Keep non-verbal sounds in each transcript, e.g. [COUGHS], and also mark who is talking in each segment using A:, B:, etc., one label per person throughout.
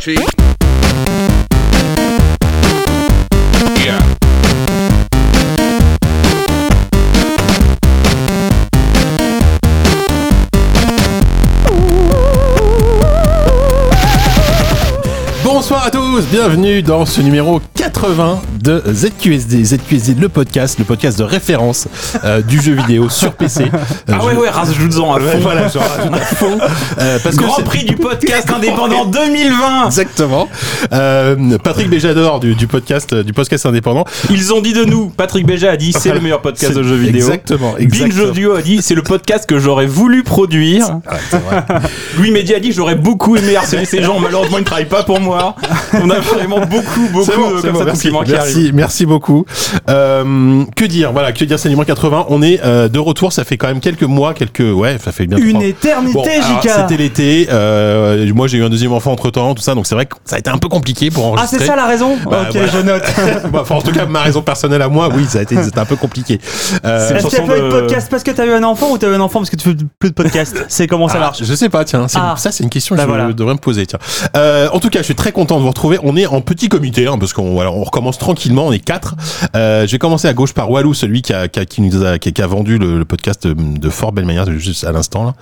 A: Cheek. Yeah.
B: Bonsoir à tous, bienvenue dans ce numéro 80 de ZQSD. ZQSD, le podcast, le podcast de référence euh, du jeu vidéo sur
C: [LAUGHS]
B: PC. Euh,
C: Ah
B: je-
C: ouais, ouais, rajoute-en à fond.
B: Voilà, je rajoute à fond. [LAUGHS] Euh, parce que
C: Grand
B: c'est-
C: prix du [LAUGHS] podcast indépendant 2020
B: Exactement. Euh, Patrick Béjador du, du podcast euh, du podcast indépendant.
C: Ils ont dit de nous, Patrick Béja a dit c'est le meilleur podcast de jeux vidéo.
B: Exactement.
C: Binge
B: exactement.
C: Audio a dit c'est le podcast que j'aurais voulu produire. [LAUGHS] Louis Média a dit j'aurais beaucoup aimé harceler ces gens, malheureusement ils ne travaillent pas pour moi. On a vraiment beaucoup, beaucoup
B: C'est bon,
C: de-
B: c'est
C: euh, comme
B: bon,
C: ça, de
B: merci,
C: compliments qui arrivent.
B: merci, merci beaucoup. Euh, que dire, voilà, que dire, c'est numéro 80. On est euh, de retour, ça fait quand même quelques mois, quelques, ouais, ça fait bien.
D: Une
B: trois-
D: éternité,
B: Bon, alors,
D: Jika
B: c'était l'été. euh, moi, j'ai eu un deuxième enfant entre temps, tout ça. Donc, c'est vrai que ça a été un peu compliqué pour
D: Ah,
B: enregistrer.
D: c'est ça la raison
B: Bah,
D: Ok,
B: voilà.
D: je note.
B: [LAUGHS] Bah, enfin, en tout cas, ma raison personnelle à moi, oui, ça a été, c'était un peu compliqué. Euh,
C: C'est une
D: Est-ce qu'il n'y
C: chanson
D: a pas eu
C: de-
D: de podcast parce que t'as eu un enfant ou t'as eu un enfant parce que tu fais plus de
B: [LAUGHS]
D: podcast C'est comment ça
B: ah,
D: marche
B: Je sais pas, tiens. c'est-
D: Ah.
B: Ça, c'est une question que
D: Bah,
B: je
D: voilà.
B: devrais me poser. Tiens. Euh, en tout cas, je suis très content de vous retrouver. On est en petit comité, hein, parce qu'on voilà, on recommence tranquillement. On est quatre. Euh, je vais commencer à gauche par Walou, celui qui a, qui a- qui nous a, qui a- qui a vendu le, le podcast de, de fort belle manière, juste à l'instant, là,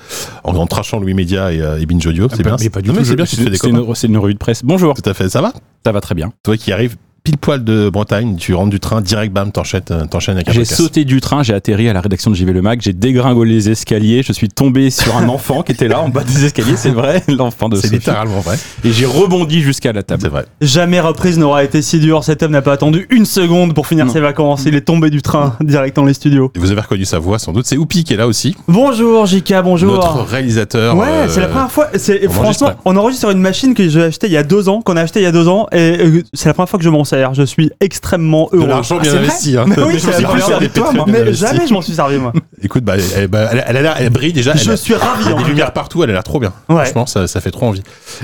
B: en, en trachant Louis Média et, euh, et Binge Audio. C'est bien.
E: Ah bah, Mais pas du
B: Non,
E: tout.
B: mais c'est
E: je-
B: bien, tu te fais des
E: c'est
B: copains.
E: une, c'est une revue de presse. Bonjour,
B: Tout à fait. Ça va
E: ça va très bien.
B: Toi qui arrives pile poil de Bretagne, tu rentres du train direct, bam, t'enchaînes, euh, t'enchaînes avec un
E: J'ai
B: podcast.
E: sauté du train, j'ai atterri à la rédaction de JV Le Mag, j'ai dégringolé les escaliers, je suis tombé sur un enfant qui était là en bas des escaliers, c'est vrai, [LAUGHS] l'enfant de
B: C'est
E: Sophie.
B: littéralement vrai.
E: Et j'ai rebondi jusqu'à la
B: C'est
E: table.
B: vrai.
D: Jamais reprise n'aura été si dure. Cet homme n'a pas attendu une seconde pour finir
E: Non.
D: ses vacances. Il est tombé du train direct dans les studios.
B: Et vous avez reconnu sa voix sans doute. C'est Oupi qui est là aussi,
D: Bonjour, Jika, bonjour.
B: notre réalisateur.
D: Ouais,
B: euh,
D: c'est la première fois. C'est
B: on
D: franchement,
B: enregistre.
D: on enregistre sur une machine que j'ai achetée il y a deux ans, qu'on a achetée il y a deux ans, et euh, c'est la première fois que je m'en sers. Je suis extrêmement
B: De
D: heureux.
B: l'argent bien
D: Ah, c'est
B: investi. Hein.
D: vrai Mais oui,
B: Mais
D: c'est
B: je me suis
D: la
B: plus
D: première
B: servi de
D: fois.
B: pétrole bien
D: Mais
B: investi.
D: jamais je m'en suis servi moi.
B: Écoute, bah, elle, bah, elle, elle a l'air, elle brille déjà.
D: Je
B: elle a-
D: suis ravi.
B: il y a
D: en
B: des
D: tout
B: lumières partout, elle a l'air trop bien.
D: Ouais.
B: Franchement, ça, ça fait trop envie.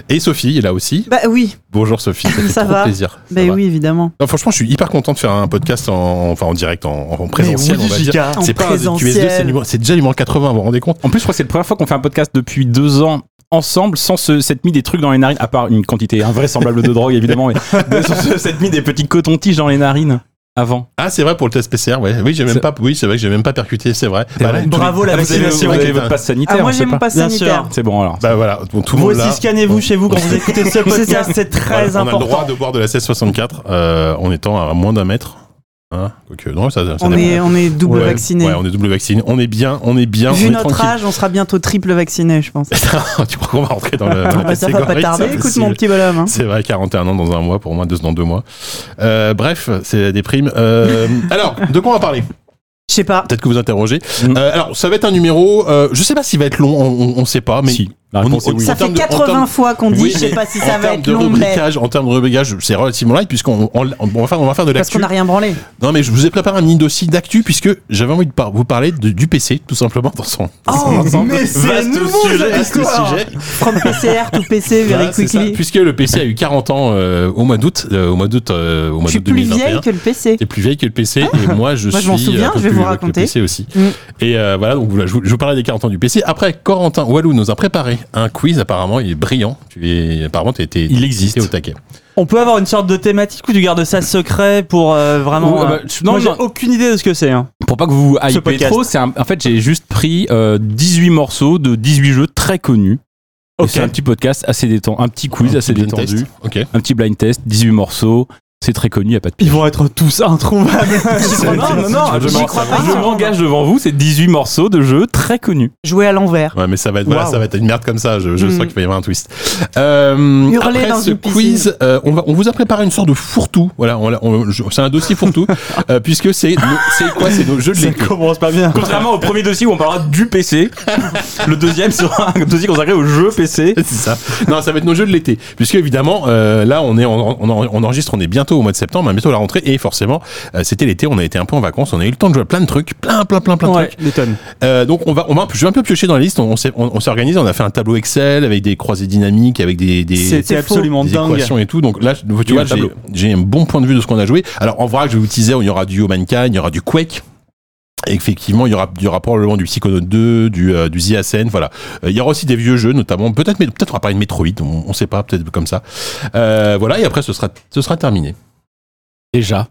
B: Et Sophie est là aussi.
F: Bah oui,
B: Bonjour Sophie, ça fait
F: Ça
B: trop
F: va.
B: plaisir. Ça
F: bah
B: va.
F: oui, évidemment.
B: Non, franchement, je suis hyper content de faire un podcast en, enfin, en direct, en, en présentiel,
D: oui,
B: on va dire.
D: Jika.
F: En
B: C'est pas un QS2,
F: présentiel.
B: c'est numéro- c'est déjà numéro 80, vous vous rendez compte
E: En plus, je crois que c'est la première fois qu'on fait un podcast depuis deux ans ensemble, sans se s'être mis des trucs dans les narines, à part une quantité invraisemblable de drogue évidemment, mais sans se s'être mis des petits cotons-tiges dans les narines avant.
B: Ah, c'est vrai pour le test PCR, ouais. Oui, j'ai même
E: C'est-
B: pas, oui, c'est vrai que j'ai même pas percuté, c'est vrai. Bah,
E: C'est vrai.
D: Bravo la
E: Ah, vous avez, vous
D: vaccination.
E: avez
B: ouais.
E: votre passe sanitaire,
F: Ah, moi
E: on
F: j'ai
E: sait
F: mon
E: pas.
F: pass
D: Bien sûr.
F: sanitaire.
E: C'est bon alors.
B: Bah voilà, bon, tout le
D: Vous
B: monde
D: aussi,
B: là.
D: scannez-vous chez vous quand vous
F: [LAUGHS]
D: écoutez ce podcast, c'est très
B: Voilà, on a le
D: important.
B: droit de boire de la 1664 euh, en étant à moins d'un mètre. Hein Quoique, non, ça, ça
F: On
B: dépend.
F: est, on est double
B: Ouais.
F: vacciné.
B: Ouais, on est double vacciné. On est bien, on est bien.
F: Vu
B: on est
F: notre
B: tranquille.
F: âge, on sera bientôt triple vacciné, je pense.
B: [LAUGHS] tu crois qu'on va rentrer
F: [LAUGHS]
B: dans le. dans la
F: Ah bah, ça va
B: catégorie,
F: pas tarder,
B: c'est
F: écoute
B: possible.
F: mon petit bonhomme. hein.
B: C'est vrai, 41 ans dans un mois, pour moi, deux dans deux mois. Euh, bref, c'est la déprime. Euh, alors, de quoi on va parler
F: Je sais pas.
B: Peut-être que vous interrogez.
E: Mm.
B: Euh, alors, ça va être un numéro. euh, je sais pas s'il va être long, on, on, on sait pas, mais.
E: Si, la
B: on-
E: réponse est
B: on-
E: oui.
B: en
F: Ça fait
B: termes de- en
F: 80
B: termes-
F: fois qu'on dit,
B: Oui,
F: je sais
B: mais
F: pas si
B: en
F: ça va
B: termes
F: être
B: de hein,
F: long, mais.
B: rubricage, en termes de rubricage, c'est relativement light puisqu'on on, on- on va faire on va faire de
F: Parce
B: l'actu.
F: qu'on n'a rien branlé.
B: Non mais je vous ai préparé un mini dossier d'actu puisque j'avais envie de par- vous parler de- du PC tout simplement dans son
D: Oh, mais c'est
B: vaste
D: nouveau
B: sujet,
D: cette
B: vaste
D: histoire.
B: sujet.
F: From PCR to PC,
B: Voilà,
F: very
B: c'est ça.
F: quickly.
B: Puisque le PC a eu 40 ans euh, au mois d'août, euh, au mois d'août, euh, au
F: Je
B: mois
F: suis
B: d'août
F: plus
B: 2021.
F: vieille que le PC.
B: T'es plus vieille que le PC et moi je
F: Moi, je
B: suis euh,
F: m'en souviens,
B: un peu
F: je vais
B: plus
F: vous
B: vieux que
F: raconter.
B: le PC aussi.
F: Mm.
B: Et euh, voilà, donc voilà, je, vous, je vous parlais des 40 ans du PC. Après, Corentin Walou nous a préparé un quiz. Apparemment, il est brillant. Tu es, apparemment, t'es, t'es-
E: Il existe.
B: t'es au taquet.
D: On peut avoir une sorte de thématique où tu gardes ça secret pour euh, vraiment.
E: Ou,
D: euh,
E: euh, bah, non,
D: moi, j'ai
E: non.
D: aucune idée de ce que c'est. hein.
E: Pour pas que vous vous
D: Ce
E: hypez
D: podcast.
E: trop, c'est un- en fait j'ai juste pris euh, 18 morceaux de 18 jeux très connus. Et
D: Ok.
E: C'est un petit podcast assez détendu, un petit quiz
B: Un
E: assez
B: petit blind
E: détendu,
B: test. Ok.
E: un petit blind test, 18 morceaux, c'est très connu, y a pas de
D: Ils
E: pire.
D: vont être tous [LAUGHS] introuvables.
E: Non, non, non, je
B: J'y
E: m'en-
F: crois pas.
E: je m'engage devant vous, c'est 18 morceaux de jeux très connus.
F: Jouer à l'envers.
B: Ouais, mais ça va être, voilà,
D: Wow.
B: ça va être une merde comme ça. Je, je
F: Mm.
B: sens qu'il va y avoir un twist. Euh,
F: Hurler
B: après
F: dans
B: ce
F: une piscine.
B: quiz, euh, on, va, on vous a préparé une sorte de fourre-tout. Voilà, on l'a- on- je- c'est un dossier
F: [LAUGHS]
B: fourre-tout euh, puisque c'est, nos- c'est quoi C'est nos jeux de
D: Ça
B: l'été.
D: commence pas bien.
E: Contrairement au premier dossier où on parlera du PC, le deuxième sera un dossier consacré au jeu PC.
B: [LAUGHS] C'est ça. Non, ça va être nos jeux de l'été. Puisque, évidemment, euh, là, on, est en- on, en- on enregistre, on est bientôt au mois de septembre, hein, bientôt à la rentrée. Et forcément, euh, c'était l'été, on a été un peu en vacances, on a eu le temps de jouer à plein de trucs, plein, plein, plein, plein de
D: Ouais,
B: trucs.
D: des tonnes.
B: Euh, donc, on va, on va, je vais un peu piocher dans la liste. On, on s'est on- on s'est organisé, on a fait un tableau Excel avec des croisées dynamiques, avec des. des
D: C'était
F: c'est faux.
D: absolument
B: des
D: dingue.
B: équations et tout. Donc là, tu vois,
E: le
B: j'ai-
E: tableau.
B: j'ai un bon point de vue de ce qu'on a joué. Alors, en vrai, je vais vous teaser, il y aura du Humankind, il y aura du Quake. Effectivement, il y aura, il y aura probablement du Psychonaut 2, du, euh, du The Ascent, voilà. Euh, Il y aura aussi des vieux jeux, notamment, peut-être, mais peut-être on va parler de Metroid, on, on sait pas, peut-être comme ça. Euh, voilà, et après, ce sera, ce sera terminé.
E: Déjà.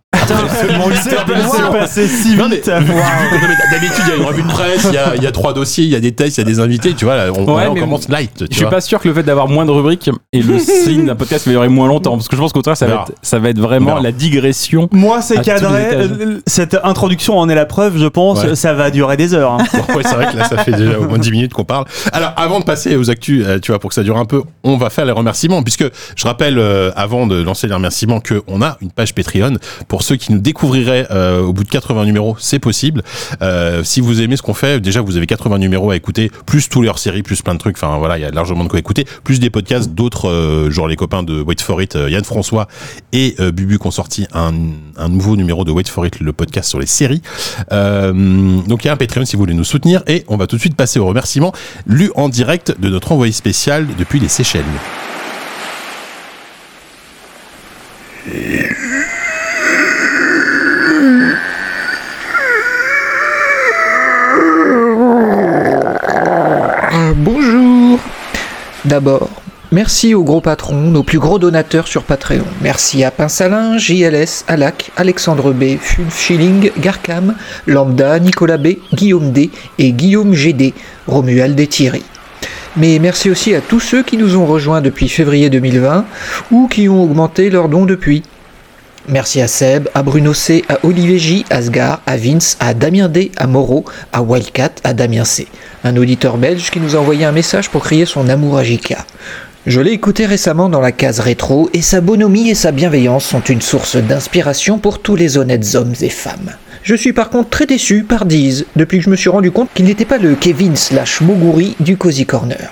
D: Mon s'est passé si
B: Non, mais-
D: vite.
E: Ah,
D: Waouh.
B: Non, mais D'habitude, il y a une revue de presse, il y a, il y a trois dossiers, il y a des tests, il y a des invités, tu vois, là, on,
E: Ouais,
B: là, on
E: mais
B: commence light,
E: Je
B: tu
E: suis
B: vois.
E: pas sûr que le fait d'avoir moins de rubriques et le signe d'un podcast va durer moins longtemps parce que je pense qu'au contraire ça
B: Non.
E: va être, ça va être vraiment
B: Non.
E: la digression.
D: Moi, c'est
E: À tous les
D: cadré.
E: étages.
D: Euh, Cette introduction en est la preuve, je pense.
B: Ouais.
D: Ça va durer des heures. hein.
B: Bon, ouais, c'est vrai que là, ça fait déjà au moins 10 minutes qu'on parle. Alors, avant de passer aux actus, euh, tu vois, pour que ça dure un peu, on va faire les remerciements, puisque je rappelle, euh, avant de lancer les remerciements, qu'on a une page Patreon. Pour ceux qui nous découvriraient euh, au bout de 80 numéros, c'est possible. Euh, si vous aimez ce qu'on fait, déjà, vous avez 80 numéros à écouter, plus tous leurs séries, plus plein de trucs. Enfin, voilà, il y a largement de quoi écouter, plus des podcasts d'autres, euh, genre les copains de Wait For It, euh, Yann François et euh, Bubu, qui ont sorti un, un nouveau numéro de Wait For It, le podcast sur les séries. Euh, donc il y a un Patreon si vous voulez nous soutenir et on va tout de suite passer aux remerciements lus en direct de notre envoyé spécial depuis les Seychelles.
G: Euh, bonjour. D'abord, merci aux gros patrons, nos plus gros donateurs sur Patreon. Merci à Pinsalin, JLS, Alac, Alexandre B, Fulf Schilling, Garcam, Lambda, Nicolas B, Guillaume D et Guillaume GD, Romuald et Thierry. Mais merci aussi à tous ceux qui nous ont rejoints depuis février 2020 ou qui ont augmenté leurs dons depuis. Merci à Seb, à Bruno C, à Olivier J, à Sgar, à Vince, à Damien D, à Moreau, à Wildcat, à Damien C. Un auditeur belge qui nous a envoyé un message pour crier son amour à Jika. Je l'ai écouté récemment dans la case rétro et sa bonhomie et sa bienveillance sont une source d'inspiration pour tous les honnêtes hommes et femmes. Je suis par contre très déçu par Deez depuis que je me suis rendu compte qu'il n'était pas le Kevin slash Moguri du Cozy Corner.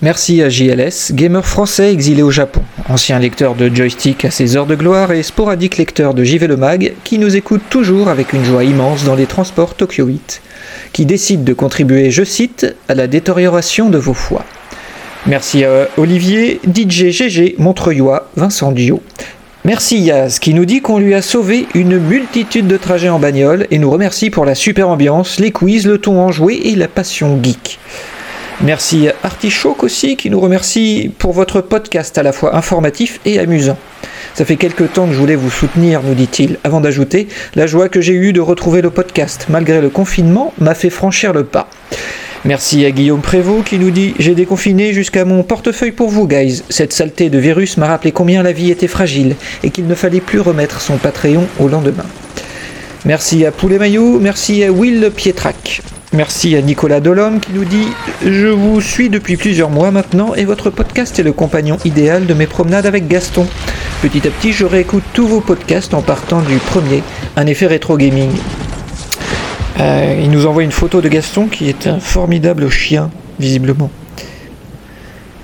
G: Merci à JLS, gamer français exilé au Japon, ancien lecteur de joystick à ses heures de gloire et sporadique lecteur de JV Le Mag, qui nous écoute toujours avec une joie immense dans les transports Tokyo 8, qui décide de contribuer, je cite, à la détérioration de vos foies. Merci à Olivier, DJ GG, Montreuillois, Vincent Dio. Merci Yaz qui nous dit qu'on lui a sauvé une multitude de trajets en bagnole et nous remercie pour la super ambiance, les quiz, le ton enjoué et la passion geek. Merci à Artichoke aussi qui nous remercie pour votre podcast à la fois informatif et amusant. Ça fait quelque temps que je voulais vous soutenir, nous dit-il, avant d'ajouter la joie que j'ai eue de retrouver le podcast malgré le confinement m'a fait franchir le pas. Merci à Guillaume Prévost qui nous dit J'ai déconfiné jusqu'à mon portefeuille pour vous, guys. Cette saleté de virus m'a rappelé combien la vie était fragile et qu'il ne fallait plus remettre son Patreon au lendemain. Merci à Poulet Maillot, merci à Will Pietrac. Merci à Nicolas Dolhomme qui nous dit Je vous suis depuis plusieurs mois maintenant et votre podcast est le compagnon idéal de mes promenades avec Gaston. Petit à petit, je réécoute tous vos podcasts en partant du premier, un effet rétro gaming. Euh, il nous envoie une photo de Gaston qui est un formidable chien, visiblement.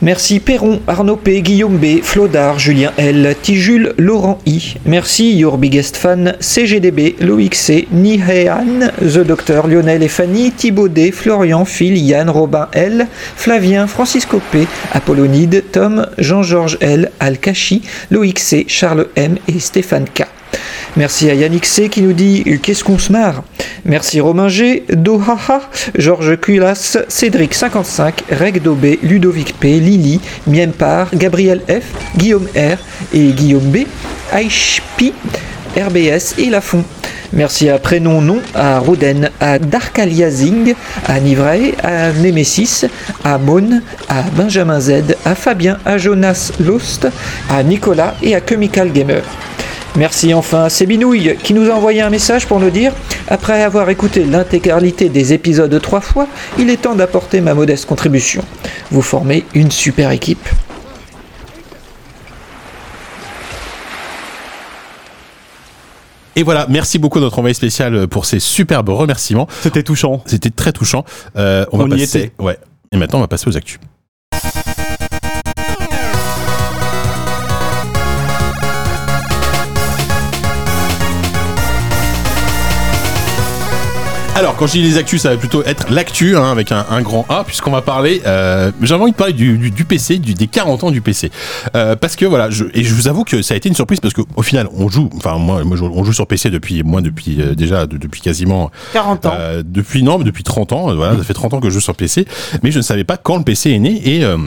G: Merci Perron, Arnaud P, Guillaume B, Flodard, Julien L, Tijul, Laurent I. Merci Your Biggest Fan, CGDB, Loïc C, Nihéan, The Docteur, Lionel et Fanny, Thibaud D, Florian, Phil, Yann, Robin L, Flavien, Francisco P, Apollonide, Tom, Jean-Georges L, Alkachi, Loïc C, Charles M et Stéphane K. Merci à Yannick C qui nous dit Qu'est-ce qu'on se marre Merci Romain G, Dohaha, Georges Culas, Cédric 55, Reg Dobé, Ludovic P, Lily, Miempar, Gabriel F, Guillaume R et Guillaume B, Aishpi, RBS et Lafont. Merci à Prénom Nom, à Roden, à Darkaliazing, à Nivray, à Nemesis, à Maune, à Benjamin Z, à Fabien, à Jonas Lost, à Nicolas et à Chemical Gamer. Merci enfin à Sébinouille qui nous a envoyé un message pour nous dire Après avoir écouté l'intégralité des épisodes trois fois, il est temps d'apporter ma modeste contribution. Vous formez une super équipe.
B: Et voilà, merci beaucoup à notre envoyé spécial euh, pour ces superbes remerciements.
D: C'était touchant.
B: C'était très touchant. Euh, on,
E: On
B: va
E: y
B: passer.
E: était.
B: Ouais. Et maintenant, on va passer aux actus. Alors, quand je dis les actus, ça va plutôt être l'actu, hein, avec un, un grand A, puisqu'on va parler. euh, J'avais envie de parler du, du- du PC, du, des 40 ans du PC. Euh, parce que voilà, je, et je vous avoue que ça a été une surprise, parce qu'au final, on joue, enfin, moi, moi, je- on joue sur PC depuis, moi, depuis euh, déjà, de- depuis quasiment
F: 40 ans.
B: euh, depuis non, mais depuis 30 ans, euh, voilà, ça fait 30 ans que je joue sur PC, mais je ne savais pas quand le PC est né et euh,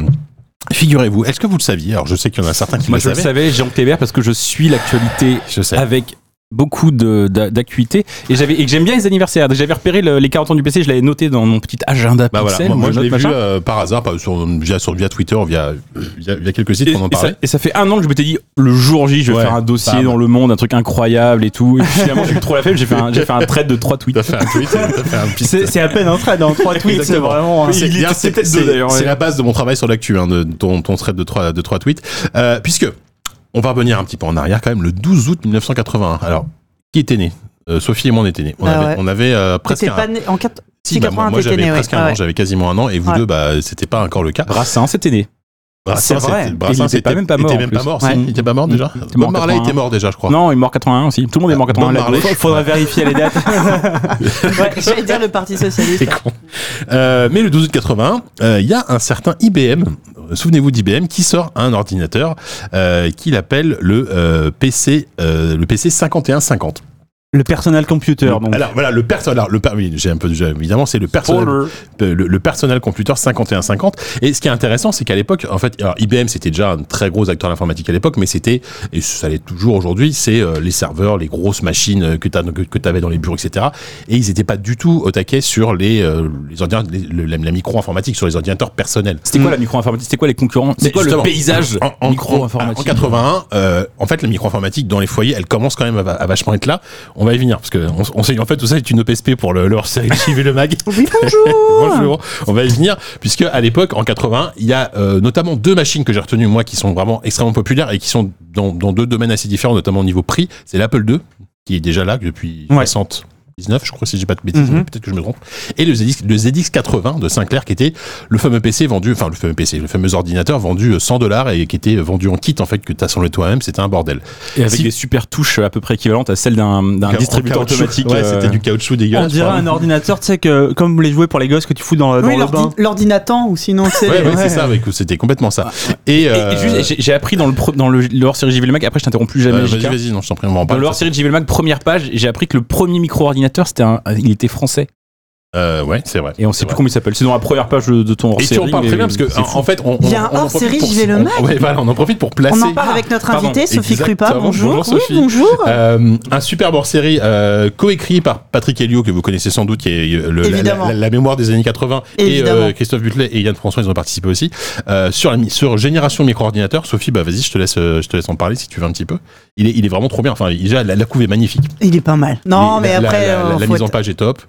B: figurez-vous, est-ce que vous le saviez Alors je sais qu'il y en a certains qui
E: Bah, Moi,
B: le
E: je le
B: savaient.
E: savais, Jean Kléber, parce que je suis l'actualité
B: Je sais.
E: avec beaucoup de- d'a- d'acuité et j'avais et que j'aime bien les anniversaires donc j'avais repéré le- les 40 ans du PC je l'avais noté dans mon petit agenda
B: Bah voilà,
E: Pixel,
B: moi, moi,
E: où
B: je
E: note
B: l'ai vu
E: machin.
B: euh, par hasard pas sur, via, sur- via Twitter, via, euh, via, via quelques sites
E: et,
B: qu'on euh, en
E: et ça,
B: parlait.
E: et ça fait un an que je m'étais dit le jour J je vais
B: Ouais,
E: faire un dossier
B: bam.
E: dans le monde un truc incroyable et tout et puis finalement j'ai eu trop la faible j'ai fait un, j'ai fait un trade de trois
B: [LAUGHS]
E: tweets
B: T'as fait un tweet, t'as fait un [LAUGHS] petit-
D: C'est c'est à peine un trade en hein. trois tweets, c'est
B: Exactement.
D: vraiment. hein.
B: Ah, C'est
E: il est-
B: bien,
E: c'est
B: c'est-
E: peut-être deux,
B: c'est-
E: d'ailleurs, ouais.
B: c'est la base de mon travail sur l'actu, hein, de ton, ton thread de trois, de trois tweets. Euh, puisque, on va revenir un petit peu en arrière quand même, le 12 août 1981. Alors, qui était né Euh, Sophie et moi, on était nés. On
F: Ah
B: avait,
F: ouais.
B: on avait euh, presque
F: T'étais
B: un-
F: pas né en 4...
B: Si, bah, moi, moi,
F: 81, t'étais
B: j'avais
F: né, ouais.
B: presque
F: Ah
B: un an,
F: ouais.
B: j'avais quasiment un an, et vous
F: Ouais.
B: deux, bah, c'était pas encore le cas.
E: Brassin hein, c'était né
B: Brassin,
E: c'est vrai.
B: c'était-
E: Il
B: Brassin,
E: était pas
B: c'était-
E: même pas mort,
B: était
E: en
B: même
E: plus.
B: pas mort,
E: Ouais.
B: si, il était pas mort
E: Mm.
B: déjà.
E: Il était mort
B: Bob
E: en
B: Marley
E: 81.
B: était mort déjà, je crois.
E: non il est mort en 81 aussi tout le monde est mort en
B: Bob
E: 81 la
B: Marley.
E: gauche.
D: Faudrait vérifier les dates.
F: Ouais, J'allais dire le Parti Socialiste.
B: [LAUGHS] C'est con. Euh, mais le 12 août 81, euh, il y a un certain IBM, euh, souvenez-vous d'IBM, qui sort un ordinateur euh, qu'il appelle le euh, PC, euh, le PC 5150.
D: Le personal computer, donc.
B: Alors voilà, le personnel, le per- oui, j'ai un peu déjà, évidemment, c'est le personnel, euh, le, le personnel computer 5150. Et ce qui est intéressant, c'est qu'à l'époque, en fait, alors, IBM c'était déjà un très gros acteur de l'informatique à l'époque, mais c'était et ça l'est toujours aujourd'hui, c'est euh, les serveurs, les grosses machines euh, que tu que, que avais dans les bureaux, etc. Et ils n'étaient pas du tout au taquet sur les, euh, les ordinateurs, les- le- la, la micro-informatique, sur les ordinateurs personnels.
E: c'était quoi la micro-informatique c'était quoi les concurrents
B: Mais
E: c'est quoi le
B: Mm. justement,
E: paysage
B: en, en-
E: micro-informatique
B: En 81, euh, en fait, la micro-informatique dans les foyers, elle commence quand même à, à vachement être là. On va y venir parce que on, on sait en fait tout ça est une E OPSP pour le, le hors-série de Chiv et le mag.
F: Oui, bonjour
B: Bonjour. On va y venir, puisque à l'époque, en 80, il y a euh, notamment deux machines que j'ai retenues, moi, qui sont vraiment extrêmement populaires et qui sont dans, dans deux domaines assez différents, notamment au niveau prix. C'est l'Apple II, qui est déjà là depuis
D: Ouais.
B: 79, je crois, si j'ai pas de bêtises,
D: Mhm.
B: mais peut-être que je me trompe. Et le ZX, le ZX80 de Sinclair, qui était le fameux PC vendu, enfin, le fameux PC, le fameux ordinateur vendu euh, 100 dollars et qui était vendu en kit, en fait, que t'assemblais toi-même. C'était un bordel.
E: et avec
B: Si-
E: des super touches à peu près équivalentes à celles d'un d'un
B: En
E: distributeur
B: caoutchouc.
E: automatique
B: Ouais,
E: euh,
B: c'était du caoutchouc dégueulasse.
D: On dirait
B: pardon.
D: un ordinateur, tu sais, que comme les jouets pour les gosses que tu fous dans, dans
F: Oui,
D: le
F: l'ordi-
D: bain.
F: l'ordinateur, ou sinon c'est.
B: Ouais, ouais,
D: Ouais.
B: c'est ça, ouais, écoute, c'était complètement ça. Et,
E: Et-
B: euh,
E: Et, juste, j'ai- j'ai appris dans le, pro- dans le, le hors-série JV le Mac, après je t'interromps plus jamais.
B: euh, vas-y,
E: JK.
B: vas-y, non, je t'en prie, on va en
E: dans
B: parler.
E: le hors-série de JV le Mac, première page, j'ai appris que le premier micro-ordinateur, c'était un, il était français.
B: Euh, ouais, c'est vrai.
E: Et on
B: C'est
E: sait
B: vrai.
E: plus comment il s'appelle. C'est dans la première page de de ton
B: Et
E: hors-série.
B: tu en parles très
E: mais
B: bien parce que
E: c'est
B: en,
E: fou.
B: en fait, on,
F: Il y a
B: on-
F: un
B: on en
F: hors-série,
B: profite pour-
F: j'y vais le
B: on-
F: Mac.
B: ouais, voilà, on en profite pour placer.
F: On en parle avec notre
E: Pardon,
F: invitée, Sophie
B: exactement.
F: Krupa. Bonjour.
B: Bonjour, Sophie.
F: Oui, bonjour.
B: [LAUGHS] Euh, un super hors série euh, coécrit par Patrick Helio que vous connaissez sans doute qui est euh, le- la,
F: Évidemment.
B: la- la mémoire des années 80 et
F: Évidemment.
B: euh, Christophe Butlet et Yann François ils ont participé aussi euh, sur la mi- sur génération micro-ordinateur Sophie bah vas-y je te laisse euh, je te laisse en parler si tu veux un petit peu il est il est vraiment trop bien enfin il- déjà la, la couve est magnifique
F: Il est pas mal. Non,
B: Il-
F: mais
B: la- la- la,
F: après,
B: la-
F: euh,
B: la
F: faut
B: mise en
F: [LAUGHS] être- Ah,
B: page est top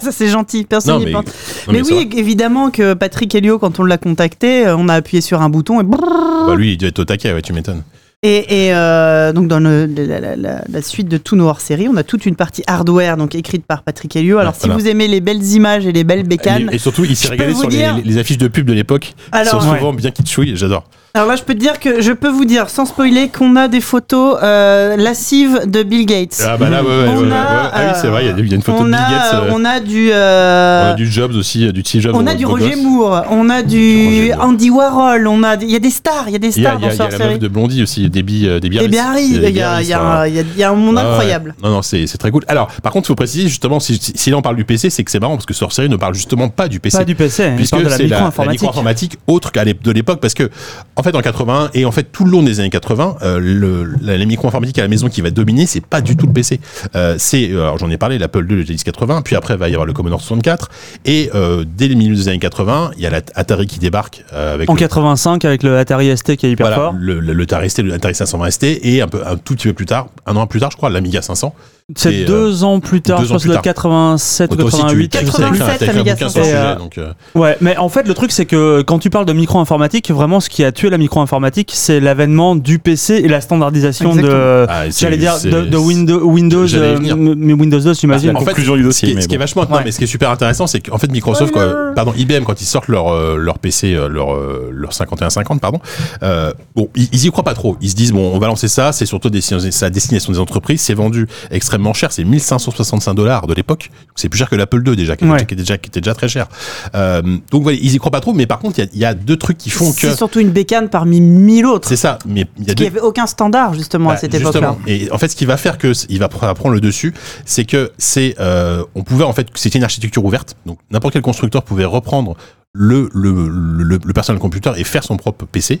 F: ça c'est gentil. Personne
B: non
F: n'y
B: mais,
F: pense.
B: non,
F: Mais,
B: mais c'est
F: oui, évidemment que Patrick Helio, quand on l'a contacté, euh, on a appuyé sur un bouton et brrrr.
B: vrai. Bah, lui il doit être au taquet ouais tu m'étonnes
F: Et, et, euh, donc dans le- la, la- la- la suite de tous nos hors-séries, on a toute une partie hardware donc écrite par Patrick Helio. Alors
B: Ouais,
F: si
B: voilà.
F: vous aimez les belles images et les belles bécanes,
B: et, et surtout il s'est
F: Je peux
B: régalé
F: vous
B: sur les-
F: dire-
B: les, les affiches de pub de l'époque qui sont
F: alors,
B: souvent bien kitschouilles j'adore
F: alors là je peux te dire que je peux vous dire sans spoiler qu'on a des photos euh, lascives de Bill Gates.
B: Ah bah là, ouais, ouais,
F: On
B: ouais, ouais.
F: a,
B: Ah oui, c'est vrai, il y a- il y, a une photo
F: on,
B: de Bill
F: a,
B: Gates. euh,
F: on a du
B: on
F: euh,
B: a du Jobs aussi, euh, du Steve Jobs.
F: On
B: dans
F: a du
B: Beau
F: Roger
B: Gosse.
F: Moore, on a
B: Roger
F: du
B: Moore.
F: Andy Warhol, on a, des- il y a des stars, il y a des
B: Il y a,
F: stars
B: il y a- il y
F: dans
B: a
F: cette
B: la meuf
F: série.
B: de Blondie aussi, des billes, euh, des bières.
F: Et bien Harry, il y a, il y a- il y a- il y a- il y a un monde
B: Ah ouais.
F: incroyable.
B: Non, non, c'est c'est très cool. Alors, par contre, il faut préciser justement, si, si, si là on parle du PC, c'est que c'est marrant parce que Sorcery ne parle justement pas du PC.
D: Pas du PC, hein, il
B: Puisque
D: parle de la
B: c'est la- la
D: micro-informatique.
B: micro-informatique autre qu'à l'ép- de l'époque, parce que en fait en 81 et en fait tout le long des années 80, euh, le, la, la micro-informatique à la maison qui va dominer, c'est pas du tout le PC. Euh, c'est euh, alors j'en ai parlé, l'Apple II, le GX 80, puis après va y avoir le Commodore 64 et euh, dès les milieux des années 80, il y a la Atari qui débarque euh, avec
D: En
B: le-
D: 85, avec le Atari ST qui est hyper
B: voilà,
D: fort.
B: le, le, le Atari ST, le Atari 520 ST et un peu un tout petit peu plus tard, un an plus tard je crois, l'Amiga 500. et,
D: C'est
B: euh,
D: deux ans plus tard,
B: deux
D: je
B: ans
D: crois que
B: plus
D: c'est le
B: tard.
D: 87 ou
B: Toi aussi,
D: 88.
B: tu- tu-
D: je
B: tu-
D: sais
B: t'as
D: plus.
B: écrit un- t'as écrit un
F: Amiga
B: bouquin
D: 500.
B: sur le
D: Et,
B: sujet,
D: euh, [LAUGHS]
B: donc, euh,
D: Ouais, mais en fait, le truc, c'est que euh, quand tu parles de micro-informatique, vraiment, ce qui a tué la micro-informatique, c'est l'avènement du PC et la standardisation de.
B: ah, et c'est-
D: J'allais dire de,
B: c'est-
D: de Windows, Windows,
B: J'allais y venir. Ah,
D: euh, mais Windows 2, j'imagine.
B: En fait,
E: du
B: Ce qui, est, ce qui est vachement non,
D: Ouais.
B: mais ce qui est super intéressant c'est qu'en fait Microsoft
F: Spoiler.
B: quoi, pardon IBM quand ils sortent leur euh, leur PC euh, leur euh, leur 5150 pardon euh, bon ils, ils y croient pas trop ils se disent bon on va lancer ça c'est surtout des- c'est à destination des entreprises c'est vendu extrêmement extrêmement cher, c'est 1565 dollars de l'époque. C'est plus cher que l'Apple II déjà, qui,
D: Ouais.
B: était, qui était déjà, qui était déjà très cher. Euh, donc voilà, ils y croient pas trop, mais par contre, il y a- il y, a deux trucs qui font que
F: C'est surtout une bécane parmi mille autres.
B: c'est ça. Mais il y a
F: Il n'y
B: deux.
F: avait aucun standard justement à
B: Bah,
F: cette
B: justement.
F: époque-là.
B: Et en fait, ce qui va faire que c- il va pr- prendre le dessus, c'est que c'est, euh, on pouvait en fait, c'était une architecture ouverte, donc n'importe quel constructeur pouvait reprendre le le le, le personal computer et faire son propre PC.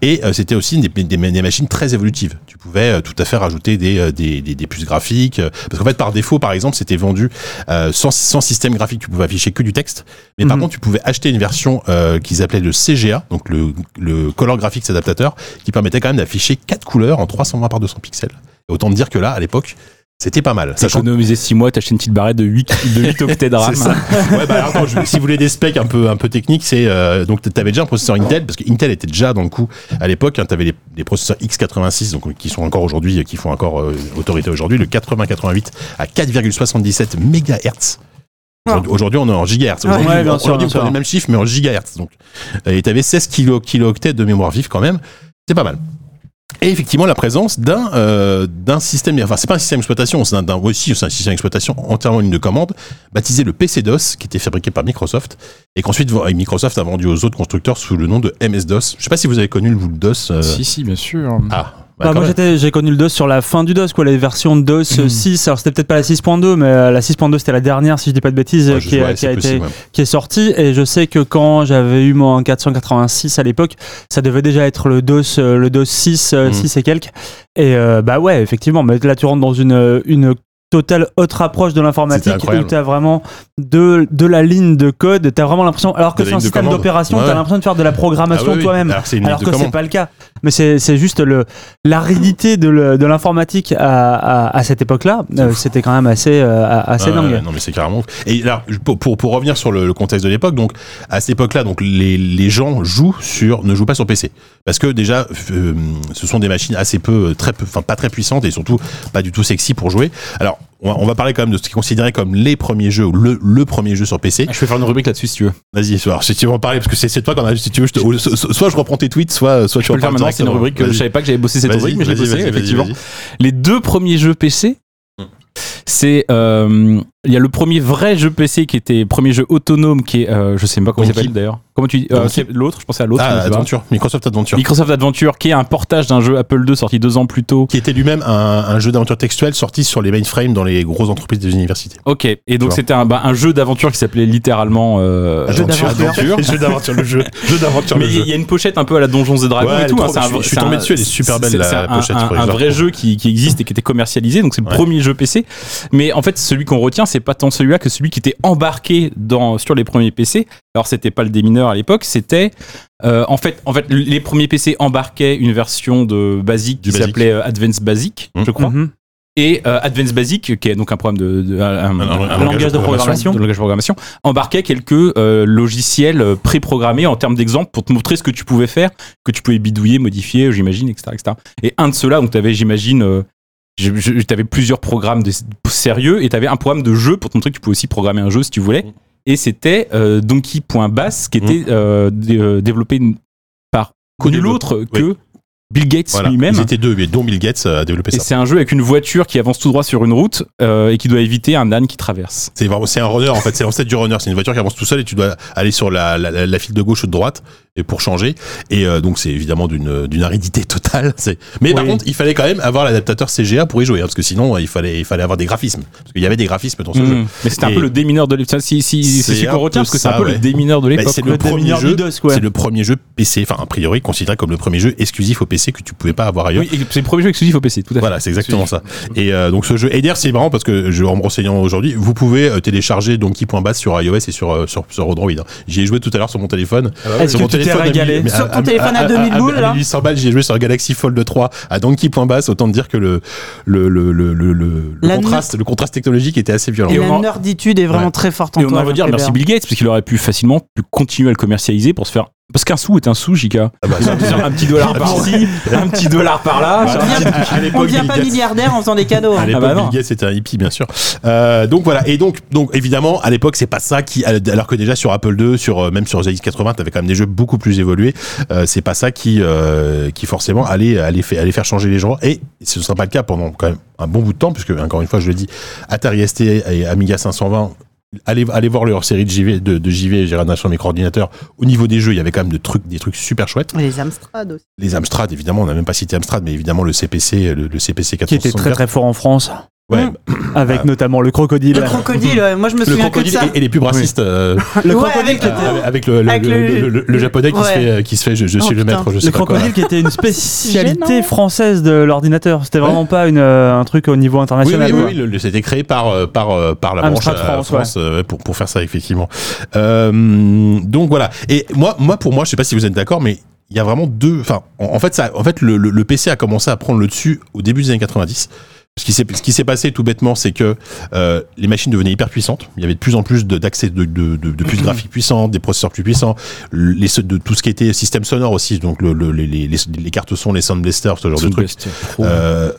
B: Et euh, c'était aussi des, des, des machines très évolutives. Tu pouvais euh, tout à fait rajouter des euh, des, des, des puces graphiques, euh, parce qu'en fait, par défaut, par exemple, c'était vendu euh, sans sans système graphique, tu pouvais afficher que du texte. Mais par
D: Mhm.
B: contre, tu pouvais acheter une version euh, qu'ils appelaient le CGA, donc le le Color Graphics Adaptator qui permettait quand même d'afficher quatre couleurs en 320 par 200 pixels. Et autant te dire que là, à l'époque, c'était pas mal. Sachant
E: Économiser 6 mois, t'achètes une petite barrette de 8, de
B: [LAUGHS]
E: 8 octets de RAM.
B: C'est ça. [LAUGHS] Ouais, bah, alors, attends, je- si vous voulez des specs un peu, un peu techniques, c'est euh, donc t'avais déjà un processeur Intel parce que Intel était déjà dans le coup à l'époque. Hein, t'avais les, les processeurs x86 donc euh, qui sont encore aujourd'hui, qui font encore euh, autorité aujourd'hui, le 8088 à 4,77 mégahertz. Aujourd'hui- Aujourd'hui, on est en gigahertz. Aujourd'hui,
D: Ouais, bien
B: on-
D: sûr, bien
B: aujourd'hui, on prend
D: sûr.
B: les mêmes chiffres, mais en gigahertz. Donc, et t'avais 16 kilo, kilooctets de mémoire vive quand même. C'est pas mal. Et effectivement, la présence d'un euh, d'un système, enfin c'est pas un système d'exploitation, c'est un, d'un- aussi c'est un système d'exploitation entièrement en ligne de commande, baptisé le PC-DOS, qui était fabriqué par Microsoft, et qu'ensuite vo- Microsoft a vendu aux autres constructeurs sous le nom de MS-DOS. Je sais pas si vous avez connu le vous, le DOS. euh,
E: Si, si, bien sûr.
B: Ah,
D: Bah,
B: bah,
D: moi
B: quand même. Hmm.
D: j'étais- j'ai connu le DOS sur la fin du DOS, quoi, les versions DOS euh, 6. Alors c'était peut-être pas la 6.2, mais euh, la 6.2 c'était la dernière, si je dis pas de bêtises,
B: Ouais,
D: euh,
B: je-
D: qui, est-
B: ouais,
D: qui
B: c'est
D: a
B: possible,
D: été,
B: ouais.
D: qui est sortie. Et je sais que quand j'avais eu mon 486 à l'époque, ça devait déjà être le DOS, euh, le DOS 6, euh,
B: Mhm.
D: 6 et quelques. Et euh, bah ouais, effectivement, mais là tu rentres dans une, euh, une totale autre approche de
B: C'était
D: l'informatique où
B: incroyable.
D: tu as vraiment de, de la ligne de code, tu as vraiment l'impression, alors que
B: De la
D: c'est un
B: ligne de
D: système
B: commande.
D: d'opération, tu
B: Ouais,
D: as
B: ouais.
D: l'impression de faire de la
B: Ah
D: programmation
B: oui, oui.
D: toi-même.
B: Alors, c'est une
D: Alors
B: ligne de
D: que c'est
B: commande.
D: pas le cas. Mais c'est c'est juste le l'aridité de le- de l'informatique à, à- à cette époque-là. euh, C'était quand même assez euh, assez
B: Ah,
D: dingue.
B: ouais, non mais c'est carrément ouf. Et là, je- pour, pour, pour revenir sur le, le contexte de l'époque, donc à cette époque-là, donc les, les gens jouent sur, ne jouent pas sur PC parce que déjà, euh, ce sont des machines assez peu, euh, très peu, enfin pas très puissantes et surtout pas du tout sexy pour jouer. Alors on va, on va parler quand même de ce qui est considéré comme les premiers jeux ou le, le premier jeu sur PC.
E: Je vais faire une rubrique là-dessus si tu veux.
B: Vas-y, alors, si tu veux en parler parce que c'est c'est toi qu'on a, si tu veux, je te- ou so- so- soit je reprends tes tweets, soit soit
E: Je
B: tu
E: peux le faire
B: reprends
E: maintenant, c'est une
B: directement.
E: rubrique que je
B: Vas-y.
E: savais pas que j'avais bossé cette
B: Vas-y,
E: rubrique, mais j'ai
B: vas-y,
E: bossé,
B: vas-y, vas-y,
E: effectivement.
B: vas-y. Ah,
E: Les deux premiers jeux PC,
B: Hmm.
E: c'est. euh, Il y a le premier vrai jeu PC qui était. Premier jeu autonome qui est. euh, je sais même pas comment il
B: Donkey.
E: s'appelle d'ailleurs. Comment tu dis euh,
B: Donkey.
E: c'est L'autre, je pensais à l'autre.
B: Ah,
E: je sais pas.
B: Adventure, Microsoft Adventure.
E: Microsoft Adventure qui est un portage d'un jeu Apple II sorti deux ans plus tôt.
B: qui était lui-même un, un jeu d'aventure textuelle sorti sur les mainframes dans les grosses entreprises des universités.
E: Ok, et
B: vois.
E: donc c'était un, bah, un jeu d'aventure qui s'appelait littéralement euh,
B: Jeu d'aventure.
E: [LAUGHS]
B: jeu d'aventure le jeu. [LAUGHS] Jeu d'aventure
E: Mais il y a une pochette un peu à la Donjons et Dragons
B: Ouais,
E: et
B: elle est
E: tout. hein,
B: trop-
E: c'est un
B: je suis-
E: vrai-
B: je suis
E: c'est
B: tombé
E: un-
B: dessus, elle est super
E: c'est-
B: belle,
E: c'est
B: la
E: un-
B: pochette,
E: Un,
B: faut
E: un
B: les
E: vrai
B: avoir.
E: jeu qui, qui existe et qui était commercialisé, donc c'est le
B: Ouais.
E: premier jeu PC. Mais en fait, celui qu'on retient, c'est pas tant celui-là que celui qui était embarqué dans, sur les premiers PC. Alors c'était pas le démineur à l'époque, c'était euh, en fait, en fait, les premiers PC embarquaient une version de basique
B: Du
E: qui
B: Basic.
E: s'appelait euh, Advanced Basic,
B: Mhm.
E: je crois.
D: Mhm.
E: Et euh, Advanced Basic, qui est donc un programme de, de- un, un-
B: langage
E: un
B: de
E: langage
B: programmation.
E: de programmation, de langage de programmation, embarquait quelques euh, logiciels euh, préprogrammés en termes d'exemples pour te montrer ce que tu pouvais faire, que tu pouvais bidouiller, modifier, euh, j'imagine, etc., etc. Et un de ceux-là, donc tu avais, j'imagine, euh, je- je- t'avais plusieurs programmes de, sérieux et t'avais un programme de jeu pour te montrer que tu pouvais aussi programmer un jeu si tu voulais. Et c'était euh, Donkey.bass qui
B: Mm.
E: était euh, dé- euh, développé par connu l'autre que Bill Gates
B: Voilà.
E: lui-même.
B: Ils étaient deux, mais dont Bill Gates euh, a développé
E: Et
B: ça.
E: c'est un jeu avec une voiture qui avance tout droit sur une route euh, et qui doit éviter un âne qui traverse.
B: C'est vraiment, c'est un runner en fait, c'est l'ancêtre du runner. C'est une voiture qui avance tout seul et tu dois aller sur la, la, la- la file de gauche ou de droite et pour changer. Et euh, donc c'est évidemment d'une d'une aridité totale. C'est- Mais par
E: Oui.
B: contre, il fallait quand même avoir l'adaptateur CGA pour y jouer, hein, parce que sinon euh, il fallait il fallait avoir des graphismes. Parce qu'il y avait des graphismes dans ce jeu.
E: Mmh. Mais c'était un
B: Et-
E: peu le démineur de l'époque. Si, si,
B: C'est
E: c'est ce
B: un
E: qu'on retient
B: peu
E: parce que c'est
B: ça,
E: un peu
B: ouais.
E: le démineur de
B: Bah,
E: l'époque.
B: c'est
E: quoi.
B: le premier
D: démineur du
B: jeu.
D: DOS, quoi.
B: C'est le premier jeu PC, enfin a priori considéré comme le premier jeu exclusif au PC que tu pouvais pas avoir ailleurs.
E: Oui, et c'est le premier jeu exclusif au PC, tout à fait.
B: Voilà, c'est exactement ça. Et euh, donc ce jeu, et d'ailleurs c'est marrant parce que je en me renseignant aujourd'hui, vous pouvez euh, télécharger Donkey.bass sur iOS et sur euh, sur, sur Android. hein. J'y ai joué tout à l'heure sur mon téléphone.
D: Est-ce
B: Sur
D: que
B: mon
D: tu t'es
B: téléphone à
D: régalé
B: mille-
F: Sur ton téléphone à 2000 boules, là
B: 1800 balles, j'y ai joué sur Galaxy Fold Ah, 3 à Donkey.bass. Autant te dire que le le le le, le, le- le
F: La
B: contraste, le contraste technologique était assez violent.
E: Et
F: Et
E: on
F: la
E: en-
F: nerditude est vraiment
B: Ouais.
F: très forte en
E: Et on
F: toi.
E: en veut dire
F: Jean
E: merci
F: Prévert.
E: Bill Gates parce qu'il aurait pu facilement pu continuer à le commercialiser pour se faire Parce qu'un sou est un sou,
B: Ah,
E: Jika.
B: bah,
E: un petit dollar par-ci, un petit dollar par-là.
B: Voilà.
E: ça-
B: [LAUGHS] À
F: On
B: l'époque,
F: ne devient
B: Bill
F: pas
B: Gates-
F: milliardaire en faisant des cadeaux.
B: À
D: Ah
F: hein.
B: l'époque,
E: bah non.
B: Bill Gates était un hippie, bien sûr. Euh, donc voilà. Et donc, donc évidemment, à l'époque, c'est pas ça qui, alors que déjà sur Apple II, sur euh, même sur ZX 80, t'avais quand même des jeux beaucoup plus évolués. Euh, c'est pas ça qui, euh, qui forcément allait, allait, fa- allait faire changer les gens. Et ce ne sera pas le cas pendant quand même un bon bout de temps, puisque encore une fois, je le dis, Atari ST et Amiga 520. Allez, allez voir leur série de JV, de, de JV, Gérard Nation Micro-Ordinateur. Au niveau des jeux, il y avait quand même des trucs, des trucs super chouettes.
F: Les Amstrad aussi.
B: Les Amstrad, évidemment, on n'a même pas cité Amstrad, mais évidemment le CPC, le, le CPC 464.
D: qui était très très fort en France,
B: Ouais, Ah.
D: avec notamment le crocodile.
F: Le crocodile, ouais, moi je me
B: le
F: souviens que de
B: crocodile
F: ça.
B: et, et les pubs racistes
F: [LAUGHS]
B: euh,
F: Le
D: crocodile
F: avec le-
B: euh, avec le, le-
F: Avec
B: le-
F: le-
B: le- le- le japonais qui
F: Ouais.
B: se fait euh, qui se fait je, je
F: Oh,
B: suis le
F: putain.
B: maître je sais
D: Le
B: pas quoi
D: crocodile
B: là.
D: qui
B: [LAUGHS]
D: était une
F: gênant.
D: spécialité française de l'ordinateur. C'était
B: Ouais.
D: vraiment pas une, euh, un truc au niveau
B: oui, oui,
D: international.
B: oui, oui, le- le- c'était créé par euh, par euh, par la branche
D: Amstrad
B: euh,
D: France,
B: France, euh, ouais, pour pour faire ça effectivement Euh, donc voilà et moi moi pour moi je sais pas si vous êtes d'accord mais il y a vraiment deux enfin en, en fait ça en fait le, le- le PC a commencé à prendre le dessus au début des années 90 ce qui s'est ce qui s'est passé tout bêtement c'est que euh, les machines devenaient hyper puissantes il y avait de plus en plus de- d'accès de, de, de, de puces graphiques puissantes des processeurs plus puissants les de tout ce qui était système sonore aussi donc le, le- les, les, les- les cartes son les sound blasters ce genre de trucs euh,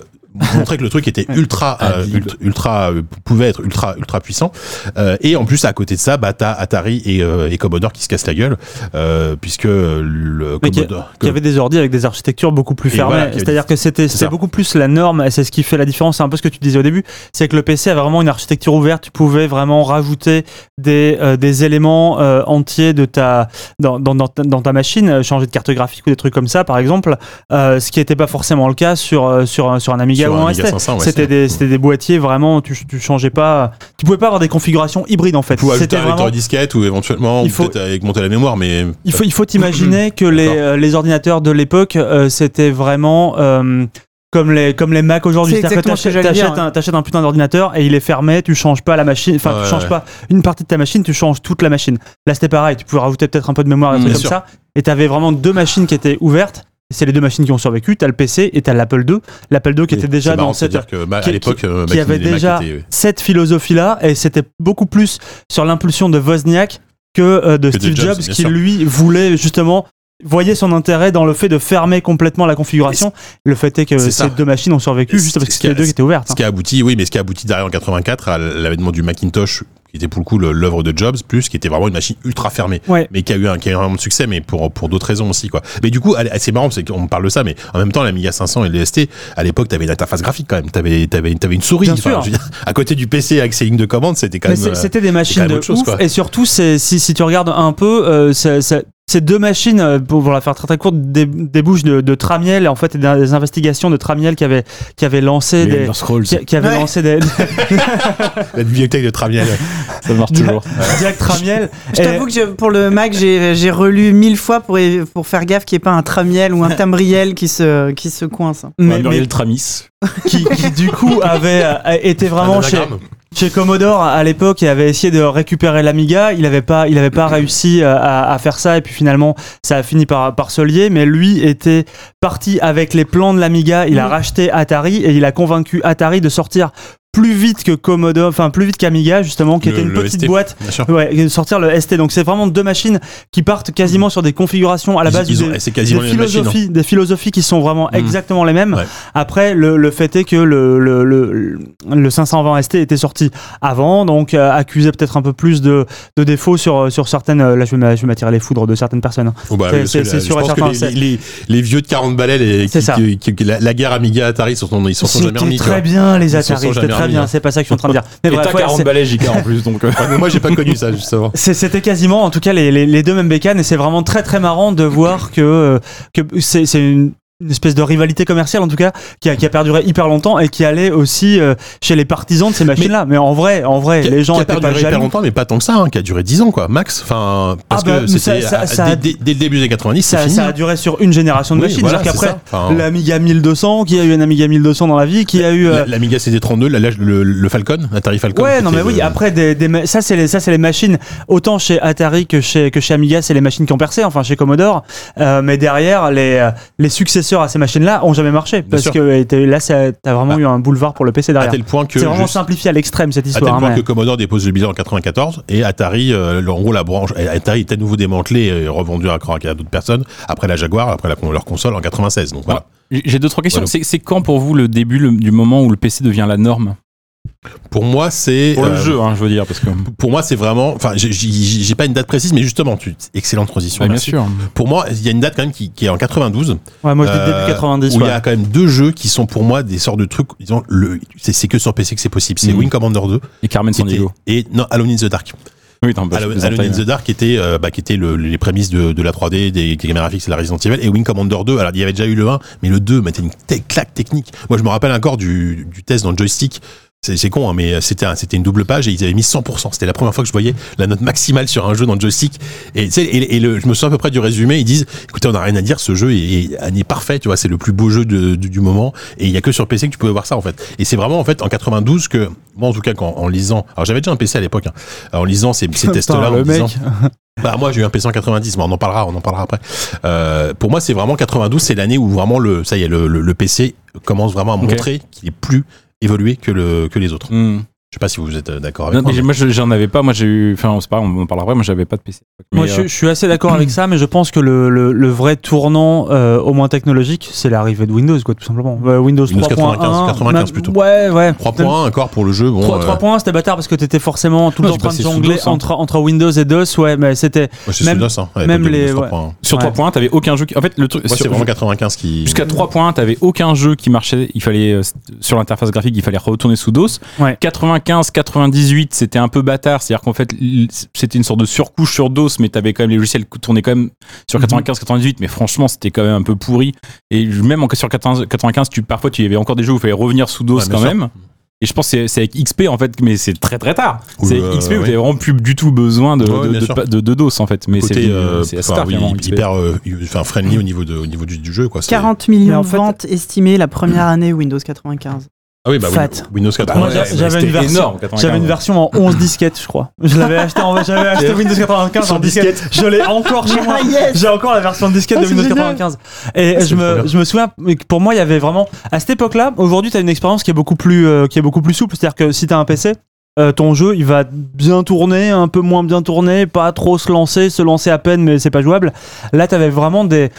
B: montrer que le truc était ultra euh,
E: Habib.
B: ultra, ultra, euh, pouvait être ultra ultra puissant Euh, et en plus à côté de ça bah t'as Atari et, euh, et Commodore qui se cassent la gueule euh, puisque le
D: Mais qui-
B: Commodore
D: Qui avait des ordi avec des architectures beaucoup plus
B: Et
D: fermées.
B: voilà, qui avait
D: C'est-à-dire que c'était
B: C'est
D: c'était
B: ça.
D: beaucoup plus la norme et c'est ce qui fait la différence. C'est un peu ce que tu disais au début. C'est que le PC avait vraiment une architecture ouverte. Tu pouvais vraiment rajouter des, euh, des éléments euh, entiers de ta, dans, dans, dans, ta- dans ta machine, euh, changer de carte graphique ou des trucs comme ça, par exemple. euh, ce qui n'était pas forcément le cas sur, euh, sur, un- sur un Amiga
B: sur
D: ou un
B: un Amiga
D: ST.
B: 500, ouais,
D: C'était
B: c'est-
D: des, c'était des boîtiers vraiment, tu, tu changeais pas. Tu pouvais pas avoir des configurations hybrides en fait.
B: Tu pouvais ajouter
D: C'était
B: un
D: vraiment,
B: lecteur disquette ou éventuellement
D: Il
B: ou
D: faut-
B: peut-être euh, augmenter la mémoire mais
D: il faut il faut imaginer que les,
B: D'accord.
D: euh, les ordinateurs de l'époque euh, c'était vraiment euh, comme les comme les Mac aujourd'hui.
F: C'est
D: C'est-à-dire que
F: exactement ce
D: t'achètes
F: que j'allais dire,
D: t'achètes un, t'achètes un putain d'ordinateur et il est fermé, tu changes pas la machine, enfin
B: Ouais,
D: tu changes
B: ouais.
D: pas une partie de ta machine, tu changes toute la machine. Là c'était pareil, tu pouvais rajouter peut-être un peu de mémoire, des
E: Mm,
D: trucs
B: bien
D: comme ça.
B: sûr.
D: Et t'avais vraiment deux machines qui étaient ouvertes. Et C'est les deux machines qui ont survécu. T'as le PC et t'as l'Apple II. L'Apple II qui était déjà
B: C'est marrant
D: dans
B: de
D: cette
B: dire que bah,
D: qui-
B: à l'époque euh,
D: qui
B: Mac-
D: avait
B: les Mac
D: déjà
B: étaient-
D: cette philosophie-là, et c'était beaucoup plus sur l'impulsion de Wozniak que euh, de
B: Que de
D: Steve
B: Jobs,
D: Jobs,
B: bien
D: qui
B: sûr.
D: lui voulait justement voyait son intérêt dans le fait de fermer complètement la configuration. Le fait est que
B: c'est
D: ces
B: ça.
D: deux machines ont survécu
B: Et
D: juste
B: c'est-
D: parce que
B: ce
D: c'était
B: qui a-
D: les deux qui étaient ouvertes. hein.
B: Ce qui a abouti, oui, mais ce qui a abouti derrière en 84 à l'avènement du Macintosh, qui était pour le coup le- l'œuvre de Jobs, plus qui était vraiment une machine ultra fermée,
D: Ouais.
B: mais qui a eu un, qui a eu énormément de succès, mais pour pour d'autres raisons aussi quoi. Mais du coup, allez, c'est marrant, c'est qu'on parle de ça, mais en même temps, l'Amiga 500 et le ST, à l'époque, t'avais une interface graphique quand même, t'avais t'avais t'avais une souris,
D: Bien sûr.
B: je veux dire, à côté du PC avec ses lignes de commande, c'était quand
D: Mais
B: même.
D: c'est-
B: euh,
D: c'était des machines
B: même
D: de
B: autre chose,
D: ouf,
B: quoi.
D: et surtout c'est- si, si tu regardes un peu euh, ça- ça- ces deux machines euh, pour, pour la faire très très courte dé- débouchent de, de Tramiel en fait et des, des investigations de Tramiel qui avait qui avait lancé des qui, qui avait
F: Ouais.
D: lancé
B: [LAUGHS]
D: des
B: euh, la bibliothèque de Ah, Traviel.
D: Ah,
E: Ça marche toujours.
D: Jack Tramiel
F: Je
D: Et-
F: t'avoue que je- pour le Mac, j'ai j'ai relu mille fois pour, pour faire gaffe qu'il n'y ait pas un tramiel ou un tamriel qui se, qui se coince.
D: mais- mais
E: Muriel Tramis.
D: qui, qui, du coup avait euh, été vraiment chez, chez Commodore à l'époque et avait essayé de récupérer l'Amiga. Il n'avait pas, il avait
B: Mm-hmm.
D: pas réussi euh, à, à faire ça et puis finalement ça a fini par, par se lier. Mais lui était parti avec les plans de l'Amiga. Il a
B: Mm-hmm.
D: racheté Atari et il a convaincu Atari de sortir plus vite que Commodore, enfin plus vite qu'Amiga justement, qui
B: Le-
D: était une
B: le
D: petite
B: ST.
D: boîte.
B: Bien sûr.
D: Ouais, et sortir le ST. Donc c'est vraiment deux machines qui partent quasiment sur des configurations à la
B: Mm-hmm. Ils-
D: base
B: ils
D: du
B: ont- c'est
D: des
B: quasiment les mêmes machines. hein.
D: philosophies, des philosophies qui sont vraiment
E: Hmm.
D: exactement les mêmes.
B: Ouais.
D: Après, le, le fait est que le, le, le, le 520 ST était sorti avant, donc euh, accusait peut-être un peu plus de, de défauts sur, sur certaines. euh, Là, je vais m'a- je vais m'attirer les foudres de certaines personnes. hein.
B: Oh bah,
D: C'est-
B: parce que
D: c'est-
B: la-
D: c'est
B: je
D: sûr et
B: pense que
D: certain,
B: les-
D: c'est-
B: les, les vieux de 40 balais, les-
D: C'est
B: qui-
D: ça.
B: qui- qui- la, la guerre Amiga Atari, ils s'en sont, ils s'en sont jamais
D: C'était
B: remis. tu vois.
D: très bien, les
B: Ils s'en sont
D: Atari. C'était
B: jamais
D: très
B: remis,
D: bien.
B: hein.
D: C'est pas ça que je suis en train de dire. Mais
E: Et
D: bref,
E: t'as
D: ouais,
E: 40
D: c'est-
E: balais, Jika, en plus, donc. euh,
B: Ouais, Ah, mais moi, j'ai pas connu ça, justement.
D: c'est- c'était quasiment, en tout cas, les, les, les deux mêmes bécanes, et c'est vraiment très très marrant de voir que, euh, que c'est c'est une, une espèce de rivalité commerciale, en tout cas, qui a, qui a perduré hyper longtemps et qui allait aussi euh, chez les partisans de ces machines-là. Mais, en vrai, en vrai,
B: Qui a-
D: les gens
B: qui a
D: étaient pas
B: perduré hyper
D: jaloux.
B: longtemps, mais pas tant que ça, hein, qui a duré 10 ans, quoi, max. Enfin, parce
D: Ah bah,
B: que
D: mais
B: c'était
D: ça- ça-
B: à-
D: ça a-
B: dès, dès- dès le début des années 90, c'est
D: Ça,
B: fini.
D: ça a duré sur une génération de
B: Oui,
D: machines.
B: voilà,
D: C'est-à-dire
B: c'est
D: qu'après,
B: ça. Enfin,
D: l'Amiga 1200, qui a eu un Amiga 1200 dans la vie, qui a eu. euh,
B: la- L'Amiga CD32, la- la- le, le Falcon, Atari Falcon. euh,
D: Ouais, non, mais
B: c'était
D: oui,
B: le-
D: après, des, des ma- ça, c'est les, ça, c'est les machines. Autant chez Atari que chez, que chez Amiga, c'est les machines qui ont percé, enfin, chez Commodore. Euh, mais derrière, les, euh, les successeurs à ces machines-là ont jamais marché. Parce
B: sûr.
D: que t'as- là, ça- t'as vraiment eu un boulevard pour le PC
B: À
D: derrière.
B: tel point que.
D: C'est vraiment
B: juste-
D: simplifié à l'extrême cette
B: À tel
D: histoire.
B: point
D: hein,
B: que
D: mais-
B: Commodore dépose le bilan en 94 et Atari, euh, en gros la branche, et Atari est à nouveau démantelé et revendu à, à d'autres personnes après la Jaguar, après la con- leur console en 96. Donc voilà.
E: J'ai j'ai deux, trois questions.
B: Voilà.
E: C'est- C'est quand pour vous le début le- du moment où le PC devient la norme
B: Pour moi, c'est
E: Pour le
B: euh,
E: jeu, hein, je veux dire, parce que.
B: Pour moi, c'est vraiment. Enfin, j'ai- j'ai j'ai pas une date précise, mais justement, tu, excellente transition.
E: Ouais, bien
B: merci.
E: sûr.
B: Pour moi, il y a une date quand même qui, qui est en 92.
D: Ouais, moi, je dis
B: euh,
D: début 90.
B: Où il
D: ouais.
B: y a quand même deux jeux qui sont pour moi des sortes de trucs. Disons, le, c'est, c'est que sur PC que c'est possible. C'est
E: Mhm.
B: Wing Commander 2
E: Et Carmen
B: qui était-
E: Sandiego.
B: et non, Alone in the Dark.
E: Oui, attends,
B: Hein,
E: bah, je
B: Alone,
E: plaisante,
B: Alone in
E: mais-
B: the Dark qui était, euh, bah, qui était le- les prémices de, de la 3D, des caméras fixes et la Resident Evil, et Wing Commander 2. Alors, il y avait déjà eu le 1, mais le 2 mettait une te- claque technique. Moi, je me rappelle encore du, du test dans le joystick. C'est c'est con, hein, mais c'était un- c'était une double page et ils avaient mis 100%. C'était la première fois que je voyais la note maximale sur un jeu dans le joystick. Et, tu sais, et, et le- je me souviens à peu près du résumé. Ils disent, écoutez, on n'a rien à dire, ce jeu est, est, est parfait, tu vois, c'est le plus beau jeu de- du, du moment. Et il y a que sur PC que tu pouvais voir ça, en fait. Et c'est vraiment, en fait, en 92 que, moi, en tout cas, quand, en lisant, alors j'avais déjà un PC à l'époque, hein, en lisant ces, ces
D: [LAUGHS]
B: tests-là,
D: Putain,
B: en
D: le mec.
B: disant, [LAUGHS] bah moi j'ai eu un PC en 90, mais on en parlera, on en parlera après. Euh, pour moi c'est vraiment 92, c'est l'année où vraiment le ça y est le, le- le PC commence vraiment à
E: Ok.
B: montrer qu'il est plus évolué que le que les autres.
E: Hmm.
B: Je sais pas si vous êtes euh, d'accord avec
E: Non,
B: moi.
E: mais
B: mais-
E: moi, je- j'en avais pas. Moi, j'ai eu. Enfin, c'est pas. On en parlera après. Moi, j'avais pas de PC. Mais,
D: Moi, je,
E: euh,
D: je suis assez d'accord
B: [CLEARS THROAT]
D: avec ça, mais je pense que le, le- le vrai tournant, euh, au moins technologique, c'est l'arrivée de Windows, quoi, tout simplement. Euh, Windows,
B: Bah, Windows
D: 3.1.
B: 95, 95
D: même-
B: plutôt.
D: Ouais, ouais.
B: 3.1 encore pour le jeu. Bon,
D: 3,
B: euh,
D: 3.1, c'était bâtard parce que t'étais forcément tout le
E: Non,
D: temps en
E: j'ai
D: train de
E: passé sous
D: jongler
E: DOS, hein.
D: entre, entre Windows et DOS, ouais, mais c'était.
B: moi, je
D: même-
B: suis hein, à
D: même
B: l'époque de
D: les-
B: Windows
D: ouais.
B: 3.1. Moi
E: sur
D: Ouais.
E: 3 points, t'avais aucun jeu. Qui... En fait, le truc.
B: c'est
E: sur-
B: vraiment 95 qui.
E: Jusqu'à 3 points, t'avais aucun jeu qui marchait. Il fallait euh, sur l'interface graphique, il fallait retourner sous DOS.
D: Ouais.
E: 95, 98, c'était un peu bâtard. C'est-à-dire qu'en fait, l- c'était une sorte de surcouche sur DOS, mais t'avais quand même les logiciels qui tournaient quand même sur
D: Mhm.
E: 95, 98. Mais franchement, c'était quand même un peu pourri. Et même en, sur 95, 95, tu parfois, tu il y avait encore des jeux où il fallait revenir sous DOS
B: Ouais, bien
E: quand
B: sûr.
E: même. Et je pense que c'est- c'est avec XP en fait, mais c'est très très tard.
B: Ou
E: C'est
B: le,
E: avec XP
B: euh,
E: où
B: oui.
E: t'avais vraiment plus du tout besoin de,
B: Ouais, ouais,
E: de,
B: bien
E: de-
B: sûr.
E: de- de DOS en fait. Mais c'est
B: côté euh,
E: c'est hein, assez
B: enfin,
E: tard,
B: oui,
E: finalement, XP.
B: hyper euh, enfin, friendly au niveau de au niveau du, du jeu quoi. c'est-
F: 40
D: Mais
F: millions
D: en
F: de
D: fait-
F: ventes estimées la première année Windows 95.
B: Ah oui bah Win-
D: fat.
B: Windows 95.
D: Moi, j'a- j'avais une
E: C'était
D: version.
E: énorme, 95.
D: J'avais une version en 11 disquettes, je crois. Je l'avais acheté en, j'avais acheté Windows 95 en disquette. Je l'ai encore chez moi.
F: Ah, yes
D: J'ai encore la version de disquette
F: Ah,
D: de
F: c'est
D: Windows
F: génial.
D: 95. Et je me, je me souviens mais que pour moi, il y avait vraiment à cette époque-là, aujourd'hui, tu as une expérience qui est beaucoup plus euh, qui est beaucoup plus souple, c'est-à-dire que si tu as un PC euh, ton jeu, il va bien tourner, un peu moins bien tourner, pas trop se lancer, se lancer à peine, mais c'est pas jouable. Là, t'avais vraiment des,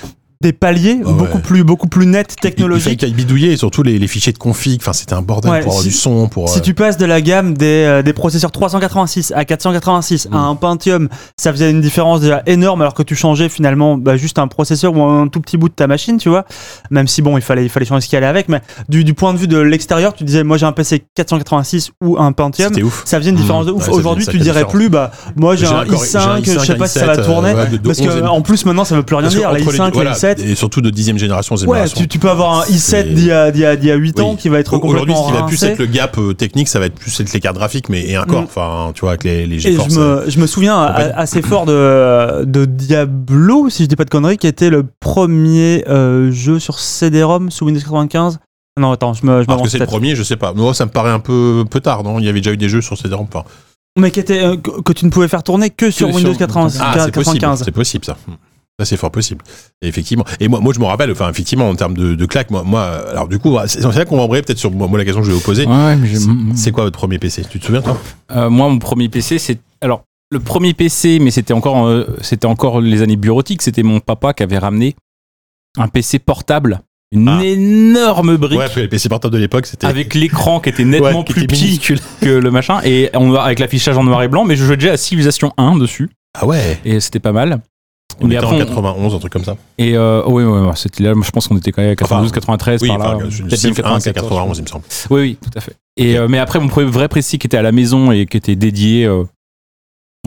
D: des paliers
B: Ah ouais.
D: beaucoup plus beaucoup plus nets
B: Il, il fallait
D: technologiques.
B: qu'il bidouiller et surtout les, les fichiers de config. Enfin c'était un bordel
D: Ouais,
B: pour avoir
D: si-
B: du son pour. euh,
D: Si tu passes de la gamme des, euh, des processeurs 386 à 486
B: Mm.
D: à un Pentium, ça faisait une différence déjà énorme alors que tu changeais finalement bah, juste un processeur ou un tout petit bout de ta machine, tu vois. Même si bon, il fallait, il fallait changer ce qui allait avec, mais du, du point de vue de l'extérieur, tu disais moi j'ai un PC 486 ou un Pentium.
B: c'était ouf. Mm.
D: Ça faisait une différence de
B: Ouais,
D: ouf.
B: ça faisait
D: Aujourd'hui,
B: une
D: tu
B: sacrée
D: dirais
B: différence.
D: plus, bah, moi j'ai
B: J'ai
D: un
B: un corps- j'ai un
D: i5, je sais
B: i5,
D: pas si ça va
B: euh,
D: tourner.
B: ouais, de- de
D: parce
B: 11e.
D: que, en plus, maintenant, ça veut plus rien
B: Parce que
D: dire. La
B: entre
D: i5,
B: voilà,
D: la i7.
B: Et surtout de dixième génération, hein. deuxième
D: Ouais,
B: génération.
D: tu, tu peux avoir un i7 d'il y a, d'il y a- d'il y a 8 ans
B: Oui.
D: qui va être
B: Aujourd'hui,
D: complètement
B: ce qui va plus
D: rincé.
B: être le gap euh, technique, ça va être plus être l'écart graphique, mais et encore,
D: Mm.
B: enfin, tu vois, avec les, les
D: Et
B: GeForce.
D: je
B: euh,
D: me, je me souviens a-
B: compagnie.
D: assez fort de, de Diablo, si je dis pas de conneries, qui était le premier euh, jeu sur CD-ROM sous Windows 95. Non, attends, je me je
B: Alors que
D: m'avance
B: c'est le
D: peut-être.
B: premier, je sais pas. Non, ça me paraît un peu, peu tard, non Il y avait déjà eu des jeux sur CD-ROM. enfin.
D: Mais qui était, euh, que, que tu ne pouvais faire tourner que sur
E: sur-
D: Windows 95.
B: Ah, c'est possible.
D: 95.
B: C'est possible, ça. Mm. Ça, c'est fort possible. Et effectivement. Et moi, moi je me rappelle, enfin, effectivement, en termes de, de claques, moi, moi, alors du coup, c'est c'est là qu'on va embrayer peut-être sur moi, moi, la question que je vais vous poser.
E: Ouais, ouais, mais j'ai- mm,
B: C'est quoi votre premier PC Tu te souviens, toi
E: Euh, moi, mon premier PC, c'est alors le premier PC, mais c'était encore, euh, c'était encore les années bureautiques. C'était mon papa qui avait ramené un PC portable, une
B: Ah.
E: énorme brique.
B: Ouais, parce que les PC portables de l'époque, c'était.
E: Avec l'écran qui était nettement
B: Ouais, qui
E: plus
B: était
E: petit
B: minuscule.
E: que le machin, et on va avec l'affichage en noir et blanc, mais je jouais déjà à Civilization 1 dessus,
B: Ah ouais
E: et c'était pas mal.
B: On
E: mais
B: était
E: après,
B: en
E: on-
B: 91, un truc comme ça.
E: et euh, ouais, ouais, ouais, c'était là, moi, je pense qu'on était quand même à 92, 93,
B: Oui,
E: par là,
B: enfin,
E: euh,
B: je-
E: peut-être
B: Civ 1, c'est
E: 94,
B: 91, il me semble.
E: Oui, oui, tout à fait. Et euh, mais après, mon premier vrai précis qui était à la maison et qui était dédié euh,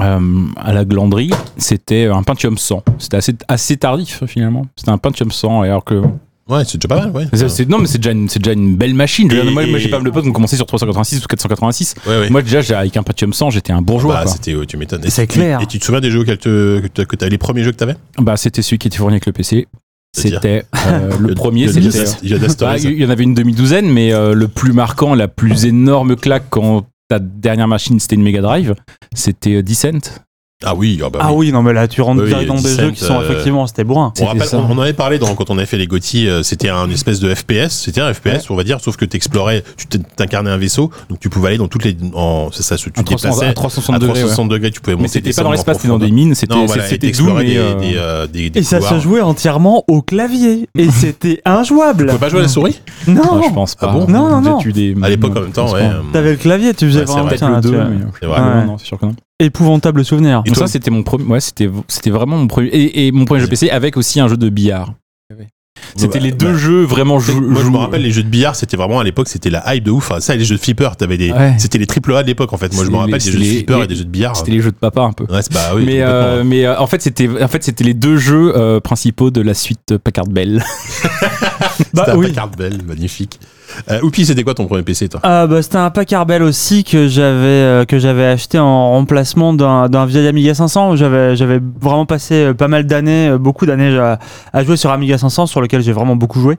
E: euh, à la glanderie, c'était un Pentium 100. C'était assez, assez tardif finalement. C'était un Pentium 100 alors que
B: Ouais, c'est déjà pas mal, ouais.
E: c'est- c'est- non, mais c'est déjà une, c'est déjà une belle machine. Je veux dire,
B: Ah. Et-
E: moi, moi, j'ai
B: et-
E: pas le pote, on commençait sur 386 ou 486.
B: Ouais, ouais.
E: Moi déjà, j'ai- avec un Pentium 100, j'étais un bourgeois.
B: Bah,
E: quoi.
B: c'était, ouais, tu m'étonnes. Et
D: C'est
B: tu-
D: clair.
B: Et tu te souviens des jeux auxquels te- que t'as- que t'as, les premiers jeux que t'avais
E: Bah, c'était celui qui était fourni avec le PC.
B: C'est-à-dire
E: C'était
B: [LAUGHS]
E: euh, le premier,
B: Il y a
E: c'était.
B: des- il y a des
E: Bah,
B: stories, ça.
E: il y en avait une demi-douzaine, mais euh, le plus marquant, la plus énorme claque quand ta dernière machine c'était une Mega Drive, c'était euh, Descent.
B: Ah oui, ah bah
D: Ah
B: oui.
D: oui, non, mais là, tu rentres
B: Oui,
D: direct dans des
B: Descent,
D: jeux qui sont
B: euh,
D: effectivement, c'était bourrin.
B: On, rappelle-
H: ça.
B: on en avait parlé dans, quand on avait fait les GOTY, euh, c'était un espèce de FPS, c'était un FPS, on va dire, sauf que t'explorais, tu t'in- t'incarnais un vaisseau, donc tu pouvais aller dans toutes les, en, c'est ça, tu te
H: À 300
B: déplaçais
H: à
B: à
H: 360 degrés. ouais.
B: 360 degrés, tu pouvais monter.
E: Mais c'était pas
B: descendre
E: dans
B: en
E: l'espace, c'était dans
B: profondeur.
E: des mines, c'était
B: Non, voilà, et
E: c'était Doom,
B: t'explorais
E: mais
B: des,
E: euh,
B: des, euh, des- des
D: Et ça se
B: couloirs.
D: jouait entièrement au clavier. [LAUGHS] Et c'était
B: Tu
D: injouable.
B: pouvais pas jouer à la souris
D: Non,
E: moi, je pense pas.
B: Ah bon
D: Oh. Non, non, non.
E: J'ai eu des-
B: À l'époque, en même temps,
E: je
B: ouais.
E: pense pas.
B: euh,
D: T'avais le clavier, tu faisais
B: Ouais, c'est
D: vraiment
B: vrai.
D: tiens,
E: Peut-être le
D: tu
E: deux,
D: vois.
E: mais- euh,
B: C'est vrai.
E: Non, non, c'est sûr que non.
D: Épouvantable souvenir.
B: Et
E: Donc
B: toi
E: ça, c'était mon premier. Ouais, c'était c'était vraiment mon premier. Et, et mon premier jeu PC avec aussi un jeu de billard. C'était
B: bah,
E: les
B: bah,
E: deux jeux vraiment
B: Moi,
E: jou-
B: je me
E: jou-
B: rappelle les jeux de billard, c'était vraiment à l'époque, c'était la hype de ouf. Enfin, ça, et les jeux de flipper, t'avais des,
E: Ouais.
B: c'était les triple A de l'époque en fait. Moi, je me
E: C'était
B: rappelle
E: les-
B: des jeux de
E: c'était les-
B: flipper et
E: les-
B: des jeux de billard.
E: C'était les jeux de papa un peu.
B: Ouais, c'est bah oui.
E: mais
B: complètement.
E: euh, mais euh, en fait, c'était en fait c'était les deux jeux euh, principaux de la suite Packard Bell.
D: Bah
B: C'était un
D: oui.
B: Packard Bell, magnifique. Euh, Oupi, c'était quoi ton premier PC, toi
D: Ah bah, c'était un Packard Bell aussi que j'avais euh, que j'avais acheté en remplacement d'un d'un vieil Amiga 500. J'avais j'avais vraiment passé euh, pas mal d'années, euh, beaucoup d'années à, à jouer sur Amiga 500, sur lequel j'ai vraiment beaucoup joué.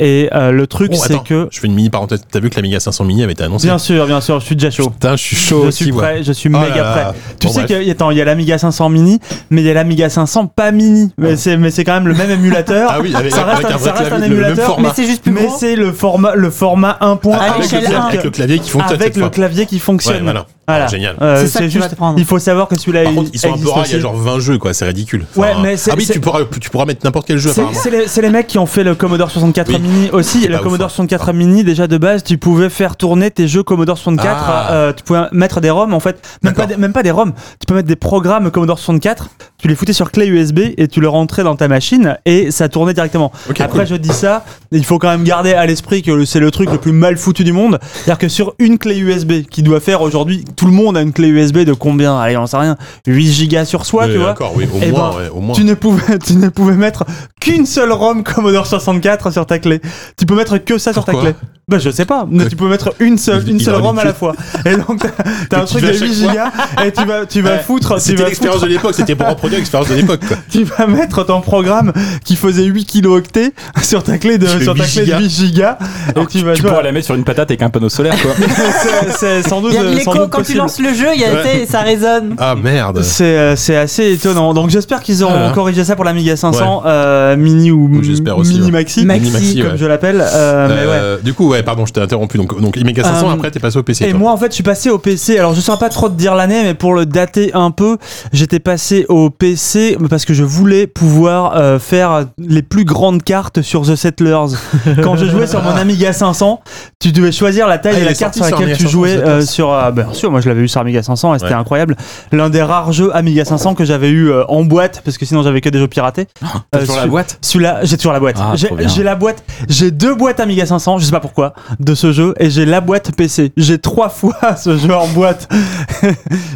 D: Et euh, le truc,
B: Oh,
D: c'est
B: attends,
D: que
B: Je fais une mini parenthèse. T'as vu que la Mega 500 Mini avait été annoncée
D: bien sûr, bien sûr, je suis déjà chaud.
B: Putain, je suis chaud
D: je
B: aussi,
D: suis
B: moi.
D: prêt, je suis
B: Oh
D: méga
B: là
D: prêt.
B: là.
D: Tu
B: Bon,
D: sais
B: bref.
D: qu'il y a l'Amiga 500 mini, mais il y a l'Amiga 500 pas mini. Mais c'est mais c'est quand même le même émulateur.
B: [LAUGHS] Ah oui, avec,
D: Ça reste
B: avec
D: un-
B: un, vrai
D: ça reste un
B: clavier, le même
D: émulateur,
B: format.
F: Mais c'est juste plus
D: mais
F: gros.
D: c'est le format le format 1.1
F: À
B: Avec le
F: l'échelle
B: clavier-
F: un.
B: avec le clavier qui fonctionne
D: avec
B: cette
D: le
B: fois.
D: clavier qui
B: Ouais,
D: fonctionne.
B: voilà.
D: Voilà.
B: Génial.
D: Euh,
F: C'est ça que tu vas te prendre.
D: Il faut savoir que celui-là
B: Par
D: il-
B: contre, ils sont un peu
D: existe
B: rares, il y a
D: aussi.
B: genre 20 jeux, quoi, c'est ridicule.
D: Ouais, mais c'est-
B: ah oui,
D: c'est-
B: tu pourras, tu pourras mettre n'importe quel jeu,
D: C'est-
B: apparemment.
D: C'est les, c'est les mecs qui ont fait le Commodore 64
B: Oui.
D: mini aussi.
B: C'est
D: Le
B: pas ouf,
D: Commodore
B: hein.
D: 64 mini, déjà de base, tu pouvais faire tourner tes jeux Commodore 64.
B: Ah.
D: euh, tu pouvais mettre des ROM en fait, même
B: D'accord.
D: pas, des, même pas des ROM. Tu peux mettre des programmes Commodore 64. Tu les foutais sur clé USB et tu le rentrais dans ta machine et ça tournait directement.
B: Ok,
D: Après,
B: cool.
D: je dis ça, il faut quand même garder à l'esprit que le- c'est le truc le plus mal foutu du monde. C'est-à-dire que sur une clé USB qui doit faire aujourd'hui, tout le monde a une clé USB de combien Allez, on sait rien, 8 gigas sur soi,
B: Oui,
D: tu vois.
B: D'accord, oui, au
D: Eh
B: moins,
D: ben,
B: ouais, au moins.
D: Tu ne pouvais, tu ne pouvais mettre qu'une seule ROM Commodore 64 sur ta clé. Tu peux mettre que ça sur
B: Pourquoi
D: ta clé. Bah je sais pas, mais tu peux mettre une seule,
B: Il-
D: une
B: il
D: seule
B: aurait
D: ROM
B: dû
D: à la
B: [LAUGHS]
D: fois. Et donc t'as- t'as un
B: tu
D: truc
B: vas
D: de
B: à chaque
D: 8
B: fois.
D: gigas et tu vas, tu vas
B: Ouais.
D: foutre, tu
B: C'était
D: vas
B: l'expérience de
D: foutre-
B: l'époque, c'était pour reproduire l'expérience de l'époque. quoi.
D: tu vas mettre ton programme qui faisait 8 kilooctets sur ta clé de,
B: Qui fait
D: sur ta
B: 8
D: clé de
B: gigas.
D: 8 gigas et tu vas
E: tu
D: jouer.
E: pourras la mettre sur une patate avec un panneau solaire
B: [LAUGHS]
E: quoi.
D: [LAUGHS] C'est- C'est sans doute,
F: Il y a de
D: euh, sans
F: l'écho
D: doute
F: quand tu
D: possible.
F: lances le jeu, il y a,
B: Ouais.
F: tu sais, ça résonne.
D: [LAUGHS]
B: Ah merde.
D: C'est euh, c'est assez étonnant. Donc j'espère qu'ils auront
B: Voilà.
D: corrigé ça pour la Amiga 500 euh, mini ou
B: Oui, j'espère aussi,
D: mini
B: ouais.
D: maxi,
B: Maxi. Mini maxi,
D: comme
B: ouais.
D: je l'appelle. euh, mais ouais.
B: Euh, Du coup, ouais, pardon, je t'ai interrompu. Donc, donc Mega 500,
D: Euh,
B: après, t'es passé au PC.
D: Et
B: toi.
D: moi en fait je suis passé au PC. Alors je saurais pas trop te dire l'année, mais pour le dater un peu, j'étais passé au PC parce que je voulais pouvoir euh, faire les plus grandes cartes sur The Settlers.
B: [LAUGHS]
D: Quand je jouais sur mon Amiga 500, tu devais choisir la taille
B: Ah,
D: de
B: il
D: la
B: est
D: carte
B: sorti
D: sur
B: sur
D: laquelle
B: Amiga
D: tu
B: 500,
D: jouais.
B: The
D: euh,
B: Settlers.
D: sur euh, bien sûr, moi je l'avais eu sur Amiga 500 et c'était
B: Ouais.
D: incroyable. L'un des rares jeux Amiga 500 que j'avais eu euh, en boîte parce que sinon j'avais que des jeux
B: [GASPS]
D: piratés. Euh,
B: Ah,
E: Sur la
D: celui-
E: boîte.
D: celui-là, j'ai toujours la boîte.
E: Ah,
D: j'ai
E: trop bien.
D: j'ai la boîte. J'ai deux boîtes Amiga 500, je sais pas pourquoi, de ce jeu, et j'ai la boîte PC. J'ai trois [LAUGHS] fois ce jeu en boîte. [LAUGHS]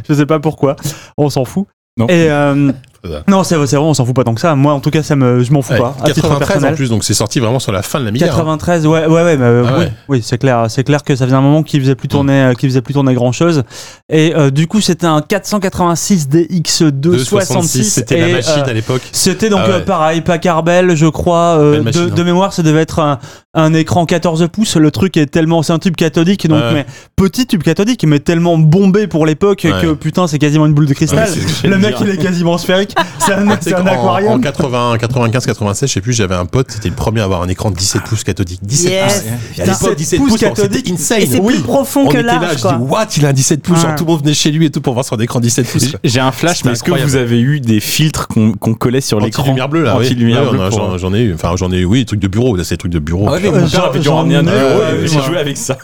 D: je sais pas pourquoi. On s'en fout.
E: Non.
D: Et euh,
B: Voilà.
D: non, c'est c'est vrai, on s'en fout pas tant que ça. Moi, en tout cas, ça me, je m'en fous
B: Ouais,
D: pas. hein, À titre
B: 93 en
D: personnel.
B: plus, donc c'est sorti vraiment sur la fin de la Mega. hein.
D: 93, ouais, ouais, ouais, mais, euh,
B: Ah
D: oui,
B: ouais. Mm.
D: oui, c'est clair, c'est clair que ça faisait un moment qu'il faisait plus tourner, euh, qu'il faisait plus tourner grand chose. Et euh, du coup, c'était un 486 DX2
B: 2,66,
D: 66.
B: c'était la
D: et,
B: machine
D: euh, [LAUGHS]
B: à l'époque.
D: c'était donc
B: Ah ouais.
D: euh, pareil, Packard Bell, je crois. euh,
B: Belle machine,
D: de,
B: hein.
D: de mémoire, ça devait être un, un écran 14 pouces. Le truc est tellement. C'est un tube cathodique, donc,
B: Ouais.
D: mais petit tube cathodique, mais tellement bombé pour l'époque
B: Ouais.
D: que putain, c'est quasiment une boule de cristal.
B: Ouais, c'est ce que
D: le
B: j'allais
D: mec,
B: dire.
D: il est quasiment sphérique. C'est
B: [LAUGHS]
D: un,
B: Tu
D: c'est
B: sais
D: un
B: qu'en- En,
D: aquarium.
B: 80, 95, 96, je sais plus, j'avais un pote, c'était le premier à avoir un écran de 17 pouces cathodique. 17
F: Yes.
B: pouces. Et
D: Putain,
B: à l'époque, 17
D: pouces
B: pouces, alors,
D: cathodique.
B: c'était
F: Et c'est
B: insane.
F: plus profond
B: On
F: que
B: était là,
F: large,
B: je dis,
F: quoi.
B: what, il a un 17 pouces, genre
D: Ouais.
B: tout le monde venait chez lui et tout pour voir son écran 17 pouces.
E: J'ai un flash,
B: C'était
E: mais est-ce que
B: incroyable.
E: vous avez eu des filtres qu'on qu'on collait sur l'écran
B: Anti-lumière bleue, là, oui.
E: Anti-lumière
B: Ouais, on
E: bleue
B: a-
E: pour- hein.
B: J'en
E: euh,
B: j'en ai eu, enfin, j'en ai eu, oui, des trucs de bureau, là, c'est des trucs de bureau.
E: Ah ouais, mais
D: Euh,
E: mon père
D: j'en-
E: avait dû
D: j'en
E: ramener un
D: ai-
E: bureau
D: ouais,
E: et
D: ouais.
E: j'ai joué avec ça.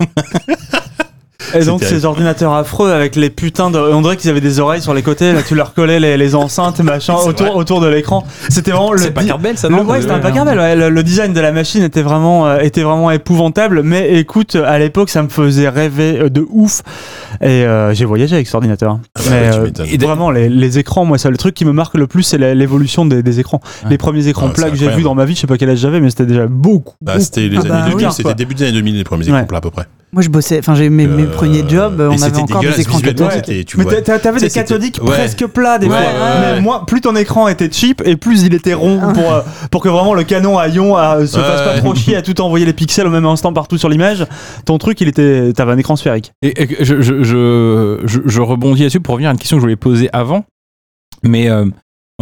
D: Et donc,
B: terrible.
D: ces ordinateurs affreux avec les putains de. On dirait qu'ils avaient des oreilles sur les côtés. Là, tu leur collais les, les enceintes, machin, autour, autour de l'écran. C'était vraiment le. di-
E: Bell ça
D: Le- ouais, c'était un Packard Bell, ouais. Le, le design de la machine était vraiment, euh, était vraiment épouvantable. Mais écoute, à l'époque, ça me faisait rêver euh, de ouf. Et euh, j'ai voyagé avec cet ordinateur.
B: bah
D: Mais,
B: ouais, tu
D: euh,
B: m'étonnes.
D: et vraiment, les, les écrans, moi, ça, le truc qui me marque le plus, c'est la- l'évolution des, des écrans.
E: Ouais.
D: Les premiers écrans
B: Ah,
D: plats
B: c'est
D: que j'ai vus
B: incroyable.
D: dans ma vie, je sais pas quel âge j'avais, mais c'était déjà beaucoup.
B: Bah, c'était les
F: Ah bah
B: années
F: oui,
B: 2000,
D: quoi.
B: c'était début des années 2000, les premiers
D: Ouais.
B: écrans plats à peu près.
F: Moi, je bossais, enfin, j'ai mes, mes
B: Euh,
F: premiers jobs,
B: et
F: on avait
B: c'était
F: encore des
B: dégueulasse
F: écrans
B: visuellement,
F: cathodiques.
B: c'était- tu
D: mais
B: vois.
D: t'a- t'a- t'avais
B: Tu sais,
D: des
B: c'était-
D: cathodiques
B: ouais.
D: presque plats des
B: Ouais,
D: fois.
B: ouais,
D: Mais
B: ouais.
D: moins, plus ton écran était cheap et plus il était rond pour, euh, pour que vraiment le canon à ion euh, se
B: Ouais,
D: fasse pas
B: ouais.
D: trop chier à tout envoyer les pixels au même instant partout sur l'image. Ton truc, il était, t'avais un écran sphérique.
E: Et, et que je, je, je, je- je rebondis là-dessus pour revenir à une question que je voulais poser avant. Mais euh,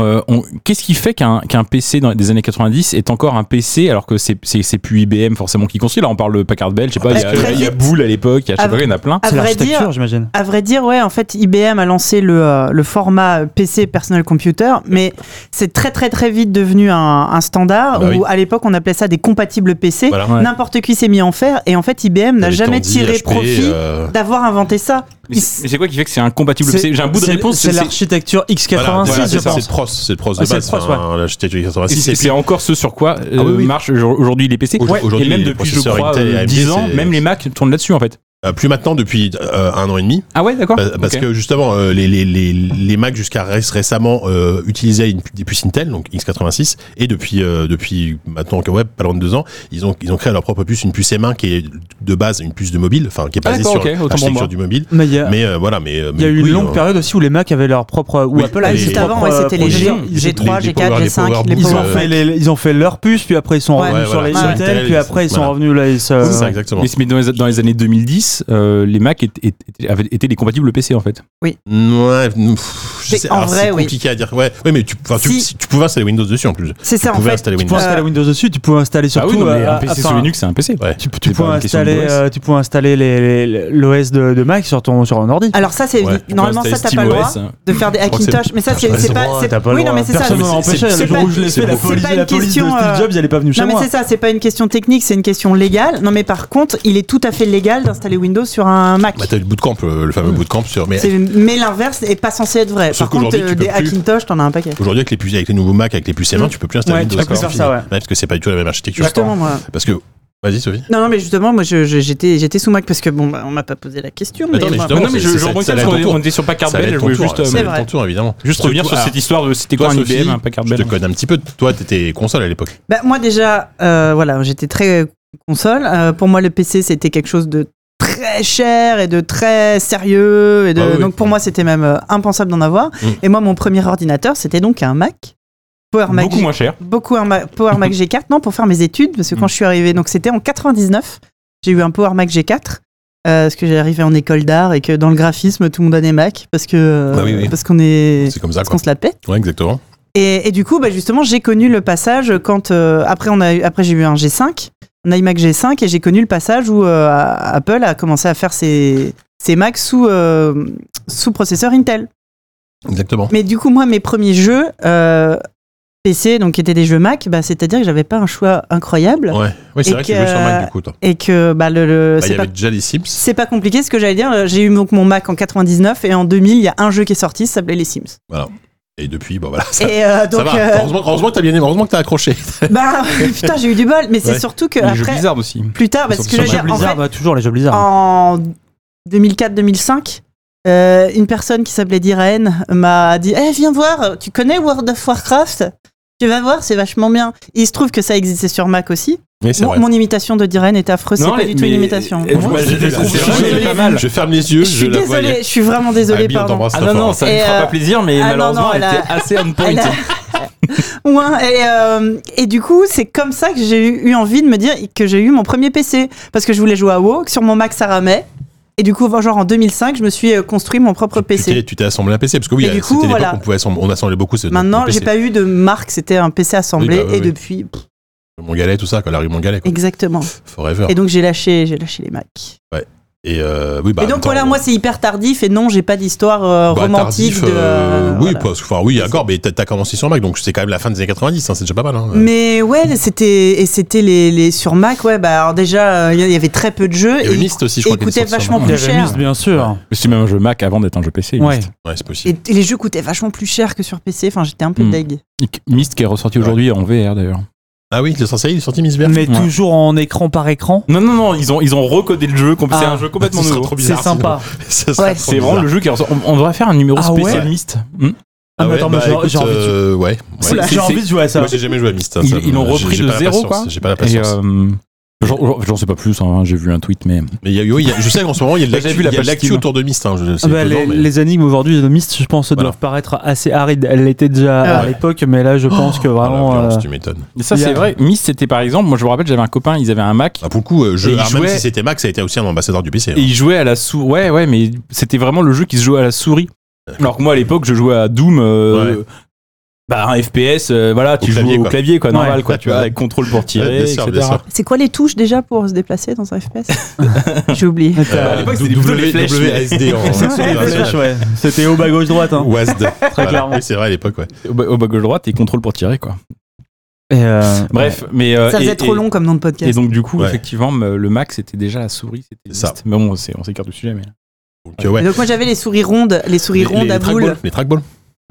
E: euh, on- qu'est-ce qui fait qu'un qu'un PC dans- des années 90 est encore un PC alors que c'est- c'est c'est plus IBM forcément qui construit Là, on parle de Packard Bell, je sais pas, il y,
F: Parce
E: a-
F: que-
E: il y a Boule à l'époque, il y a je sais pas, il y en a plein.
F: À
D: C'est
F: vrai
D: l'architecture,
F: dire,
D: j'imagine.
F: À vrai dire, ouais, en fait, IBM a lancé le, euh, le format PC Personal Computer, mais c'est très très très vite devenu un, un standard
B: Bah
F: où
B: oui.
F: à l'époque on appelait ça des compatibles PC.
B: Voilà.
E: Ouais.
F: N'importe qui s'est mis à en faire et en fait IBM n'a
B: Avec
F: jamais
B: Tandy,
F: tiré
B: HP,
F: profit
B: euh,
F: d'avoir inventé ça.
B: Ah,
E: Mais c'est mais c'est quoi qui fait que c'est incompatible
D: C'est-
E: J'ai un bout de
D: c'est-
E: réponse,
D: C'est
E: c'est-
D: l'architecture
B: voilà,
D: x86,
B: voilà,
D: je
B: c'est ça, c'est
D: pense.
B: le pros, c'est le pros de
D: Ah,
B: base.
D: c'est le pros,
B: enfin, la GTX 86,
E: c'est-
B: et
E: c'est
B: puis-
E: c'est encore ce sur quoi euh,
B: Ah oui, oui.
E: marchent aujourd- aujourd'hui les PC.
B: Aujourd'hui-
E: et
B: aujourd'hui,
E: même
B: les
E: depuis, je
B: processeurs
E: crois,
B: Intel et
E: euh,
B: AMD,
E: 10 ans,
B: c'est-
E: même les Mac tournent là-dessus en fait.
B: euh, plus maintenant depuis euh, un an et demi.
E: Ah ouais, d'accord.
B: Bah, Parce
E: Ok.
B: que justement, euh, les, les, les, les Mac jusqu'à ré- récemment euh, utilisaient une, des puces Intel, donc x86, et depuis, euh, depuis maintenant que ouais, pas loin de deux ans, ils ont, ils ont créé leur propre puce, une puce M1 qui est de base une puce de mobile, enfin qui est basée sur
E: D'accord, ok, autant pour moi.
B: l'architecture du mobile.
D: Mais il y a,
B: Mais euh, voilà, mais
D: Ah.
B: hein.
D: il y a eu une longue période aussi où les Mac avaient leur propre. Ou
B: Oui,
D: Apple
B: Ah,
D: avait
B: juste
D: ses
F: avant,
D: propres,
F: ouais, c'était les
D: euh,
F: G-
D: projets.
B: les-
F: G3,
B: les
F: G4,
B: Power-
F: G5,
B: les
F: les
D: Ils
B: Power
F: Power
D: ont,
B: euh,
D: fait les- ils ont fait leur puce, puis après ils sont
F: Ouais.
D: revenus
B: Ouais,
D: sur
B: voilà,
D: les
F: sur
D: Intel,
B: Intel,
D: puis
B: ils-
D: après ils sont
B: voilà.
D: revenus là. Ils se-
B: C'est ça, exactement.
E: Mais, c'est- mais dans, les, dans les années 2010, euh, les Mac étaient, étaient- avaient- étaient des compatibles PC en fait.
B: Ouais, pff, je
F: Mais
B: sais,
F: en
B: alors,
F: vrai,
B: c'est
F: oui.
B: compliqué à dire. Ouais, ouais mais tu, enfin, tu,
F: Si.
B: si tu pouvais installer Windows dessus en plus.
F: C'est
B: tu
F: ça en
B: pouvais
F: fait. Euh,
B: installer
D: Tu peux
B: Windows.
D: installer Windows dessus, tu peux installer surtout.
E: ah oui, non, mais
D: euh,
E: un PC
D: enfin,
E: sous Linux, c'est un PC.
B: Ouais.
D: Tu, tu
E: C'est
D: peux
E: pas une question
D: installer,
E: d'OS.
D: euh, tu peux installer les- les- l'OS de, de Mac sur ton sur un ordi.
F: Alors ça, c'est
B: Ouais,
F: normalement ça, t'as pas le droit de faire des
B: Je crois que c'est-
F: Hackintosh, mais ça, c'est
B: t'as
F: c'est
B: pas le
F: pas.
B: droit,
F: c'est-
D: T'as pas le
F: Oui, non,
D: droit.
F: mais c'est ça.
D: Personne
F: mais
D: ne
F: c'est-
D: m'empêchait.
F: c'est
D: Le
F: pas-
D: jour où je l'ai fait, la
F: c'est
D: police,
F: pas une
D: la police de
F: question,
D: Steve
F: euh,
D: Jobs, elle est pas venue chez
F: Non mais
D: moi.
F: c'est ça, c'est pas une question technique, c'est une question légale. Non mais par contre, il est tout à fait légal d'installer Windows sur un Mac.
B: Bah, t'as eu le bootcamp, euh, le fameux bootcamp sur. Mais
F: Hmm. C'est- mais l'inverse est pas censé être vrai.
B: Sauf
F: Par contre,
B: qu'aujourd'hui, tu
F: euh,
B: peux
F: des
B: plus.
F: Hackintosh, t'en as un paquet.
B: aujourd'hui, avec les puces, avec les nouveaux Mac, avec les puces M1,
F: Mm.
B: tu peux plus installer
D: Ouais, tu
B: Windows.
D: peux plus
B: c'est
D: faire ça,
B: fini.
D: ouais.
B: parce que c'est pas du tout la même architecture.
F: Justement, moi.
B: Parce que. Vas-y, Sophie.
F: Non, non, mais justement, moi, je- je- j'étais, j'étais sous Mac parce que bon, bah, on m'a pas posé la question.
B: Attends, mais
F: moi,
B: justement,
E: non, mais
B: c'est-
E: je,
B: c'est-
E: je
B: ça-
E: rebondis
B: ça
E: parce
B: allait
E: qu'on est-
B: ton tour.
E: on était sur Packard
B: Ça va
E: Bell. Je
B: être
E: voulais
B: ton tour,
E: juste,
B: hein,
E: euh,
B: ça va
F: C'est
B: être
F: vrai.
B: ton tour, évidemment.
E: juste
B: Toi,
E: revenir sur
B: toi,
E: cette histoire de c'était
B: Toi,
E: quoi un
B: Sophie,
E: IBM, un Packard
B: Je te
E: Bell.
B: connais un petit peu. Toi, t'étais console à l'époque.
F: Bah, moi déjà, euh, voilà, j'étais très console. Euh, pour moi, le PC, c'était quelque chose de très cher et de très sérieux. Et de,
B: Ah oui.
F: Donc pour moi, c'était même euh, impensable d'en avoir.
B: Mm.
F: Et moi, mon premier ordinateur, c'était donc un Mac. Power Mac.
E: Beaucoup moins cher.
F: beaucoup un Ma- Power
B: [LAUGHS]
F: Mac G4, non, pour faire mes études, parce que quand
E: Mm.
F: je suis arrivée, donc c'était en 99, j'ai eu un Power Mac G4. euh, parce que j'ai arrivé en école d'art et que dans le graphisme tout le monde a des Mac parce que euh,
B: Bah oui, oui.
F: parce qu'on est
B: C'est comme ça,
F: parce
B: quoi.
F: qu'on se la pète
B: Ouais, exactement.
F: et, et du coup bah, justement j'ai connu le passage quand euh, après on a eu- après j'ai eu un G5 un iMac G5 et j'ai connu le passage où euh, Apple a commencé à faire ses ses Macs sous euh, sous processeur Intel
B: Exactement.
F: mais du coup, moi, mes premiers jeux euh, PC, donc qui étaient des jeux Mac, bah, c'est-à-dire que j'avais pas un choix incroyable
B: Ouais, ouais c'est
F: Et
B: vrai que tu jouais
F: que-
B: sur Mac, du coup, toi.
F: et que bah, le, le-
B: Bah, Il
F: c'est
B: y
F: pas,
B: avait déjà les Sims.
F: c'est pas compliqué. Ce que j'allais dire, euh, j'ai eu donc mon Mac en 99 et en 2000, il y a un jeu qui est sorti, ça s'appelait Les Sims.
B: Et depuis, bon, voilà. Ça,
F: et euh, donc,
B: ça va.
F: euh,
B: Heureusement, heureusement que t'as bien aimé. Heureusement que t'as accroché.
F: bah, [LAUGHS] putain, j'ai eu du bol, mais c'est
B: Ouais.
F: surtout que
E: Les jeux
F: après,
E: Blizzard aussi.
F: plus tard, parce
E: Ils
F: que
E: sont
F: je veux
D: Les
F: dire,
D: jeux
E: bizarres.
F: en fait,
D: Blizzard, bah, toujours les jeux Blizzard.
F: en 2004-2005, euh, une personne qui s'appelait Diraen m'a dit Eh, Viens voir, tu connais World of Warcraft Tu vas voir, c'est vachement bien. Et il se trouve que ça existait sur Mac aussi.
B: Mais c'est
F: Mon,
B: vrai.
F: mon imitation de Diraen était affreuse, c'est pas du tout une imitation.
E: Moi,
B: Moi,
E: je
B: je-
E: les
B: je-
E: trouve
B: je-
E: vraiment
F: je-
E: pas mal.
B: Je ferme les yeux,
F: Je
B: je
F: suis
B: la voyais.
F: désolée, je suis vraiment désolée,
B: Abby, on
F: pardon.
B: t'embrasse
E: Ah
B: très
E: non,
B: fort.
E: non, ça ne
F: Et,
E: fera
F: euh,
E: pas plaisir, mais
F: ah non,
E: malheureusement,
F: non,
E: elle
F: elle a-
E: était assez on point.
F: elle a- [LAUGHS] Ouais, et, euh, et du coup, c'est comme ça que j'ai eu eu envie de me dire que j'ai eu mon premier PC. Parce que je voulais jouer à WoW, que sur mon Mac, ça ramait. Et du coup, genre en 2005, je me suis euh, construit mon propre
B: Tu
F: PC.
B: t'es- Tu t'es assemblé un PC parce que oui,
F: Et du
B: c'était
F: coup,
B: l'époque
F: voilà.
B: on pouvait assembler, on assemblait beaucoup. ce-
F: Maintenant,
B: le
F: j'ai
B: PC.
F: pas eu de marque, c'était un PC
B: Oui,
F: assemblé
B: bah oui,
F: et
B: oui.
F: depuis pff,
B: Montgalet, tout ça, quoi, la rue Montgalet, quoi.
F: exactement.
B: Forever.
F: Et donc j'ai lâché, j'ai lâché les Macs.
B: Et, euh, oui, bah,
F: et donc
B: attends,
F: voilà, moi c'est hyper tardif et non, j'ai pas d'histoire euh,
B: bah,
F: romantique
B: tardif,
F: de
B: euh,
F: euh,
B: oui,
F: voilà.
B: parce que, enfin, oui, d'accord, mais t'as t'as commencé sur Mac, donc c'est quand même la fin des années 90, hein, c'est déjà pas mal. Hein.
F: Mais ouais, c'était et c'était les, les sur Mac, ouais, bah alors déjà euh, il y avait très peu de jeux
B: Il y a eu Myst aussi, je
F: et
B: crois. qu'il est
F: coûtaient
B: sorti sur
F: vachement
B: Mac.
F: plus cher.
D: Mist, bien sûr.
E: C'est même un jeu Mac avant d'être un jeu PC.
D: Ouais.
E: Myst.
B: Ouais, c'est possible.
F: Et et les jeux coûtaient vachement plus cher que sur PC. Enfin, j'étais un peu
E: Hmm.
F: deg.
E: Myst qui est ressorti aujourd'hui en VR d'ailleurs.
B: Ah oui, le sorti, il est sorti Miss Vert.
D: Mais toujours en écran par écran.
E: Non, non, non, ils ont, ils ont recodé le jeu. com- C'est
D: Ah.
E: un jeu complètement
B: Ce sera
E: nouveau.
B: trop
D: C'est
B: bizarre.
D: sympa.
B: Ça serait
F: Ouais.
B: trop
E: C'est vraiment
B: bizarre.
E: le jeu qui ressort. On, on devrait faire un numéro
D: Ah ouais
E: spécial Myst.
D: Ah,
E: Hmm.
B: Ah
D: mais
B: ouais,
D: attends, mais
B: bah,
D: j'ai-
B: écoute,
D: j'ai envie de-
B: euh, Ouais. ouais.
D: Oula, j'ai
E: c'est-
D: envie de jouer à ça.
B: Moi, j'ai jamais joué à Myst. hein,
E: Ils-
B: ça
E: ils
B: me-
E: l'ont
B: j'ai-
E: repris
B: j'ai
E: de
B: pas la
E: zéro,
B: patience,
E: quoi.
B: J'ai pas la
E: Et,
B: patience.
E: euh, j'en- J'en j'en sais pas plus, hein, j'ai vu un tweet, mais.
B: Mais il y a, oui, il y a- je sais qu'en ce moment, il y a de
E: J'ai
B: l'actu-
E: vu la
B: il y a de
E: page
B: l'actu
E: Steam.
B: autour de Myst. Hein, je- c'est
D: Ah bah,
B: étonnant,
D: les,
B: mais-
D: les énigmes aujourd'hui de Myst, je pense,
B: Voilà.
D: doivent paraître assez arides. Elles l'étaient déjà
F: Ah
D: à
B: ouais.
D: l'époque, mais là, je pense que
B: Ah, la
D: vraiment.
B: violence,
D: euh,
B: tu m'étonnes.
E: Et ça,
D: Il y a-
E: c'est vrai. Myst, c'était par exemple, moi je me rappelle, j'avais un copain, ils avaient un Mac.
B: Ah, pour le coup, euh, je,
E: Et il
B: ah, même
E: jouait-
B: si c'était Mac, ça a été aussi un ambassadeur du PC. hein.
E: Et ils jouaient à la souris. Ouais, ouais, mais c'était vraiment le jeu qui se jouait à la souris. Alors que moi à l'époque je jouais à Doom. euh, Bah, un FPS, euh, voilà, tu joues
B: clavier,
E: au
B: quoi.
E: clavier, quoi, normal,
B: Ouais.
E: quoi,
B: Ah,
E: tu
B: ouais.
E: vois, avec contrôle pour tirer,
B: bien sûr, bien
E: etc.
B: sûr.
F: C'est quoi les touches déjà pour se déplacer dans un FPS
B: [LAUGHS]
F: J'ai oublié.
E: À l'époque, c'était plutôt les flèches,
D: [LAUGHS]
B: WSD
E: [LAUGHS]
B: en
D: Ouais,
B: en-
D: ouais. C'était au bas gauche droite. hein.
B: WASD. Voilà.
D: clairement.
B: Oui, c'est vrai à l'époque, ouais.
E: Au bas, au bas gauche droite et contrôle pour tirer, quoi.
D: Et, euh,
E: Bref, mais. euh,
F: Ça faisait
E: et-
F: trop
E: et-
F: long comme nom de
E: Et
F: podcast.
E: donc, du coup,
B: Ouais.
E: effectivement, me- le max c'était déjà la souris, c'était
B: C'est ça.
E: liste. Mais bon, c'est- on s'écarte du sujet, mais.
B: Donc, euh, ouais.
F: Et donc moi j'avais les souris rondes, les souris
B: Les-
F: rondes
B: les
F: à boules.
B: trackballs, Les trackballs.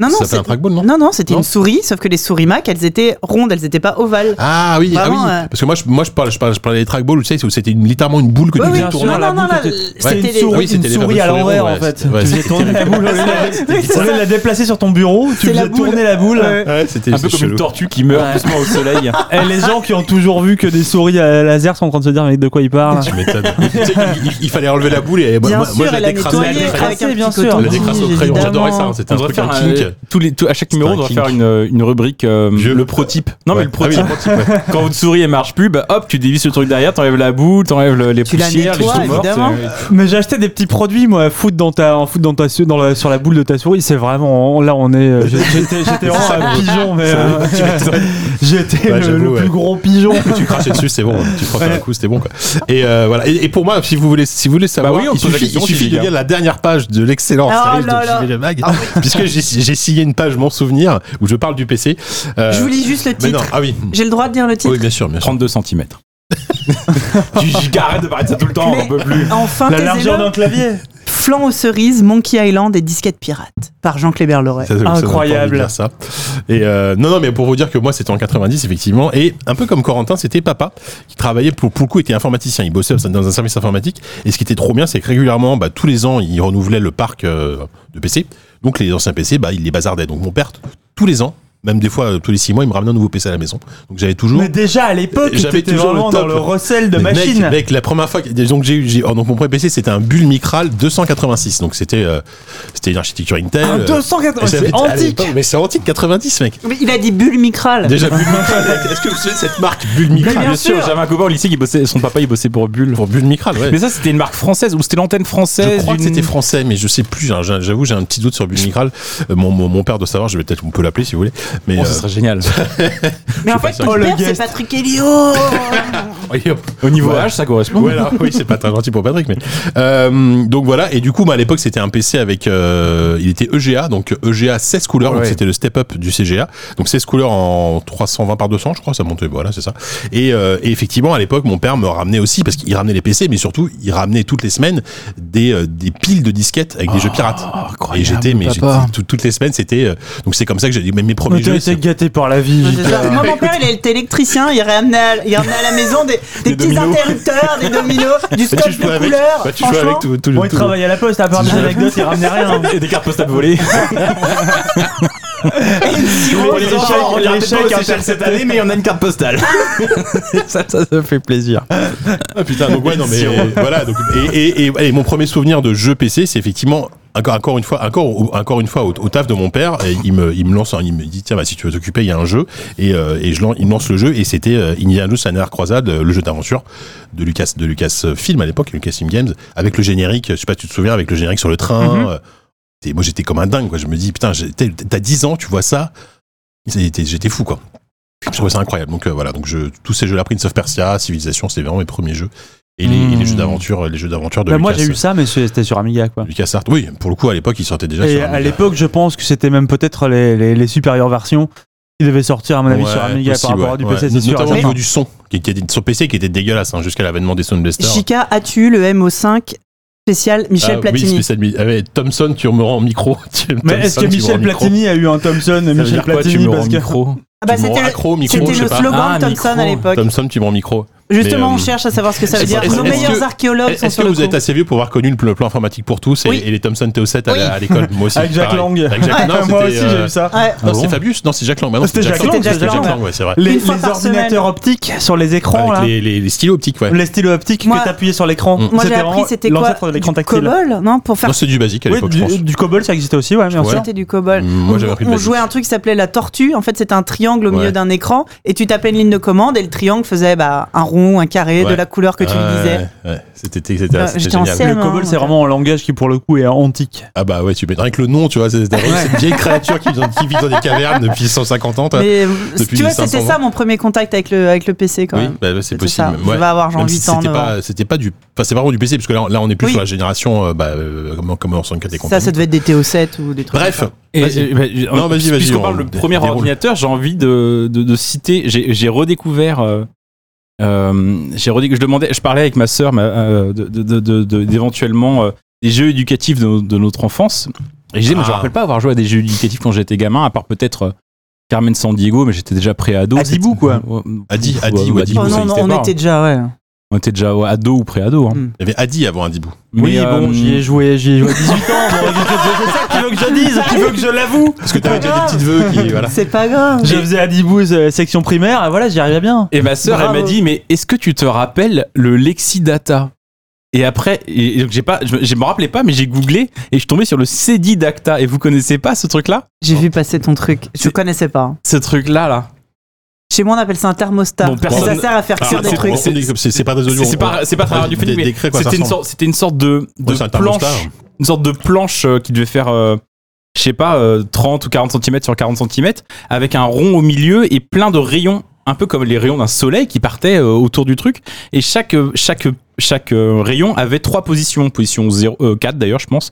F: Non non,
B: ça s'appelle
F: c'est-
B: un trackball, non
F: non non, c'était
B: Non.
F: une souris, sauf que les souris Mac, elles étaient rondes, elles étaient pas ovales.
B: Ah oui, ah oui.
F: Vraiment, euh,
B: Parce que moi, je, moi, je parle, je parle, je parlais des trackballs, tu sais, où c'était une- littéralement une boule que
F: Oui,
B: tu
F: oui,
B: faisais
D: bien
B: tourner.
D: sûr, la
F: non, non,
D: boule
F: là,
D: que
F: c'était
D: C'était une
F: les-
D: souris,
B: Ah oui, c'était
D: une
B: les
D: souris
B: fameuses
D: à
B: souris
D: l'envers
B: rondes,
D: en
B: ouais,
D: fait.
B: c'était- ouais,
D: tu faisais tourner
B: [LAUGHS]
D: la boule, au lieu de- tu voulais la déplacer sur ton bureau, tu
F: C'est la
D: faisais
F: boule.
D: tourner la boule.
B: Ouais, c'était
E: Un peu
B: c'était
E: comme une
B: chelou.
E: tortue qui meurt
D: Ouais.
E: doucement au soleil.
D: Et Eh, les gens qui ont toujours vu que des souris à laser sont en train de se dire mais de quoi ils parlent.
B: Tu m'étonnes.
E: [LAUGHS]
B: Tu sais, il, il- il fallait relever la boule et moi,
F: Bien
B: moi, moi,
F: sûr,
B: je la
F: elle a
B: décrassais.
F: nettoyé
D: décrassée,
F: avec un
D: bien
F: petit
D: sûr.
B: Je
F: coton
B: la décrassais au
F: tige,
B: crayon,
F: évidemment.
B: j'adorais ça. hein, C'était
E: On
B: un
E: devrait
B: truc en
E: faire
B: kink.
E: un- tous les, tous- à chaque numéro,
B: un
E: on doit
B: kink.
E: faire une, euh, une rubrique euh,
B: Vieux.
E: le prototype. Non, mais
B: Ouais.
E: le
B: Ah oui,
E: prototype.
B: le prototype,
E: Quand votre souris elle marche plus, bah hop, tu dévisses le truc derrière, t'enlèves la boule, t'enlèves le- les
F: Tu la
E: poussières, les
F: nettoies,
E: choses mortes.
F: évidemment.
E: euh,
D: Mais j'ai acheté des petits produits moi à foutre dans ta en foutre dans ta su- dans la- sur la boule de ta souris, c'est vraiment là on est euh, j'ai- j'étais j'étais vraiment un pigeon mais euh, [LAUGHS] j'étais
B: Ouais,
D: le,
B: j'avoue,
D: le
B: ouais.
D: plus gros pigeon.
B: ouais. Tu crachais dessus, c'est bon. Tu frappais un coup, c'était bon. Quoi. Et euh, voilà. Et, et pour moi, si vous voulez, si vous voulez savoir,
E: Bah oui, on
B: il
E: pose la
B: suffit,
E: question,
B: il suffit
E: Sylvie,
B: de
E: hein.
B: lire la dernière page de l'excellent
F: Ah
B: service
F: là là.
B: de Sylvie Mag, puisque j'ai j'ai signé une page, mon souvenir, où je parle du PC. Euh,
F: Je vous lis juste le
B: mais non,
F: titre.
B: ah oui.
F: J'ai le droit de dire le titre.
B: Oui, bien sûr, bien sûr.
E: 32 cm.
B: [LAUGHS]
E: tu j'y- arrête de parler de ça tout le temps, on peut plus.
B: Ah,
F: Enfin,
D: La
F: tes
D: largeur d'un
F: éloges.
D: clavier.
F: Flan aux cerises, Monkey Island et Disquette Pirate par Jean Kléber Loret.
B: Ça, ça, ça,
D: Incroyable.
B: on a pas envie de dire ça. Et euh, non, non, mais pour vous dire que moi, c'était en 90, effectivement. Et un peu comme Corentin, c'était papa qui travaillait pour, pour le coup, était informaticien. Il bossait dans un service informatique. Et ce qui était trop bien, c'est que régulièrement, bah, tous les ans, il renouvelait le parc euh, de PC. Donc, les anciens PC, bah, il les bazardait. Donc, mon père, t- tous les ans, même des fois, euh, tous les six mois, il me ramenait un nouveau PC à la maison. Donc, j'avais toujours.
D: Mais déjà à l'époque,
B: J'avais
D: j'étais
B: toujours le
D: vraiment dans
B: top.
D: le recel de
B: Mais mec,
D: machine.
B: mec, la première fois, que- disons que j'ai eu, j'ai- oh, donc mon premier PC, c'était un Bull Micral 286. Donc, c'était, euh, c'était une architecture Intel.
D: Un
B: euh,
D: 280,
B: et ça
D: c'est
B: fait- à
D: antique.
B: l'époque, Mais c'est antique 90, mec.
F: Mais Il a dit bulle micrale.
B: Déjà Bulle Micral. Est-ce que
E: [LAUGHS]
B: vous savez cette marque Bulle
E: Ah,
B: Micral
E: bien sûr, j'avais un copain au lycée qui bossait, son papa il bossait pour Bulle.
B: Pour Bulle Micral, ouais.
E: Mais ça c'était une marque française ou c'était l'antenne française
B: Je crois que
E: d'une-
B: c'était français, mais je sais plus. hein, j'ai- J'avoue, j'ai un petit doute sur Bulle Micral. Euh, Mon, mon, mon père doit savoir. Je vais peut-être, on peut l'appeler si vous voulez. Mais
E: Bon, ça
B: euh,
E: Oh, serait
B: [LAUGHS]
E: génial.
F: Mais en fait,
B: sûr.
F: ton
D: Oh, le
F: père, c'est
D: guest.
F: Patrick Helio.
B: [LAUGHS] oui, oh.
E: Au niveau
B: Ouais.
E: âge, ça correspond.
B: Ouais, là, [LAUGHS] oui, c'est pas très gentil pour Patrick, mais euh, donc voilà. Et du coup, bah, à l'époque, c'était un PC avec, euh, il était EGA, donc E EGA 16 couleurs, donc
E: Ouais.
B: c'était le step up du CGA. Donc 16 couleurs en 320 par 200, je crois, ça montait. Voilà, c'est ça. Et, euh, et effectivement, à l'époque, mon père me ramenait aussi parce qu'il ramenait les PC, mais surtout, il ramenait toutes les semaines des, euh, des piles de disquettes avec des jeux pirates. Et j'étais, mais
E: papa.
B: j'étais- tout- toutes les semaines, c'était. euh, donc c'est comme ça que j'ai dit, mais mes
D: Mais
B: premiers
D: t'as
B: jeux.
D: été
B: c'est-
D: gâté par la vie,
F: C'est
D: J.K.
F: ça. Moi, mon père, il était électricien. Il ramenait à, il ramenait à la maison des, des petits interrupteurs, des dominos,
B: [LAUGHS] Bah,
F: du
B: tu
F: scotch
B: jouais
F: de
B: avec,
F: couleur.
B: bah, tu jouais
F: Franchement,
B: avec tout, tout,
D: Bon, il
B: tout-
D: travaillait à la poste, à part des anecdotes, il ramenait rien.
E: [LAUGHS] Et des cartes postales volées.
D: gros, les échecs, les échecs interceptés.
E: cette année, mais on a une carte postale. [LAUGHS] ça, ça, ça fait plaisir.
B: Ah putain, donc ouais, non mais voilà. Donc, et, et, et, allez, mon premier souvenir de jeu PC, c'est effectivement encore, encore une fois, encore, au- encore une fois au, au taf de mon père. Et il me, il me lance, un- il me dit tiens, bah, si tu veux t'occuper, il y a un jeu. Et, euh, et je lance, il me lance le jeu et c'était euh, Indiana Jones and la dernière croisade, euh, le jeu d'aventure de Lucas, de Lucas euh, Film à l'époque, Lucas Film Games, avec le générique. Je sais pas, tu te souviens avec le générique sur le train.
D: Mhm.
B: euh, et moi j'étais comme un dingue quoi. Je me dis putain, j'ai- t'es- t'as 10 ans, tu vois ça, C'était- j'étais fou quoi. Je trouvais ça incroyable. Donc euh, voilà, donc je, tous ces jeux-là, Prince of Persia, Civilization, c'était vraiment mes premiers jeux. Et les,
E: Hmm.
B: et les jeux d'aventure, les jeux d'aventure de
D: Bah,
B: Lucas.
D: moi j'ai eu ça, mais c'était sur Amiga quoi.
B: LucasArts. oui, pour le coup, à l'époque, ils sortaient déjà
D: Et
B: sur
D: à
B: Amiga.
D: l'époque, je pense que c'était même peut-être les, les, les supérieures versions qui devaient sortir, à mon avis,
B: Ouais,
D: sur Amiga
B: possible,
D: par rapport à du
B: ouais,
D: PC,
B: ouais.
D: c'est sûr.
B: Notamment au
D: Mais-
B: niveau du son, qui était sur PC, qui était dégueulasse hein, jusqu'à l'avènement des Sound Blasters.
F: Chica a tué le MO5 spécial Michel
B: Ah,
F: Platini.
B: Oui, spécial- ah ouais, Thomson, tu me rends en micro. Tu-
D: Mais
B: Thomson,
D: est-ce que
B: tu me rends en
D: Michel
B: micro.
D: Platini a eu un Thomson
E: Ça veut
D: Michel
E: dire quoi, tu
D: Platini
E: me rends
D: parce que
E: micro
F: Ah bah,
B: Tu me rends
F: c'était le-
B: accro, micro,
F: c'était
B: je
F: le
B: sais pas.
F: slogan
E: Ah,
F: de Thomson à
E: micro.
F: l'époque.
B: Thomson, tu me rends en micro.
F: Justement,
B: Mais, euh,
F: on cherche à savoir ce que ça veut
B: est-ce-
F: dire.
B: est-ce-
F: Nos
B: est-ce
F: meilleurs
B: que-
F: archéologues sont
B: Est-ce
F: sur
B: que
F: le
B: vous êtes
F: coup.
B: assez vieux pour avoir connu le plan, le plan informatique pour tous et,
F: Oui.
B: et les Thomson TO7 à la-
F: Oui.
B: à l'école Moi aussi.
D: Avec Jacques
B: pareil.
D: Lang.
B: Avec Jacques- non,
D: Moi
B: c'était,
D: aussi j'ai
B: euh,
D: eu ça.
F: Ouais.
B: Non,
D: Ah
B: c'est
D: bon
B: Fabius, non, c'est Jacques Lang. Bah non,
D: C'était Jacques
B: Lang,
F: Lang,
B: c'était Jacques
F: ouais.
B: Lang, ouais, c'est vrai.
D: Les,
F: Une fois
D: les
F: par
D: ordinateurs
F: semaine.
D: optiques sur les écrans,
B: Avec
D: là. Les...
B: les, les, les stylos optiques, ouais.
D: stylos optiques
F: Moi-
D: que t'appuies sur l'écran.
B: Moi,
F: Moi j'ai
D: vraiment
F: appris c'était quoi
D: L'ancêtre de
F: Du
D: l'écran tactile.
F: cobol Non, pour faire
B: Non, c'est du basique à
D: Oui,
B: l'époque, je pense.
D: du, du cobol ça existait aussi, ouais, bien
B: Ouais.
D: sûr.
F: C'était du cobol.
B: Mm, moi,
F: on
B: j'avais appris le
F: on
B: basique.
F: jouait un truc qui s'appelait la tortue. En fait, c'était un triangle au
B: Ouais.
F: milieu d'un écran et tu tapais une ligne de commande et le triangle faisait bah, un rond, rond, un carré, de
B: Ouais.
F: la couleur que tu lui disais.
B: Ouais, ouais. C'était c'était-
F: Ouais,
B: c'était
F: j'étais en
B: génial.
F: CM1.
D: Le COBOL, c'est vraiment un langage qui, pour le coup, est antique.
B: Ah bah ouais, tu mets rien que le nom, tu vois, c'est c'est une vieille créature qui, vient- qui vit dans des cavernes depuis 150 ans. toi.
F: Mais
B: Depuis
F: tu vois, c'était
B: 1500
F: ça mon premier contact avec le, avec le PC quand
B: Oui,
F: même.
B: bah, c'est
F: C'était
B: possible.
F: ça.
B: même,
F: Je
B: ouais.
F: vais avoir genre
B: Même si
F: 8 ans,
B: c'était
F: 9 ans.
B: pas, c'était pas du, enfin c'est pas vraiment du PC, parce que là, là on est plus
F: Oui.
B: sur la génération, euh, bah, euh, comment, comment on s'en des
F: Ça, ça devait être des TO7 ou des trucs.
B: Bref,
F: comme ça.
E: Et,
B: Vas-y.
E: et, bah, j-
B: Non, vas-y, vas-y,
E: Puisqu'on
B: on
E: parle
B: dé-
E: de premier
B: déroule.
E: ordinateur, j'ai envie de, de, de citer. J'ai j'ai redécouvert. euh, euh, j'ai redéc- je demandais, je parlais avec ma sœur ma- euh, de- de- de- de- de- d'éventuellement euh, des jeux éducatifs de, de notre enfance. Et je disais, mais je
B: Ah.
E: me rappelle pas avoir joué à des jeux éducatifs quand j'étais gamin, à part peut-être euh, Carmen San Diego, mais j'étais déjà pré-ado.
D: Adibou,
E: C'était-
D: quoi.
E: Ouais,
B: Adi-
E: ou-
B: Adi
E: ou
B: ou
E: Adibou, ça
F: Oh non, non,
E: existait
F: on
E: pas. hein.
F: était déjà, ouais.
E: On était déjà ouais, ado ou pré-ado. hein.
F: Mm.
B: il y avait Adi avant
E: [LAUGHS]
B: Adibou.
D: Oui,
E: Mais,
D: bon,
E: euh,
D: j'y ai joué, j'y ai [LAUGHS] joué à 18 ans. bon, c'est ça que tu veux que je dise, tu veux que je l'avoue.
B: Parce que t'avais déjà des petites vœux qui, voilà.
F: C'est pas grave.
D: Je faisais Adibou euh, section primaire, et voilà, j'y arrivais bien.
E: Et ma sœur, elle
D: Bravo.
E: m'a dit, mais est-ce que tu te rappelles le Lexidata Et après, et- et donc j'ai pas, je, me- je me rappelais pas, mais j'ai googlé et je suis tombé sur le Cédidacta. Et vous connaissez pas ce truc-là
F: J'ai vu passer ton truc. Je connaissais pas.
E: Ce truc-là, là.
F: Chez moi, on appelle ça un thermostat.
E: Bon,
F: Et
E: personne-
F: ça sert à faire
B: Ah,
F: cuire des
B: attends,
F: trucs.
B: on- on- C'est c'est pas des audios.
E: C'est c'est pas, c'est pas très
B: on-
E: radiophonique,
B: dé-
E: mais
B: décris à quoi ça
E: c'était une
B: ressemble.
E: sorte, c'était une sorte de, de
B: Ouais, c'est un
E: planche,
B: thermostat.
E: une sorte de planche euh, qui devait faire, euh, je sais pas, euh, 30 ou 40 cm sur 40 cm, avec un rond au milieu et plein de rayons, un peu comme les rayons d'un soleil qui partaient euh, autour du truc. Et chaque, euh, chaque, chaque euh, rayon avait trois positions, position 0, euh, 4 d'ailleurs, je pense,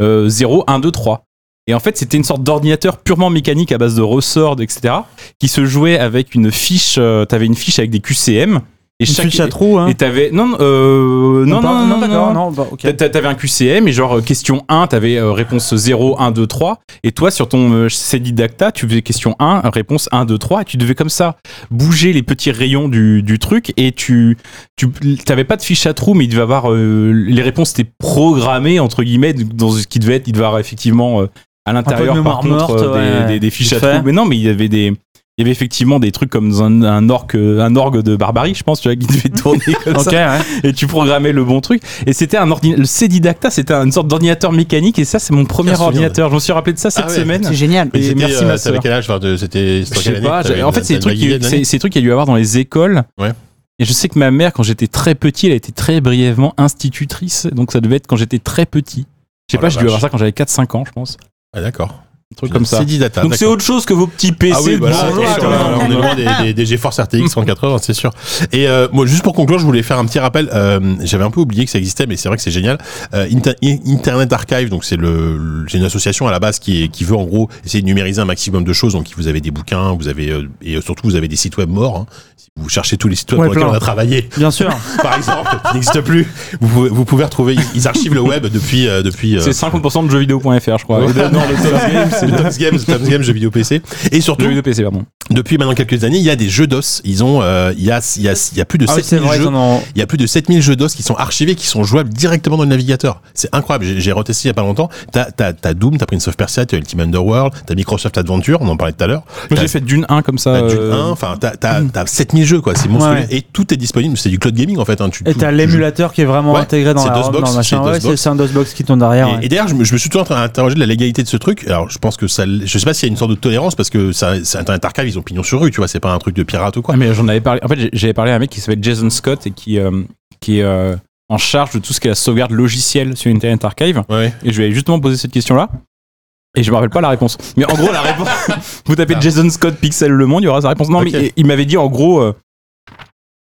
E: euh, 0, 1, 2, 3. Et en fait, c'était une sorte d'ordinateur purement mécanique à base de ressorts, etc., qui se jouait avec une fiche. euh, T'avais une fiche avec des QCM. Et
D: Une
E: chaque-
D: fuite à trous, hein.
E: et t'avais. Non, euh, non,
D: On
E: non,
D: parle-
E: non, non,
D: d'accord,
E: non.
D: non, bah, ok.
E: T'a- t'a- T'avais un QCM et genre euh, question 1, t'avais euh, réponse 0, 1, 2, 3. Et toi, sur ton euh, Cédidacta, tu faisais question 1, réponse 1, 2, 3. Et tu devais comme ça bouger les petits rayons du, du truc. Et tu tu t'avais pas de fiche à trous, mais il devait avoir. euh, les réponses étaient programmées, entre guillemets, dans ce qui devait être. Il devait avoir effectivement euh, à l'intérieur,
D: mémoire
E: par contre,
D: morte,
E: euh, des,
D: ouais.
E: des- des fiches
D: Vite
E: à
D: fait.
E: trous. Mais non, mais il y avait des. Il y avait effectivement des trucs comme dans un, un orgue, un orgue de barbarie, je pense, tu vois, qui
D: [LAUGHS]
E: devait tourner comme
D: Ok,
E: ça
D: ouais.
E: [LAUGHS] et tu programmais le bon truc. Et c'était un ordinateur, le Cdidacta, c'était une sorte d'ordinateur mécanique. Et ça, c'est mon premier
B: Je me souviens
E: ordinateur. Je me suis rappelé de ça cette
B: ouais.
E: semaine.
F: C'est génial.
B: Mais
E: Et
B: c'était,
E: merci,
B: euh, t'avais
E: ma sœur.
B: quel âge enfin, de- C'était c'était
E: Je
B: quelle
E: sais
B: année
E: pas.
B: T'avais-
E: j'ai- En fait, c'est des
B: t'avais
E: trucs, qui-
B: une année
E: c'est- c'est des trucs qu'il y a dû avoir dans les écoles.
B: Ouais.
E: Et je sais que ma mère, quand j'étais très petit, elle a été très brièvement institutrice. Donc ça devait être quand j'étais très petit. Je sais
B: Oh
E: pas,
B: la
E: j'ai
B: vache.
E: dû avoir ça quand j'avais 4-5 ans, je pense.
B: Ah d'accord.
E: Un truc comme ça.
B: C'est dit data.
C: Donc c'est
B: d'accord.
C: autre chose que vos petits PC
B: Ah oui,
C: de
B: bah là,
C: bourgeois,
B: attention,
C: quand
B: là,
C: même.
B: on est loin des, des, des GeForce RTX 3080, c'est sûr. Et euh, moi, juste pour conclure, je voulais faire un petit rappel. Euh, J'avais un peu oublié que ça existait, mais c'est vrai que c'est génial. Euh, Inter- I- Internet Archive, donc c'est le, le- c'est une association à la base qui, est- qui veut en gros essayer de numériser un maximum de choses. Donc vous avez des bouquins, vous avez euh, et surtout vous avez des sites web morts. hein. Si vous cherchez tous les sites web
D: Ouais,
B: pour lesquels
D: plein.
B: on a travaillé, [LAUGHS]
D: Bien sûr.
B: par exemple, qui n'existent plus, vous, pouvez- vous pouvez retrouver. Ils archivent le web depuis euh, depuis. euh,
E: C'est 50% de jeuxvideo.fr, je crois.
B: Ouais.
E: Et de- non, le Tom's Game, c'est
B: c'est
E: le
B: Tom's Games, Tom's Games, jeux vidéo PC. Et surtout,
E: jeux vidéo PC,
D: Ah
E: pardon.
B: depuis maintenant quelques années, il y a des jeux d'os. Ils ont, euh, il y a, il y a, il y a plus de
D: Ah oui,
B: 7000
D: c'est vrai,
B: jeux.
D: ils en ont-
B: Il y a plus de 7000 jeux d'os qui sont archivés, qui sont jouables directement dans le navigateur. C'est incroyable. J'ai- J'ai retesté il y a pas longtemps. T'as, t'as, t'as Doom, t'as Prince of Persia, t'as Ultimate Underworld, t'as Microsoft Adventure, on en parlait tout à l'heure.
E: Moi, j'ai fait Dune 1 comme ça.
B: T'as Ah, Dune
E: euh,
B: 1, enfin, t'as, t'as, t'as 7000 jeux, quoi. C'est monstrueux.
D: Ouais.
B: Et tout est disponible. C'est du cloud gaming, en fait, hein. Tu,
D: Et t'as
B: tout- tu joues.
D: l'émulateur qui est vraiment
B: Ouais,
D: intégré dans
B: c'est
D: la
B: DOSBox,
D: dans le machin.
B: c'est
D: Ouais,
B: DOSBox.
D: c'est c'est un DOSBox qui tourne derrière.
B: Et,
D: ouais.
B: et d'ailleurs, je me, je me suis toujours interrogé de la légalité de ce truc. Alors, je pense que ça, je sais pas s'il y a une sorte de tolérance parce que ça, c'est Internet Archive, ils ont pignon sur rue, tu vois. C'est pas un truc de pirate ou quoi.
E: Ah, mais j'en avais parlé. En fait, j'ai- j'avais parlé à un mec qui s'appelle Jason Scott et qui, euh, qui est euh, en charge de tout ce qui est la sauvegarde logicielle sur Internet Archive.
B: Ouais, ouais.
E: Et je lui avais justement posé cette question-là. Et je me rappelle pas la réponse. Mais en gros, la réponse. [LAUGHS] Vous tapez
B: Ah.
E: Jason Scott Pixel Le Monde, il y aura sa réponse. Non,
B: Ok.
E: mais il- il m'avait dit en gros. euh,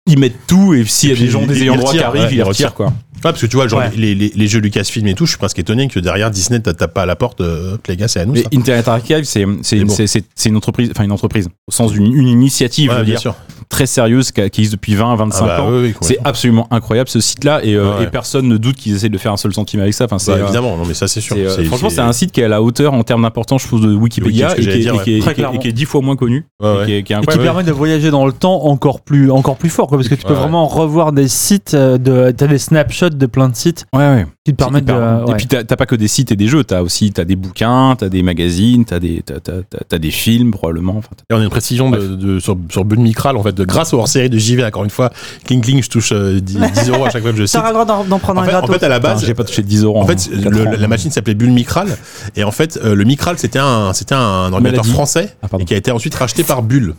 E: ils mettent tout et s'il y a
B: Et puis,
E: des gens,
B: ils-
E: des
B: ils
E: ayants droit qui
B: retirent,
E: arrivent,
B: ouais,
E: ils
B: ils
E: les retirent quoi.
B: Ouais, parce que tu vois, genre,
D: Ouais.
B: les, les, les jeux Lucasfilm et tout, je suis presque étonné que derrière Disney, t'as t'as pas à la porte, euh, hop, les gars, c'est à nous.
E: Mais
B: ça.
E: Internet Archive, c'est c'est
B: Mais
E: une,
B: bon.
E: c'est- c'est- c'est une entreprise, enfin une entreprise, au sens d'une une initiative,
B: Ouais,
E: je veux
B: bien
E: dire,
B: sûr.
E: très sérieuse qui a- qui existe depuis 20, 25
B: Ah bah,
E: ans.
B: oui, oui, complètement.
E: C'est absolument incroyable ce site-là et, euh,
B: Ah ouais.
E: et personne ne doute qu'ils essayent de faire un seul centime avec ça. Enfin, c'est,
B: Bah,
E: euh,
B: évidemment, non, mais ça, c'est sûr.
E: c'est, euh, franchement, c'est un site qui est à la hauteur en termes d'importance, je trouve, de Wikipédia
B: Oui, c'est ce que
E: et, qui
B: j'allais
E: est, et qui est-
D: dire, ouais.
E: et qui est-
D: Très
E: et qui est dix fois moins connu.
B: Ouais, ouais.
E: Et qui est, qui est
D: Et qui
E: incroyable.
D: permet de voyager dans le temps encore plus, encore plus fort, quoi, parce que tu peux
B: Ouais, ouais.
D: vraiment revoir des sites, euh, de, t'as des snapshots de plein de sites
E: Ouais, ouais.
D: qui te
E: C'est
D: permettent de.
E: hyper-
D: euh,
E: Et
D: ouais.
E: puis t'as t'as pas que des sites et des jeux, t'as aussi t'as des bouquins, t'as des magazines, t'as des t'as- t'as- t'as- t'as des films probablement. Enfin, t'as-
B: Et on a une précision de, de- sur, sur Bud Micral, en fait, de, grâce aux hors-série de JV, encore une fois, cling cling, je touche euh,
F: [LAUGHS]
B: 10, 10 euros à chaque fois que je cite.
F: T'auras le droit d'en d'en prendre
B: En
F: un
B: fait, en
F: gratos.
B: fait, à la
E: Enfin,
B: base,
E: j'ai pas touché 10 euros.
B: Bah, En fait,
E: quatre
B: le-
E: ans.
B: la machine s'appelait Bull Micral. Et en fait, euh, le Micral, c'était un, c'était un ordinateur
E: Maladie.
B: français
E: Ah, pardon.
B: et qui a été ensuite racheté par Bull.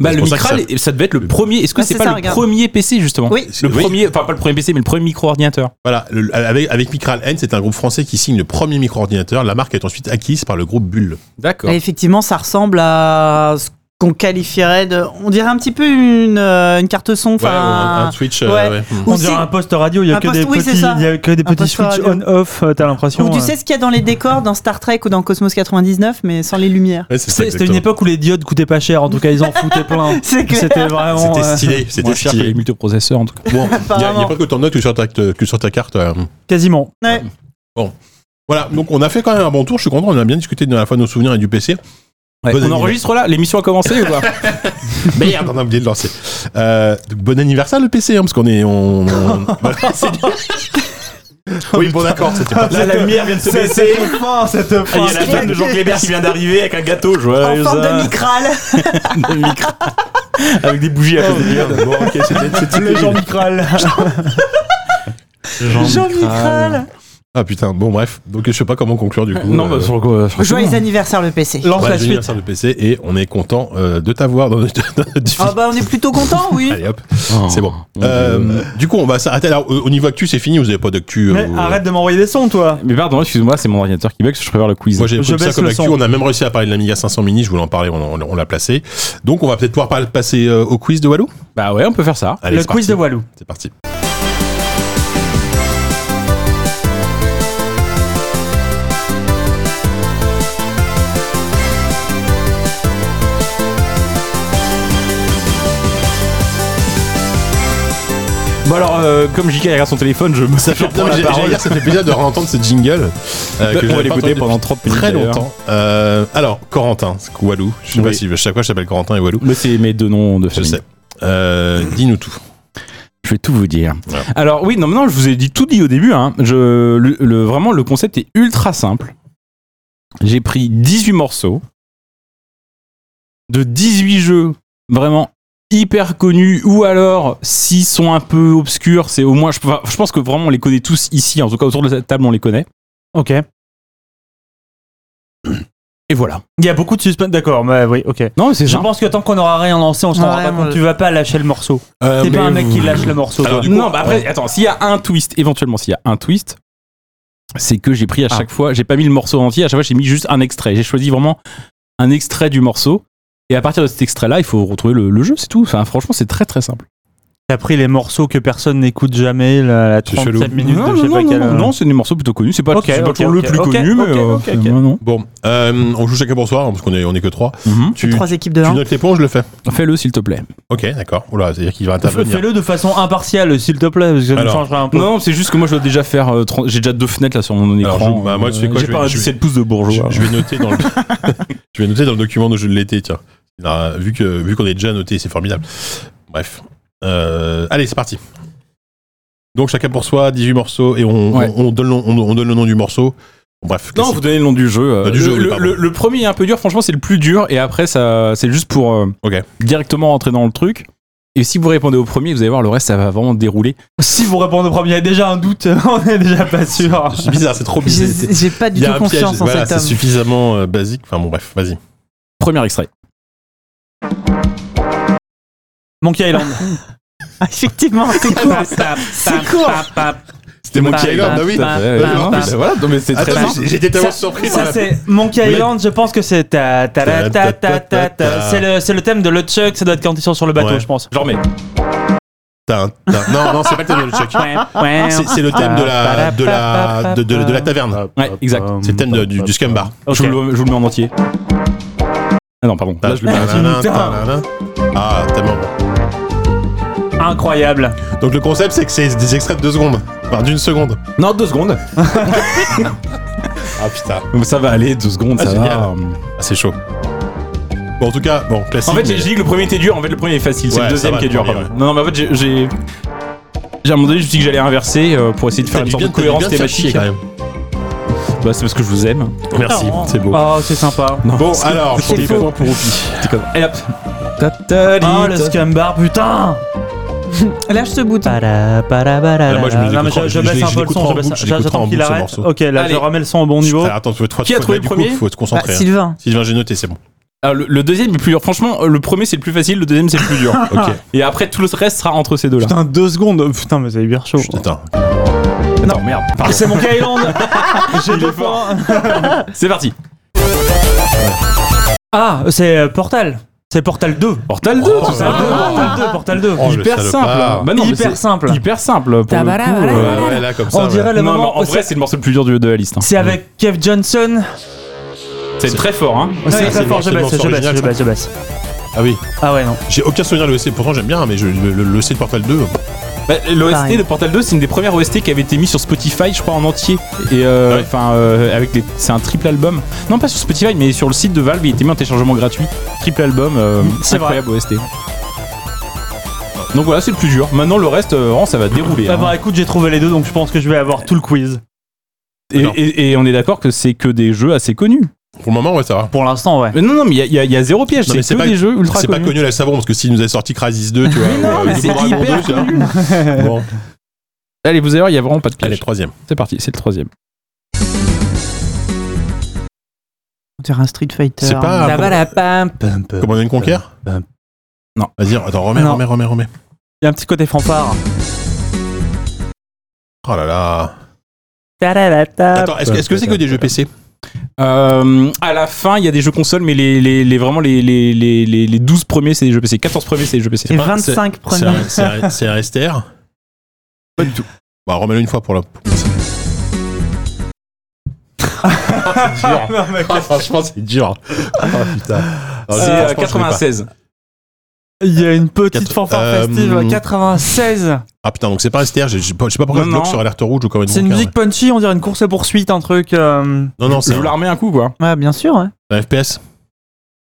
E: Bah,
B: C'est
E: le
B: pour ça que
E: Micral, et- ça devait être le premier. Est-ce que
F: Ouais,
E: c'est
F: c'est
E: pas
F: ça,
E: le
F: regarde.
E: premier PC justement
F: Oui.
E: Le
B: Oui.
E: premier, enfin pas le premier PC, mais le premier micro-ordinateur.
B: Voilà, le- avec, avec Micral N, c'est un groupe français qui signe le premier micro-ordinateur. La marque est ensuite acquise par le groupe Bull.
E: D'accord.
F: Et effectivement, ça ressemble à ce qu'on qualifierait de. On dirait un petit peu une, euh, une carte son.
B: Ouais, ou un,
F: Enfin,
B: un Twitch. euh,
F: ouais.
B: ouais. Mm.
D: On
F: Ou
D: dirait
F: si-
D: un poste radio, il y a
F: Un
D: que
F: poste-
D: des
F: oui, c'est
D: petits,
F: ça.
D: il y a que des petits
F: poste
D: switch
F: radio.
D: on-off, euh, t'as l'impression.
F: ou tu
D: euh,
F: sais ce qu'il y a dans les décors dans Star Trek ou dans Cosmos 99, mais sans les lumières. [LAUGHS]
B: Ouais, c'est ça,
D: c'est- C'était une
B: exactement.
D: époque où les diodes coûtaient pas cher, en tout cas ils en foutaient plein.
F: C'est clair.
D: C'était vraiment.
B: C'était
D: euh,
B: stylé,
E: Moins
B: c'était
E: cher que les
B: stylé.
E: multiprocesseurs en tout cas.
B: Bon, il n'y a,
F: Apparemment.
B: pas que ton note que sur ta, que sur ta carte. euh.
D: Quasiment.
B: Voilà, donc on a fait quand même un bon tour. Je suis content, on a bien discuté de à la fois de nos souvenirs et du PC.
E: Ouais.
B: Bon
E: On
B: anniversaire.
E: enregistre là, l'émission a commencé ou quoi
B: Merde, on a oublié de lancer. Euh, donc, bon anniversaire le PC, hein, parce qu'on est. On, on- Voilà, c'est dur. oui, bon d'accord, c'était pas
C: Là, la lumière vient de se baisser.
D: fin, cette
C: Et Il y a la femme de Jean Clébert qui vient d'arriver avec un gâteau.
F: En
C: Joyeux
F: forme de
C: anniversaire.
F: micral.
E: Le micro. Avec des bougies à cause des lumières.
B: Bon, ok, c'était- c'était-
D: Le Jean Micral.
F: Jean Micral.
B: Ah putain, bon bref, donc je sais pas comment conclure du coup.
E: Non,
B: Euh,
E: bah, sur quoi
F: Joyeux anniversaire le PC.
D: Lance la
B: voilà, bon
D: suite.
B: anniversaire le PC et on est content euh, de t'avoir dans notre, [LAUGHS] dans notre
F: Ah
B: fil.
F: bah on est plutôt content, oui.
B: [LAUGHS] Allez hop, c'est bon. Euh, du coup, on va s'arrêter. Alors, au au niveau actu, c'est fini, vous avez pas d'actu. euh,
D: Mais arrête de m'envoyer des sons, toi.
E: Mais pardon, excuse-moi, c'est mon ordinateur qui bug, je préfère le quiz.
B: Moi, j'ai
D: Je
B: pris ça
D: baisse
B: comme
D: le
B: actu.
D: son.
B: On a même réussi à parler de l'Amiga 500 Mini. Je voulais en parler, on, on- on l'a placé. Donc, on va peut-être pouvoir par- passer euh, au quiz de Walou.
E: Bah ouais, on peut faire ça.
B: Allez,
D: le
B: c'est
D: quiz
B: parti.
D: de Walou.
B: C'est parti.
E: Bon alors, euh, comme JK regarde son téléphone, je me
B: Ça fait,
E: prends la
B: j'ai-
E: parole.
B: j'allais dire, ça fait plaisir de réentendre ce jingle. euh,
E: on va
B: j'avais pas
E: l'écouter
B: entendu
E: pendant 30 minutes.
B: Très
E: d'ailleurs.
B: longtemps. Euh, alors, Corentin, Walou. Je sais pas
E: Oui.
B: si chaque fois je t'appelle Corentin et Walou.
E: Mais c'est mes deux noms de
B: Je
E: famille.
B: sais. Euh, Dis-nous tout.
E: Je vais tout vous dire.
B: Ouais.
E: Alors oui, non, mais non, je vous ai dit tout dit au début. hein. Je, le, le- vraiment, le concept est ultra simple. J'ai pris 18 morceaux de 18 jeux vraiment hyper connus ou alors s'ils sont un peu obscurs, c'est au moins je, enfin, je pense que vraiment on les connaît tous ici en tout cas autour de la table on les connaît.
D: Ok.
E: Et voilà.
D: Il y a beaucoup de suspense. D'accord, mais oui, ok.
E: Non, c'est
D: Je pense que tant qu'on aura rien lancé, on se rendra
F: Ouais,
D: pas
F: moi,
D: compte.
F: je-
D: Tu vas pas lâcher le morceau. T'es pas un mec qui lâche le morceau.
B: Euh, Alors,
D: toi.
B: du coup,
E: Non, mais après, attends, s'il y a un twist, éventuellement s'il y a un twist, c'est que j'ai pris à chaque fois, j'ai pas mis le morceau entier, à chaque fois j'ai mis juste un extrait. J'ai choisi vraiment un extrait du morceau. Et à partir de cet extrait-là, il faut retrouver le, le jeu, c'est tout. Enfin, franchement, c'est très très simple.
D: T'as pris les morceaux que personne n'écoute jamais, la, la
B: C'est chelou.
D: 37 minutes
E: non,
D: de je sais
E: non,
D: pas euh,
E: non,
D: quel.
E: non, non, c'est des morceaux plutôt connus. C'est pas,
D: Ok,
E: c'est pas
D: ok,
E: toujours
D: ok,
E: le plus
D: ok,
E: connu,
D: ok,
E: mais. euh,
D: ok, ok.
E: non, non.
B: Bon, euh, on joue chacun pour soi, hein, parce qu'on est, on est que trois.
E: Mhm.
B: Tu,
F: Trois équipes de
B: tu
F: 1.
B: notes l'éponge, je le fais.
E: Fais-le, s'il te plaît.
B: Ok, d'accord. Oula, c'est-à-dire qu'il va
D: Fais-
B: intervenir.
D: Fais-le de façon impartiale, s'il te plaît, parce que ça nous
B: Alors,
D: changera un peu.
E: Non, c'est juste que moi, je dois déjà faire. euh, 30 j'ai déjà deux fenêtres là sur mon écran.
B: Alors, je- bah, moi, tu sais quoi,
E: j'ai
B: je vais-
E: pas un
B: je vais-
E: 17 pouces de
B: Je,
E: bourgeois.
B: [LAUGHS] je vais noter dans le, je vais noter dans le document de jeu de l'été, tiens. Ah, vu que, vu qu'on est déjà noté, c'est formidable. Bref. Euh, allez, c'est parti. Donc chacun pour soi, 18 morceaux, et on,
E: Ouais.
B: on, on donne, le nom- on, on donne le nom du morceau. Bon, bref.
E: Non,
B: classique.
E: vous donnez le nom du jeu. euh,
B: Ah, du
E: le,
B: jeu, oui,
E: le-
B: pardon.
E: le- le premier est un peu dur, franchement, c'est le plus dur. Et après, ça, c'est juste pour euh,
B: Ok.
E: directement rentrer dans le truc. Et si vous répondez au premier, vous allez voir, le reste, ça va vraiment dérouler.
D: Si vous répondez au premier, il y a déjà un doute, [LAUGHS] on est déjà pas sûr.
B: C'est bizarre, c'est trop bizarre.
F: J'ai j'ai pas
B: Il
F: du
B: y
F: tout
B: a un piège.
F: confiance en
B: Voilà,
F: cet
B: c'est
F: homme.
B: suffisamment euh, basique. Enfin bon, bref, vas-y.
E: Premier extrait.
D: Monkey Island.
F: Ah, [LAUGHS] Effectivement, c'est court. C'est court.
B: C'était
D: Bah,
B: Monkey Island,
D: bah,
B: ah oui.
D: bah,
E: Ouais,
D: bah,
E: ouais,
D: bah,
E: non,
D: bah.
E: mais voilà, non, mais c'est très
B: Attends,
E: simple.
B: j'ai- j'étais tellement
D: Ça-
B: surpris. par
D: Ça,
B: la-
D: c'est Monkey
B: Mais-
D: Island, je pense que c'est ta- ta- ta- ta- ta- ta- ta- c'est le c'est le thème de Le Chuck, ça doit être quand ils sont sur le bateau,
B: Ouais.
D: je pense.
E: Genre, mais.
B: T'as un- t'as- Non, non, [LAUGHS] c'est pas le thème de check.
D: Ah,
B: C'est c'est le thème de
D: bah,
B: la, de la, de, de- de la taverne.
E: Ouais, exact.
B: C'est le thème de- du, du scum bar.
D: Ok.
E: Je, vous le, je vous le mets en entier. Ah non, pardon. Là, je le mets en entier.
B: Tadadadin, tadadadin. Ah, tellement bon.
D: Incroyable.
B: Donc le concept, c'est que c'est des extraits de deux secondes. Enfin, d'une seconde.
E: Non, deux secondes.
B: Ah putain,
E: Ça va aller, deux secondes,
B: Ah,
E: ça
B: génial.
E: va.
B: Ah, c'est chaud. Bon, en tout cas, bon, classique.
E: En fait,
B: mais-
E: j'ai j'ai dit que le premier était dur. En fait, le premier est facile. C'est
B: Ouais,
E: le deuxième
B: ça va,
E: qui est
B: le
E: dur.
B: premier,
E: pardon. Non, non, mais en fait, j'ai- j'ai. j'ai- À un moment donné, je me suis dit que j'allais inverser euh, pour essayer de
B: T'as
E: faire une
B: dû
E: sorte
B: bien-
E: de
B: t'as dû
E: cohérence
B: bien te faire chier,
E: thématique.
B: quand même.
E: Bah, c'est parce que je vous aime. Ah,
B: Merci, c'est beau.
D: Oh, c'est sympa.
B: Bon, alors, je
F: c'est faux.
B: pour Oupi.
E: Et eh, hop.
D: Oh, le scum bar, putain.
F: Lâche ce bouton.
D: Para, para, para,
B: Ah, moi, je me
D: para. Euh, Non, mais
B: l'écouterai-
D: je, je
B: je
D: baisse
B: l'ai-
D: un
B: je
D: peu le
B: l'écouterai en
D: son, je baisse-
B: boucle, je l'écouterai en
D: j'attends qu'il
B: boucle, ce
D: arrête.
B: morceau.
D: Ok, là
E: Allez.
D: je remets le son au bon niveau.
B: Putain, Attends, tu veux trois
E: Qui a
B: trois-
E: trouvé
B: du
E: le premier
B: coup, Faut se
E: Bah,
B: concentrer. hein.
F: Sylvain.
B: Sylvain, j'ai noté, c'est bon.
E: Alors, le, le deuxième est plus dur. Franchement, euh, le premier c'est le plus facile, le deuxième c'est le plus dur.
B: [LAUGHS] Ok.
E: Et après, tout le reste sera entre ces deux-là.
D: Putain, deux secondes. Putain, mais c'est hyper chaud.
B: Attends.
E: Attends,
B: [LAUGHS]
E: merde. Pardon.
D: C'est mon Island. J'ai deux points.
E: C'est parti.
D: Ah, c'est euh, Portal. C'est Portal 2.
E: Portal 2, tout
D: Portal 2, Portal 2, Portal 2.
B: Oh, le
E: Hyper
B: salopard.
E: simple. Ah. Bah non, mais
D: Hyper
E: c'est
D: simple.
E: Hyper simple. Pour le
F: Tabara,
E: coup,
F: voilà,
E: euh,
F: voilà.
B: Ouais, là, comme ça.
D: On
B: ouais.
D: dirait le
E: Non, mais
D: moment.
E: en
D: où
E: vrai,
D: c'est-
E: c'est le morceau le plus dur de, de la liste. hein.
D: c'est avec Kev
E: Ah,
D: Johnson.
E: C'est très fort, hein.
D: Ouais, c'est
B: c'est
D: très
B: le-
D: fort, je
B: c'est le
D: baisse,
B: morceau
D: je baisse,
B: original,
D: je
B: ça.
D: baisse, je baisse.
B: Ah oui.
D: Ah ouais, non.
B: J'ai aucun souvenir de l'EC, pourtant j'aime bien, mais je- le, le- le C de Portal 2.
E: Bah, L'OST
F: Pareil.
E: de Portal 2, c'est une des premières OST qui avait été mise sur Spotify, je crois, en entier. Et euh,
B: Ouais.
E: enfin, euh, avec des, c'est un triple album. Non, pas sur Spotify, mais sur le site de Valve, il était mis en téléchargement gratuit. Triple album, euh,
B: Mm,
D: c'est
E: incroyable OST. Donc voilà, c'est le plus dur. Maintenant, le reste, euh, vraiment, ça va dérouler.
D: Ah
E: hein.
D: bah écoute, j'ai trouvé les deux, donc je pense que je vais avoir tout le quiz.
E: Et,
B: hein.
E: et- et on est d'accord que c'est que des jeux assez connus.
B: Pour le moment, ouais, ça va.
D: Pour l'instant, ouais.
E: Mais non, non, mais il y a- il y, a- il y a zéro piège.
B: Non, mais
E: C'est
B: c'est
E: que
B: pas-
E: des jeux ultra
B: C'est pas
E: connus.
B: connu à la savon parce que s'il nous avait sorti Crysis
E: [LAUGHS]
B: 2, tu vois.
E: Mais non,
B: euh,
E: mais
B: Double
E: c'est
B: Dragon 2,
E: hyper
B: tu vois. Bon,
E: Allez, vous allez voir, il y a vraiment pas de
B: hein. allez,
E: piège.
B: troisième.
E: C'est parti, c'est le troisième.
F: On dirait un Street Fighter.
B: C'est pas- Comment on a une conquête
E: Pam.
B: Non. Vas-y, attends, remets,
D: Non.
B: remets, remets, remets.
D: Il y a un petit côté fanfare.
B: Oh là là.
F: Ta-da-da-ta.
B: Attends, est-ce que est-ce que c'est que des jeux PC
E: Euh, à la fin, il y a des jeux consoles, mais les, les, les- vraiment les, les, les, les- les 12 premiers, c'est des jeux PC. 14 premiers, c'est des jeux PC.
F: Et
B: pas-
F: 25
B: C'est
F: premiers.
B: un- C'est un- c'est un STR
E: Pas du tout.
B: Bah, remets-le une fois pour la.
E: [LAUGHS]
B: Ah, franchement, c'est dur.
E: Ah,
B: Oh putain.
E: C'est euh, 96.
D: Il y a une petite
B: Quatre-
D: fanfare
B: euh,
E: hum.
D: festive. 96.
B: Ah putain, donc c'est pas un STR, je je sais pas je sais pas pourquoi
E: Non,
B: je bloque
E: non.
B: sur Alerte Rouge ou comme
D: C'est une musique punchy, on dirait une course à poursuite, un truc. euh,
B: Non, non,
E: Je
B: c'est
E: vous la
B: un
E: remets un coup, quoi.
F: Ouais, bien sûr. hein.
B: un FPS.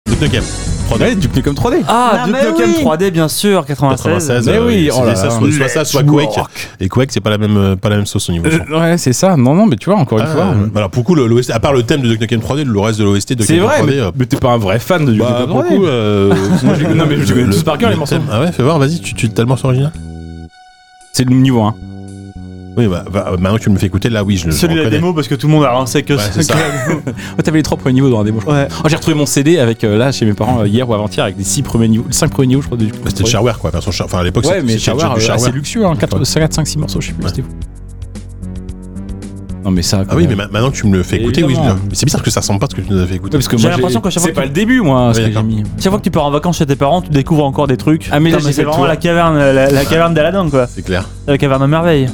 B: De Tekken. 3D.
E: Ouais, du comme 3D.
D: Ah,
F: Ah,
D: Duke
F: mais
D: Nukem
F: oui.
D: 3D, bien sûr, 96.
B: 96,
E: Mais
B: euh,
E: oui,
B: c'était
E: oh là
B: ça,
E: là.
B: soit, soit ça, soit Quake. Et Quake, c'est pas la même, euh, pas la même sauce au niveau. son.
E: ouais, c'est ça. Non, non, mais tu vois, encore une
B: Ah,
E: fois. hein.
B: euh, Alors, pour le coup, le- l'OST, à part le thème de Duck Nukem 3D, le reste de l'OST de
E: C'est
B: Duck Nukem
E: vrai,
B: 3D,
E: mais,
B: euh,
E: mais t'es pas un vrai fan de hein, jeux
B: bah, pour le coup,
E: [LAUGHS]
B: euh,
E: Moi, je les connais- non, mais je les connais
B: le-
E: tous par cœur, les
B: le
E: morceaux.
B: thème- Ah ouais, fais voir, vas-y, tu, tu t'as le morceau original
E: C'est le niveau hein. 1.
B: Oui, bah, bah, maintenant que tu me fais écouter, là, oui, je le
D: Celui de la
B: reconnais.
D: démo, parce que tout le monde a rincé que
B: Ouais, c'est ça.
E: [LAUGHS] Oh, t'avais les 3 premiers niveaux dans la démo, je crois.
D: Ouais.
E: Oh, j'ai retrouvé mon CD avec, euh, là, chez mes parents, euh, hier ou avant-hier, avec les 6 premiers niveaux, 5 premiers niveaux, je crois, de
B: Bah, C'était le shareware, quoi. version char- Enfin, à l'époque,
E: Ouais,
B: c'était
E: mais
B: c'était le jeu du
E: Shareware, euh, assez
B: shareware.
E: luxueux, hein, 4,
B: Ouais.
E: 5, 6 morceaux, je sais plus,
B: Ouais.
E: c'était fou. Non, mais ça.
B: Ah
E: quand
B: oui,
E: même.
B: mais ma- maintenant que tu me le fais écouter, oui, je
E: Évidemment.
B: le- mais c'est bizarre que ça ressemble pas à ce que tu nous as fait écouter.
E: Ouais, parce que
D: J'ai
E: moi,
D: l'impression que chaque fois
E: c'est
D: que
E: pas
D: tu-
E: le début, moi, ce
B: Oui,
E: que j'ai
B: d'accord.
E: mis.
D: Chaque fois que tu pars en vacances chez tes parents, tu découvres encore des trucs.
E: Ah, mais là,
D: Putain,
E: j'ai fait
D: c'est
E: le
D: vraiment
E: tour.
D: la caverne, la, la caverne d'Aladin, quoi.
B: C'est clair.
D: La caverne de merveille.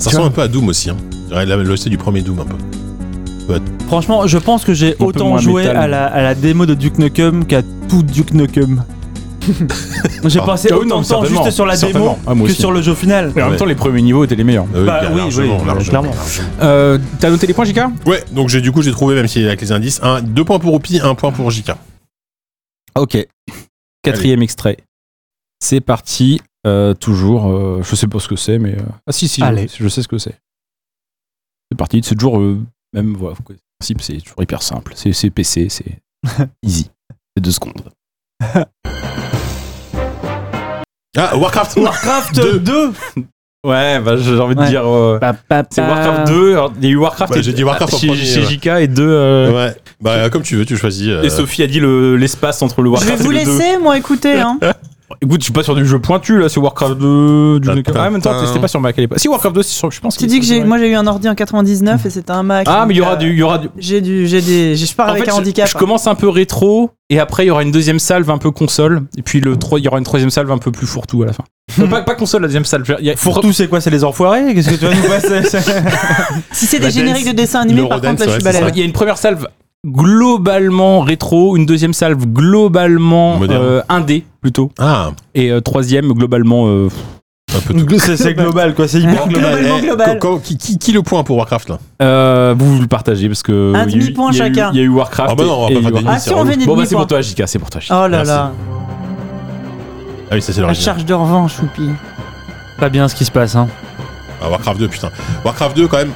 B: Ça ressemble un peu à Doom aussi. Hein. Je dirais la- L'OST du premier Doom, un peu.
D: Franchement, je pense que j'ai
E: peu
D: autant
E: moins
D: joué
E: métal.
D: à la, à la démo de Duke Nukem qu'à tout Duke Nukem. j'ai
B: Ah.
D: passé
E: Ah
D: autant
E: oui, non,
D: de temps
E: certainement,
D: juste sur la démo
E: certainement. Ah, moi
D: que
E: aussi.
D: sur le jeu final.
E: Mais en même temps, les premiers niveaux étaient les meilleurs.
B: Ah oui,
D: Bah
B: bien,
D: oui,
B: largement,
D: oui,
B: largement,
D: clairement.
B: largement.
E: Euh, T'as noté les points, JK
B: Ouais, donc j'ai du coup, j'ai trouvé, même si avec les indices, un, deux points pour Oupi, un point pour JK.
E: Ok. Quatrième extrait. C'est parti. Euh, toujours, euh, je sais pas ce que c'est, mais. euh, Ah si, si, je-
D: Allez.
E: Je, sais ce que c'est. C'est parti. C'est toujours. euh, même, voilà. Le principe, c'est toujours hyper simple. C'est c'est PC, [LAUGHS] c'est easy. C'est deux secondes.
B: Ah, Warcraft
D: Warcraft
B: Deux.
D: 2
E: Ouais, bah, j'ai envie
D: de Ouais. dire, bah,
E: c'est
F: Bah,
E: Warcraft 2. Il y a eu Warcraft
B: Ouais, et- Bah, j'ai dit Warcraft en chez-
E: chez,
B: premier, chez ouais.
E: JK et 2.
B: Ouais, bah comme tu veux, tu choisis. euh,
E: Et Sophie a dit le- l'espace entre le
F: Je vais
E: Warcraft
F: vous
E: et le 2.
F: laisser, moi, écouter.
E: [LAUGHS]
F: Hein.
E: Écoute, je suis pas sur du jeu pointu là, c'est Warcraft 2. Du...
B: Tintin.
E: Ah, en même temps, c'était pas sur Mac à l'époque. Si Warcraft 2, c'est sur- je pense.
F: Tu
E: que
F: dis que
E: c'est sur
F: j'ai,
E: Mac.
F: moi, j'ai eu un ordi en 99 et c'était un Mac.
E: Ah, mais il y
F: donc,
E: aura
F: euh,
E: du, il y aura du.
F: J'ai du, j'ai des, j'ai- je pars
E: En
F: avec
E: fait,
F: un
E: je-
F: handicap. hein.
E: Je commence un peu rétro et après il y aura une deuxième salve un peu console et puis le trois- il y aura une troisième salve un peu plus fourre-tout à
F: [LAUGHS]
E: la fin. Non, pas, pas console la deuxième salve. il y a-
D: Fourre-tout, c'est quoi C'est les enfoirés Qu'est-ce que tu vas nous passer C'est-
F: Si c'est
B: La
F: des génériques
B: dance,
F: de dessins animés, par
B: l'eurodance,
F: contre, là, je
B: ouais,
F: suis
B: c'est ça.
F: balèze.
E: Il y a une première salve globalement rétro, une deuxième salve globalement
B: Moderne.
E: euh, indé plutôt
B: Ah,
E: et euh, troisième globalement. euh,
B: un peu tout.
D: C'est c'est global, quoi. C'est hyper global.
F: Globalement,
B: Eh,
F: global.
B: co- co- qui, qui- qui le point pour Warcraft là
E: euh, vous, vous le partagez parce que
F: Un
E: il y a eu-
F: demi-point
E: il y a eu-
F: chacun.
E: Il y a eu Warcraft.
B: Ah bah non, on va
E: et-
B: pas
E: et
B: faire
E: Warcraft.
B: des
F: Ah, si on venait de
E: Bon bah c'est
F: demi-point.
E: pour toi, JK, c'est pour toi. JK.
F: Oh là
B: Merci.
F: là,
B: Ah oui, ça c'est
F: la
B: l'original.
F: charge de revanche, choupi.
D: Pas bien ce qui se passe, hein.
B: Ah, Warcraft 2, putain. Warcraft 2, quand même.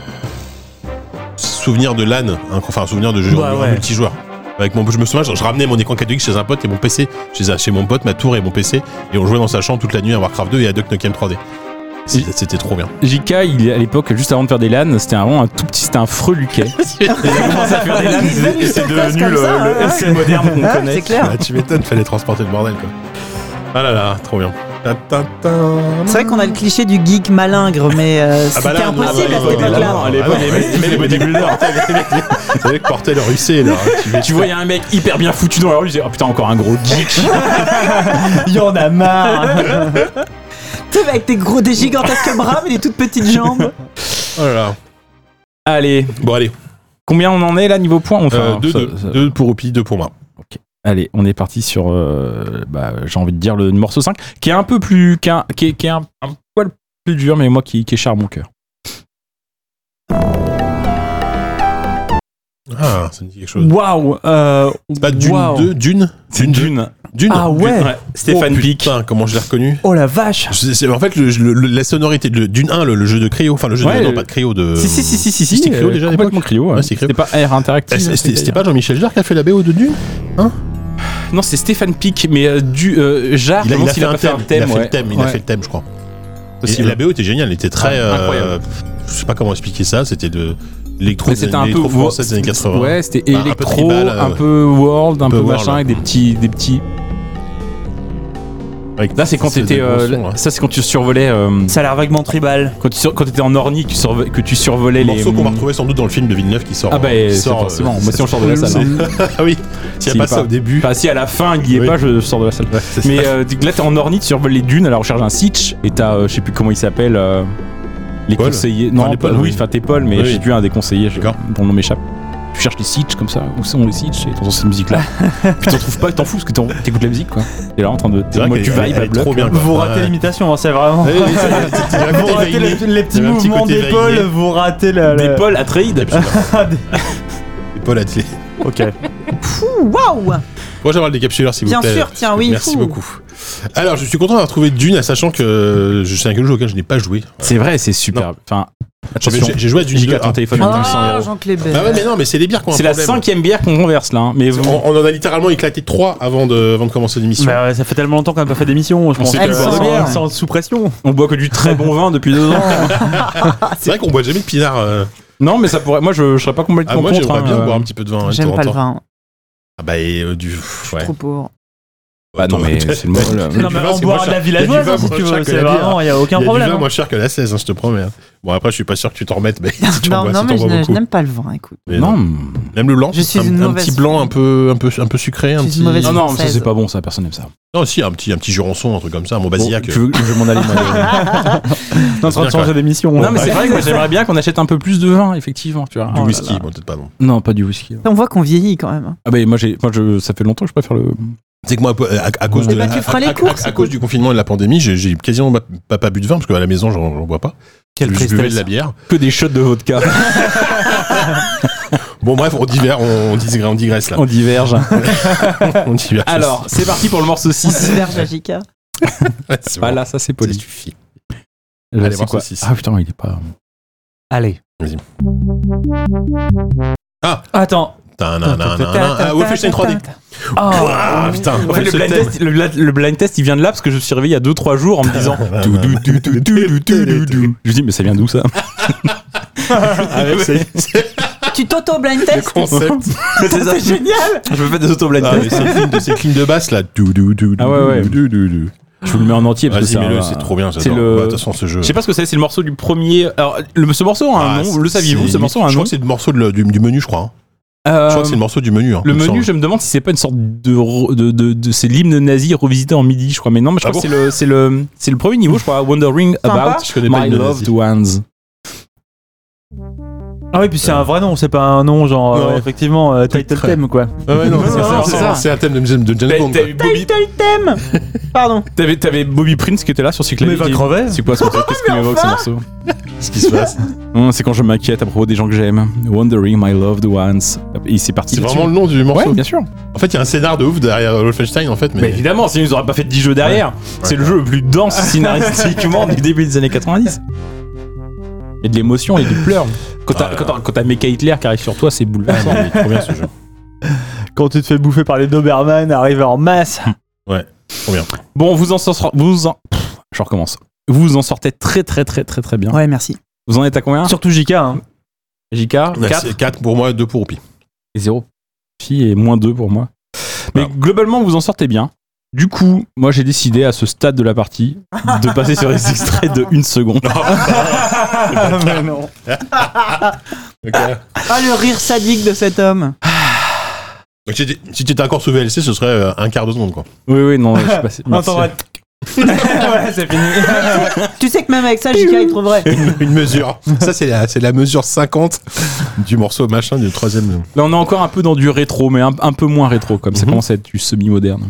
B: Souvenir de LAN, hein, enfin souvenir de jeu
D: Bah
B: en
D: ouais.
B: multijoueur. Avec mon, je me souviens, je, je ramenais mon écran catholique chez un pote et mon PC, chez, un- chez mon pote, ma tour et mon PC, et on jouait dans sa chambre toute la nuit à Warcraft 2 et à Duck Nukem 3D. C'était c'était trop bien.
E: JK, il, à l'époque, juste avant de faire des LAN, c'était vraiment un tout petit, c'était
B: [LAUGHS]
E: un freluquet. Il a commencé à faire des LAN,
F: Il est devenu
E: c'est
F: sur place
E: devenu
F: comme
E: le,
F: ça,
E: le
F: hein,
E: FC moderne qu'on
F: Ah,
E: connaît.
F: [LAUGHS]
B: [LAUGHS]
F: c'est clair.
B: Ah, tu m'étonnes, fallait transporter le bordel quoi. Ah là là, trop bien. Ta ta ta.
F: C'est vrai qu'on a le cliché du geek malingre, mais euh,
B: Ah bah
F: c'était
B: là, non,
F: impossible
B: ah bah
F: à cette
B: là,
F: époque-là.
B: non, à l'époque,
E: Ah ouais.
B: les mecs- les bodybuilders, tu sais, les mecs- les mecs portaient leur UC là. hein,
E: Tu vois, il y a un mec hyper bien foutu dans la rue, il disait Oh putain, encore un gros
F: [LAUGHS]
E: geek. [LAUGHS]
D: Il y en a marre.
F: Tu sais, avec tes gros, des gigantesques bras, mais des toutes petites jambes.
B: Oh là là.
E: Allez,
B: Bon allez,
E: combien on en est là niveau points enfin,
B: euh, deux,
E: ça-
B: deux.
E: ça-
B: Deux pour Opi, deux pour moi.
E: Allez, on est parti sur, euh, bah, j'ai envie de dire, le morceau 5, qui est un peu plus. qui est, un- qui est- qui est un, un poil plus dur, mais moi qui, qui est cher à mon cœur.
B: Ah, ça me dit quelque chose.
D: Waouh. euh,
B: C'est pas d'une,
D: waouh.
B: deux, d'une D'une, deux, d'une.
D: Ah ouais.
E: Stéphane
B: oh,
E: Pic.
B: putain, comment je l'ai reconnu
D: Oh la vache.
B: Je sais- c'est- En fait, le- le- le- la sonorité de- d'une 1, le, le jeu de Cryo, enfin le jeu
E: Ouais,
B: de. Non,
E: le-
B: pas de Cryo, de.
E: Si, si, si, si, si, si.
B: C'était Cryo
E: euh,
B: déjà à l'époque
E: Complètement Cryo. ouais.
B: Ouais, c'est Cryo.
E: C'était pas Air Interactive.
B: Eh, c'est- C'était
E: c'était-
B: c'était pas Jean-Michel Jarre qui a fait la BO de Dune
E: Non, c'est Stéphane Pic, mais euh, du. euh, Jarre,
B: il a,
E: non,
B: il a fait un
E: pas
B: thème, il a fait
E: ouais.
B: le thème, il a
E: Ouais,
B: fait le thème, je crois. Et
E: possible.
B: la BO était géniale, elle était très.
E: Ouais,
B: euh,
E: incroyable.
B: Je sais pas comment expliquer ça, c'était de l'électro
E: Mais c'était un peu
B: français des années 80.
E: Ouais, c'était
B: Bah, un peu
E: électro,
B: tribal, euh,
E: un peu world, un
B: peu
E: peu
B: world.
E: machin, avec des petits, des petits.
B: Avec
E: Là, c'est quand
B: ces-
E: t'étais,
B: ces gros
E: euh,
B: sons, là.
E: ça c'est quand tu survolais, euh,
D: Ça a l'air vaguement tribal.
E: quand tu sur- quand t'étais en ornie, que tu survo- que tu survolais les.
B: Morceau qu'on va retrouver sans doute dans le film de Villeneuve qui sort.
E: Ah bah,
B: qui
E: c'est
B: sort,
E: forcément.
B: euh,
E: Moi, si on sort de
B: [LAUGHS]
E: la salle. hein.
B: Ah oui, s'il n'y
E: S'il
B: a
E: y
B: pas
E: est
B: ça
E: pas.
B: au début.
E: Enfin, si à la fin, il y est
B: Oui.
E: pas, je sors de
B: [LAUGHS]
E: la salle.
B: Ouais, c'est ça.
E: Mais euh, là, t'es en ornie, tu survoles les dunes à la recherche d'un sitch, et t'as, euh, je sais plus comment il s'appelle, euh, les
B: Paul
E: conseillers.
B: Enfin,
E: Non,
B: les Paul,
E: Paul,
B: oui.
E: oui, enfin t'es Paul, mais
B: Oui.
E: je sais plus un des conseillers, je-
B: D'accord.
E: dont le nom m'échappe. Tu cherches les sitch comme ça, où sont les sitch, et t'entends
B: [LAUGHS]
E: cette musique-là. Puis t'en trouves pas, t'en fous, parce que t'en- t'écoutes la musique, quoi. T'es là en train de.
B: C'est vrai
E: moi,
B: qu'elle-
E: tu
B: elle
E: vibes à
B: est trop
E: bloc.
B: bien. quoi.
D: Vous ratez
B: Ouais.
D: l'imitation, hein, c'est vraiment.
B: Ouais, ouais, c'est- c'est- c'est-
D: Vous ratez les, les petits
B: Il y avait un petit
D: mouvements
B: côté
D: d'épaule,
B: veillé.
D: vous ratez la.
E: Des
D: [LAUGHS] la-
E: Paul
B: [LAUGHS]
E: Atreides.
B: Paul Atelier.
D: ok.
F: Pouh, waouh
B: Moi j'aimerais le décapsuleur s'il vous
F: Bien
B: plaît.
F: sûr, tiens, oui.
B: Merci
F: fou.
B: beaucoup. Alors je suis content d'avoir trouvé Dune, sachant que je sais un jeu auquel je n'ai pas joué.
E: C'est vrai, c'est superbe. Enfin,
B: J'avais-
E: attention.
B: J'ai j'ai joué à Dune
E: Giga,
B: 2.
E: ton téléphone est
F: Ah,
E: 200 euros.
F: Jean Clébert.
B: Ah ouais, mais non, mais c'est les bières qu'on a
E: C'est la cinquième bière qu'on renverse là, hein, mais
B: On, on en a littéralement éclaté trois avant de, avant de commencer l'émission.
D: Bah ouais, ça fait tellement longtemps qu'on n'a pas fait d'émission, je pense.
E: s'est
D: que-
E: fait
F: boire
D: sans-
F: de bière.
D: sans sous pression.
E: on boit que du très bon vin depuis deux ans.
B: [LAUGHS] c'est vrai qu'on boit jamais de pinard. euh.
E: Non, mais ça pourrait. Moi, je, je serais pas complètement
B: Ah, moi
E: contre.
B: j'aimerais
E: hein,
B: bien
E: euh.
B: boire un petit peu de vin. hein, de
F: J'aime
B: temps
F: pas
B: en
F: le
B: temps.
F: vin,
B: Ah bah et euh, du. Ouais.
F: trop pauvre.
E: Bah non, mais c'est le mot. là.
D: Non, mais on boit de la villageoise hein, si tu veux, c'est vraiment, il n'y a
B: Il y a
D: aucun
B: du
D: problème.
B: vin
D: hein.
B: moins cher que la 16, hein, je te promets. hein. Bon, après, je suis pas sûr que tu t'en remettes,
F: [LAUGHS]
B: mais [LAUGHS] si tu en
F: Non,
B: bois,
F: non,
B: si
F: mais
B: t'en bois
F: je n'a- je
B: beaucoup.
F: n'aime pas le vin, écoute.
B: Mais
E: Non,
B: Même le blanc
F: Je suis
B: un,
F: une
B: un
F: mauvaise
B: petit blanc un peu, un peu, un peu sucré, un
F: Je suis
B: petit.
F: une mauvaise-
E: non, non, ça c'est
F: Française.
E: pas bon, ça personne n'aime ça.
B: Non, si, un petit, un petit jurançon, un truc comme ça, mon
E: Bon,
B: basillac.
E: tu veux que je m'en [LAUGHS] aille moi,
D: On est en train de
B: bien,
D: changer d'émission.
E: Non, mais c'est vrai que moi, j'aimerais bien qu'on achète un peu plus de vin, effectivement, tu vois.
B: du
E: Oh là
B: whisky,
E: là.
B: bon, peut-être pas non.
E: Non, pas du whisky.
F: On voit qu'on vieillit
B: [LAUGHS]
F: quand même. hein,
E: Ah bah moi, j'ai, moi je, ça fait longtemps que je préfère le.
B: C'est que moi, à, à- à cause
F: Eh
B: de,
F: ben,
B: la-
F: tu
B: à-
F: feras les
B: à- à-
F: courses,
B: à cause du confinement et de la pandémie, j'ai- j'ai quasiment pas, pas- pas bu de vin parce qu'à la maison, j'en j'en bois pas.
E: Quelle
B: je buvais de la bière.
E: Que des shots de vodka. [LAUGHS]
B: Bon, bref, on divers, on, on digresse, on digresse là.
E: on diverge.
B: on diverge.
E: Alors, c'est parti pour le morceau 6.
F: Serge Agica.
B: [LAUGHS] Ouais, c'est
E: Ah
B: bon.
E: là, ça c'est
B: Ça
E: poli.
B: suffit.
E: Là,
B: Allez,
E: c'est
B: morceau
E: quoi
B: six.
E: Ah putain, il est pas.
D: Allez.
B: Vas-y.
D: Ah Attends.
B: Ah, Wolfenstein 3D. [LAUGHS] Ah, putain.
E: En fait, le blind, test, le, bla- le blind test, il vient de là parce que je me suis réveillé il y a 2-3 jours en me disant. Tout, tout, tout, tout, tout, tout, tout, [LAUGHS] tout. Je me dis, mais ça vient d'où ça Ah,
B: c'est
F: Oh, Tu t'auto-blind test
B: concept.
E: C'est ça.
F: Génial
E: Je me fais des auto-blind
B: Ah, mais
E: tests.
B: c'est clean de, c'est clean de basse là. Dou, dou, dou,
E: Ah ouais,
B: dou,
E: ouais.
B: dou, dou, dou.
E: Je vous le mets en entier parce que
B: Vas-y,
E: c'est
B: mets-le,
E: un-
B: c'est trop bien.
E: c'est
B: J'adore.
E: le-
B: Ouais, De toute façon, ce jeu.
E: Je sais pas ce que c'est, c'est le morceau du premier. Alors, le, ce morceau a un
B: Ah,
E: nom,
B: c'est-
E: le saviez-vous
B: c'est
E: Ce morceau a un
B: limite- Je
E: nom.
B: crois que c'est le morceau de le- du, du menu, je crois. hein.
E: Euh,
B: Je crois que c'est le morceau du menu. hein,
E: le
B: il me
E: menu,
B: semble.
E: je me demande si c'est pas une sorte de. re- de, de, de- c'est l'hymne nazi revisité en midi, je crois. Mais non, mais je
B: Ah
E: crois que
B: bon
E: c'est le, c'est le, c'est le premier niveau, je crois. Wondering
F: Sympa.
E: about
B: Je connais pas
E: my
B: l'hymne nazi.
E: loved ones.
D: Ah oui, puis c'est un vrai nom, c'est pas un nom genre
B: Non.
D: euh, effectivement euh, title
B: Très-
D: thème quoi.
B: Ah ouais, non,
E: Non,
B: c'est-
E: non,
B: c'est- Bah,
E: c'est
B: c'est-
E: ça.
B: C'est un thème de, de de James
E: T'avais
B: Bond.
E: t'avais Bobby,
F: Title thème Pardon.
E: t'avais- t'avais Bobby Prince qui était là sur ce
D: Mais va crever.
E: C'est quoi ce morceau Qu'est-ce qui m'évoque ce morceau
B: Qu'est-ce qui se
E: [LAUGHS]
B: passe
E: Hum, C'est quand je m'inquiète à propos des gens que j'aime. Wondering my loved ones. Et c'est parti.
B: C'est
E: là-dessus.
B: vraiment le nom du
E: Ouais,
B: morceau.
E: bien sûr.
B: En fait, il y a un scénar de ouf derrière euh, Wolfenstein, en fait.
E: Bah
B: Mais
E: évidemment, sinon ils auraient pas fait de 10 jeux derrière. C'est le jeu le plus dense [LAUGHS] scénaristiquement du début des années 90. Et de l'émotion et du pleur. Quand t'as,
B: Ah,
E: quand t'as- quand t'as Mecha Hitler qui arrive sur toi, c'est
B: Ah,
E: bouleversant.
B: non, mais trop bien ce jeu.
D: Quand tu te fais bouffer par les Doberman, arrive en masse.
B: Trop bien.
E: bon, vous en sortirez. Vous en... Pff, je recommence. Vous vous en sortez très très très très très bien.
F: Ouais, merci.
E: Vous en êtes à combien
D: [LAUGHS] Surtout JK. [LAUGHS] hein.
E: JK 4
B: 4 pour moi, 2 pour Oupi.
E: et 0. Fille et moins 2 pour moi. Mais
B: Voilà.
E: globalement, vous en sortez bien. Du coup, moi j'ai décidé à ce stade de la partie de passer sur les extraits de une seconde.
F: Ah, le rire sadique de cet homme.
B: Donc, si t'étais- si t'étais encore sous VLC, ce serait euh, un quart de seconde, quoi.
E: Oui, oui, non, je suis [LAUGHS] passé. merci.
D: Attends, ouais. [LAUGHS] voilà, c'est fini.
F: Tu sais que même avec ça, JK, il trouverait.
B: [LAUGHS] Une, une mesure. Ça, c'est la, c'est la mesure 50 du morceau machin du troisième.
E: Là, on est encore un peu dans du rétro, mais un, un peu moins rétro, comme ça
B: Mhm.
E: commence à être du semi-moderne.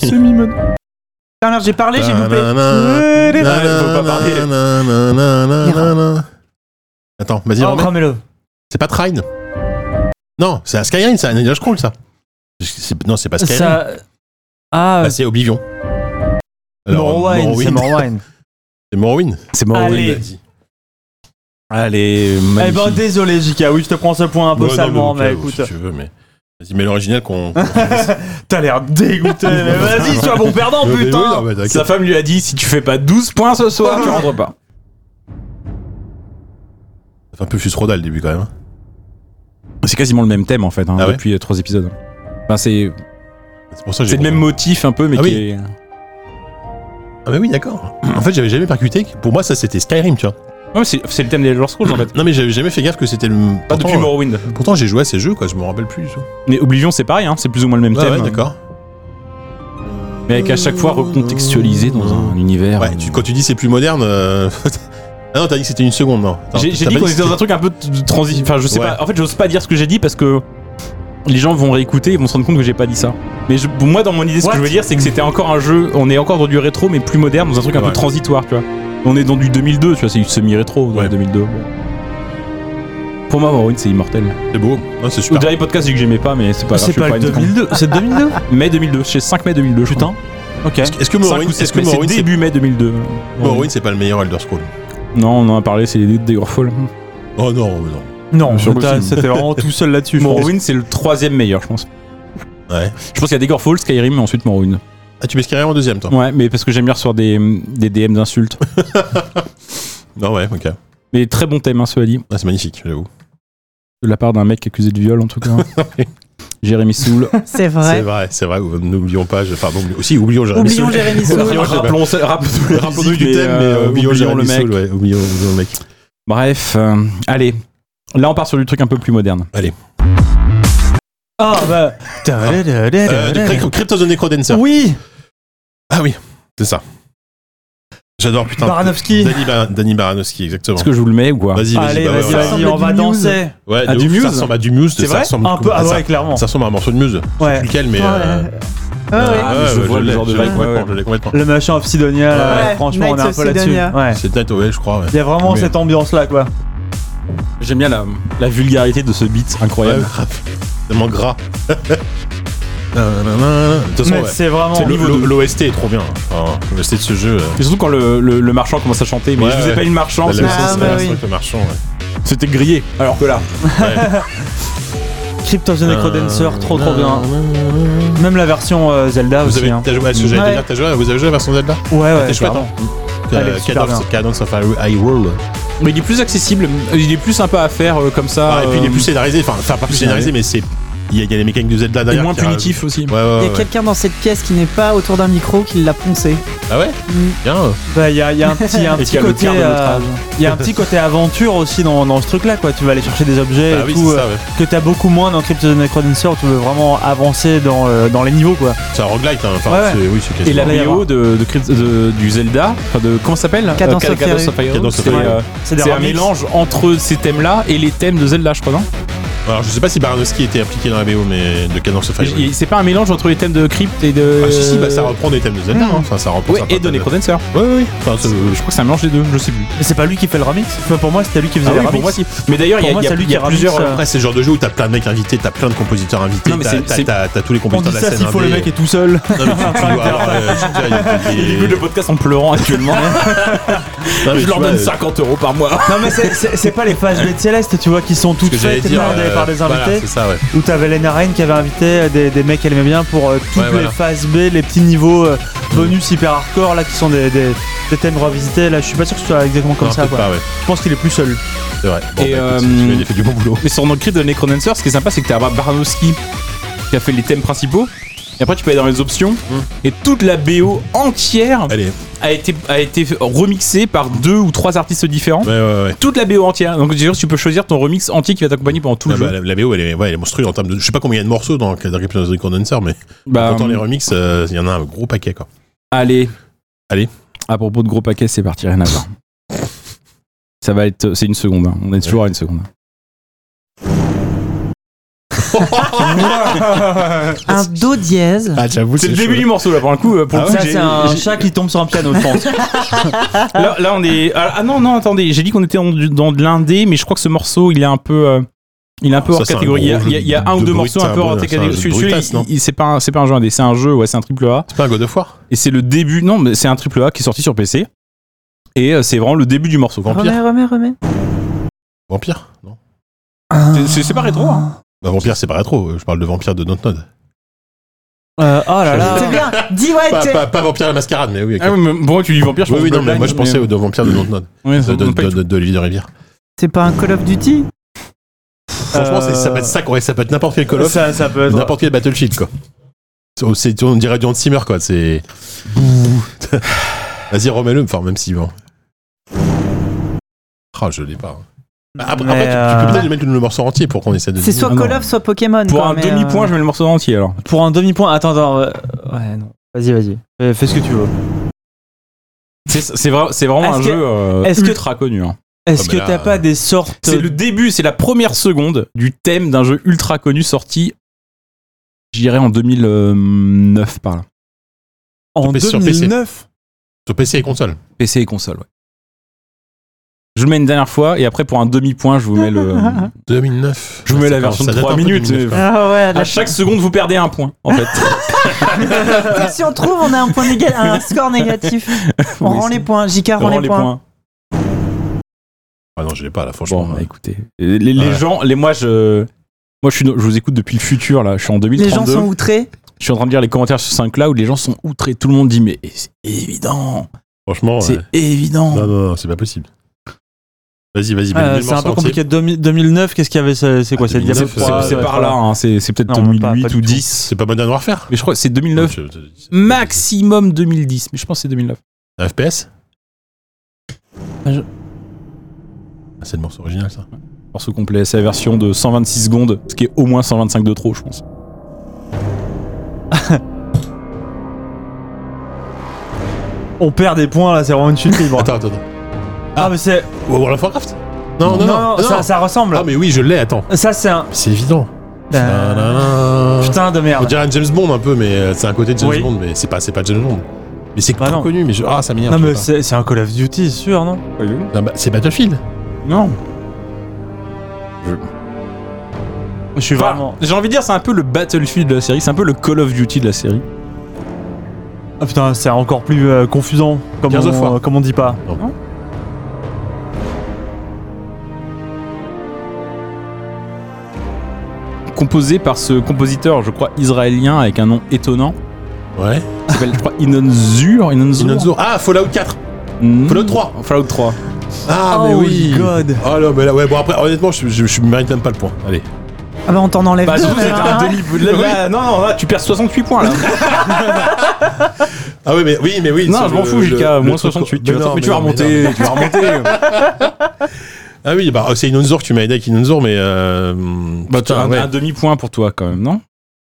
F: Putain, J'ai parlé, j'ai loupé.
B: Attends, vas-y, remets.
D: Remets-le.
B: C'est pas Trine Non, c'est à Skyrim, c'est à Ninja Scroll, ça. C'est- Non, c'est pas Skyrim.
D: Ça... Ah,
B: Ah, c'est Oblivion.
D: Morrowind, c'est
B: [LAUGHS]
D: Eh Morrowind.
B: C'est Morrowind.
E: C'est
D: Allez.
E: Allez,
D: Eh ben
E: magnifique.
D: désolé JK, oui je te prends ce point un peu
B: Ouais, non,
D: salement,
B: mais
D: mais,
B: ok,
D: écoute,
B: Si tu veux, mais. Vas-y, mais l'original qu'on.
E: [LAUGHS]
D: t'as l'air
B: [LAUGHS]
D: dégoûté, mais vas-y sois bon
E: Oh,
D: perdant
B: Oui, oui,
D: putain
B: non, mais t'inquiète.
E: Sa femme lui a dit si tu fais pas 12 points ce soir, tu rentres pas.
B: Ça fait un peu Fusroda le début quand même. hein.
E: C'est quasiment le même thème en fait, hein,
B: Ah ouais
E: depuis euh, trois épisodes. Enfin, c'est
B: C'est pour ça que j'ai
E: c'est le même
B: compris.
E: motif un peu, mais
B: Ah
E: qui
B: oui.
E: est.
B: Ah, mais oui, d'accord. En fait, j'avais jamais percuté. que- Pour moi, ça c'était Skyrim, tu vois.
E: Ah Ouais, c'est c'est le thème des Elder Scrolls en fait.
B: Non, mais j'avais jamais fait gaffe que c'était le.
E: Pas depuis
B: Pourtant,
E: Morrowind.
B: euh, Pourtant, j'ai joué à ces jeux, quoi. Je me rappelle plus du tout.
E: Mais Oblivion, c'est pareil, hein, c'est plus ou moins le même
B: Ouais,
E: thème.
B: ouais, d'accord.
E: mais avec à chaque fois recontextualisé dans un univers.
B: Ouais, tu- quand tu dis c'est plus moderne. euh, [LAUGHS] ah non, t'as dit que c'était une seconde, non. Attends,
E: J'ai j'ai
B: t'as
E: dit
B: pas
E: qu'on était dans un
B: c'était-
E: truc un peu de transi. Enfin, je sais
B: Ouais.
E: pas. En fait, j'ose pas dire ce que j'ai dit parce que les gens vont réécouter et vont se rendre compte que j'ai pas dit ça. Mais je- pour moi, dans mon idée, ce
D: What
E: que je veux dire, c'est que c'était encore un jeu. On est encore dans du rétro, mais plus moderne, dans un truc un
B: Ouais.
E: peu transitoire, tu vois. On est dans du 2002, tu vois, c'est du semi-rétro, dans le
B: Ouais.
E: 2002. Pour moi, Morrowind, c'est immortel.
B: C'est beau. Non, c'est
E: Au
B: super.
E: dernier podcast, j'ai dit que j'aimais pas, mais c'est pas grave. je
D: C'est
E: suis
D: pas le
E: une con.
D: 2002, c'est 2002
E: [LAUGHS] Mai 2002, c'est 5 mai 2002, putain.
D: Ok.
B: Est-ce que
E: 5
B: Morrowind,
E: ou
B: est-ce
E: 7
B: que
E: mai, c'est
B: Morrowind, c'est-
E: début mai 2002.
B: Morrowind, c'est pas le meilleur Elder Scrolls
E: Non, on en a parlé, c'est les Daggerfall.
B: Oh non, mais non.
D: Non,
E: Sur le
D: t'as-
E: film.
D: c'était vraiment tout seul là-dessus. je pense.
E: Morrowind, c'est le troisième meilleur, je pense.
B: Ouais.
E: Je pense qu'il y a Daggerfall, Skyrim et ensuite Morrowind.
B: Ah, tu mets Skyrim en deuxième, toi
E: Ouais, mais parce que j'aime bien recevoir des, des DM [LAUGHS] d'insultes.
B: Non, ouais, ok. Ah,
E: Mais très bon thème, hein, cela dit.
B: c'est magnifique, j'avoue.
E: De la part d'un mec accusé de viol, en [LAUGHS] tout cas. Jérémy [LAUGHS] Soul.
F: [LAUGHS] C'est
B: C'est
F: vrai.
B: vrai, c'est vrai. ou- N'oublions pas. Je... Pardon, aussi, oublions Jérémy [LAUGHS]
F: Oublions
B: Soul.
F: Jérémy Soul.
B: Oublions Jérémy- Rappelons-nous du thème, mais euh, oublions Jérémy Soul, ouais, oublions oublions le mec.
E: Bref, euh, allez. Là, on part sur du truc un peu plus moderne.
D: Ah bah...
B: Euh, de Crypt- Cryptos the Necrodancer.
D: Oui
B: Ah oui, c'est ça. J'adore, putain.
D: Baranowski.
B: Danny, Bar- Danny Baranowski, exactement.
E: Est-ce que je vous le mets ou quoi
B: Vas-y, vas-y.
D: Allez,
B: bah,
D: vas-y, Ah,
B: voilà.
D: vas-y, on va
F: News.
D: danser.
B: Ouais,
E: Ah,
B: de
E: du
B: ouf,
E: Muse
B: Ça ressemble à du Muse.
E: C'est
B: ça
E: vrai
B: ressemble
D: Un peu,
B: à
D: ah
B: ça,
D: ouais, clairement.
B: ça ressemble à un morceau de Muse.
D: Ouais.
B: Lequel, mais. euh,
F: Ouais. Ah ouais.
E: Ah, mais
B: ouais,
E: je
B: ouais,
E: vois
B: je
E: le
B: l'ai-
E: genre de
B: je l'ai
E: vibe, ouais,
B: complètement, Je l'ai complètement.
D: Le machin of Sidonia, là,
F: Ouais.
D: franchement on
F: Knights
D: est un
F: of
D: peu là-dessus.
F: Sidonia.
D: Ouais.
B: C'est peut-être, ouais, je crois. ouais.
D: Il y a vraiment
B: Mais-
D: cette ambiance là quoi.
E: J'aime bien la, la vulgarité de ce beat incroyable.
B: Tellement gras. Nanana. De toute façon,
D: Mais
B: ouais.
D: c'est vraiment...
B: C'est le- le- L'OST est trop bien. hein. Enfin, L'OST de ce jeu. euh,
E: Et surtout quand le, le- le marchand commence à chanter, mais
B: Ouais,
E: je vous
B: ouais.
E: ai pas eu le marchand,
B: la-
E: c'est-
B: la-
F: Ah,
B: la-
F: bah
B: la-
F: oui.
B: le marchand, ouais.
E: c'était grillé. Alors que là,
D: Cryptos the Necrodancer,
B: Ah,
D: trop trop bien. Même la version euh, Zelda
B: Vous
D: aussi.
B: avez,
D: hein.
B: t'as joué à ce jeu, j'allais te dire, t'as joué à- vous avez joué à la version Zelda
D: Ouais ouais.
B: T'es chouette, hein.
D: clairement. Elle
B: Euh,
D: est super
B: Cadence Cadence of Hyrule.
E: mais il est plus accessible, il est plus sympa à faire euh, comme ça.
B: Ah, et puis il est
E: euh,
B: plus scénarisé, enfin, enfin, pas plus scénarisé, mais c'est. Il y, a- il y a les mécaniques de Zelda
E: et
B: derrière.
E: moins
B: qui ra-
E: punitif aussi.
B: Ouais, ouais,
F: Il y a
B: ouais.
F: quelqu'un dans cette pièce qui n'est pas autour d'un micro qui l'a poncé.
B: Ah ouais Bien.
D: Bah, il y a,
B: [LAUGHS]
D: il y a un petit, un
E: Et
D: petit
E: qui a le
D: côté.
E: quart de notre
D: euh,
E: âge.
D: Il y a un petit côté aventure aussi dans, dans ce truc-là, quoi. Tu vas aller chercher des objets
B: Bah
D: et
B: oui,
D: tout,
B: c'est
D: euh,
B: ça, ouais.
D: que t'as beaucoup moins dans Crypto the Necrodancer où tu veux vraiment avancer dans, euh, dans les niveaux, quoi.
B: C'est un roguelite, hein. enfin,
D: Ouais, ouais.
B: c'est- oui, c'est
E: Et la
D: Là, il y a
E: BO de, de Crypt- de- du Zelda, enfin de comment ça s'appelle
F: Cadence
E: Euh,
F: of
E: Cadence
F: Hyrule.
E: of Hyrule.
B: Cadence of
E: C'est
B: Hyrule.
E: euh,
D: des
E: c'est un
D: remixes.
E: mélange entre ces thèmes-là et les thèmes de Zelda, je crois, non
B: Alors, je sais pas si Baranowski était appliqué dans la BO, mais de Cadence of Hyrule.
E: Et- et C'est pas un mélange entre les thèmes de Crypt et de.
B: Ah, si, si, bah, ça reprend des thèmes de Zelda, hein. enfin, ça reprend.
E: Euh, Ouais,
B: certains
E: et de
B: thèmes
E: Necrodancer.
B: Ouais, ouais, ouais. Enfin, c'est-
E: Je crois que c'est un mélange des deux, je sais plus.
D: Mais c'est pas lui qui fait le remix. Enfin, pour moi, c'était lui qui faisait
E: Ah
D: le
E: oui,
D: remix.
E: pour moi, si. Mais d'ailleurs, il y
D: Pour
E: a-
D: moi,
E: il y a,
D: c'est lui
E: il y a
D: qui ramixe,
E: plusieurs.
D: euh,
E: [LAUGHS]
B: Après, c'est le genre de jeu où t'as plein de mecs invités, t'as plein de compositeurs invités,
E: Non, mais
B: t'as-
E: c'est-
B: t'as-
E: c'est-
B: t'as t'as tous les
D: on
B: compositeurs
D: dit
B: de la
D: ça
B: scène
D: s'il faut le
B: indé.
D: mec est tout [LAUGHS] seul.
B: Non, mais tu, tu dois avoir, euh, je veux dire, il y a
E: [LAUGHS]
B: des-
E: Ils écoutent le podcast en
B: [LAUGHS]
E: pleurant actuellement.
B: Non, mais
E: je
B: tu
E: leur
B: vois,
E: donne
B: euh,
E: 50 euros par mois.
D: non mais c'est- c'est c'est pas les phases de Céleste, tu vois, qui sont toutes
B: que j'allais
D: faites,
B: dire,
D: blindées
B: euh,
D: par des
B: voilà,
D: invités.
B: c'est ça, ouais.
D: où t'avais Lena Rain qui avait invité des, des mecs qu'elle aimait bien pour euh, toutes
B: Ouais, voilà.
D: les phases B, les petits niveaux euh, bonus hyper hardcore là qui sont des, des, des thèmes revisités. Là, je suis pas sûr que ce soit exactement comme
B: Non,
D: ça.
B: peut-être
D: Quoi.
B: pas, ouais.
D: Je pense qu'il est plus seul.
B: C'est vrai. Bon,
E: Et,
B: bah, écoute,
E: euh,
B: il a fait du bon boulot.
E: Mais sur le cri de Necromancer, ce qui est sympa, c'est que t'as Barnowski qui a fait les thèmes principaux. Et après, tu peux aller dans les options. Et toute la BO entière
B: Allez,
E: a été, a été remixée par deux ou trois artistes différents.
B: ouais, ouais, ouais.
E: Toute la BO entière. Donc, je veux dire, tu peux choisir ton remix entier qui va t'accompagner pendant tout
B: Ah
E: le
B: bah, la,
E: jeu.
B: la BO elle est, ouais, elle est monstrueuse en termes de. Je sais pas combien il y a de morceaux dans dans Crypto of the Condenser, mais
E: Bah,
B: quand on les remix, euh, il y en a un gros paquet quoi.
E: Allez.
B: Allez.
E: À propos de gros paquets, c'est parti, rien à [LAUGHS] voir. Ça va être. C'est une seconde. hein. On est toujours à une seconde.
F: Un do dièse.
B: Ah, j'avoue,
E: C'est le début du morceau là pour le coup. euh,
B: Ah
E: Pour le coup,
D: ça,
E: j'ai-
D: c'est un
E: j'ai-
D: chat qui tombe sur un piano, je
B: [LAUGHS]
D: pense.
E: là, là, on est. Ah ah non non attendez, j'ai dit qu'on était en- dans de l'indé, mais je crois que ce morceau il est un peu. euh, Il est un peu
B: Ah, Ça,
E: hors
B: c'est un
E: catégorie. Il y a,
B: gros
E: il y a- il y a
B: jeu
E: un ou
B: de
E: deux
B: brut,
E: morceaux un
B: c'est
E: peu
B: un
E: hors
B: bon- c'est un
E: catégorie.
B: jeu de
E: Celui-là,
B: brutasse, non
E: il- il- c'est pas un- c'est pas un jeu indé, c'est un jeu. Ouais, c'est un triple A.
B: C'est pas un God of War
E: Et c'est le début. Non, mais c'est un triple A qui est sorti sur PC. Et euh, c'est vraiment le début du morceau.
B: Ah,
F: Remets, remets, remets.
B: Vampire Non.
E: C'est- C'est c'est pas rétro. hein.
B: Bah, Vampire, c'est pas rétro. euh, Je parle de Vampire de Dontnod.
D: Euh, oh là là.
F: C'est bien. Dis ouais.
B: Pas,
F: t'es-
B: pas, pas Vampire la mascarade, mais oui. ok.
E: Ah oui, mais pour moi, tu dis vampire, je
B: oui,
E: pense
B: oui, non,
E: Bloodline,
B: mais moi je pensais
E: mais-
B: au de Vampire de Dontnod,
E: Ouais,
B: de,
E: ça
B: de,
E: donne pas
B: de,
E: du tout.
B: de, de Olivier de Rivière.
F: C'est pas un Call of Duty
B: Franchement, c'est-
E: Euh,
B: ça peut être ça, ouais, ça peut être n'importe quel Call of,
D: Ça, ça peut
E: hein.
D: être.
B: n'importe quel Battlefield, quoi. C'est- c'est- on dirait du Hans Zimmer, quoi. C'est. Vas-y, remets-le, enfin, même si. Bon. Ah, je l'ai pas. hein. Après,
D: Mais,
B: après, tu- tu,
D: euh,
B: peux peut-être lui mettre le morceau entier pour qu'on essaie de.
F: C'est
B: deviner.
F: soit
E: Ah
F: Call
E: non.
F: of, soit Pokémon.
E: Pour
F: quoi,
E: un
F: mais,
E: demi-point,
F: euh,
E: je mets le morceau en entier alors.
D: Pour un demi-point. Attends, attends. euh, Ouais, non. Vas-y, vas-y. Fais, fais ce que tu veux.
E: C'est c'est vra- c'est vraiment
D: Est-ce
E: un
D: que-
E: jeu euh,
D: est-ce que-
E: ultra connu. hein.
D: Est-ce
B: Ah, mais
D: que
B: là,
D: t'as pas des sortes.
E: C'est le début, c'est la première seconde du thème d'un jeu ultra connu sorti, je dirais en 2009 par là.
D: En
B: sur PC.
D: 2009
B: Sur PC et console.
E: PC et console, ouais. Je le mets une dernière fois et après pour un demi-point, je vous
B: [LAUGHS]
E: mets le.
B: 2009.
E: Je vous mets
B: Ah,
E: la
B: ça
E: version de
B: date un
E: 3
B: peu
E: minutes.
B: 2009, quoi.
F: Ah ouais,
E: À
F: là,
E: chaque [LAUGHS] seconde, vous perdez un point
F: [LAUGHS]
E: en fait.
F: si on trouve, on a un, point néga- un score négatif. On
E: Oui,
F: rend
E: c'est-
F: les points, JK
E: on
F: rend les points.
B: Ah non, je l'ai pas là, franchement.
E: Bon, bah, écoutez, les, les
B: Ouais.
E: gens, les moi je, moi je suis, je vous écoute depuis le futur là. Je suis en 2032.
F: Les gens sont outrés.
E: Je suis en train de lire les commentaires sur SoundCloud, les gens sont outrés, tout le monde dit mais c'est évident,
B: euh, franchement, ouais. Bah,
E: c'est évident.
B: Non, non, non, c'est pas possible. Vas-y, vas-y, mets-le
D: Euh,
B: le
D: C'est un
B: morceau
D: peu
B: entier.
D: compliqué. 2000- 2009, qu'est-ce qu'il y avait C'est c'est quoi
B: Ah,
D: C'est le Diablo
B: 2009,
E: C'est
B: Ouais,
D: 3
E: c'est
B: ouais,
E: par là, hein, c'est c'est peut-être
D: Non, pas- pas
E: 2008
D: du tout.
E: ou 10.
B: C'est pas Modern Warfare
E: Mais je crois que c'est 2009,
D: Hmm.
E: maximum 2010, mais je pense que c'est 2009.
B: Un FPS
D: Ah, je-
B: Ah, C'est le morceau original, ça.
E: Morceau complet, c'est la version de 126 secondes, ce qui est au moins 125 de trop, je pense.
D: On perd des points là, c'est vraiment une chute
B: [LAUGHS]
D: libre.
B: Attends, attends, attends.
D: Ah, mais c'est.
B: World of Warcraft Non, non, non. non.
D: ça, ça ressemble.
B: Ah, mais oui, je l'ai, attends.
D: Ça, c'est un.
B: C'est évident. Tadadam.
D: Euh, Putain de
B: On
D: merde.
B: dirait un James Bond un peu, mais euh, c'est un côté de James
D: Oui.
B: Bond, mais c'est pas, c'est pas James Bond. Mais c'est
D: Bah
B: trop
D: non.
B: connu, mais je... Ah, ça m'énerve.
D: Non, mais
B: je sais
D: c'est c'est un Call of Duty, sûr, non
B: pas. Non, bah, c'est Battlefield.
E: Non.
D: Je suis
B: Bah.
D: vraiment.
E: J'ai envie de dire, c'est un peu le Battlefield de la série, c'est un peu le Call of Duty de la série.
D: Ah putain, c'est encore plus euh, confusant, comme
B: Gears of War.
D: on, euh, comme on dit pas.
E: Composé par ce compositeur, je crois, israélien avec un nom étonnant,
B: Ouais.
E: qui s'appelle, je crois, Inon Zur. Inon Zur.
B: Inonzo. Ah, Fallout 4.
E: Non.
B: Fallout 3.
E: Fallout 3.
B: Ah, mais
D: Holy
B: oui.
D: Oh, God.
B: Ah, non, mais là, ouais, bon, après, honnêtement, je, je, je mérite même pas le point. Allez.
F: Ah bah on t'en enlève
E: Bah,
F: deux.
E: surtout que
F: mais
E: c'était un
F: alors, hein.
E: demi là, là, Non, non, là, tu perds 68 points là.
B: Ah, oui, mais oui, mais [LAUGHS] oui.
E: non,
B: c'est
E: je m'en
B: le-
E: fous,
B: le-
E: Jika.
B: le
E: Moins
B: truc-
E: 68. Tu
B: Mais
E: vas-
B: non,
E: mais tu vas
B: non, non. Bah,
E: remonter. Tu
B: [LAUGHS]
E: vas remonter.
B: Ah oui, bah c'est Inonzor que tu m'as aidé avec Inonzor, mais euh,
E: Bah,
B: putain,
E: t'as un,
B: ouais.
E: un demi-point pour toi quand même, non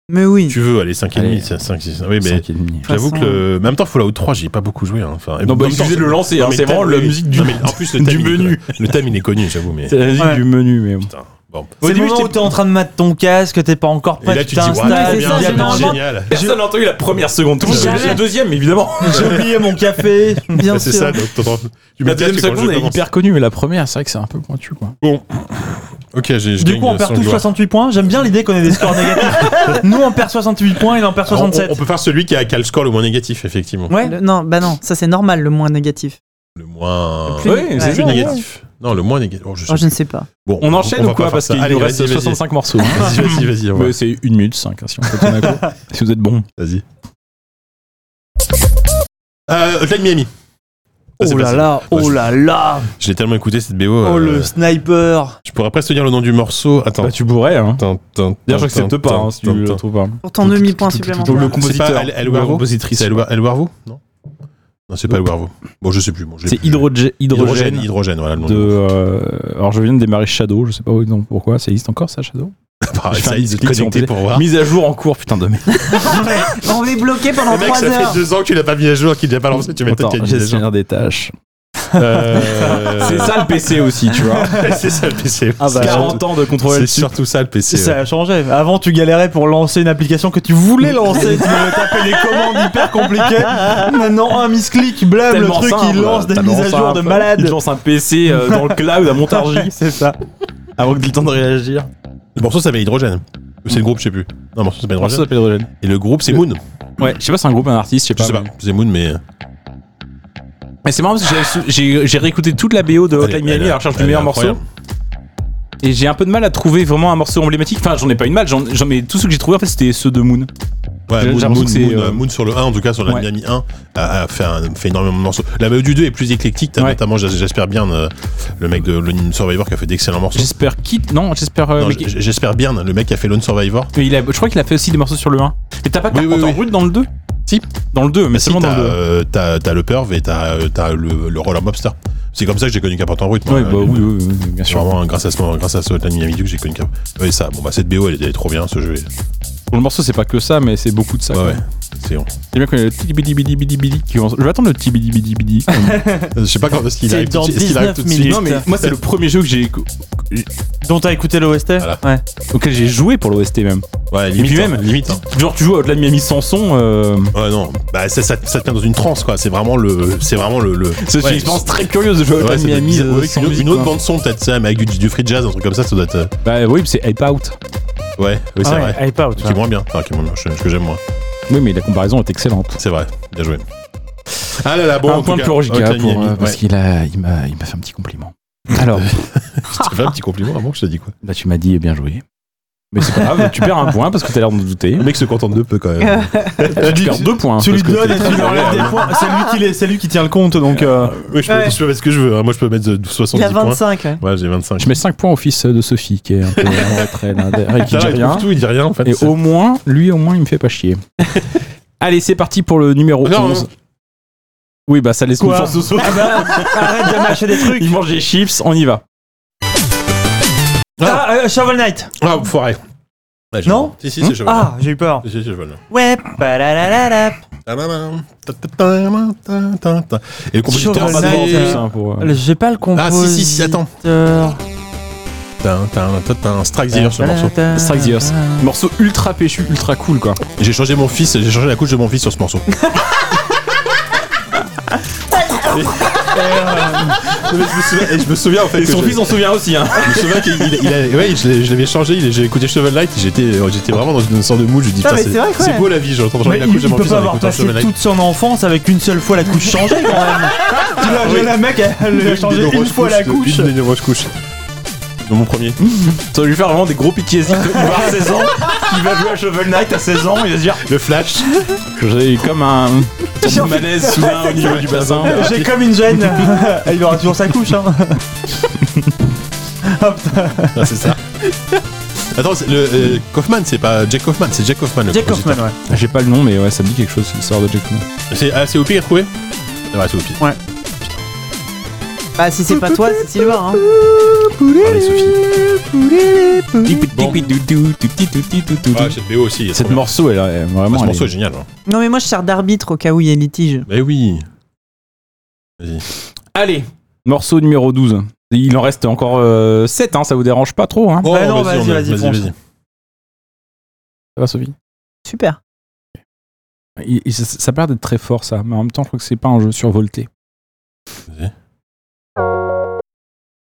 F: Mais oui.
B: tu veux aller 5 et
E: Allez.
B: demi, c'est 5 6. Oui, mais
E: Cinq et demi.
B: j'avoue
F: façon,
B: que le en même temps Fallout 3, j'y ai pas beaucoup joué hein. enfin. et
E: Non,
B: en
E: bah,
B: même
E: il
B: temps,
E: suffisait de le lancer.
B: Non,
E: hein,
B: mais
E: c'est
B: le thème,
E: vraiment la
B: oui.
E: musique du,
B: Non, mais en plus le
E: du
B: thème il est
E: menu.
B: connu. Le thème il est connu, j'avoue mais
E: C'est la musique
D: Ouais.
E: du menu, mais bon.
B: putain. Bon.
D: C'est le moment
E: j'étais-
D: où t'es en train de mettre ton casque, t'es pas encore
B: Et
D: prêt,
B: là tu te dis waouh,
F: Ouais,
D: t'installes,
F: c'est
B: bien,
F: ça,
D: tu dis,
B: c'est
D: attends,
F: généralement-
B: génial.
E: Personne n'a entendu la première seconde. Tout le monde
B: Jamais.
E: savait la deuxième, évidemment.
D: J'ai oublié mon café.
F: Bien
B: Bah, [LAUGHS] C'est ça,
F: sûr.
B: donc t'entends- tu
E: La
B: mets
E: deuxième
B: casque quand
E: seconde
B: je
E: est
B: commence.
E: hyper connue, mais la première, c'est vrai que c'est un peu pointu, quoi.
B: OK, j'ai je
D: Du
B: gagne
D: coup, on perd
B: sans
D: tous
B: gloire.
D: 68 points. J'aime bien l'idée qu'on ait des
B: [LAUGHS]
D: scores négatifs. Nous, on perd 68 points, il en perd
B: Alors, on- On,
D: 67.
B: peut faire celui qui a, qui a le score le moins négatif effectivement.
D: Ouais.
F: Le- non, bah non, ça c'est normal, le moins négatif.
B: Le moins
F: Le plus-
E: Oui,
B: le
E: c'est
B: plus
E: ça.
B: négatif. Non, le moins négatif. Oh, je sais
F: Oh, je ne sais pas.
B: Bon,
E: On enchaîne
B: va
E: ou
B: pas
E: quoi
B: faire
E: Parce
B: ça.
E: qu'il
B: Allez,
E: nous reste
B: vas-y, vas-y.
E: 65 morceaux. hein. [LAUGHS]
B: Vas-y, vas-y, vas-y, on va.
E: Ouais, c'est 1 minute 5 si on fait tourner à court. [LAUGHS] Si vous êtes bon.
B: Vas-y. Euh, Hotline Miami. Ça, c'est
D: Oh là
B: facile.
D: là,
B: Ouais,
D: oh
B: je-
D: là là,
B: Je l'ai tellement écouté cette BO.
D: oh
B: euh,
D: le sniper.
B: Je pourrais presque te dire le nom du morceau. Attends.
E: Bah, tu pourrais. Hein.
B: Tin, tin,
E: D'ailleurs,
B: tin,
E: j'accepte
B: tin,
E: pas hein, si
B: tin,
E: tu le
B: tin.
E: trouves pas.
F: Pour ton demi-point supplémentaire.
E: Le
B: C'est
E: compositeur.
B: pas El- El
E: Ou la
B: Warvo
E: compositrice.
B: C'est El El Warvo Non Non, c'est pas El Warvo. Bon, je sais plus. Bon, je l'ai
E: C'est
B: plus.
E: hydrogé-
B: Hydrogène.
E: hydrogène.
B: Hydrogène, voilà le nom.
E: De, euh, alors je viens de démarrer Shadow, je sais pas où- non, pourquoi, ça existe encore ça Shadow
B: [LAUGHS] Pareil,
E: je fais
B: ça,
E: un
B: il se
E: clic sur mon
B: connectait
E: téléphone.
B: pour voir.
E: Mise à jour en cours, putain de merde.
F: On est bloqué pendant
B: Le mec,
F: 3
B: ça
F: heures.
B: fait deux ans que tu l'as pas mis à jour, qu'il l'a pas lancé. Tu m'étonnes
E: Attends,
B: qu'il y a une mise à jour.
E: gestionnaire des tâches.
B: Euh,
E: C'est ça le PC aussi, tu vois.
B: [LAUGHS] C'est ça le PC.
D: Ah bah,
E: 40 ans de contrôle
B: C'est
E: dessus.
B: surtout ça le PC.
D: ça
B: ouais.
D: a changé. Avant, tu galérais pour lancer une application que tu voulais
B: [LAUGHS]
D: lancer. tu
E: [LAUGHS]
D: devais taper des commandes hyper compliquées. Maintenant, un misclick, blâme, le
E: Tellement
D: truc,
E: simple,
D: il lance des
E: tellement
D: mises à jour
E: simple.
D: de
E: Il
D: malade.
E: lance un PC euh, dans le cloud à
D: [LAUGHS]
E: Montargis
D: C'est ça.
E: avant que tu aies le temps de réagir.
B: Le morceau s'appelle Hydrogène. Ou c'est le groupe, je sais plus. Non, le morceau s'appelle Hydrogène.
E: s'appelle Hydrogène.
B: Et le groupe, c'est Moon.
E: Ouais, je sais pas, c'est un groupe, un artiste, je sais
B: Je
E: pas.
B: sais pas,
E: mais-
B: c'est Moon, mais.
E: Mais c'est marrant parce que j'ai- j'ai j'ai réécouté toute la BO de
B: Elle est-
E: Hotline Miami
B: elle est-
E: à la recherche
B: elle
E: du
B: est
E: meilleur morceau.
B: incroyable.
E: Et j'ai un peu de mal à trouver vraiment un morceau emblématique. Enfin, j'en ai pas une mal, j'en j'en ai tous ceux que j'ai trouvé en fait, c'était ceux de Moon.
B: Ouais,
E: J'ai-
B: Moon,
E: j'ai
B: Moon,
E: l'impression que c'est,
B: Moon,
E: euh,
B: Moon sur le 1, en tout cas sur la
E: Ouais.
B: Miami 1, a, a fait, un- fait énormément de morceaux. La BO du 2 est plus éclectique, t'as
E: Ouais.
B: notamment, jas- j'espère bien, euh, le mec de Lone Survivor qui a fait d'excellents morceaux.
E: J'espère Kit, non, j'espère. euh,
B: Non,
E: mais-
B: j- J'espère bien, le mec qui a fait Lone Survivor.
E: mais il a- je crois qu'il a fait aussi des morceaux sur le 1. Mais t'as pas
B: Oui, oui,
E: Carpenter
B: oui.
E: Brut dans le 2
B: Si.
E: Dans le 2, mais
B: Si,
E: seulement
B: t'as,
E: dans le 2.
B: euh, t'as t'as le Perv et t'as euh, t'as le, le Roller Mobster. C'est comme ça que j'ai connu Carpenter Brut. moi.
E: Ouais, bah
B: Euh,
E: oui, oui, oui, oui, bien
B: C'est
E: sûr.
B: vraiment grâce à ce moment, grâce à ce Hotline Miami 2 que j'ai connu Carpenter. Ouais, ça, bon bah cette BO elle, est- elle est trop bien ce jeu. est-
E: Pour le morceau, c'est pas que ça, mais c'est beaucoup de ça.
B: Ouais,
E: quoi.
B: ouais. C'est bon.
E: C'est bien qu'on ait le petit bidi bidi bidi bidi qui commence. Je vais attendre le petit bidi bidi bidi.
B: [LAUGHS] Je sais pas quand est-ce qu'il
D: C'est
B: arrive, tout
D: dans
B: de suite- est-ce qu'il arrive
D: 19
B: tout de suite.
D: minutes.
E: non, mais moi, c'est le premier jeu que j'ai,
D: Dont t'as écouté l'OST
B: Voilà.
D: Ouais.
E: auquel j'ai joué pour l'OST même.
B: Ouais, limite.
E: puis
B: hein,
E: même-
B: limite. hein.
E: Genre, tu joues à Hotline Miami sans son. euh,
B: Ouais non, bah ça, ça, ça te met dans une transe quoi. C'est vraiment le, c'est vraiment le. le...
E: C'est
B: Ouais.
E: une expérience très curieuse de jouer à
B: Ouais,
E: Hotline
B: ça doit être
E: Miami
B: bizarre.
E: euh,
B: Ouais,
E: sans
B: une,
E: musique,
B: une autre
E: quoi.
B: bande son peut-être ça, mais avec du, du free jazz, un truc comme ça, ça doit être. euh,
E: Bah oui, c'est Hype Out.
B: Ouais, oui c'est
D: Ah
B: vrai.
D: ouais, Hype Out.
B: Qui est moins bien, enfin qui est moins bien, ce que j'aime moins.
E: Oui, mais la comparaison est excellente.
B: C'est vrai, bien joué. Ah là là, bon,
E: un
B: en
E: point
B: tout
E: de
B: cas,
E: pour JK
B: Hotline
E: pour, euh,
B: Miami, ouais.
E: parce qu'il a, il m'a, il m'a fait un petit compliment. Alors,
B: Tu fais un petit compliment avant que je te dis quoi.
E: bah, tu m'as dit bien joué. Mais c'est pas grave, tu perds un point parce que t'as l'air de douter.
B: Le mec se contente de peu quand
E: [LAUGHS]
B: même.
E: Tu perds deux points.
D: Tu lui
E: parce que
D: donnes et
B: [LAUGHS]
E: t'es-
D: tu lui enlèves des points. C'est lui, qui les- c'est lui qui tient le compte, donc. euh,
B: oui, je peux,
F: Ouais.
B: je peux mettre ce que je veux. hein. Moi, je peux mettre euh, 70
F: Il y a
B: points.
F: 25. ouais.
B: Ouais, j'ai 25.
E: Je mets 5 points au fils de Sophie qui est un [LAUGHS] peu en hein, retrait là, derrière, qui
B: Ça
E: dit
B: va, il
E: rien.
B: trouve tout, il dit rien en fait.
E: Et
B: C'est-
E: au moins, lui, au moins, il me fait pas [LAUGHS] chier. Allez, c'est parti pour le numéro
B: Non,
E: 11.
B: non.
E: Oui, bah ça laisse
D: Quoi Ah bah,
E: une chance de sauter.
D: Arrête de mâcher des trucs.
E: Il mange des chips, on y va.
D: Ah, euh, Shovel Knight.
B: Ah, foiré. Ouais, j'ai-
D: Non
B: Si, si, c'est cheval.
D: Ah, j'ai eu peur.
B: Si, si, c'est cheval.
D: Ouais. ba-la-la-la-la.
B: Et le compositeur,
D: Shovel
B: c'est-
D: Knight,
E: Plus,
D: euh,
E: hein, pour, euh,
D: Le- J'ai pas le
B: Ah,
D: compositeur.
B: si, si, si, attends. T'as un- t'as un- t'as un Strike Zero sur le morceau.
E: Strike the Earth. Morceau ultra péchu, ultra cool quoi.
B: J'ai changé mon fils, j'ai changé la couche de mon fils sur ce morceau. Et, euh, mais je, me souviens, et je me souviens, en fait.
E: Et
B: que
E: son
B: je-
E: fils Ah, en souvient aussi. Hein.
B: je me souviens qu'il il- il a- ouais, je l'ai- je l'avais changé, il- j'ai écouté Shovel Light, j'étais euh, j'étais vraiment dans une sorte de mood, je me dis,
F: Ah,
B: putain,
F: mais c'est vrai
B: c'est
F: que
B: c'est
F: ouais.
B: beau la vie, j'entends changer
D: Mais
B: la
D: il,
B: couche de
D: il
B: mon
D: peut
B: fils
D: pas
B: en
D: avoir
B: écoutant
D: passé
B: Shovel Light.
D: toute son enfance avec une seule fois la couche changée quand même.
B: Ah,
D: tu l'as vu, la mec, elle a changé une fois la couche. Hmm
B: Une des nombreuses couches. De mon premier.
E: Ça va lui faire vraiment des gros pitiés. Il va avoir 16 ans, il va jouer à Shovel Knight à 16 ans, il va se dire
B: Le Flash.
E: J'ai comme un [LAUGHS] petit malaise soudain au niveau du bassin. Ah,
D: J'ai comme une gêne. [LAUGHS] il aura toujours sa couche. Hein.
B: Ah, c'est
D: [LAUGHS]
B: ça. Attends, c'est le, euh, Kaufman, c'est pas Jack Kaufman, c'est Jack Kaufman. le
D: Jack
B: compositeur.
D: Kaufman, ouais.
E: J'ai pas le nom, mais ouais, ça me dit quelque chose, l'histoire de Jack. Knight.
B: C'est ah, c'est OP qui a trouvé Ouais, Ah c'est OP.
F: Bah, si c'est pas toi, c'est Sylvain. hein.
B: Allez, Sophie. Ah,
E: Cette
B: cette BO aussi. elle est trop bien.
E: morceau, elle est
B: Ah,
E: vraiment.
B: ce
E: elle
B: morceau est
E: est-
B: génial. hein.
F: Non, mais moi, je sers d'arbitre au cas où il y a litige.
B: Mais oui. Vas-y.
E: Allez, morceau numéro 12. Il en reste encore 7, hein, ça vous dérange pas trop. Hein.
B: Oh,
D: Ah non, vas-y,
B: on est-
D: vas-y, fonce.
E: Ça va, Sophie
F: Super.
E: Il- il- ça, ça a l'air d'être très fort, ça, mais en même temps, je crois que c'est pas un jeu survolté.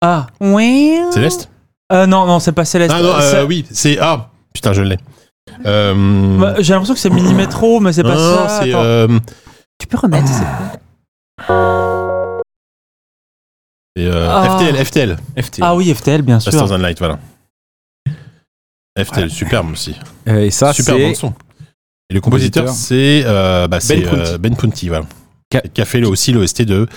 D: Ah,
F: Oui.
B: Céleste
D: euh, non, non, c'est pas Céleste.
B: Ah non, euh,
D: C'est-
B: oui, c'est. Ah Putain, je l'ai. Euh...
D: bah, J'ai l'impression que c'est mini métro, mais c'est
B: non,
D: pas
B: non,
D: ça.
B: c'est.
E: Ah,
D: attends.
B: euh,
F: Tu peux remettre.
B: Et, euh,
D: Ah.
B: FTL, FTL.
E: FT.
D: Ah oui, FTL, bien sûr.
B: Masters and Light, voilà. FTL, superbe aussi.
E: Euh, et ça,
B: Super bande
E: c'est
B: son. Et le compositeur,
E: Compositeur.
B: c'est euh, bah, c'est,
E: Punty.
B: euh, Ben Punty, voilà.
E: Ca-
B: Qui a fait le- aussi l'OST de.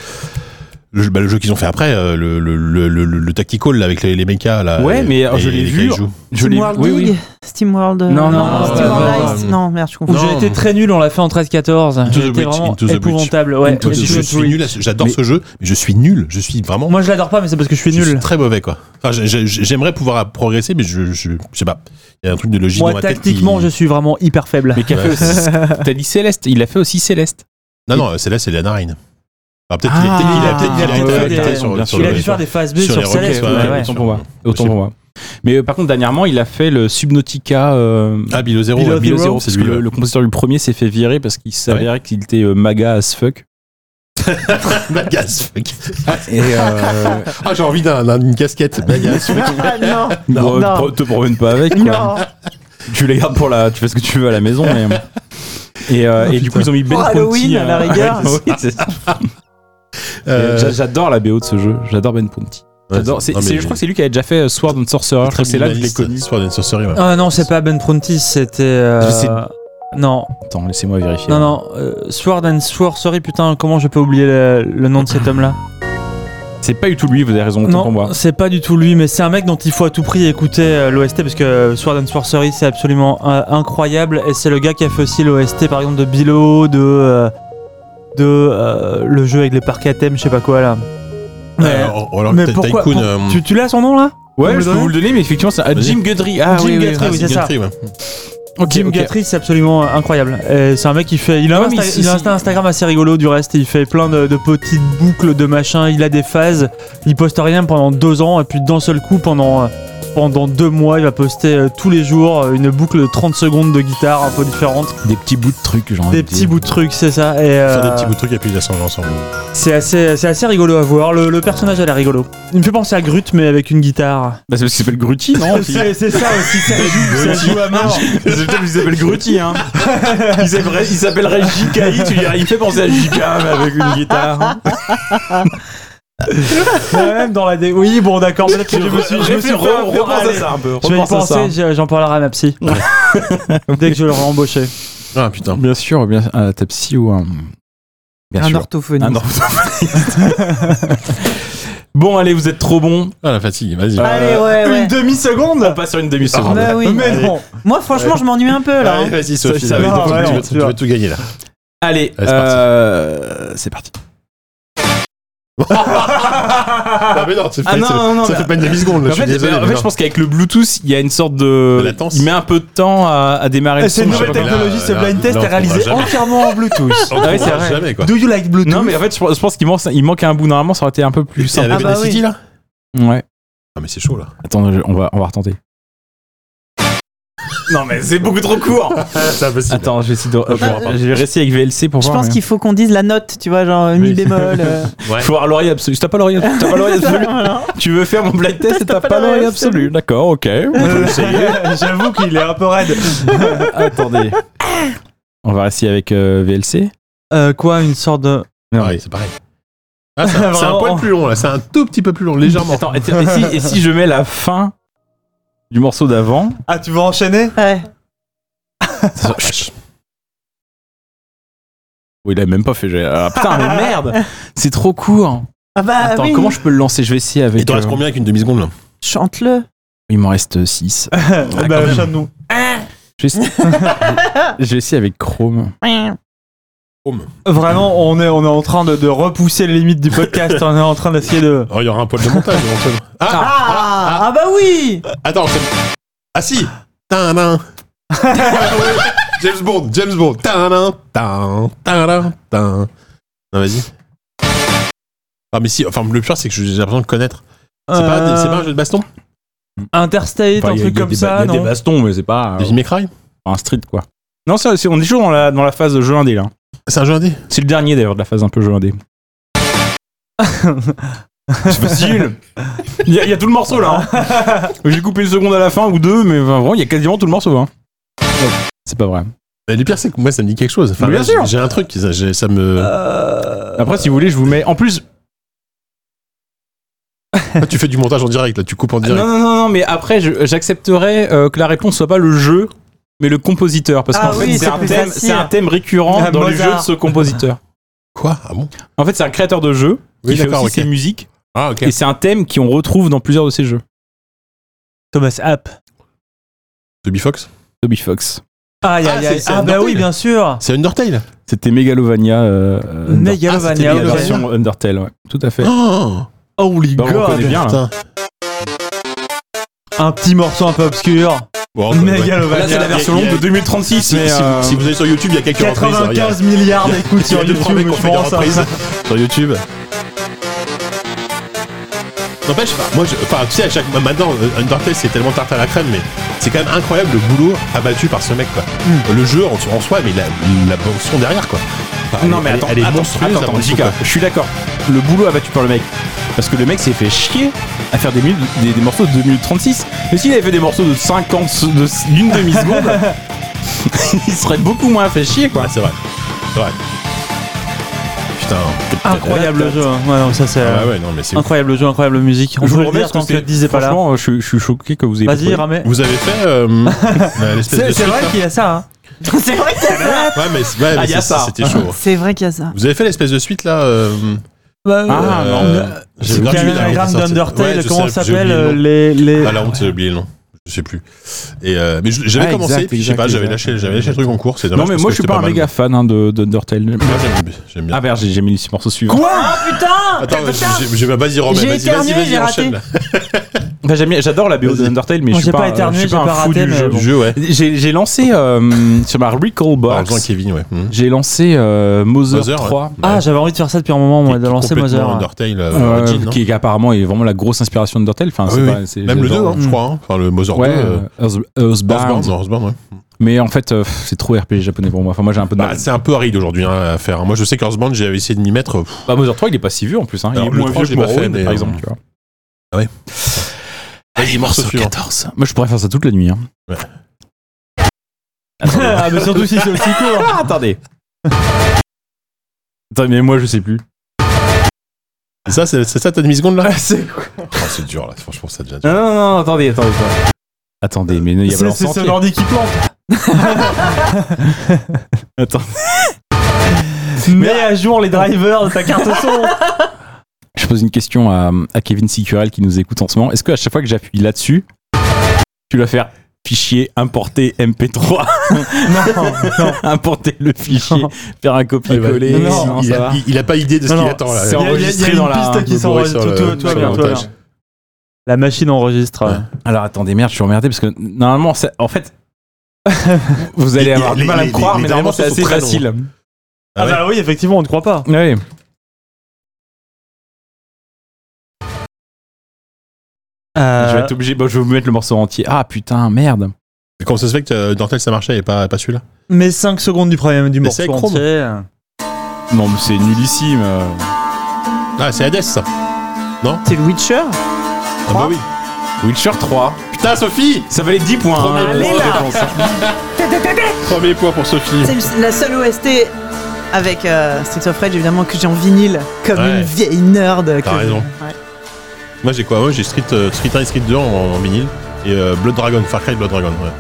B: Le, bah, le jeu qu'ils ont fait après, euh, le, le, le, le, le Tactical là, avec les, les mechas. Là,
E: Ouais,
B: et-
E: mais, alors,
B: et
E: je
B: les
E: l'ai vu.
B: kaijus.
E: je l'ai-
F: Steam World
E: oui, oui.
F: League Steam World. euh,
E: Non, non,
F: Steam
E: euh,
F: World
B: euh,
F: Ice. Non, merde, je
D: Où
F: confonds.
D: j'ai été très nul, on l'a fait en 13-14.
B: Into the
D: J'étais
B: Breach,
D: vraiment
B: Into the Breach.
D: épouvantable. Ouais,
B: Toi,
D: Into
B: je
D: the
B: suis
D: Breach.
B: nul, à ce- j'adore
E: Mais-
B: ce jeu, mais je suis nul. Je suis vraiment.
D: Moi, je l'adore pas, mais c'est parce que je suis
B: je suis
D: nul.
B: très mauvais, quoi. Enfin, j'ai- j'ai- j'aimerais pouvoir progresser, mais je, je, je sais pas. Il y a un truc de logique dans
D: Moi,
B: ma tête.
D: tactiquement,
B: qui-
D: je suis vraiment hyper faible.
E: Mais qui a fait [LAUGHS] aussi. T'as dit Céleste. Il a fait aussi Céleste.
B: Non, non, celle-là, c'est la narine. Enfin, peut-être qu'il est- peut-être qu'il a- peut-être qu'il a
D: Ah,
B: été
D: ouais,
B: habilité
D: ouais,
B: sur
E: bien
B: sur
E: sûr.
D: Il a
B: le-
D: dû faire des phases B
B: sur
D: sur
B: les requêtes,
D: Céleste.
B: ouais,
D: ouais,
B: ouais,
D: ouais.
E: Autant pour moi. Autant
B: Possible.
E: pour moi. Mais euh, par contre, dernièrement, il a fait le Subnautica. euh,
B: Ah, Below Zero,
D: Below
B: ouais,
D: Zero,
B: Zero, c'est
E: parce que
B: lui,
E: le,
B: ouais.
E: le compositeur du premier s'est fait virer parce qu'il s'avérait qu'il était euh, maga as fuck.
B: Bagas, [LAUGHS] fuck.
E: Et euh,
B: [LAUGHS] Ah, j'ai envie d'un- d'un- d'une casquette, Bagas.
F: Ah, non,
E: bon,
F: non.
E: pro- te promène pas avec. quoi.
F: non.
E: Tu les gardes pour la. Tu fais ce que tu veux à la maison. Mais... Et, euh, et du coup, ils ont mis Ben
D: Oh,
F: Pour
E: Ponty,
F: Halloween, à la
E: euh,
F: rigueur.
E: [LAUGHS] ouais, oui, c'est ça. Euh, j'a- J'adore la BO de ce jeu. J'adore Ben Ponty. J'adore. C'est- c'est- Je crois que c'est lui qui avait déjà fait euh, Sword and Sorcerer. Je crois que C'est là que je l'ai connu.
B: Histoire d'une sorcerie, ouais.
D: Ah non, c'est pas Ben Prunty, c'était. euh,
E: C'est-
D: Non,
E: Attends, laissez-moi vérifier.
D: non, non. euh, Sword and Sorcery, putain, comment je peux oublier le, le nom de cet homme-là
E: C'est pas du tout lui, vous avez raison, autant pour moi.
D: Non, c'est pas du tout lui, mais c'est un mec dont il faut à tout prix écouter euh, l'OST parce que Sword and Sorcery, c'est absolument euh, incroyable. Et c'est le gars qui a fait aussi l'OST, par exemple, de Bilo, de. euh, de. euh, le jeu avec les parcs à thème, je sais pas quoi là. Mais,
B: Alors, alors,
D: mais
B: Ta-
D: pourquoi
B: Euh, Tycoon,
D: pour-
B: euh,
D: tu, tu l'as son nom là
E: Ouais,
D: Vous
E: je peux
D: le
E: vous le donner, mais effectivement, c'est ah,
B: Vas-y.
E: Jim Guthrie. Ah
D: Jim
E: oui, oui, oui.
D: Guthrie, oui,
B: Jim
D: c'est ça.
B: Guthrie, ouais.
E: Ok,
D: Jim
E: ok.
D: Guthrie, c'est absolument euh, incroyable. Et C'est un mec qui fait. Il a,
E: Ouais,
D: un,
E: mais
D: Insta-
E: si,
D: il a un
E: si.
D: Insta- Instagram assez rigolo du reste. Il fait plein de, de petites boucles de machin. Il a des phases. Il poste rien pendant deux ans. Et puis d'un seul coup, pendant, euh, pendant deux mois, il va poster euh, tous les jours euh, une boucle de 30 secondes de guitare un peu différente.
E: Des petits bouts de trucs, genre.
D: Des petits bouts de trucs, c'est ça. Et
B: Faire
D: euh,
B: des petits bouts de trucs et puis ils assemblent ensemble.
D: c'est assez, c'est assez rigolo à voir. Le, le personnage a l'air rigolo. Il me fait penser à Grut, mais avec une guitare.
E: Bah, c'est parce qu'il s'appelle Grutti,
B: Ah,
E: non
D: [LAUGHS] c'est c'est ça aussi. Ça
B: [LAUGHS]
D: joue, ça joue à mort.
E: [LAUGHS] C'est peut-être qu'il s'appelle Grutti, hein. Il s'appellerait, il s'appellerait JKI, tu dirais, il fait penser à JK, mais avec une guitare.
D: Même dans la dé- Oui, bon, d'accord. Peut-être que je me suis, je me suis
E: Réfléchis,
D: pas-
E: re- repense à
D: allez.
E: ça un peu.
D: Je vais y
E: repense à ça.
D: penser, j'ai- j'en parlerai à ma psy. [LAUGHS] Dès que je l'aurai embauché.
B: Ah putain.
E: Bien sûr, bien, euh, ta psy ou un. Bien
F: Un
E: sûr.
F: orthophoniste.
E: Un orthophoniste. bon, allez, vous êtes trop bon.
B: Ah la fatigue, vas-y.
E: Ah,
F: Allez, ouais, Eh ouais.
D: Une demi-seconde
E: On passe sur une demi-seconde.
F: Bah oui.
D: Mais non
F: Moi, franchement, je m'ennuie un peu là.
B: Allez,
F: hein.
B: vas-y, Sophie.
E: ça
B: vas-y,
D: va,
B: tu vas-
D: ouais,
B: tu
D: on
B: vas-
D: tire.
B: Tu vas tout gagner là.
E: Allez,
B: Allez, c'est
E: euh, c'est parti.
B: Ah, mais non, c'est
E: Ah,
B: pas-
E: non,
B: c'est-
E: non, non,
B: ça
E: mais-
B: fait pas une demi-seconde là,
E: En
B: je suis
E: fait,
B: désolé.
E: en fait,
B: mais
E: je
B: non.
E: pense qu'avec le Bluetooth, il y a une sorte de.
B: De latence.
E: Il met un peu de temps à, à démarrer le
D: C'est
E: son.
D: une
E: je sais
D: nouvelle
E: pas comment.
D: technologie,
B: là,
D: ce blind
B: là,
D: test
B: on
D: est
B: pourra
D: réalisé
B: jamais.
D: entièrement en Bluetooth.
B: On
E: Ah ouais, c'est
B: comprendra
E: vrai.
B: jamais quoi.
D: Do you like Bluetooth
E: Non, mais en fait, je pense, je pense qu'il manque, il manque un bout. Normalement, ça aurait été un peu plus
B: C'est
E: simple.
B: avec
F: bah
B: des
F: oui.
B: City là
E: Ouais.
B: Ah, mais c'est chaud là.
E: Attends, je- on va, on va retenter. non, mais c'est beaucoup trop
D: [LAUGHS]
E: court.
B: C'est impossible.
E: Attends, je vais essayer de. euh,
B: je
D: Bah,
B: comprends pas.
E: je vais rester avec VLC pour
F: Je
E: voir.
F: pense
E: mais-
F: qu'il faut qu'on dise la note, tu vois, genre mi
E: Oui.
F: bémol.
E: [LAUGHS]
F: euh.
E: Faut avoir l'oreille absolue. T'as pas l'oreille absolue. T'as pas l'oreille absolue.
F: Voilà.
E: tu veux faire mon blind test et t'as pas l'oreille absolue. D'accord, ok.
D: Euh, [LAUGHS] J'avoue qu'il est un peu raide.
E: [LAUGHS] Attendez. On va rester avec euh, VLC.
D: Euh, quoi, une sorte de.
E: Non.
B: Ouais, c'est pareil. Ah, [LAUGHS] c'est un- c'est un
D: Vraiment.
B: poil plus long là, c'est un tout petit peu plus long, légèrement.
E: Attends, et, et si, et si je mets la fin du morceau d'avant
D: Ah, tu veux enchaîner
F: Ouais.
B: Ah,
E: Oui, Oh, il a même pas fait. j'ai- ah, putain, mais merde C'est trop court.
F: Ah bah
E: Attends,
F: oui.
E: comment je peux le lancer Je vais essayer avec.
B: Il te reste
E: euh,
B: combien avec une demi-seconde là
F: Chante-le.
E: Il m'en reste [LAUGHS] 6.
D: Bah, enchaîne-nous.
E: Je vais essayer- je vais essayer avec Chrome.
F: Ah.
D: Vraiment, on est, on est en train de, de repousser les limites du podcast. on est en train d'essayer de.
B: Oh, il y aura un poil de montage éventuellement. [LAUGHS] Ah,
F: Ah, ah bah oui.
B: Attends, c'est- Ah si [LAUGHS] Tadam. James Bond, James Bond. Tadam, tadam, tadam, tadam. Non, vas-y. Ah, mais si, enfin, le pire, c'est que j'ai l'impression de connaître. C'est pas, des- c'est pas un jeu de baston
D: Euh, Interstate,
E: Enfin,
D: un
E: il y a-
D: truc
E: il y a
D: comme
E: des ba-
D: ça,
E: Il y a des
D: non
E: bastons, mais c'est pas
B: Devil
E: euh,
B: May Cry
E: un street quoi. Non, ça, c'est- on est toujours dans la, dans la phase de jeu indé là.
B: C'est un jeu [LAUGHS] indé
E: C'est le dernier d'ailleurs de la phase un peu jeu indé. c'est facile Il y, a- il y a tout le morceau là [LAUGHS] hein. J'ai coupé une seconde à la fin ou deux, mais enfin, vraiment, il y a quasiment tout le morceau. Hein. C'est pas vrai.
B: Mais le pire, c'est que moi, ça me dit quelque chose. Enfin,
E: Mais bien
B: là,
E: sûr.
B: j'ai- J'ai un truc, ça, j'ai- ça me.
E: Après, si vous voulez, je vous mets. En plus.
B: Ah, tu fais du montage en direct, là, tu coupes en direct.
E: Non, non, non, non, mais après, je- j'accepterais euh, que la réponse soit pas le jeu, mais le compositeur. Parce
F: Ah
E: qu'en
F: oui,
E: fait, c'est
F: c'est
E: un,
F: plus
E: thème-
F: facile.
E: c'est un thème récurrent
D: Ah,
E: dans le
D: Mozart.
E: jeu de ce compositeur.
B: Quoi Ah bon
E: En fait, c'est un créateur de jeu
B: Oui,
E: qui fait aussi
B: d'accord, ok.
E: ses musiques.
B: Ah, ok.
E: Et c'est un thème qu'on retrouve dans plusieurs de ses jeux.
D: Thomas App.
B: Toby Fox
E: Toby Fox.
D: Aïe,
B: Ah,
D: aïe,
B: c'est-
D: aïe.
B: c'est
D: Ah, bah
B: Undertale.
D: oui, bien sûr.
B: C'est Undertale
E: C'était Megalovania. euh, euh, Undertale.
D: Megalovania.
B: Ah, c'était
E: la
D: ok.
E: version Undertale, ouais. Tout à fait.
B: Oh
D: Holy
E: Bah, on
D: God.
E: reconnaît bien, là.
B: Putain.
D: Un petit morceau un peu obscur.
B: Bon, bah, ouais.
E: Là, c'est
D: Megalovania.
E: la version
B: Il y a-
E: longue de 2036,
B: Si,
E: mais.
B: si-
E: euh,
B: si vous allez sur YouTube, il y a quelques reprises. hein, il y a-
D: 95 milliards d'écoutes
B: Il y
D: sur
B: a deux, trois mecs
D: YouTube,
B: qui
D: je
B: ont fait des
D: pense. hein.
E: hein.
B: reprises sur YouTube. N'empêche, moi, je, enfin, tu sais, à chaque, maintenant, euh, Undertale, c'est tellement tarte à la crème, mais c'est quand même incroyable le boulot abattu par ce mec, quoi.
E: Hmm.
B: Le jeu en, en soi, mais la, la bande son derrière, quoi. Enfin,
E: Non,
B: elle-
E: mais
B: elle-
E: attends,
B: elle est
E: attends,
B: monstrueuse.
E: attends,
B: la
E: attends,
B: bande son,
E: Jika,
B: quoi.
E: je suis d'accord. Le boulot abattu par le mec. Parce que le mec s'est fait chier à faire des, minutes- des, des morceaux de 2 minutes 36. Mais s'il avait fait des morceaux de 50 se- de- d'une demi-seconde, [LAUGHS] il serait beaucoup moins fait chier quoi.
B: Ah, c'est vrai. C'est vrai. Putain.
D: Incroyable jeu. hein. Ouais, non, ça, c'est.
B: Ah ouais, non, mais c'est.
D: Incroyable jeu, incroyable musique. On
E: Je vous
D: peut le
E: remercie
D: dire tant
E: parce
D: que Diz est pas là.
E: Franchement, je, je suis choqué que vous ayez pas
D: Vas-y,
E: trouvé.
D: ramène.
B: Vous avez fait
E: [LAUGHS]
B: euh, euh, l'espèce de.
D: C'est c'est
B: truc,
D: vrai
B: là
D: qu'il y a ça. hein.
F: C'est vrai qu'il y a ça.
B: Ouais, mais, c'est- ouais,
E: Ah,
B: mais
E: il y a
B: c'est-
E: ça.
B: c'était chaud.
F: C'est vrai qu'il y a ça.
B: Vous avez fait l'espèce de suite là euh,
D: Bah,
E: Ah,
B: euh,
E: non.
B: j'ai
D: C'est
B: oublié le nom, il est
D: Cananagramme
B: sorti.
D: d'Undertale,
B: Ouais, je
D: comment
B: sais,
D: ça
B: j'ai oublié
D: s'appelle
B: le nom.
D: euh, les, les...
B: Ah la honte, j'ai oublié le nom. Je sais plus. Et euh, mais je- j'avais
E: Ah,
B: commencé,
E: exact,
B: puis je sais pas,
E: exact,
B: j'avais
E: exact.
B: lâché, j'avais lâché le truc en cours. c'est
E: Non
B: dommage
E: mais
B: parce
E: moi
B: que
E: je suis
B: c'était
E: pas un
B: mal.
E: méga fan hein, de d'Undertale.
B: Moi, j'aime- J'aime bien.
E: Ah merde, j'ai j'ai mis le morceau suivant.
F: Quoi Putain
B: Attends, j'ai- j'ai ma vas-y Romain,
F: J'ai
B: vas-y, vas-y,
F: éternué,
B: vas-y,
F: j'ai raté.
B: enchaîne. là.
E: Enfin, j'aime bien- J'adore la BO
B: Vas-y.
E: d'Undertale,
D: Moi,
E: mais je suis
D: j'ai
E: pas,
D: pas
E: un-
D: éternué,
E: je suis
D: j'ai
E: pas un
D: pas
E: fou
D: raté,
E: du
D: mais
E: jeu.
D: bon.
B: Du jeu, ouais.
E: J'ai j'ai lancé euh, sur ma Recall
B: En besoin
E: Box.
B: Kevin, ouais. Mhm.
E: J'ai lancé euh, Mother,
B: Mother, ouais.
E: 3.
D: Ah, j'avais envie de faire ça depuis un moment, moi, de lancer
B: Complètement
D: Mother. ouais.
B: Undertale
E: Euh,
B: euh, Origin, non
E: qui est- apparemment est vraiment la grosse inspiration de Dortel. Enfin,
B: Ah
E: c'est
B: oui,
E: pas-
B: oui.
E: c'est-
B: Même le 2,
E: j'adore.
B: hein, je crois. hein. Enfin, le Mother 2.
E: Ouais,
B: euh,
E: euh, Earth- Earthbound.
B: Earthbound, Earthbound, ouais.
E: Mais en fait, euh, pff, c'est trop RPG japonais pour moi. Enfin, moi j'ai un peu de
B: Bah,
E: mal.
B: c'est un peu aride aujourd'hui hein, à faire. Moi, je sais qu'Earthbound, j'avais essayé de m'y mettre. pff,
E: Bah, Mother 3, il est pas si vieux en plus. Hein. Il
B: Alors,
E: est
B: le
E: moins
B: 3,
E: vieux
B: je
E: que
B: l'ai pas
E: Morrowind,
B: fait, mais,
E: par
B: euh,
E: exemple. Tu vois.
B: Allez, morceau suivant.
E: 14. Moi, je pourrais faire ça toute la nuit. Hein.
B: Ouais.
E: Attendez.
D: [LAUGHS] Ah, mais surtout si c'est aussi court.
E: Ah, [LAUGHS] attendez. Attends, mais moi je sais plus.
B: C'est ça, c'est c'est ça ta demi-seconde là
E: Ah, c'est quoi Ah
B: Oh, C'est dur là, franchement, ça devient dur.
E: Non, non, non, attendez, attendez. attendez. Attendez, mais il y a pas
D: C'est c'est
E: l'ensemble.
D: son ordi qui
E: [LAUGHS]
D: plante.
E: Attends.
D: Mets à jour les drivers de ta carte son.
E: Je pose une question à, à Kevin Sicurel qui nous écoute en ce moment. Est-ce que à chaque fois que j'appuie là-dessus, tu dois faire fichier importer MP3,
D: [LAUGHS]
B: Oh,
D: Non, non.
E: [LAUGHS] importer le fichier,
D: Non.
E: faire un copier-coller
D: Non,
E: non,
B: il,
E: ça
B: a,
E: va.
B: il- il a pas idée de ce
D: Non,
B: qu'il
D: non,
B: attend là.
E: c'est
D: Il y a- il y a-
E: enregistré
D: il y a
E: dans
D: une
E: la-
D: piste qui
B: le bruit
D: s'enregistre.
B: sur
D: Tout,
B: le-
D: tout, tout va
B: sur
D: bien,
B: le
D: tout va
B: montage.
D: bien. La machine enregistre.
B: Ouais.
E: Alors attendez, merde, je suis emmerdé parce que normalement, ça- en fait,
B: [LAUGHS]
E: vous allez
B: Les-
E: avoir du
B: les-
E: mal à
B: les-
E: me croire,
B: les- les
E: mais normalement, c'est
B: éléments sont
E: assez
B: très Euh,
E: facile.
D: Ah,
B: Ah ouais.
D: bah oui, effectivement, on ne croit pas.
E: Oui.
D: Euh,
E: Je vais être obligé, bon, je vais vous mettre le morceau entier. Ah putain, merde.
B: Mais Comment ça se fait que euh, Dantel ça marchait et pas, pas celui-là
D: Mais 5 secondes du problème du
B: Mais c'est
D: morceau
B: Chrome.
D: entier.
E: Non, mais c'est nullissime. euh.
B: Ah, c'est Hades ça
F: C'est le Witcher
B: Ah bah oui
E: Witcher 3.
B: Putain, Sophie
E: Ça valait 10 points. hein,
F: Allez,
E: les grosses
F: là.
E: réponses, hein.
B: Premier point pour Sophie
F: C'est la seule OST avec euh, Street of Rage, évidemment, que j'ai en vinyle, comme
B: Ouais.
F: une vieille nerd. que-
B: T'as raison.
F: Ouais.
B: Moi j'ai quoi Moi j'ai Street, euh, Street 1 et Street 2 en, en vinyle et euh, Blood Dragon, Far Cry Blood Dragon. Ouais.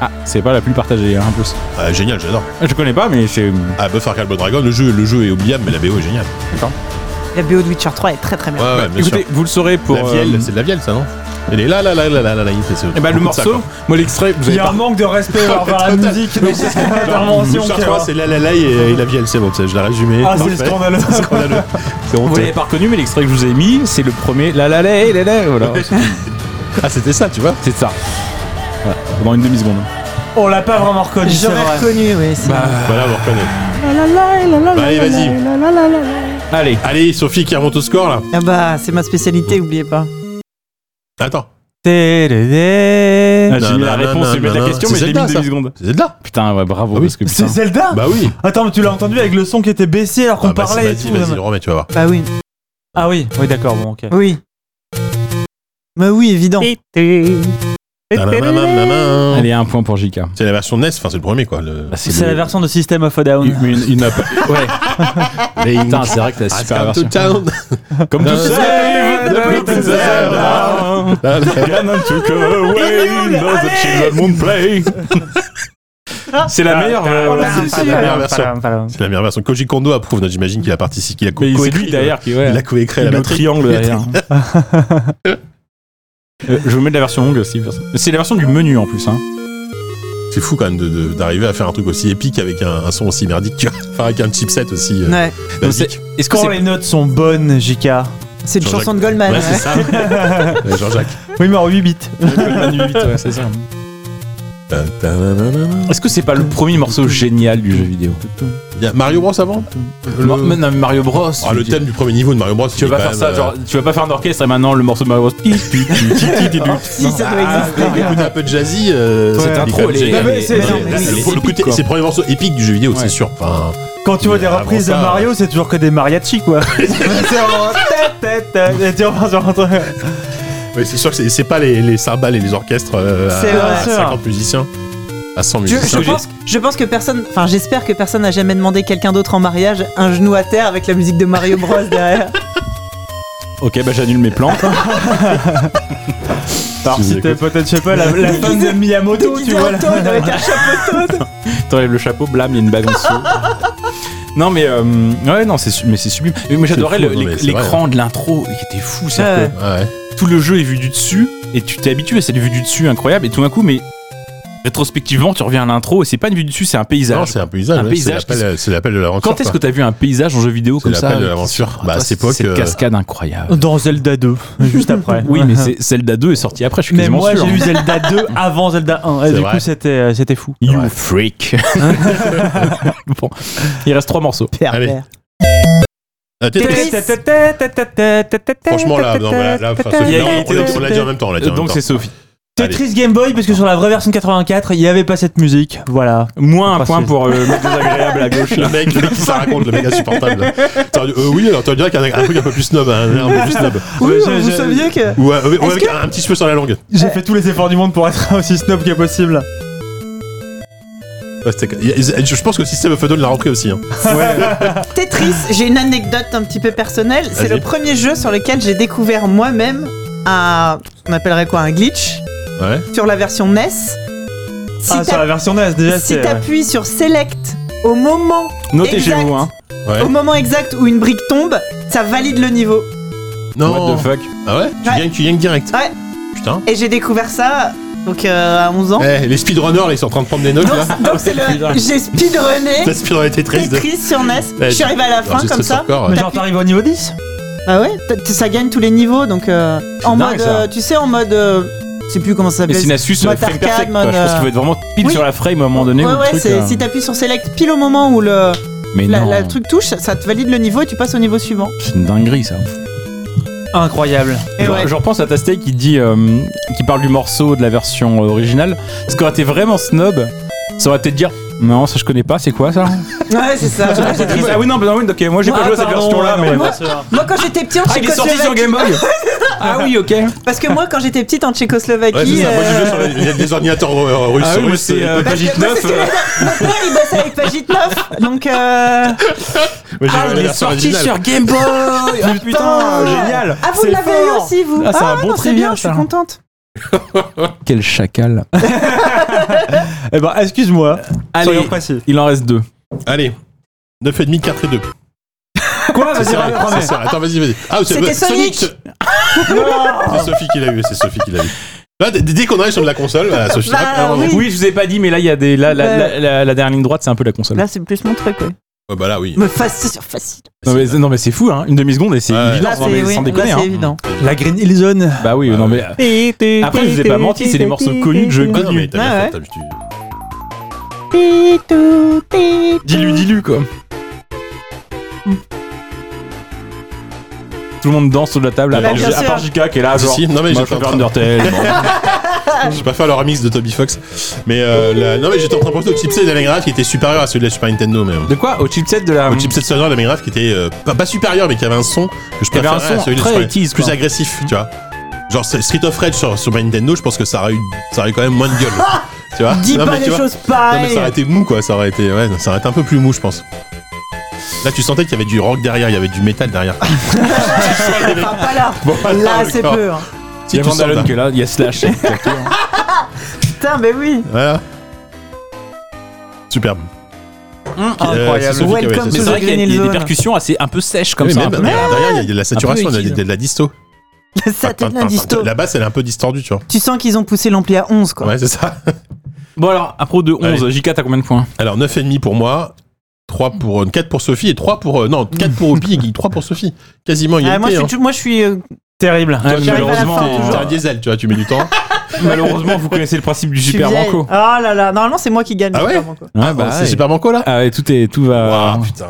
E: Ah, c'est pas la plus partagée, hein, en plus.
B: Ah, génial, j'adore.
E: Je connais pas, mais c'est.
B: Ah, bah Far Cry Blood Dragon, le jeu, le jeu est oubliable, mais la BO est géniale.
F: La BO de Witcher 3 est très très bien.
B: Ouais, ouais, bien
E: Écoutez, vous le saurez pour.
B: sûr. La vielle,
E: euh,
B: c'est de la vielle ça, non Elle est là, là, là, là, là, là, là. c'est- c'est
E: eh ben, le
B: beaucoup de ça,
E: morceau,
B: quoi.
E: moi l'extrait, vous
D: Il
E: avez
D: y a un
E: pas.
D: manque de respect
E: [LAUGHS]
D: envers la
B: Total.
D: musique dans cette intervention.
B: Witcher
D: qui est-
B: 3, c'est la, la, la et, et la vielle, c'est bon, c'est- je l'ai résumé.
D: Ah, [LAUGHS] c'est
B: parfait.
D: scandaleux.
B: C'est scandaleux. C'est
E: Vous
B: honteux.
E: l'avez pas reconnu, mais l'extrait que je vous ai mis, c'est le premier. La la la la la. Voilà, [LAUGHS]
B: Ah, c'était ça, tu vois
E: c'est ça. Voilà, pendant une demi-seconde.
D: On l'a pas vraiment reconnu, c'est
F: J'aurais
D: vrai.
F: reconnu, oui. c'est-
B: Voilà, on reconnaît. Bah, allez, vas-y.
E: Allez.
B: Allez, Sophie qui remonte au score là.
F: Ah bah, c'est ma spécialité, oubliez pas.
B: Attends,
D: Télédé.
E: Ah, J'ai mis la réponse, j'ai mis la question,
B: C'est
E: mais je l'ai mis
B: Zelda,
E: une
B: ça.
E: demi-seconde.
B: c'est de là
E: Putain, ouais, bravo.
B: Ah oui.
E: parce que,
D: C'est
E: putain.
D: Zelda
B: Bah oui
D: Attends, mais tu l'as entendu avec le son qui était baissé alors qu'on
B: Ah, bah, c'est-
D: parlait et
B: Vas-y,
D: tout.
B: vas-y, le remets, tu vas voir.
F: Bah oui,
D: Ah oui, oui d'accord, bon ok.
F: oui. Bah oui, évident.
B: Tadamamamam.
E: Allez, un point pour JK.
B: C'est la version NES, enfin c'est le premier quoi. le-
D: C'est la version de System of a Down.
E: Il, il- il n'a pas. Ouais. [LAUGHS] Putain, c'est vrai que la
B: Ah,
E: super
B: c'est
E: version.
B: un tout town.
E: Comme
B: Non,
E: tout
B: c'est-
E: C'est la
D: Oh,
E: meilleure. euh, voilà.
B: Ah, c'est la meilleure version. C'est la meilleure version. Koji Kondo approuve, donc j'imagine qu'il a participé, qu'il a co-
E: Mais c'est
B: coécrit.
E: lui derrière qui.
B: Il
E: Ouais.
B: a coécrit la
E: Le
B: batterie.
E: triangle derrière. Euh, Je vous mets de la version longue aussi. parce que- C'est la version du menu en plus. Hein.
B: C'est fou quand même de- de- d'arriver à faire un truc aussi épique avec un, un son aussi merdique, tu vois. Enfin, avec un chipset aussi. euh,
F: Ouais.
E: Donc,
B: basique.
E: c'est- Est-ce que
D: Quand
E: c'est
D: les notes sont bonnes, JK.
F: C'est une
B: Jean-Jacques.
F: chanson de Goldman.
B: Ouais, c'est
F: ouais.
B: ça. Ouais, Jean-Jacques.
D: Oui, mais en 8 bits.
E: Est-ce que c'est pas le premier morceau génial du jeu vidéo
B: Il y a Mario Bros avant Le-
E: Non, mais non, mais Mario Bros.
B: Ah,
E: je
B: le
E: veux
B: thème
E: dire.
B: du premier niveau de Mario Bros.
E: Tu vas pas faire
B: euh,
E: ça, genre, tu vas pas faire un orchestre et maintenant le morceau de Mario Bros.
F: Si, ça doit
B: Ah,
F: exister.
B: Écoute un peu de jazzy. euh,
E: Ouais,
B: c'est
E: cette
B: un
E: intro,
B: peu
E: elle est-
B: génial.
E: elle est-
B: C'est-
E: elle est-
B: c'est-
E: elle est
B: c'est- pour le
E: épique,
B: côté-
E: quoi.
B: C'est le premier morceau épique du jeu vidéo,
E: Ouais.
B: c'est sûr. Enfin,
D: Quand tu vois des
B: Avant
D: reprises de
B: ça,
D: Mario, c'est toujours que des mariachis,
E: [LAUGHS]
D: quoi. C'est vraiment tête, tête, tête, et tu repars sur un truc.
B: mais c'est sûr que c'est- c'est pas les, les cymbales et les orchestres euh,
D: C'est
B: à, à
D: vrai.
B: 50 musiciens, à 100
F: Je,
B: musiciens.
F: je pense, je pense que personne, enfin j'espère que personne n'a jamais demandé quelqu'un d'autre en mariage un genou à terre avec la musique de Mario Bros
E: [LAUGHS]
F: derrière.
E: [LAUGHS] Ok, bah j'annule mes [LAUGHS] plans.
D: Alors, si t'es peut-être, je sais pas, la, la femme de Miyamoto, tu vois. là.
F: Toad avec un chapeau.
E: T'enlèves le chapeau, blâme, il y a une bague en dessous.
B: [LAUGHS]
E: Non mais euh, ouais non c'est su- mais c'est sublime mais, mais j'adorais
B: fou,
E: le-
B: non, mais
E: l'éc-
B: c'est vrai,
E: l'écran de l'intro qui était fou c'est
F: Ouais.
B: Ouais.
E: tout le jeu est vu du dessus et tu t'es habitué à cette vue du dessus incroyable et tout d'un coup mais rétrospectivement tu reviens à l'intro et c'est pas une vue du dessus c'est un
B: Non,
E: paysage
B: c'est un paysage.
E: Un
B: ouais,
E: paysage
B: c'est l'appel- C'est l'appel de l'aventure.
E: quand est-ce que
B: quoi.
E: t'as vu un paysage en jeu vidéo comme
B: C'est
E: ça
B: l'appel de
E: euh,
B: l'aventure.
E: qui-
B: Bah, à
E: Toi,
B: cette époque,
E: cette
B: euh,
E: cascade incroyable
D: Dans Zelda 2, juste après.
E: oui mais c'est Zelda 2 est sorti après je suis
D: Mais
E: quasiment
D: moi,
E: sûr hein.
D: j'ai eu Zelda 2 avant Zelda 1. Et
B: C'est
D: du
B: vrai.
D: coup, c'était euh, c'était fou.
E: you
B: Ouais. [LAUGHS]
E: freak bon il reste trois morceaux
B: Allez. Euh, Tetris. Franchement,
D: Franchement,
B: là, non, voilà, là, enfin,
E: Il y
B: celui-là,
E: a
B: on-
E: été
B: on l'a-
E: dans-
B: on l'a dit en même temps. on l'a dit en
E: donc
B: même
E: c'est
B: temps.
E: Sophie
D: Tetris Game Boy, parce que sur la vraie version de 84, il n'y avait pas cette musique. Voilà.
E: moins un
D: Pas
E: point
D: sûr.
E: pour euh, le mec
B: [LAUGHS]
E: désagréable à gauche
B: Le mec, le mec qui se raconte, le mec insupportable. T'aurais dû- euh, oui, alors tu dirais qu'il y a un truc un peu plus snob, hein, un peu plus snob.
F: Oui,
D: Ouais,
F: vous
D: j'ai- j'ai-
F: saviez que.
B: Ou, euh, ou
F: Est-ce
B: avec un, un petit cheveu sur la langue.
D: J'ai fait tous les efforts du monde pour être [LAUGHS] aussi snob que possible.
B: Ouais, c'était- il y a- je pense que le système of a Down l'a rentré aussi. hein.
F: Tetris, j'ai une anecdote un petit peu personnelle. C'est
B: Vas-y.
F: le premier jeu sur lequel j'ai découvert moi-même un. On appellerait quoi Un glitch
B: Ouais.
F: sur la version NES. Si
D: Ah,
F: t'as-
D: sur la version NES,
E: E
D: déjà,
F: si
D: c'est. ouais.
F: t'appuies sur Select au moment,
E: notez chez
F: Exact.
E: vous hein
B: Ouais.
F: au moment exact où une brique tombe, ça valide le niveau.
E: what
B: Non.
E: the fuck
B: Ah ouais tu,
F: Ouais.
B: Gagnes, tu gagnes direct.
F: Ouais.
B: Putain.
F: Et j'ai découvert ça donc euh, à 11 ans.
B: Eh, les speedrunners, là, ils sont en train de prendre des notes
F: Donc,
B: là.
F: donc c'est le. J'ai speedrunné
B: La speedrunner Tetris. de-
F: Tetris sur NES.
B: Ouais,
F: Je suis arrivé à la fin
B: enregistre
F: hein, comme
B: sur
F: ça.
B: corps, ouais.
D: Mais genre, t'arrives au niveau 10
F: Bah ouais, t- t- ça gagne tous les niveaux donc euh, en
E: dingue,
F: mode.
E: ça.
F: euh, tu sais, en mode. euh, je sais plus comment ça
E: Mais
F: s'appelle.
E: c'est une astuce euh,
F: mode
E: frame
F: arcade,
E: perfect, quoi. Je
F: mode,
E: pense qu'il
F: euh,
E: faut être vraiment pile
F: oui.
E: sur la frame à un moment donné.
F: Ouais,
E: ou le
F: ouais,
E: truc,
F: c'est-
E: euh,
F: si t'appuies sur Select pile au moment où le,
E: Mais
F: la,
E: non,
F: la truc touche, ça, ça te valide le niveau et tu passes au niveau suivant.
E: c'est une dinguerie ça.
D: Incroyable.
F: Et
E: Genre-
F: ouais.
E: Je repense à Tasté qui dit, euh, qui parle du morceau de la version euh, originale. Ce qui aurait été vraiment snob, ça aurait été de dire non, ça je connais pas, c'est quoi ça
B: Ah
F: Ouais, c'est ça. [LAUGHS]
E: Ah oui, non, bah, non, oui, ok, moi j'ai pas joué à cette version là, mais.
F: moi, quand j'étais petit en
E: Ah, il est sorti sur
F: Tchécoslovaquie.
E: Game Boy Ah oui, ok.
F: Parce que moi, quand j'étais petite en
B: Ouais,
F: Tchécoslovaquie.
B: c'est ça. Moi, j'ai
F: euh,
B: joué sur les- les, les ordinateurs euh, russes.
E: Ah oui, mais
B: russes,
E: c'est, euh,
B: euh,
F: parce que-
E: Pagite
F: moi, c'est ce que
E: 9,
F: j'allais dire. Mon père, il bossait avec Pagite 9. Donc,
E: [LAUGHS]
F: euh,
B: moi, j'ai
F: Ah,
B: joué à la
E: il est
B: version
E: sorti
B: originale.
E: sur Game Boy Ah putain, génial
F: Ah, vous
E: C'est
F: l'avez eu
E: fort.
F: aussi, vous
E: Ah, c'est un bon
F: non, c'est
E: trivia,
F: bien, je suis
E: ça.
F: contente.
E: [LAUGHS] Quel [LAUGHS] chacal
D: Eh ben, excuse-moi.
E: Allez,
D: Soyons précis.
E: il en reste deux.
B: Allez. 9,5, 4 et 2.
F: Ah,
E: [LAUGHS]
D: Quoi
B: C'est ça, c'est ça. Attends, vas-y, vas-y. Ah, c'est-
F: C'était Sonic.
B: ce- C'est Sophie qui l'a eu, c'est Sophie qui l'a eu. Là, d- dès qu'on arrive sur de la console, voilà, Sophie.
F: Bah,
B: hop, alors,
F: oui.
E: Oui, je vous ai pas dit, mais là, il y a des. Là, la,
F: Ouais.
E: la- la- la dernière ligne droite, c'est un peu la console.
F: Là, c'est plus mon truc, ouais.
B: on- bah là, oui.
F: Me facile sur facile.
E: Non, mais, non, mais c'est fou, hein. Une demi-seconde et c'est
B: Ouais.
E: évident.
F: Là,
E: non,
F: c'est
E: mais
F: oui,
E: sans
F: là,
E: déconner,
F: c'est
E: hein.
F: évident.
D: La Green Hill Zone.
E: Bah oui,
B: Ouais,
E: non,
F: Euh,
E: mais. Après, je vous ai pas menti, c'est des
F: les
E: morceaux connus de jeux
B: Ah non,
E: connus.
B: mais t'as bien
F: Ouais,
B: fait, t'as- tu-
E: Dis-lui, dis-lui, quoi. Tout le monde danse autour de la table, à
B: Bah,
E: part,
F: bien
E: J- à
F: sûr.
E: part JK qui est là,
B: Si,
E: genre.
B: si, non, mais
E: moi,
B: j'étais
E: je
B: en
E: préfère
B: train- [LAUGHS]
E: Undertale.
F: Ah.
B: J'ai pas fait le remix de Toby Fox, mais euh, la- non mais j'étais en train de penser au chipset de la Mega Drive qui était supérieur à celui de la Super Nintendo, mais euh,
E: De quoi Au chipset de la.
B: au chipset sonore de la Mega Drive qui était euh, pas, pas supérieur mais qui avait un son que je
F: Eh ben,
E: Qui avait
B: préférais
E: un son
B: à celui de la
E: très
B: Super
E: 80s,
B: plus
E: quoi.
B: agressif, tu vois. Genre c'est Street of Rage sur, sur Nintendo, je pense que ça aurait eu, ça aurait eu quand même moins de
F: [LAUGHS]
B: gueule. tu vois
F: Dis
B: Non,
F: pas
B: mais
F: les
B: tu vois,
F: choses
B: Non, mais
F: pareilles
B: ça aurait été mou quoi, ça aurait été, ouais, ça aurait été un peu plus mou, je pense. Là, tu sentais qu'il y avait du rock derrière, il y avait du métal
F: [LAUGHS]
B: derrière.
F: Enfin, pas là
B: Bon,
F: Là,
B: attends,
F: c'est
B: d'accord.
F: peu. hein.
B: Si
E: Il y a
B: tu
E: Van
B: sens, là.
E: Dalen qui est là, il y
B: [LAUGHS]
E: a Slash.
B: hein.
F: Putain, mais oui
B: Voilà. Superbe.
E: euh,
D: incroyable.
B: c'est Sophie qui avait fait
F: Welcome
E: Mais
B: ça.
E: c'est vrai qu'il y a
F: Green
E: des-
F: Hill
E: des
F: Zone.
E: percussions assez un peu sèches comme
B: Oui,
E: ça.
B: mais
E: un
B: même euh,
E: peu.
B: derrière, il y a de la saturation,
E: Un
B: il
E: peu
B: y a de, de la disto.
F: Ça
B: Enfin,
F: t'aide
B: enfin,
F: la
B: enfin,
F: disto.
B: La basse, elle est un peu distordue, tu vois.
F: Tu sens qu'ils ont poussé l'ampli à 11, quoi.
B: Ouais, c'est ça.
E: Bon alors, à pro de 11, JK, t'as combien de points
B: Alors 9,5 pour moi, 3 pour, 4 pour Sophie et 3 pour. euh, non, 4 pour Opi et 3 pour Sophie. Quasiment
F: Ah,
B: égalité.
F: moi, je
B: hein.
F: suis, tu- moi, je suis. euh,
D: Terrible.
E: Ouais,
F: j'arrive à la
E: Malheureusement,
F: fin,
E: euh,
B: T'es un diesel, tu vois, tu mets du temps.
E: malheureusement, vous connaissez le principe du
F: je suis
E: super
F: vieille.
E: banco.
F: Ah là là, normalement, c'est moi qui gagne.
B: Ah ouais
F: Super Banco.
E: Ah
B: Oh, c'est Super Banco là
E: Ah ouais, tout est tout va.
B: Waouh, putain.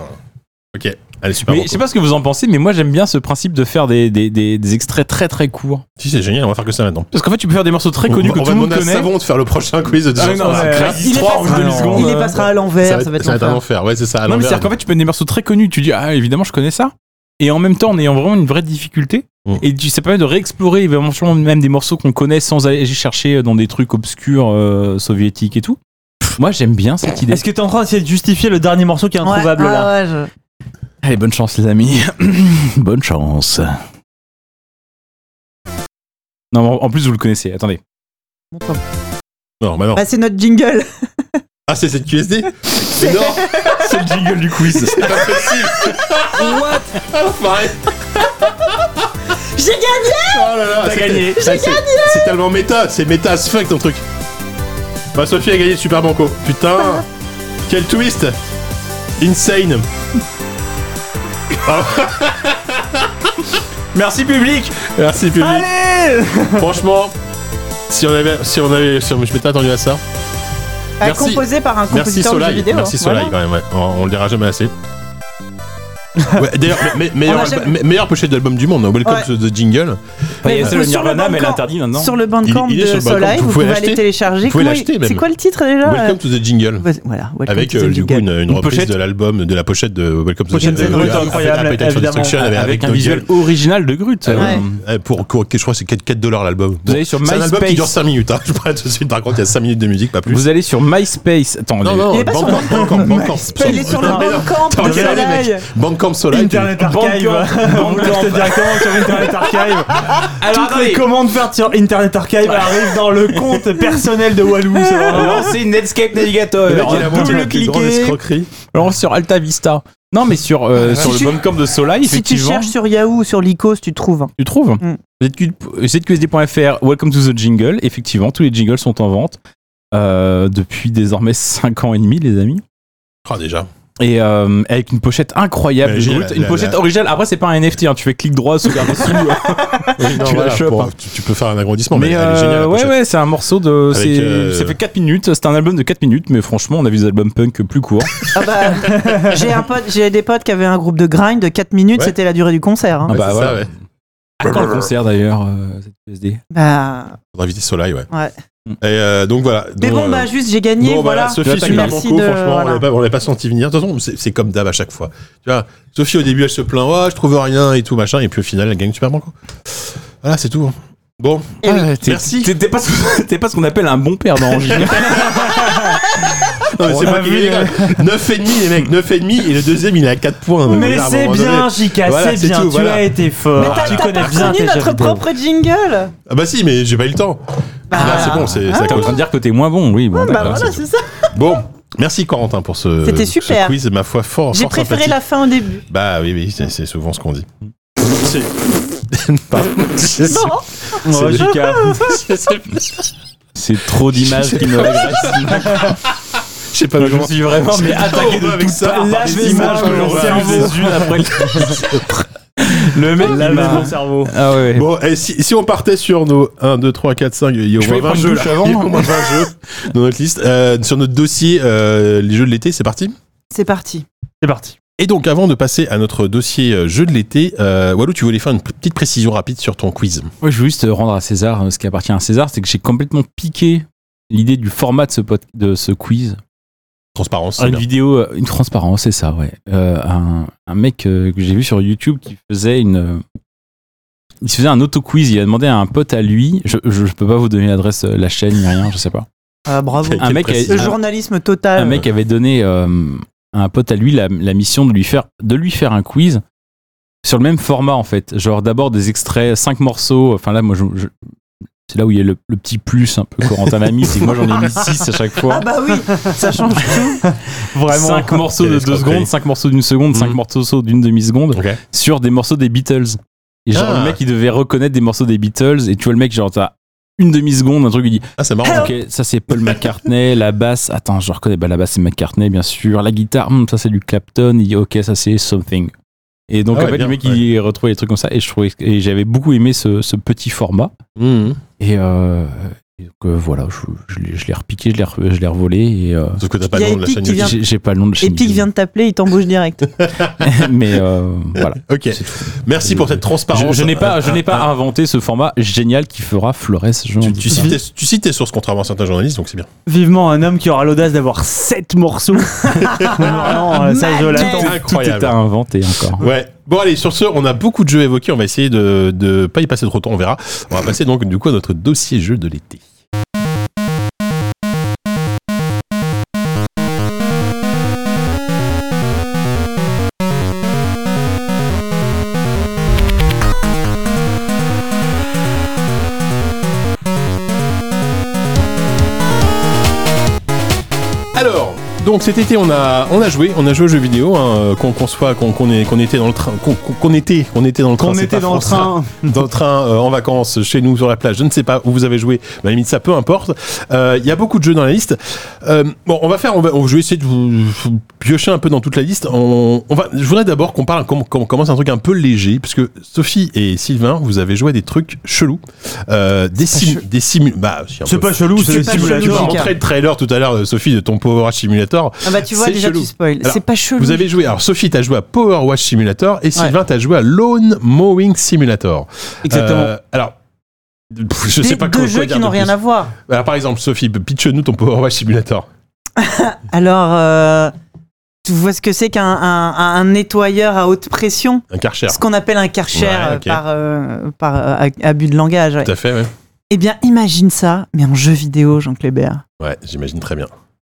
B: Ok, allez, Super
E: Mais je
B: Banco.
E: sais pas ce que vous en pensez, mais moi j'aime bien ce principe de faire des, des, des, des extraits très très courts.
B: Si, c'est génial, on va faire que ça maintenant.
E: Parce qu'en fait, tu peux faire des morceaux très connus
B: on,
E: que
B: on
E: tout
B: va
E: le monde
B: demander à
E: connaît.
B: Savon de faire le prochain quiz de
E: Ah,
B: Jason.
E: non,
B: Ça
E: ouais.
B: craque.
F: Il les,
E: Trois en
F: passera,
E: demi-seconde.
F: il les passera à
B: Ça
F: l'envers,
B: va
F: ça va être
B: être un
F: l'enfer.
B: enfer. Ouais, c'est ça. à
E: Non, mais
B: l'envers.
E: c'est-à-dire qu'en fait, tu peux des morceaux très connus, tu dis, ah, évidemment, je connais ça. Et en même temps, en ayant vraiment une vraie difficulté,
B: Mm.
E: et tu sais pas de réexplorer éventuellement même des morceaux qu'on connaît sans aller chercher dans des trucs obscurs euh, soviétiques et tout. Pff, Moi, j'aime bien cette idée.
D: Est-ce que t'es en train d'essayer de justifier le dernier morceau qui est
F: Ouais,
D: introuvable
F: ah
D: là
F: ouais, je-
E: Allez, bonne chance, les
B: [CLEARS THROAT]
E: amis. bonne chance. Non, en- en plus, vous le connaissez. Attendez.
B: Non, bah non.
F: Bah, c'est notre jingle.
B: Ah, c'est cette QSD Mais non
E: [LAUGHS] C'est le jingle du quiz.
B: [LAUGHS] C'est pas possible
E: What
B: Ah, l'enfoiré.
F: J'ai gagné
B: Oh là là, c'était-
E: gagné.
B: ça, c'est- C'est tellement méta, c'est méta as fuck ton truc. Bah Sophie a gagné le Super Banco. Putain, quel twist Insane
D: Merci public
B: Merci public.
F: [LAUGHS]
D: Allez
B: Franchement, si on avait, si on avait, si on- je m'étais attendu à ça.
F: Ah,
B: Merci.
F: Composé par un
B: Merci
F: compositeur de jeux
B: Soleil,
F: vidéo. hein.
B: merci
F: Voilà.
B: Soleil quand même. ouais. On, on le dira jamais
F: [LAUGHS]
B: assez. Ouais, D'ailleurs, me- me-
F: On a
B: meilleur,
F: jamais-
B: me- meilleure pochette d'album du monde, hein. Welcome
F: Ouais.
B: to the Jingle.
E: Il y a
F: Mais
E: le
F: sur le
E: Nirvana, mais elle est
F: Bandcamp.
E: interdite maintenant.
F: Sur le bandcamp
B: Il est- il est sur
F: de
B: le Bandcamp,
F: Soleil,
B: vous pouvez
F: vous pouvez aller
B: l'acheter.
F: télécharger.
B: Vous pouvez
F: Comment il-
B: l'acheter, même.
F: C'est quoi le titre déjà
B: Welcome to the Jingle.
F: Ouais, Voilà, Welcome
B: Avec
F: to the
B: euh, du
F: Jingle.
B: coup une, une reprise
E: pochette.
B: de l'album de la pochette de Welcome to the
D: Pochette
B: Jungle
D: de Grut, incroyable,
B: avec,
D: évidemment.
E: Avec,
B: avec, avec
E: un
B: Nogel.
E: visuel original de Grut.
B: Euh,
E: Euh,
F: Ouais.
B: euh, pour, quoi, je crois que c'est 4, 4 dollars l'album.
E: Vous allez sur
B: C'est un album qui
E: MySpace.
B: dure 5 minutes, hein, [LAUGHS] je vous préviens tout de suite. Par contre, il y a 5 minutes de musique, pas plus.
E: Vous allez sur MySpace. Attends,
B: Non, non,
F: Il est pas sur
B: Bandcamp, Bandcamp, Bandcamp.
F: Il est sur le bandcamp
B: T'as
F: de
B: quelle année, mec
F: Soleil.
B: Bandcamp Soleil. tu-
D: Internet Archive On vous l'acheter directement sur Internet
E: [LAUGHS]
D: Archive
E: Alors,
D: Toutes les
E: attendez.
D: commandes faites sur Internet Archive arrivent dans le compte personnel de Walou. c'est
E: Oh, [LAUGHS]
D: vraiment-
E: Lancez Netscape Navigator.
B: Le mec, il a monté un petit drôle
E: Double-cliquez.
B: d'escroquerie.
E: Lance sur Alta Vista. Non, mais sur, euh, sur le Bandcamp de Soleil,
F: Ah, Si tu
E: effectivement,
F: cherches sur Yahoo ou sur Lycos, tu trouves.
E: tu trouves.
F: Mm.
E: ZQ- ZQSD.fr, welcome to the jingle. Effectivement, tous les jingles sont en vente euh, depuis désormais 5 ans et demi, les amis.
B: Ah, déjà.
E: Et euh, avec une pochette incroyable,
B: Mais
E: de
B: j'ai
E: Groot.
B: la-
E: une
B: la-
E: pochette
B: la-
E: originale. Après, c'est pas un NFT, hein. tu fais clic droit,
B: [LAUGHS]
E: sauvegarde dessus.
B: Non,
E: Tu la
B: voilà,
E: chopes,
B: pour-
E: hein.
B: tu- Tu peux faire un agrandissement, mais
E: Mais
B: elle est
E: euh,
B: géniale. la
E: ouais,
B: pochette.
E: ouais, c'est un morceau de.
B: Avec,
E: c'est-
B: euh,
E: Ça fait 4 minutes, c'est un album de 4 minutes, mais franchement, on a vu des albums punk plus courts.
F: Ah bah, j'ai un pote, j'ai des potes qui avaient un groupe de grind de 4 minutes,
B: Ouais.
F: c'était la durée du concert. hein.
E: Ah
B: Ouais,
E: bah
B: c'est
E: voilà.
B: ça, ouais.
E: À quand le concert d'ailleurs, euh, ZQSD
F: Bah,
B: Faudra inviter Soleil, ouais.
F: Ouais.
B: Et euh, donc voilà.
F: mais
B: Donc,
F: bon, bah
B: euh,
F: juste j'ai gagné,
B: Bon,
F: voilà.
B: voilà, Sophie,
E: Merci
B: super
F: de-
B: banco, franchement, on
F: voilà.
B: l'avait pas- on l'avait pas senti venir. De toute façon, c'est c'est comme d'hab à chaque fois. Tu vois, Sophie, au début, elle se plaint, ouais, je trouve rien et tout, machin, et puis au final, elle gagne super banco. Voilà, c'est tout. Bon,
F: Eh oui.
E: Ah, t'es- [LAUGHS]
B: Merci.
E: T'es t'es pas, ce- t'es pas ce qu'on appelle un bon perdant en [LAUGHS] général.
B: non, mais c'est
D: On
B: moi
D: a
B: qui
D: vu,
B: gagne.
D: euh,
B: 9,5 les mecs, 9,5 et le deuxième il est à 4 points. Donc,
D: Mais
B: à un
D: c'est
B: moment donné-
D: bien, Jika,
B: Voilà,
D: c'est
B: c'est
D: bien.
B: tout,
D: tu
B: voilà.
D: as été
F: Mais
D: fort.
F: t'as
D: tu connais
F: t'as pas
D: bien
F: reconnu
D: tes jeux
F: notre
D: vidéo.
F: propre jingle
B: Ah bah si, mais j'ai pas eu le temps.
F: Ah.
B: Là, Ah, c'est bon, c'est c'est à
E: T'es en
B: cause.
E: train de dire que t'es moins bon, oui. Bon,
F: Bah
E: d'accord,
F: voilà,
E: c'est-
F: c'est ça.
B: Bon, merci Corentin pour ce,
F: C'était
B: ce
F: super.
B: quiz, ma foi, fort.
F: J'ai
B: fort
F: préféré
B: sympathique.
F: la fin
B: [LAUGHS]
F: au début.
B: Bah oui, oui, c'est c'est souvent ce qu'on dit. C'est- [LAUGHS] Pardon.
F: Non,
D: Ouais, Jika.
E: c'est trop d'images qui
F: [LAUGHS]
E: me régressent.
B: Je sais pas
E: Je me suis vraiment mais attaqué de
B: Avec
E: toutes
B: ça,
E: parts par
D: lâche
E: les
D: les
E: images
D: images
E: que
D: dans
E: l'on
D: le
E: refuse
D: cerveau. [LAUGHS]
E: les unes après les- Le mec, il
D: Lavage
E: m'a-
D: mon cerveau.
E: Ah ouais. ouais.
B: Bon, et si, si on partait sur nos 1, 2, 3, 4, 5, il y a au
E: Je vais
B: moins 20
E: prendre une
B: jeux
E: douche
B: là.
E: avant.
B: Il y a au moins 20 jeux dans notre liste. Euh, sur notre dossier, euh, les jeux de l'été, c'est parti.
F: c'est parti.
D: C'est parti.
B: Et donc, avant de passer à notre dossier euh, jeux de l'été, euh, Walou, tu voulais faire une p- petite précision rapide sur ton quiz.
E: Ouais, je veux juste rendre à César euh, ce qui appartient à César, c'est que j'ai complètement piqué l'idée du format de ce, pod- de ce quiz.
B: Transparence. c'est
E: Une
B: bien.
E: vidéo, euh, une transparence, c'est ça, ouais. Euh, un, un mec euh, que j'ai vu sur YouTube qui faisait une, euh, il se faisait un auto-quiz. Il a demandé à un pote à lui. Je, je, je peux pas vous donner l'adresse, euh, la chaîne, ni rien, je sais pas.
F: Ah, bravo.
E: Un mec,
B: précision.
E: a-
F: Le journalisme total.
E: un mec avait donné euh, à un pote à lui la, la mission de lui, faire, de lui faire un quiz sur le même format en fait. Genre d'abord des extraits, cinq morceaux. Enfin là, moi, je, je- c'est là où il y a le, le petit plus un peu Corentin Lamy, c'est que moi j'en ai mis six à chaque fois.
F: Ah bah
B: [LAUGHS]
F: oui, ça change tout.
D: Vraiment.
E: Cinq morceaux
B: Quelle
E: de deux
B: escroquerie.
E: secondes, cinq morceaux d'une seconde, cinq
B: Mhm.
E: morceaux d'une demi-seconde
B: Ah, Ok.
E: sur des morceaux des Beatles. Et genre
B: Ah.
E: le mec il devait reconnaître des morceaux des Beatles et tu vois le mec genre t'as une demi-seconde, un truc, il dit
B: Ah, c'est marrant.
E: Ok, ça c'est Paul McCartney, [LAUGHS] la basse, attends, je reconnais, bah, la basse c'est McCartney bien sûr, la guitare, hmm, ça c'est du Clapton, il dit ok, ça c'est Something. Et donc
B: Ah
E: en
B: ouais,
E: fait,
B: bien,
E: le mec il retrouvait des trucs comme ça et je trouvais, et j'avais beaucoup aimé ce, ce petit format.
B: Mhm.
E: Et, euh, et donc euh, voilà, je, je l'ai- je l'ai repiqué, je l'ai re- je l'ai revolé et euh,
B: Sauf que t'as pas
F: Il y
B: le
F: a
B: nom de la
F: Epic
B: chaîne
F: qui
B: YouTube.
F: vient-
E: j'ai j'ai pas le nom de la chaîne [LAUGHS]
F: Epic vient de t'appeler, il
B: [LAUGHS]
F: t'embauche direct.
E: YouTube. Mais euh, voilà.
B: Ok.
E: c'est tout.
B: Merci pour cette transparence.
E: Je, je n'ai pas, je n'ai pas inventé ce format génial qui fera Flores. je n'en
B: Tu,
E: doute
B: tu
E: pas.
B: cites tes, tu cites tes sources contrairement à certains journalistes, donc c'est bien.
D: Vivement un homme qui aura l'audace d'avoir 7 morceaux. non, euh, ça je l'attends.
E: Tout-
B: Incroyable.
E: Tout est à inventer encore.
B: Ouais. Bon allez, sur ce, on a beaucoup de jeux évoqués. On va essayer de de pas y passer trop de temps. On verra. On va passer donc du coup à notre dossier jeu de l'été. Alors, donc cet été, on a, on a joué, on a joué aux jeux vidéo, hein, qu'on qu'on soit, qu'on qu'on est- qu'on était dans le train, qu'on qu'on était, qu'on était dans le train.
D: Qu'on
B: c'est
D: était
B: pas
D: dans le
B: français.
D: train.
B: [LAUGHS] dans le train, euh, en vacances, chez nous, sur la plage, je ne sais pas où vous avez joué, mais à la limite, ça peu importe. Euh, Il y a beaucoup de jeux dans la liste. Euh, bon, on va faire, on va, je vais essayer de vous, vous piocher un peu dans toute la liste. On, on va, je voudrais d'abord qu'on parle, qu'on qu'on commence un truc un peu léger, parce que Sophie et Sylvain, vous avez joué à des trucs chelous, euh, des sim, des simu, bah, si, un
D: C'est
B: peu.
D: pas chelou, c'est
F: c'est
D: des
F: pas chelou,
B: Tu m'as
D: simulateurs.
F: Jika.
B: montré le trailer tout à l'heure, euh, Sophie, de ton Power Wash Simulator.
F: Ah bah tu vois,
B: C'est
F: déjà
B: chelou.
F: tu spoil.
B: Alors,
F: C'est pas chelou.
B: Vous avez joué, alors Sophie, t'as joué à Power Wash Simulator et Sylvain, t'as joué à Lawn Mowing Simulator.
D: Exactement.
B: Euh, alors, pff, je
F: Des-
B: sais pas
F: deux jeux qui n'ont rien à voir.
B: voir. Alors, par exemple, Sophie, pitch-nous ton Power Wash Simulator.
F: Alors, euh, tu vois ce que c'est qu'un un- un nettoyeur à haute pression
B: Un Karcher.
F: Ce qu'on appelle un karcher
B: Ouais,
F: euh,
B: ok.
F: par, euh, par euh, abus de langage. ouais.
B: Tout à fait, ouais.
F: Eh bien, imagine ça, mais en jeu vidéo, Jean Clébert.
B: Ouais, j'imagine très bien.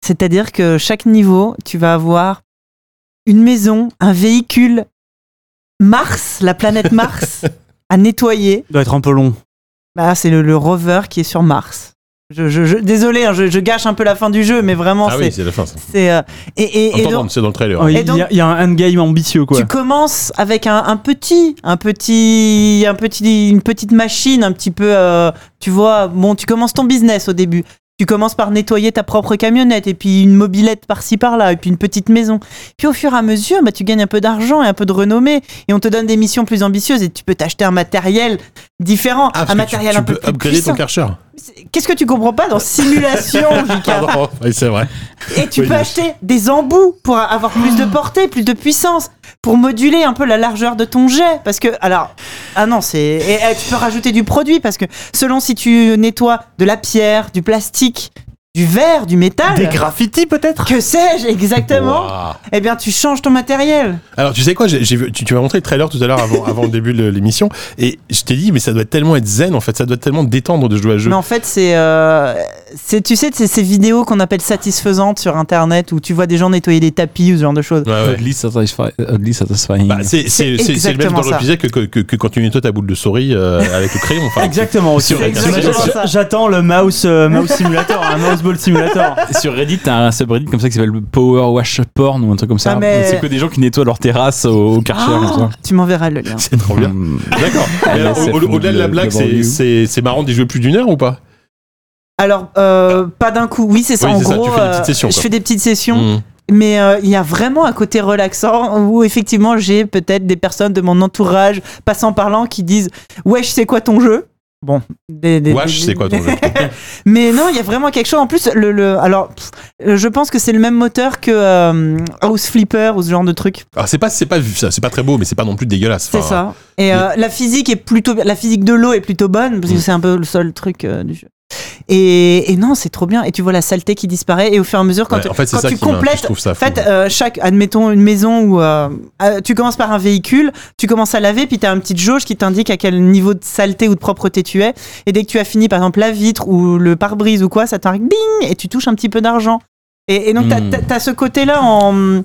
F: C'est-à-dire que chaque niveau, tu vas avoir une maison, un véhicule, Mars, la
B: [LAUGHS]
F: planète Mars, à nettoyer.
D: doit être un peu long.
F: Bah, c'est le, le rover qui est sur Mars. Je, je- je- désolé, hein, je, je gâche un peu la fin du jeu, mais vraiment,
B: ah
F: c'est.
B: oui, c'est la fin. ça.
F: c'est, euh, et, et-
B: On
F: et
B: t'entend,
F: donc,
B: c'est dans le trailer.
D: Il
F: Et donc-
D: y, a- il y a un endgame ambitieux quoi.
F: tu commences avec un, un petit, un petit, un petit, une petite machine, un petit peu, euh, tu vois. Bon, tu commences ton business au début. Tu commences par nettoyer ta propre camionnette et puis une mobilette par-ci par-là et puis une petite maison. Puis au fur et à mesure, bah, tu gagnes un peu d'argent et un peu de renommée et on te donne des missions plus ambitieuses et tu peux t'acheter un matériel différent,
B: Ah, parce
F: un
B: que
F: matériel
B: tu,
F: un
B: tu
F: peu
B: peux
F: plus
B: upgrader ton
F: puissant.
B: Karcher.
F: C'est- Qu'est-ce que tu comprends pas
B: [LAUGHS]
F: dans simulation, Jika [LAUGHS]
B: Pardon, Ah oui, c'est vrai.
F: et tu
B: Oui,
F: peux
B: oui.
F: acheter des embouts pour avoir plus de portée, plus de puissance, pour moduler un peu la largeur de ton jet. Parce que, alors, ah non, c'est. Et euh, tu peux rajouter du produit parce que selon si tu nettoies de la pierre, du plastique, du verre, du métal.
D: Des graffitis peut-être
F: que sais-je exactement
B: Waouh.
F: Eh bien, tu changes ton matériel.
B: Alors, tu sais quoi, j'ai- j'ai vu- tu, tu m'as montré le trailer tout à l'heure
F: [LAUGHS]
B: avant, avant le début de l'émission et je t'ai dit, mais ça doit tellement être zen en fait, ça doit tellement détendre de jouer à ce jeu.
F: Mais en fait, c'est, euh, c'est, tu sais, c'est ces vidéos qu'on appelle satisfaisantes sur Internet où tu vois des gens nettoyer des tapis ou ce genre de choses.
B: Ah Ouais, ouais.
E: Oddly satisfi- oddly satisfying.
B: Bah, c'est c'est- c'est- c'est le même
F: exactement
B: dans
F: ça.
B: l'épisode que, que, que, que quand tu nettoies ta boule de souris euh, avec le crayon. Enfin,
D: Exactement. aussi.
B: C'est
F: exactement
D: J'attends-
F: ça.
D: J'attends le mouse euh, mouse simulator, un mouse ball simulator.
E: Sur Reddit, t'as un subreddit comme ça qui s'appelle Power Wash Porn ou un truc comme ça.
F: Ah, mais- Ah.
E: C'est que des gens qui nettoient leur terrasse au, au Karcher comme ça.
F: tu m'enverras le lien.
B: C'est trop bien.
E: Hum,
B: D'accord. Mais alors,
E: c'est
B: au- au- Au-delà de la
E: le-
B: blague,
E: le
B: c'est-
E: banlieue.
B: c'est c'est marrant d'y jouer plus d'une heure ou pas
F: Alors, euh, pas d'un coup. Oui, c'est ça.
B: Oui,
F: en
B: c'est ça,
F: gros,
B: tu fais des
F: euh,
B: petites sessions,
F: je
B: quoi.
F: fais des petites sessions.
B: Mm.
F: Mais euh, il y a vraiment un côté relaxant où effectivement j'ai peut-être des personnes de mon entourage passant parlant qui disent Wesh, c'est quoi ton jeu Bon, des, des-
B: Wesh,
F: des-
B: c'est quoi ton
F: [LAUGHS]
B: jeu
F: Mais non, il y a vraiment quelque chose. En plus, le, le- alors, pff, je pense que c'est le même moteur que euh, House Flipper ou ce genre de truc.
B: Alors Ah, c'est pas c'est pas ça, c'est pas très beau, mais c'est pas non plus dégueulasse.
F: C'est
B: Enfin,
F: ça. Et euh, la physique est plutôt, la physique de l'eau est plutôt bonne parce que
B: Mm.
F: c'est un peu le seul truc euh, du jeu. Et, et non, c'est trop bien. Et tu vois la saleté qui disparaît. Et au fur et à mesure, quand,
B: Ouais,
F: tu-
B: en fait, c'est
F: quand
B: ça
F: tu
B: qui m'a- je
F: complètes,
B: trouve ça
F: en
B: fou.
F: fait, euh, chaque, admettons une maison où euh, euh, tu commences par un véhicule, tu commences à laver, puis tu as une petite jauge qui t'indique à quel niveau de saleté ou de propreté tu es. Et dès que tu as fini, par exemple, la vitre ou le pare-brise ou quoi, ça t'indique ding et tu touches un petit peu d'argent. Et, et donc, t'as-
E: Mm.
F: t'as- t'as ce côté-là en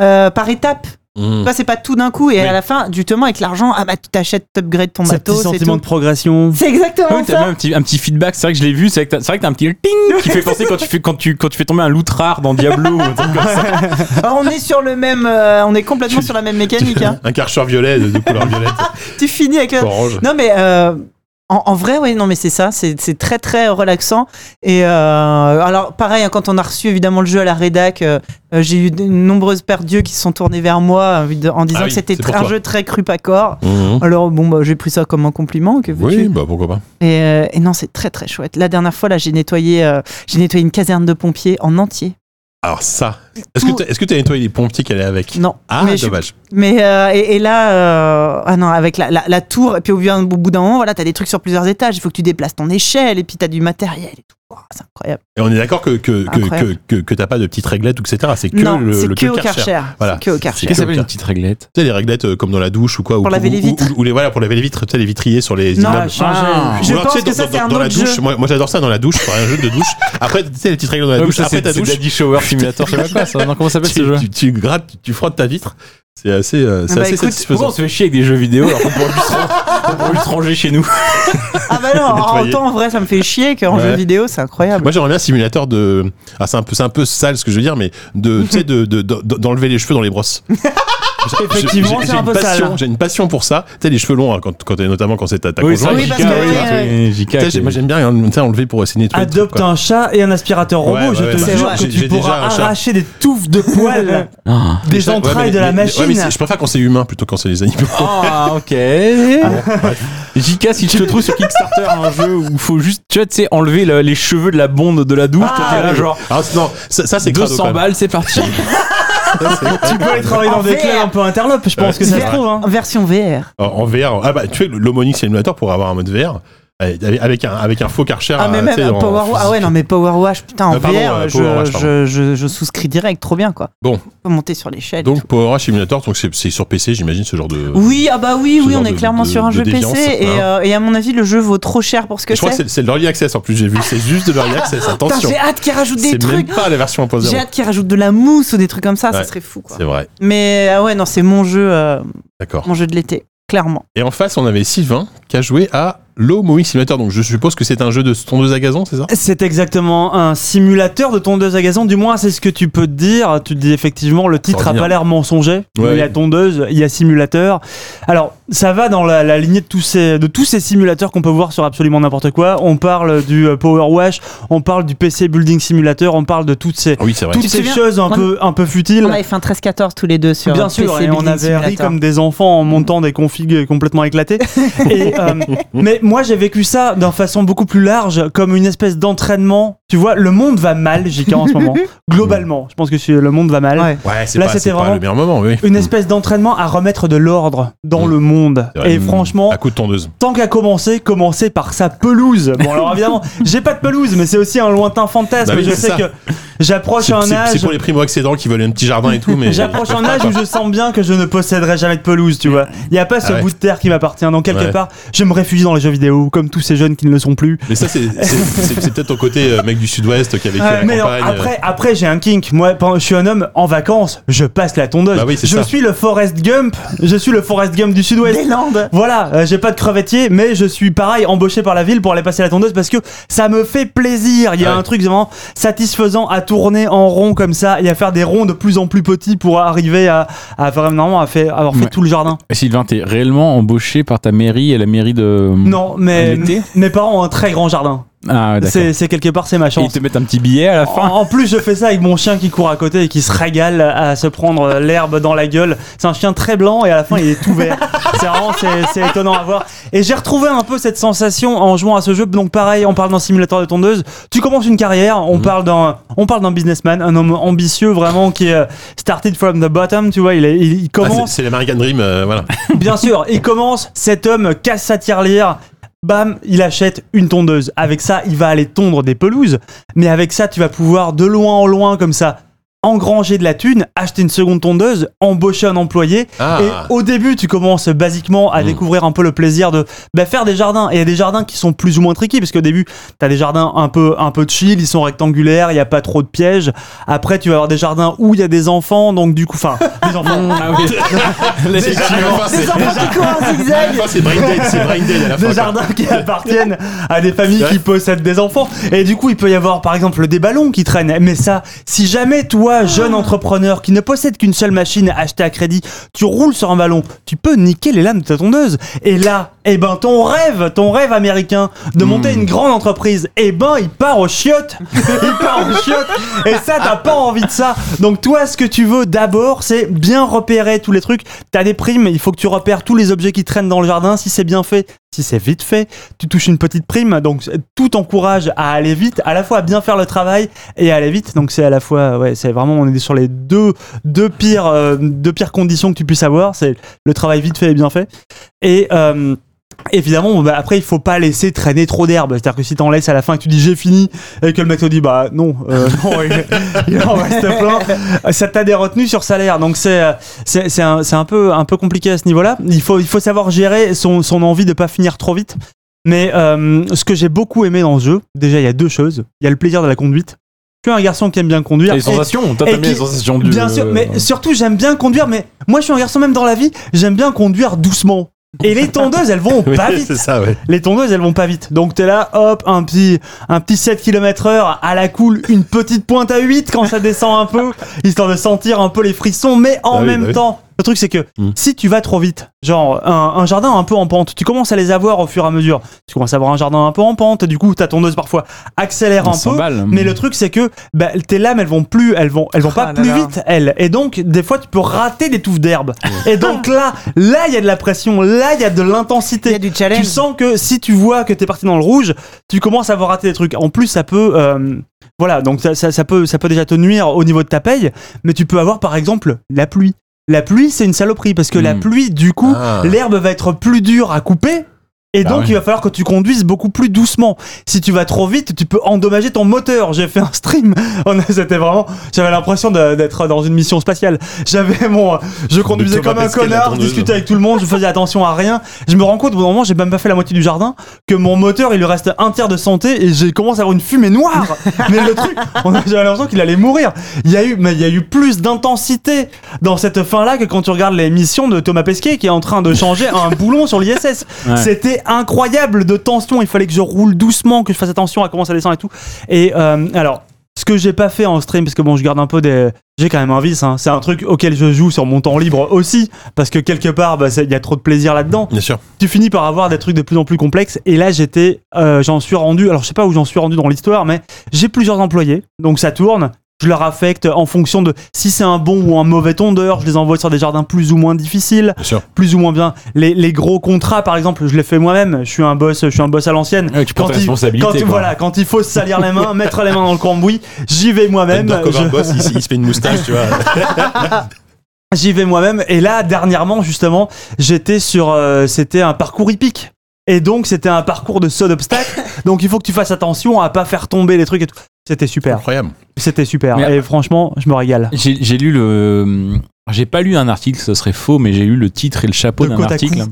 F: euh, par étape.
B: Mm.
F: Tu vois, c'est euh, pas tout d'un coup. Et à la fin, justement, avec l'argent, ah bah, tu t'achètes, t'upgrades ton
D: Ce petit
F: bateau. C'est
D: sentiment
F: tout.
D: de Ah progression.
F: C'est exactement
E: Ah Oui, t'as
F: ça.
E: même un petit, un petit feedback, c'est vrai que je l'ai vu, c'est vrai que t'as- c'est vrai que t'as un petit
D: [LAUGHS]
E: ting qui fait penser quand tu fais, quand tu, quand tu fais tomber un loup rare dans Diablo. ou un truc comme ça.
F: Alors, on est sur le même, euh, on est complètement sur la même
B: [LAUGHS]
F: mécanique. hein.
B: Un karcher violet de de couleur violette,
F: [LAUGHS] Tu finis avec. la-
B: orange.
F: Non mais euh, en, en vrai, oui, non mais c'est ça, c'est c'est très très relaxant. Et euh, alors pareil, hein, quand on a reçu évidemment le jeu à la rédac, euh, euh, j'ai eu de nombreuses paires d'yeux qui se sont tournés vers moi euh, de- en disant
B: Ah oui,
F: que c'était
B: c'est pour
F: tr- un
B: toi.
F: jeu très cru pas corps.
B: Mhm.
F: Alors bon, bah, j'ai pris ça comme un compliment. Que veux-tu
B: Oui, bah pourquoi pas.
F: et, euh, et non, c'est très très chouette. La dernière fois, là, j'ai nettoyé, euh, j'ai nettoyé une caserne de pompiers en entier.
B: Alors ça, est-ce que t'as- est-ce que t'as nettoyé les pompiers qu'elle est avec
F: Non,
B: Ah,
F: mais je-
B: dommage.
F: Mais euh, et, et là, euh, ah non, avec la, la, la tour, et puis au, bout d'un- au bout d'un moment, voilà, t'as des trucs sur plusieurs étages, il faut que tu déplaces ton échelle, et puis t'as du matériel et tout. Ouah, c'est incroyable.
B: Et on est d'accord que, que, que, que,
F: Incroyable.
B: que, que t'as pas de petites réglettes, etc. C'est que
F: non,
B: le,
F: c'est
B: le
F: que,
B: que
F: au
B: le Karcher.
F: Karcher.
B: Voilà.
F: C'est que au Karcher.
B: C'est
E: Qu'est-ce
B: que
E: que
B: le
E: une
B: Karcher.
E: petite réglette
B: Tu sais, les réglettes euh, comme dans la douche ou quoi. ou
F: Pour laver
B: ou-
F: les vitres.
B: Ou, ou les, voilà, pour laver les vitres, tu sais, les vitriers sur les
F: Non,
B: immeubles.
F: je changeais.
E: Ah.
F: Je
B: Ou alors,
F: pense
B: tu sais,
F: que
B: dans-
F: ça,
B: dans-
F: c'est un
B: dans la
F: autre
B: douche.
F: jeu.
B: Moi, moi, j'adore ça dans la douche, enfin, un jeu de douche. Après, tu sais, les petites
E: Ah,
B: règles dans la douche. Après ta
E: [LAUGHS]
B: douche,
E: Daddy Shower Simulator, je sais pas quoi ça. Non, comment s'appelle
B: [LAUGHS]
E: ce
B: tu,
E: jeu [LAUGHS]
B: tu, tu grattes, tu, tu frottes ta vitre. C'est assez, euh, c'est
F: bah,
B: assez
F: écoute,
E: Pourquoi
B: satisfaisant.
E: on se fait chier avec des jeux vidéo alors qu'on pourrait juste ran- [LAUGHS] on pourrait juste ranger chez nous
F: Ah
B: [LAUGHS]
F: bah non, en
B: Nettoyer.
F: temps, en vrai, ça me fait chier qu'en
B: Ouais.
F: jeu vidéo, c'est incroyable.
B: Moi, j'aimerais bien un simulateur de. Ah, c'est un peu, c'est un peu sale ce que je veux dire, mais de, tu sais, de, de- de- d'enlever les cheveux dans les brosses. J'ai-
D: Effectivement,
B: j'ai-
D: c'est
B: j'ai
D: un
B: une
D: peu
B: passion-
D: sale.
B: J'ai une passion pour ça. Tu sais, les cheveux longs, hein, quand, quand, notamment quand c'est ta, ta
E: ça,
B: conjointe.
F: Oui, parce que-
E: oui, JK,
B: Tu sais, j'ai- moi, j'aime bien hein, tu sais, enlever pour essayer de nettoyer le truc,
D: Adopte
B: quoi.
D: un chat et un aspirateur robot,
B: Ouais,
D: je
B: ouais,
D: te
B: ouais,
D: jure
B: bah,
D: que
B: j'ai-
D: tu
B: j'ai
D: pourras
B: déjà un chat.
D: arracher des touffes de poils
E: Ah,
D: des
B: Ouais, mais
D: entrailles
B: les-
D: de la
B: les- ouais, mais
D: machine.
B: c'est- je préfère quand c'est humain plutôt que quand c'est les animaux.
E: Ah, ok. [LAUGHS] JK, si je te trouve sur Kickstarter un jeu où faut juste, tu vois, tu sais, enlever [LAUGHS] le- les cheveux de la bonde de la douche, t'es là genre
B: Ah, c'est- non, ça, ça, c'est crado,
E: 200
B: quand même.
E: balles, c'est parti.
F: [LAUGHS]
D: Tu peux aller [LAUGHS] travailler dans des
F: Enfer.
D: clubs un peu interlopes, je pense que ça se
F: Ouais.
D: trouve. hein.
F: Version VR.
B: En- En VR. Ah, bah, tu sais, l'Homonix Simulator pour avoir un mode VR. Avec avec un, avec un faux karcher.
F: Ah, mais
B: euh,
F: même
B: tu sais, en-
F: Power Wash. Ah ouais, non, mais Power Wash, putain, en
B: Euh, pardon, euh,
F: VR, je,
B: Power Wash, pardon.
F: je, je, je souscris direct, trop bien quoi.
B: Bon.
F: Faut monter sur l'échelle.
B: Donc, Power Wash Simulator, donc c'est c'est sur PC, j'imagine, ce genre de.
F: Oui, ah bah oui,
B: ce
F: oui,
B: genre
F: on est
B: de-
F: clairement
B: de-
F: sur un
B: de
F: jeu
B: déviance,
F: PC et,
B: hein.
F: euh, et à mon avis le jeu vaut trop cher pour ce que
B: je crois que
F: c'est.
B: c'est c'est de l'early access en plus, j'ai vu. C'est juste de l'early access,
F: Putain,
B: attention.
F: j'ai hâte qu'ils rajoutent des
B: C'est même
F: trucs.
B: pas la version
F: J'ai
B: 1.0.
F: hâte qu'ils rajoutent de la mousse ou des trucs comme ça, ça
B: Ouais.
F: serait fou quoi.
B: C'est vrai,
F: Mais ah ouais, non, c'est mon jeu, euh,
B: d'accord.
F: mon jeu de l'été, clairement.
B: Et en face, on avait Sylvain qui a joué à Low Mowing Simulator. Donc je suppose que c'est un jeu de tondeuse à gazon, c'est ça
D: C'est exactement un simulateur de tondeuse à gazon, du moins c'est ce que tu peux te dire. Tu te dis effectivement, le titre a
B: Extraordinaire.
D: pas l'air mensonger.
B: Ouais.
D: mais Il y a tondeuse, il y a simulateur. Alors, ça va dans la, la lignée de tous, ces, de tous ces simulateurs qu'on peut voir sur absolument n'importe quoi. On parle du euh, Power Wash, on parle du PC Building Simulator, on parle de toutes ces,
B: Ah Oui, c'est vrai.
D: toutes
F: Tu te
D: ces
F: souviens,
D: choses un
F: on-
D: peu, un peu futiles.
F: On avait fait un 13-14 tous les deux sur
D: Bien sûr,
F: PC
D: et on
F: Building
D: avait ri
F: Simulator.
D: comme des enfants en montant des configs complètement éclatées. Et, euh, mais moi, j'ai vécu ça d'une façon beaucoup plus large, comme une espèce d'entraînement. Tu vois, le monde va mal, JK, en ce moment. Globalement, je pense que si le monde va mal.
F: Ouais.
B: Ouais, c'est
D: Là,
B: pas,
D: c'était
B: c'est pas
D: vraiment
B: le meilleur moment, oui.
D: Une espèce d'entraînement à remettre de l'ordre dans
B: Mm.
D: le monde.
B: C'est vrai. Mm.
D: Et franchement,
B: À coup de tondeuse.
D: tant qu'à commencer, commencer par sa pelouse. Bon, alors évidemment, j'ai pas de pelouse, mais c'est aussi un lointain fantasme.
B: Bah oui,
D: je
B: c'est
D: sais
B: ça.
D: que j'approche
B: C'est
D: à un
B: c'est- c'est
D: âge.
B: pour les primo-accédants qui veulent un petit jardin et tout,
D: [LAUGHS]
B: mais.
D: J'approche un âge où je sens bien que je ne posséderai jamais de pelouse, tu vois. Il n'y a pas ce
B: Ah ouais.
D: bout de terre qui m'appartient. Donc, quelque
B: Ouais.
D: part, je me réfugie dans les jeux vidéo, comme tous ces jeunes qui ne le sont plus.
B: Mais ça, c'est c'est- c'est- c'est peut-être ton côté euh, mec du sud-ouest qui a vécu à la
D: mais non,
B: campagne. euh,
D: après, après j'ai un kink. Moi, pendant- je suis un homme en vacances, je passe la tondeuse.
B: Bah oui, c'est
D: je
B: ça.
D: suis le Forrest Gump. Je suis le Forrest Gump du Sud-Ouest.
F: Des Landes.
D: Voilà, euh, j'ai pas de crevettier, mais je suis pareil embauché par la ville pour aller passer la tondeuse parce que ça me fait plaisir. Il y a
B: Ouais.
D: un truc vraiment satisfaisant à tourner en rond comme ça et à faire des ronds de plus en plus petits pour arriver à, à vraiment à faire, avoir fait
E: Ouais.
D: tout le jardin.
E: Sylvain, t'es réellement embauché par ta mairie et la mairie de.
B: Mm.
D: Non, mais
E: L'été
D: mes parents ont un très grand jardin.
E: Ah, ouais, d'accord.
D: C'est c'est quelque part, c'est ma
E: Et Ils
D: chance.
E: te mettent un petit billet
F: Oh,
E: à la
D: En,
E: fin.
D: en plus, je fais ça avec mon chien qui court à côté et qui se régale à se prendre euh, l'herbe dans la gueule. C'est un chien très blanc et à la fin, il est tout vert. C'est vraiment, c'est, c'est étonnant à voir. Et j'ai retrouvé un peu cette sensation en jouant à ce jeu. Donc, pareil, on parle d'un simulateur de tondeuse. Tu commences une carrière, on parle d'un, on parle d'un businessman, un homme ambitieux vraiment qui est euh, started from the bottom. Tu vois, il, est- il, il
B: ah, c'est-
D: commence
B: c'est l'American Dream, euh, voilà.
D: Bien sûr, il commence, cet homme casse sa tirelire, bam, il achète une tondeuse. Avec ça, il va aller tondre des pelouses, mais avec ça, tu vas pouvoir de loin en loin comme ça engranger de la thune, acheter une seconde tondeuse, embaucher un employé.
B: Ah.
D: Et au début, tu commences basiquement à
B: Mm.
D: découvrir un peu le plaisir de bah, faire des jardins. Et il y a des jardins qui sont plus ou moins tricky, parce qu'au début, tu as des jardins un peu, un peu chill, ils sont rectangulaires, il n'y a pas trop de pièges. Après, tu vas avoir des jardins où il y a des enfants, donc du coup, enfin, des enfants.
E: Ah
B: Effectivement.
D: [LAUGHS]
F: Des enfants qui courent en zigzag.
B: C'est brain dead, c'est brain dead à la fin.
D: des jardins qui
B: [LAUGHS]
D: appartiennent à des familles
B: Ouais.
D: qui possèdent des enfants. Et du coup, il peut y avoir par exemple des ballons qui traînent. Mais ça, si jamais toi, jeune
B: Ah.
D: entrepreneur qui ne possède qu'une seule machine achetée à crédit, tu roules sur un ballon, tu peux niquer les lames de ta tondeuse. Et là, eh ben ton rêve, ton rêve américain de
B: Hmm.
D: monter une grande entreprise, eh ben il part aux
B: [LAUGHS]
D: chiottes. il part aux chiottes. Et ça, t'as pas envie de ça. Donc toi, ce que tu veux d'abord, c'est bien repérer tous les trucs. T'as des primes, il faut que tu repères tous les objets qui traînent dans le jardin. Si c'est bien fait, si c'est vite fait, tu touches une petite prime. Donc tout t'encourage à aller vite, à la fois à bien faire le travail et à aller vite. Donc c'est à la fois, ouais, c'est vraiment, on est sur les deux, deux pires, euh, deux pires conditions que tu puisses avoir. C'est le travail vite fait et bien fait. Et euh, Évidemment, bon, bah, après, il faut pas laisser traîner trop d'herbe. C'est-à-dire que si t'en laisses à la fin et que tu dis j'ai fini, et que le mec te dit bah non, euh, non, il, il en reste plein, ça t'a des retenues sur salaire. Donc c'est euh, c'est c'est un, c'est un peu un peu compliqué à ce niveau-là. Il faut il faut savoir gérer son son envie de pas finir trop vite. Mais euh, ce que j'ai beaucoup aimé dans ce jeu, déjà il y a deux choses. Il y a le plaisir de la conduite. Tu es un garçon qui aime bien conduire.
E: Les
D: et-
E: sensations, toi
D: et
E: t'aimes bien
D: qui-
E: les sensations du.
D: Bien sûr, mais
B: Euh,
D: surtout j'aime bien conduire, mais moi je suis un garçon même dans la vie, j'aime bien conduire doucement. Et les tondeuses, elles
B: [LAUGHS]
D: vont pas vite.
B: C'est ça, ouais.
D: Les tondeuses, elles vont pas vite. Donc t'es là, hop, un petit, un petit 7 km heure à la cool, une petite pointe à 8 quand ça descend un peu, [LAUGHS] histoire de sentir un peu les frissons, mais en
B: Ah oui,
D: même
B: bah oui.
D: temps. Le truc, c'est que
B: Mm.
D: si tu vas trop vite, genre un, un jardin un peu en pente, tu commences à les avoir au fur et à mesure. Tu commences à avoir un jardin un peu en pente, du coup ta tondeuse parfois accélère un peu.
E: Mm.
D: Mais le truc c'est que bah, tes lames elles vont plus, elles vont, elles vont pas
F: Ah là
D: plus
F: là.
D: vite elles. Et donc des fois tu peux rater des touffes d'herbe. Et donc là, là il y a de la pression, là il y a de l'intensité.
F: Il y a du challenge.
D: Tu sens que si tu vois que t'es parti dans le rouge, tu commences à avoir raté des trucs. En plus, ça peut, euh, voilà, donc ça, ça- ça peut, ça peut déjà te nuire au niveau de ta paye, mais tu peux avoir par exemple la pluie. La pluie, c'est une saloperie parce que la
E: Mm.
D: pluie, du coup,
B: Ah.
D: l'herbe va être plus dure à couper. Et
B: Bah
D: donc,
B: ouais.
D: il va falloir que tu conduises beaucoup plus doucement. Si tu vas trop vite, tu peux endommager ton moteur. J'ai fait un stream. [LAUGHS] On a- C'était vraiment. J'avais l'impression de- d'être dans une mission spatiale. J'avais mon. Je conduisais
B: Thomas
D: comme un
B: Pesquet, la
D: connard,
B: tondeuse.
D: discutais avec tout le monde, je faisais attention à rien. Je me rends compte, au bout d'un moment, j'ai même pas fait la moitié du jardin, que mon moteur, il lui reste un tiers de santé et j'ai commencé à avoir une fumée
B: [LAUGHS]
D: noire. mais le truc, on a- j'avais l'impression qu'il allait mourir. Il y a eu, mais il y a eu plus d'intensité dans cette fin-là que quand tu regardes l'émission de Thomas Pesquet qui est en train de changer
B: [LAUGHS]
D: un boulon sur l'ISS.
E: Ouais.
D: C'était incroyable de tension. Il fallait que je roule doucement, que je fasse attention à comment ça descend et tout. Et euh, alors, ce que j'ai pas fait en stream, parce que bon, je garde un peu des. J'ai quand même un vice, hein. c'est un truc auquel je joue sur mon temps libre aussi, parce que quelque part, bah, c'est- il y a trop de plaisir là-dedans.
B: Bien sûr.
D: Tu finis par avoir des trucs de plus en plus complexes, et là, j'étais, euh, j'en suis rendu, alors je sais pas où j'en suis rendu dans l'histoire, mais j'ai plusieurs employés, donc ça tourne. Je leur affecte en fonction de si c'est un bon ou un mauvais tondeur, je les envoie sur des jardins plus ou moins difficiles
B: Bien sûr.
D: plus ou moins bien. Les, les gros contrats, par exemple, je les fais moi-même. Je suis un boss, je suis un boss à l'ancienne.
E: Ouais, tu prends
D: Quand
E: tes
D: il-
E: responsabilités,
D: quand il-
E: quoi.
D: voilà, quand il faut se salir les mains, mettre les mains dans le cambouis, j'y vais moi-même.
B: Undercover
D: Je-
B: boss, il, il se fait une moustache,
D: [LAUGHS]
B: tu vois.
D: J'y vais moi-même. Et là, dernièrement, justement, j'étais sur. euh, c'était un parcours hippique. Et donc, c'était un parcours de saut
E: [LAUGHS]
D: d'obstacles. donc, il faut que tu fasses attention à pas faire tomber les trucs et tout. C'était super.
B: Incroyable.
D: C'était super.
E: Mais-
D: Et franchement, je me régale.
E: J'ai j'ai lu le. J'ai pas lu un article, ce serait faux, mais j'ai lu le titre et le chapeau
D: De
E: d'un
D: Kotaku.
E: article.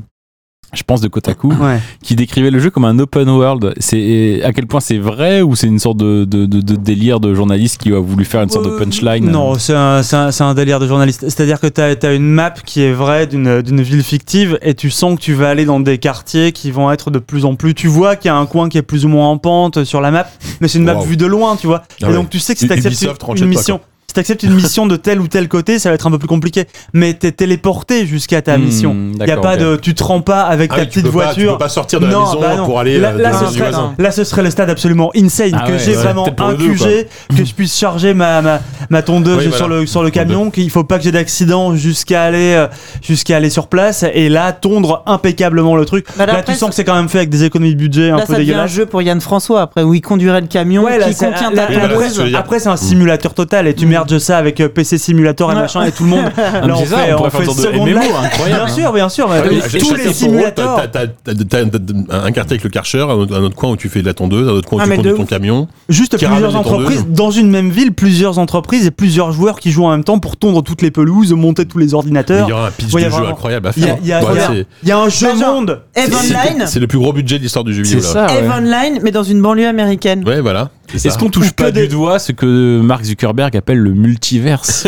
E: Je pense de Kotaku,
D: Ouais.
E: qui décrivait le jeu comme un open world. C'est et à quel point c'est vrai ou c'est une sorte de, de- de- de délire de journaliste qui a voulu faire une sorte de
D: Euh,
E: punchline
D: Non, c'est un, c'est un- c'est un délire de journaliste. C'est-à-dire que tu as, une map qui est vraie d'une d'une ville fictive et tu sens que tu vas aller dans des quartiers qui vont être de plus en plus. Tu vois qu'il y a un coin qui est plus ou moins en pente sur la map, mais c'est une map
B: Wow.
D: vue de loin, tu vois.
B: Ah
D: et
B: ouais.
D: donc tu sais que si
B: U-
D: t'acceptes
B: Ubisoft,
D: une,
B: tranche
D: une
B: pas,
D: mission. Si t'acceptes une mission de tel ou tel côté, ça va être un peu plus compliqué. Mais t'es téléporté jusqu'à ta
E: Hmm,
D: mission. Il y a
E: d'accord,
D: pas
E: ok.
D: de, tu te rends pas avec
B: Ah
D: ta
B: oui, tu
D: petite
B: peux pas- tu
D: voiture.
B: peux pas sortir de la
D: Non,
B: maison
D: bah non.
B: pour aller
D: Là- là,
B: euh, dans
D: ce
B: la maison du
D: serait-
B: voisin.
D: Là, ce serait le stade absolument insane
E: Ah
D: que
E: ouais,
D: j'ai
E: ouais.
D: vraiment
E: Peut-être pour
D: un
E: le deux,
D: QG, que je puisse charger ma ma, ma tondeuse
B: Oui,
D: sur
B: voilà.
D: le sur le camion, qu'il faut pas que j'ai d'accident jusqu'à aller euh, jusqu'à aller sur place et là tondre impeccablement le truc.
F: Bah,
D: là,
F: d'après,
D: tu sens que c'est quand même fait avec des économies de budget un
F: Là,
D: peu
F: ça devient un
D: dégueulasses.
F: jeu pour Yann François après où il conduirait le camion
D: Ouais, là,
F: qui
D: c'est-
F: contient Mm.
D: là,
F: ta
D: là,
B: voilà
D: après,
B: ce que je veux
F: tondeuse.
B: dire.
D: après, c'est un simulateur total et tu merdes merge ça avec euh, PC Simulator et machin et tout le
E: [LAUGHS]
D: monde. Là, on
E: Ah, c'est ça,
D: fait,
E: on
D: on
E: pourrait faire
D: fait
E: une sorte de
D: seconde
E: MMO,
D: life. Bien
E: hein,
D: sûr, bien sûr.
E: Ah
D: mais
B: Ah Oui,
D: tous
B: chacun
D: les
B: son
D: simulateurs.
B: rôle. T'as- t'as- t'as- t'as- t'as un quartier avec le karcher, un autre, un autre coin où tu fais de la tondeuse, un autre coin où
F: Ah,
B: tu
F: mais
B: conduis
F: de
B: ton
F: ouf.
B: camion.
D: Juste
B: Qui
D: plusieurs
B: ramène les
D: entreprises
B: tondeuses.
D: dans une même ville, plusieurs entreprises et plusieurs joueurs qui jouent en même temps pour tondre toutes les pelouses, monter tous les
B: Mais Il
D: ordinateurs.
B: y aura un pitch
D: Ouais, y
B: de
D: a
B: jeu
D: vraiment-
B: incroyable à
D: Il y a,
B: faire.
D: il y a-
B: Ouais,
D: il y a-
B: c'est-
D: il y a un jeu
F: Bah, genre,
D: monde.
F: Eve
B: c'est-
F: Online,
B: C'est le plus gros budget de l'histoire du jeu vidéo.
E: C'est
B: là.
E: ça.
F: Eve
E: ouais.
F: Online, mais dans une banlieue américaine.
B: Ah, Ouais, voilà. c'est ça.
E: Est-ce qu'on touche pas du doigt ce que Mark Zuckerberg appelle le multiverse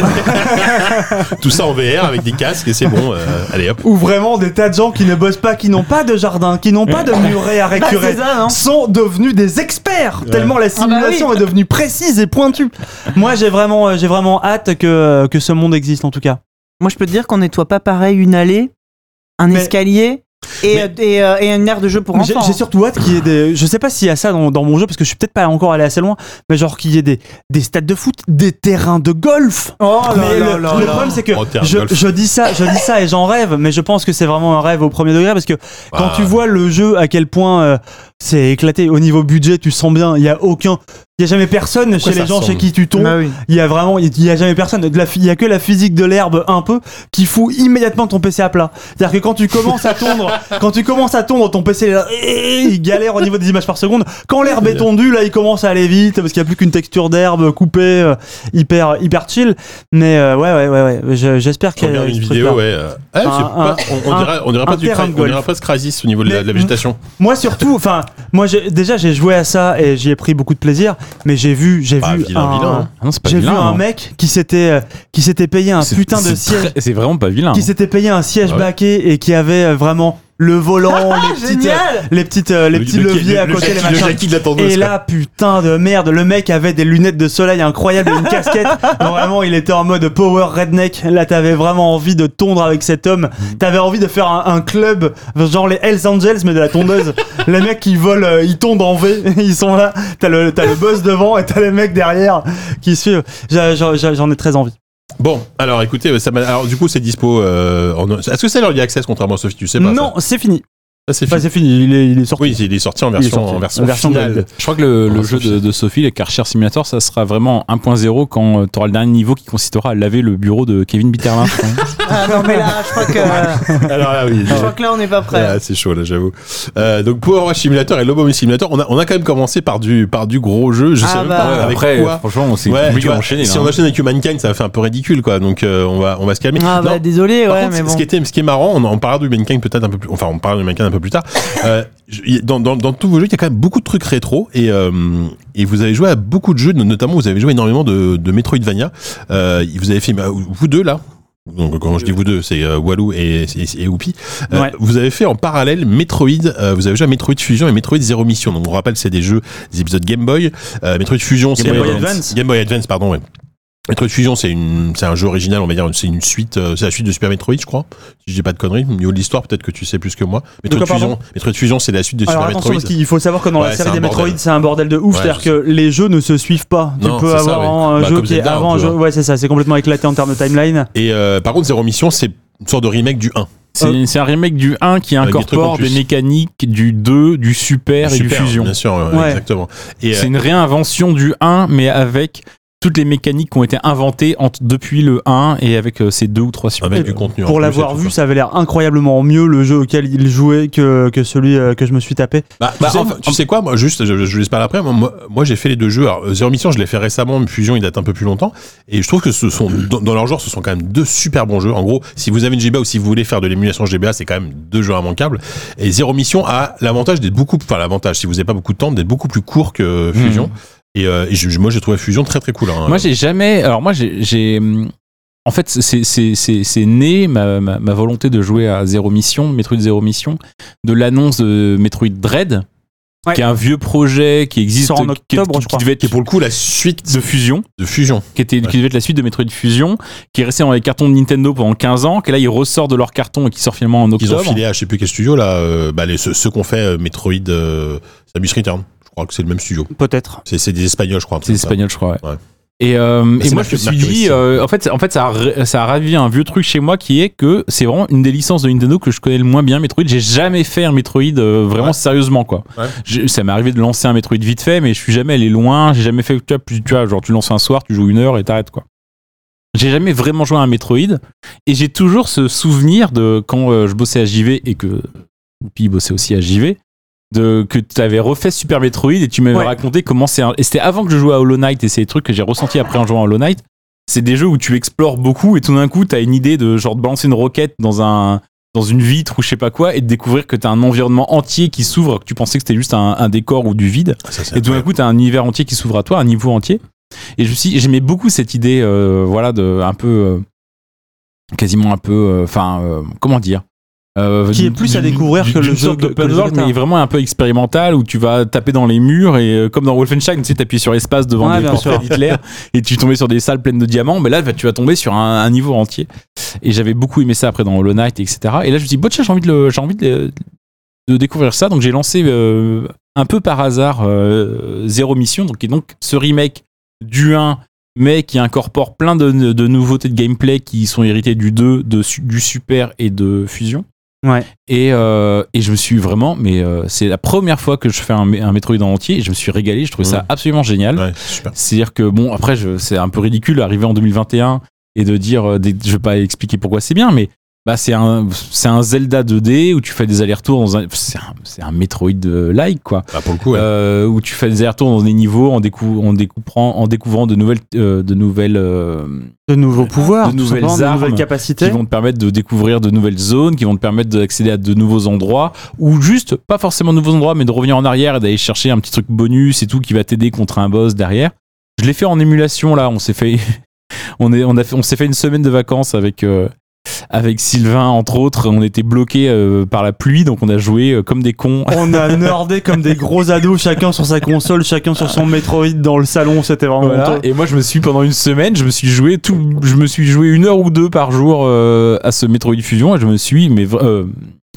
B: Tout ça en VR avec des casques et c'est bon. euh, allez hop.
D: Ou vraiment des tas de gens qui ne bossent pas, qui n'ont pas de jardin, qui n'ont pas de muret à
F: Bah,
D: récurer.
F: c'est ça, non
D: sont devenus des experts tellement la
F: bah
D: simulation est devenue précise et pointue. Moi, j'ai vraiment, euh, j'ai vraiment hâte que, euh, que ce monde existe en tout cas.
F: Moi, je peux te dire qu'on nettoie pas pareil une allée, un
D: Mais-
F: escalier et, euh, et, euh, et une aire de jeu pour
D: Mais J'ai
F: enfants. hein.
D: j'ai surtout hâte qu'il y ait des. Je sais pas s'il y a ça dans, dans mon jeu parce que je suis peut-être pas encore allé assez loin, mais genre qu'il y ait des, des stades de foot, des terrains de golf.
F: Oh
D: mais le, le problème c'est que
B: Oh, terrain
D: [LAUGHS]
B: de
D: je,
B: golf.
D: je dis ça, je dis ça et j'en rêve, mais je pense que c'est vraiment un rêve au premier degré parce que quand
B: Ah.
D: tu vois le jeu à quel point euh, c'est éclaté au niveau budget, tu sens bien, il y a aucun, il y a jamais personne chez
B: ça
D: les gens
B: ressemble
D: chez qui tu tombes.
F: Bah
D: Il y a vraiment, il y a jamais personne. De la phy- Il y a que la physique de l'herbe un peu qui fout immédiatement ton PC à plat. C'est-à-dire que quand tu commences à
B: [LAUGHS]
D: tondre, quand tu commences à tondre, ton PC est là, eh, il galère au niveau des images par seconde. Quand l'herbe est tondue, là, il commence à aller vite parce qu'il n'y a plus qu'une texture d'herbe coupée euh, hyper hyper chill. Mais euh, ouais ouais ouais ouais. Je- J'espère
B: Je
D: qu'il y a
B: regarde une
D: ce
B: vidéo,
D: truc-là.
B: ouais. euh, ah, je sais
D: Un-
B: pas, on, on
D: un-
B: dirait, on dirait
D: un
B: pas du
D: terrain
B: cra-
D: de
B: on
D: golf.
B: dirait presque Crysis au niveau de la,
D: Mais-
B: de la végétation.
D: Moi
B: [LAUGHS]
D: surtout, enfin, moi j'ai- déjà j'ai joué à ça et j'y ai pris beaucoup de plaisir. Mais j'ai vu j'ai
B: Pas
D: vu
B: vilain,
D: un-
B: vilain, hein.
E: Ah Non, c'est pas
D: j'ai vu
E: vilain.
D: un
E: non.
D: mec qui s'était euh, qui s'était payé un
E: C'est-
D: putain de
E: c'est
D: siège.
E: très- C'est vraiment pas vilain. hein.
D: qui s'était payé un siège
B: Ah ouais.
D: baquet et qui avait euh, vraiment le volant, les petites, euh, les petites, euh, les
B: Le-
D: petits
B: le-
D: leviers
B: le-
D: à
B: le
D: côté, les
B: Jackie- le
D: machins.
B: Jackie de la tondeuse,
D: Et
B: quoi.
D: là, putain de merde, le mec avait des lunettes de soleil incroyables et une casquette.
B: [LAUGHS]
D: Non, vraiment, il était en mode power redneck. Là, t'avais vraiment envie de tondre avec cet homme.
B: Mm.
D: T'avais envie de faire un, un club, genre les Hells Angels, mais de la
B: [LAUGHS]
D: tondeuse. les mecs qui volent, euh, ils tondent en V, [LAUGHS] ils sont là. T'as le, t'as le boss devant et t'as les mecs derrière qui suivent. J'a- j'a- j'a- J'en ai très envie.
B: Bon, alors écoutez, euh, ça m'a- alors du coup c'est dispo. euh, en- Est-ce que c'est l'Early Access contrairement à Sophie Tu sais pas
D: non, c'est fini.
B: ça, ça, c'est
D: Enfin,
B: fini.
D: c'est fini, il est, il est sorti.
B: Oui, il est sorti en version,
D: sorti.
B: en version,
D: En version
B: finale. [LAUGHS]
D: de-
E: Je crois que le, le
B: Ah,
E: jeu
B: Sophie.
E: de, de Sophie, le Karcher Simulator, ça sera vraiment 1.0 quand tu auras le dernier niveau qui consistera à laver le bureau de Kevin Bitterlin. je crois.
F: Ah non, mais là, je crois que,
B: Alors là, Ah,
D: Ah,
B: oui.
F: je crois que là, on n'est pas prêt.
B: Ah, c'est chaud là, j'avoue. Euh, donc Power Wash Simulator et Lobo Simulator, on a, on a quand même commencé par du, par du gros jeu. Je
F: Ah
B: sais même
F: bah.
B: pas
E: Ouais,
B: avec
E: après,
B: quoi.
E: franchement, on s'est
B: Ouais,
E: obligé
B: tu vois,
E: d'enchaîner,
B: si
E: là,
B: on
E: hein.
B: enchaîne avec Humankind, ça fait un peu ridicule quoi. Donc euh, on va on va se calmer.
F: Ah bah
B: Non,
F: désolé,
B: Par
F: ouais,
B: contre,
F: mais
B: ce
F: bon.
B: qui était, ce qui est marrant, on en parlera du Mankind peut-être un peu plus, enfin, on parlera du Mankind un peu
F: [LAUGHS]
B: plus tard. Euh, je- il y a- dans, dans, dans tous vos jeux, il y a quand même beaucoup de trucs rétro et, euh, et vous avez joué à beaucoup de jeux, notamment vous avez joué énormément de, de Metroidvania. Euh, vous avez fait, bah, vous deux là. Donc, quand je dis vous deux, c'est euh, Walou et, et, et Whoopi. Euh,
D: Ouais.
B: Vous avez fait en parallèle Metroid. euh, vous avez joué à Metroid Fusion et Metroid Zero Mission. Donc, on rappelle, c'est des jeux, des épisodes Game Boy. Euh, Metroid Fusion, c'est
D: Boy
B: euh,
D: Advance.
B: Game Boy Advance, pardon. Ouais. Metroid Fusion, c'est une, c'est un jeu original, on va dire, c'est une suite, euh, c'est la suite de Super Metroid, je crois. Si je dis pas de conneries, au niveau de l'histoire, peut-être que tu sais plus que moi. Metroid
D: quoi,
B: Fusion, Metroid Fusion, c'est la suite de
D: Alors
B: Super
D: attention,
B: Metroid.
D: parce qu'il faut savoir que dans
B: Ouais,
D: la
B: c'est
D: série
B: un
D: des Metroid,
B: bordel.
D: c'est un bordel de ouf.
B: Ouais,
D: c'est-à-dire
B: je sais.
D: que les jeux ne se suivent pas.
B: Non,
D: tu peux
B: c'est ça,
D: avoir
B: oui.
D: un
B: Bah,
D: jeu
B: comme
D: qui est
B: Zelda,
D: avant un
B: tu
D: jeu.
B: vois.
D: Ouais, c'est ça, c'est complètement éclaté en termes de timeline.
B: Et euh, par contre, Zero Mission, c'est une sorte de remake du 1.
E: C'est c'est un remake du 1 qui
B: Avec des trucs en
E: incorpore
B: plus.
E: des mécaniques du 2, du Super, et du
B: Super,
E: Fusion.
B: Bien sûr, ouais,
D: Ouais.
B: exactement. Et, euh,
E: C'est une réinvention du 1, mais avec toutes les mécaniques qui ont été inventées entre- depuis le 1 et avec euh, ces deux ou trois Super.
B: avec du contenu. hein, en
D: Pour
B: plus,
D: l'avoir
B: et tout,
D: vu,
B: quoi.
D: ça avait l'air incroyablement mieux le jeu auquel il jouait que, que celui euh, que je me suis tapé.
B: Bah, tu, sais,
E: enfin,
B: tu sais quoi, moi, juste, je, je, je laisse parler après. Moi, moi, moi, j'ai fait les deux jeux. Alors, euh, Zero Mission, je l'ai fait récemment. mais Fusion, il date un peu plus longtemps. Et je trouve que ce sont, dans, dans leur genre, ce sont quand même deux super bons jeux. En gros, si vous avez une GBA ou si vous voulez faire de l'émulation GBA, c'est quand même deux jeux immanquables. Et Zero Mission a l'avantage d'être beaucoup, enfin, l'avantage, si vous n'avez pas beaucoup de temps, d'être beaucoup plus court que Fusion. Et, euh, et je- je- moi, j'ai trouvé Fusion très très cool. hein.
E: Moi, j'ai jamais. Alors, moi, j'ai- j'ai. hum, En fait, c'est- c'est c'est- c'est né ma, ma, ma volonté de jouer à Zero Mission, Metroid Zero Mission, de l'annonce de Metroid Dread,
D: Ouais.
E: qui est un vieux projet qui existe,
D: Sort en
E: qui,
D: octobre,
E: qui-
D: je crois.
E: qui devait être
B: qui est pour le coup la suite
E: de fusion,
B: de Fusion.
E: qui, était,
B: Ouais.
E: qui devait être la suite de Metroid Fusion, qui est resté dans les cartons de Nintendo pendant 15 ans, que là, il ressort de leur carton et qui sort finalement en
B: Ils ont
E: octobre.
B: filé à je sais plus quel studio là, euh, bah, les, ceux, ceux qu'on fait euh, Metroid, euh, Samus Return. Je crois que c'est le même studio.
D: Peut-être.
B: C'est c'est des Espagnols, je crois. un
E: C'est
B: truc comme ça.
E: espagnol, je crois. ouais.
B: Ouais.
E: Et, euh, et
B: c'est
E: moi, je me suis
B: Mercury,
E: dit,
B: ça.
E: euh, en fait, en fait ça, a, ra- ça a ravivé un vieux truc chez moi qui est que c'est vraiment une des licences de Nintendo que je connais le moins bien, Metroid. J'ai jamais fait un Metroid euh, vraiment
B: Ouais.
E: sérieusement, quoi.
B: Ouais.
E: J'ai- Ça m'est arrivé de lancer un Metroid vite fait, mais je suis jamais allé loin. J'ai jamais fait, tu vois, plus- tu vois, genre tu lances un soir, tu joues une heure et t'arrêtes, quoi. J'ai jamais vraiment joué à un Metroid. Et j'ai toujours ce souvenir de quand euh, je bossais à JV et que Oupi bossait aussi à JV. De, que tu avais refait Super Metroid et tu m'avais
D: Ouais.
E: raconté comment c'est. un- Et c'était avant que je jouais à Hollow Knight et c'est des trucs que j'ai ressenti après en jouant à Hollow Knight. C'est des jeux où tu explores beaucoup et tout d'un coup, tu as une idée de genre de balancer une roquette dans un dans une vitre ou je sais pas quoi et de découvrir que t'as un environnement entier qui s'ouvre que tu pensais que c'était juste un- un décor ou du vide
B: Ça, c'est
E: et tout d'un coup, t'as un univers entier qui s'ouvre à toi, un niveau entier. Et je me suis, j'aimais beaucoup cette idée, euh, voilà, de un peu, euh, quasiment un peu, euh, enfin, euh, comment dire, euh,
D: Qui est
E: d'une-
D: plus à
E: d'une-
D: découvrir que
E: d'une
D: le jeu
E: sorte
D: que-
E: d'open
D: que le jeu
E: world,
D: que t'as.
E: mais vraiment un peu expérimental où tu vas taper dans les murs et euh, comme dans Wolfenstein, tu sais, t'appuies sur espace devant
D: Ouais,
E: des
D: bien [LAUGHS]
E: portraits d'Hitler et tu tombais sur des salles pleines de diamants. Mais là, tu vas tomber sur un, un niveau entier. Et j'avais beaucoup aimé ça après dans Hollow Knight, etc. Et là, je me suis dit, bon, tiens, j'ai envie de, le- j'ai envie de, le- de découvrir ça. Donc j'ai lancé euh, un peu par hasard euh, Zéro Mission, donc, qui est donc ce remake du 1, mais qui incorpore plein de, de nouveautés de gameplay qui sont héritées du 2, de, su- du Super et de Fusion.
D: Ouais.
E: Et, euh, et je me suis vraiment, mais euh, c'est la première fois que je fais un, mé- un Metroid en entier et je me suis régalé, je trouvais ça
B: Mmh.
E: absolument génial.
B: Ouais, super.
E: C'est-à-dire que bon, après, je- c'est un peu ridicule d'arriver en 2021 et de dire, euh, des- je vais pas expliquer pourquoi c'est bien, mais bah, c'est un, c'est un Zelda 2D où tu fais des allers-retours dans un, c'est un, c'est un Metroid-like quoi,
B: Bah, pour le coup, ouais.
E: Euh, où tu fais des allers-retours dans des niveaux en, décou- en découvrant, en découvrant de nouvelles, euh, de nouvelles euh,
D: De nouveaux pouvoirs,
E: De
D: tout
E: nouvelles
D: simplement, de
E: armes
D: nouvelles
E: qui
D: capacités.
E: vont te permettre de découvrir de nouvelles zones, qui vont te permettre d'accéder à de nouveaux endroits, ou juste, pas forcément de nouveaux endroits, mais de revenir en arrière et d'aller chercher un petit truc bonus et tout qui va t'aider contre un boss derrière. Je l'ai fait en émulation là, on s'est fait, [LAUGHS] on est, on a fait, on s'est fait une semaine de vacances avec. euh, avec Sylvain, entre autres, on était bloqué par la pluie, donc on a joué euh, comme des cons.
D: On
B: [LAUGHS]
D: a nerdé comme des gros ados, chacun sur sa console, chacun sur son Metroid dans le salon, c'était vraiment
E: Voilà.
D: honteux.
E: Et moi, je me suis pendant une semaine, je me suis joué tout, je me suis joué une heure ou deux par jour euh, à ce Metroid Fusion et je me suis, mais vra- euh,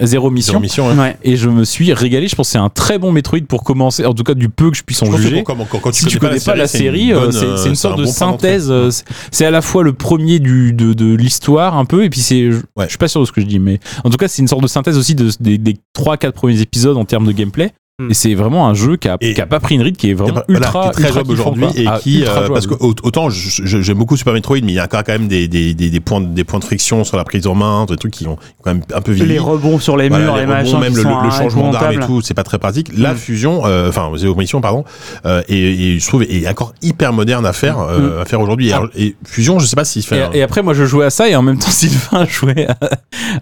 E: zéro mission.
B: Sur mission, hein. ouais.
D: Ouais.
E: et je me suis régalé. Je pense que c'est un très bon Metroid pour commencer, en tout cas du peu que je puisse
B: Je
E: en
B: pense que
E: juger.
B: quand- quand- quand
E: si tu connais pas la série,
B: une
E: euh,
B: bonne,
E: c'est
B: euh,
E: c'est une
B: un
E: sorte de
B: bon point d'entrée.
E: synthèse. euh, c'est- C'est à la fois le premier du, de, de l'histoire un peu, et puis c'est, je-
B: Ouais.
E: je suis pas sûr de ce que je dis, mais en tout cas c'est une sorte de synthèse aussi de- des, des 3-4 premiers épisodes en termes de gameplay.
D: Hmm.
E: Et c'est vraiment un jeu qui a,
B: Et-
E: qui a pas pris une ride, qui est vraiment
B: Voilà,
E: ultra,
B: qui est très
E: ultra
B: jouable
E: kiffant,
B: aujourd'hui
E: quoi.
B: et
E: Ah,
B: qui
E: ultra
B: euh, parce que
E: jouable.
B: au- autant je- je- j'aime beaucoup Super Metroid mais il y a quand même des, des, des, des points des points de friction sur la prise en main des trucs qui ont quand même un peu vieilli
D: Les rebonds sur les murs,
B: Voilà,
D: les,
B: les rebonds,
D: machins,
B: même
D: qui
B: le,
D: sont
B: le- le changement d'arme et
D: indémontables.
B: tout, c'est pas très pratique. La
D: Mm.
B: fusion, euh, enfin, Zéro Mission, pardon, euh, et, et je trouve est encore hyper moderne à
D: Mm.
B: faire, euh, à faire
D: Ah.
B: aujourd'hui. Et, alors, et fusion, je sais pas s'il fait.
E: Et,
B: un-
E: et après, moi, je jouais à ça et en même [LAUGHS] temps, Sylvain jouait à,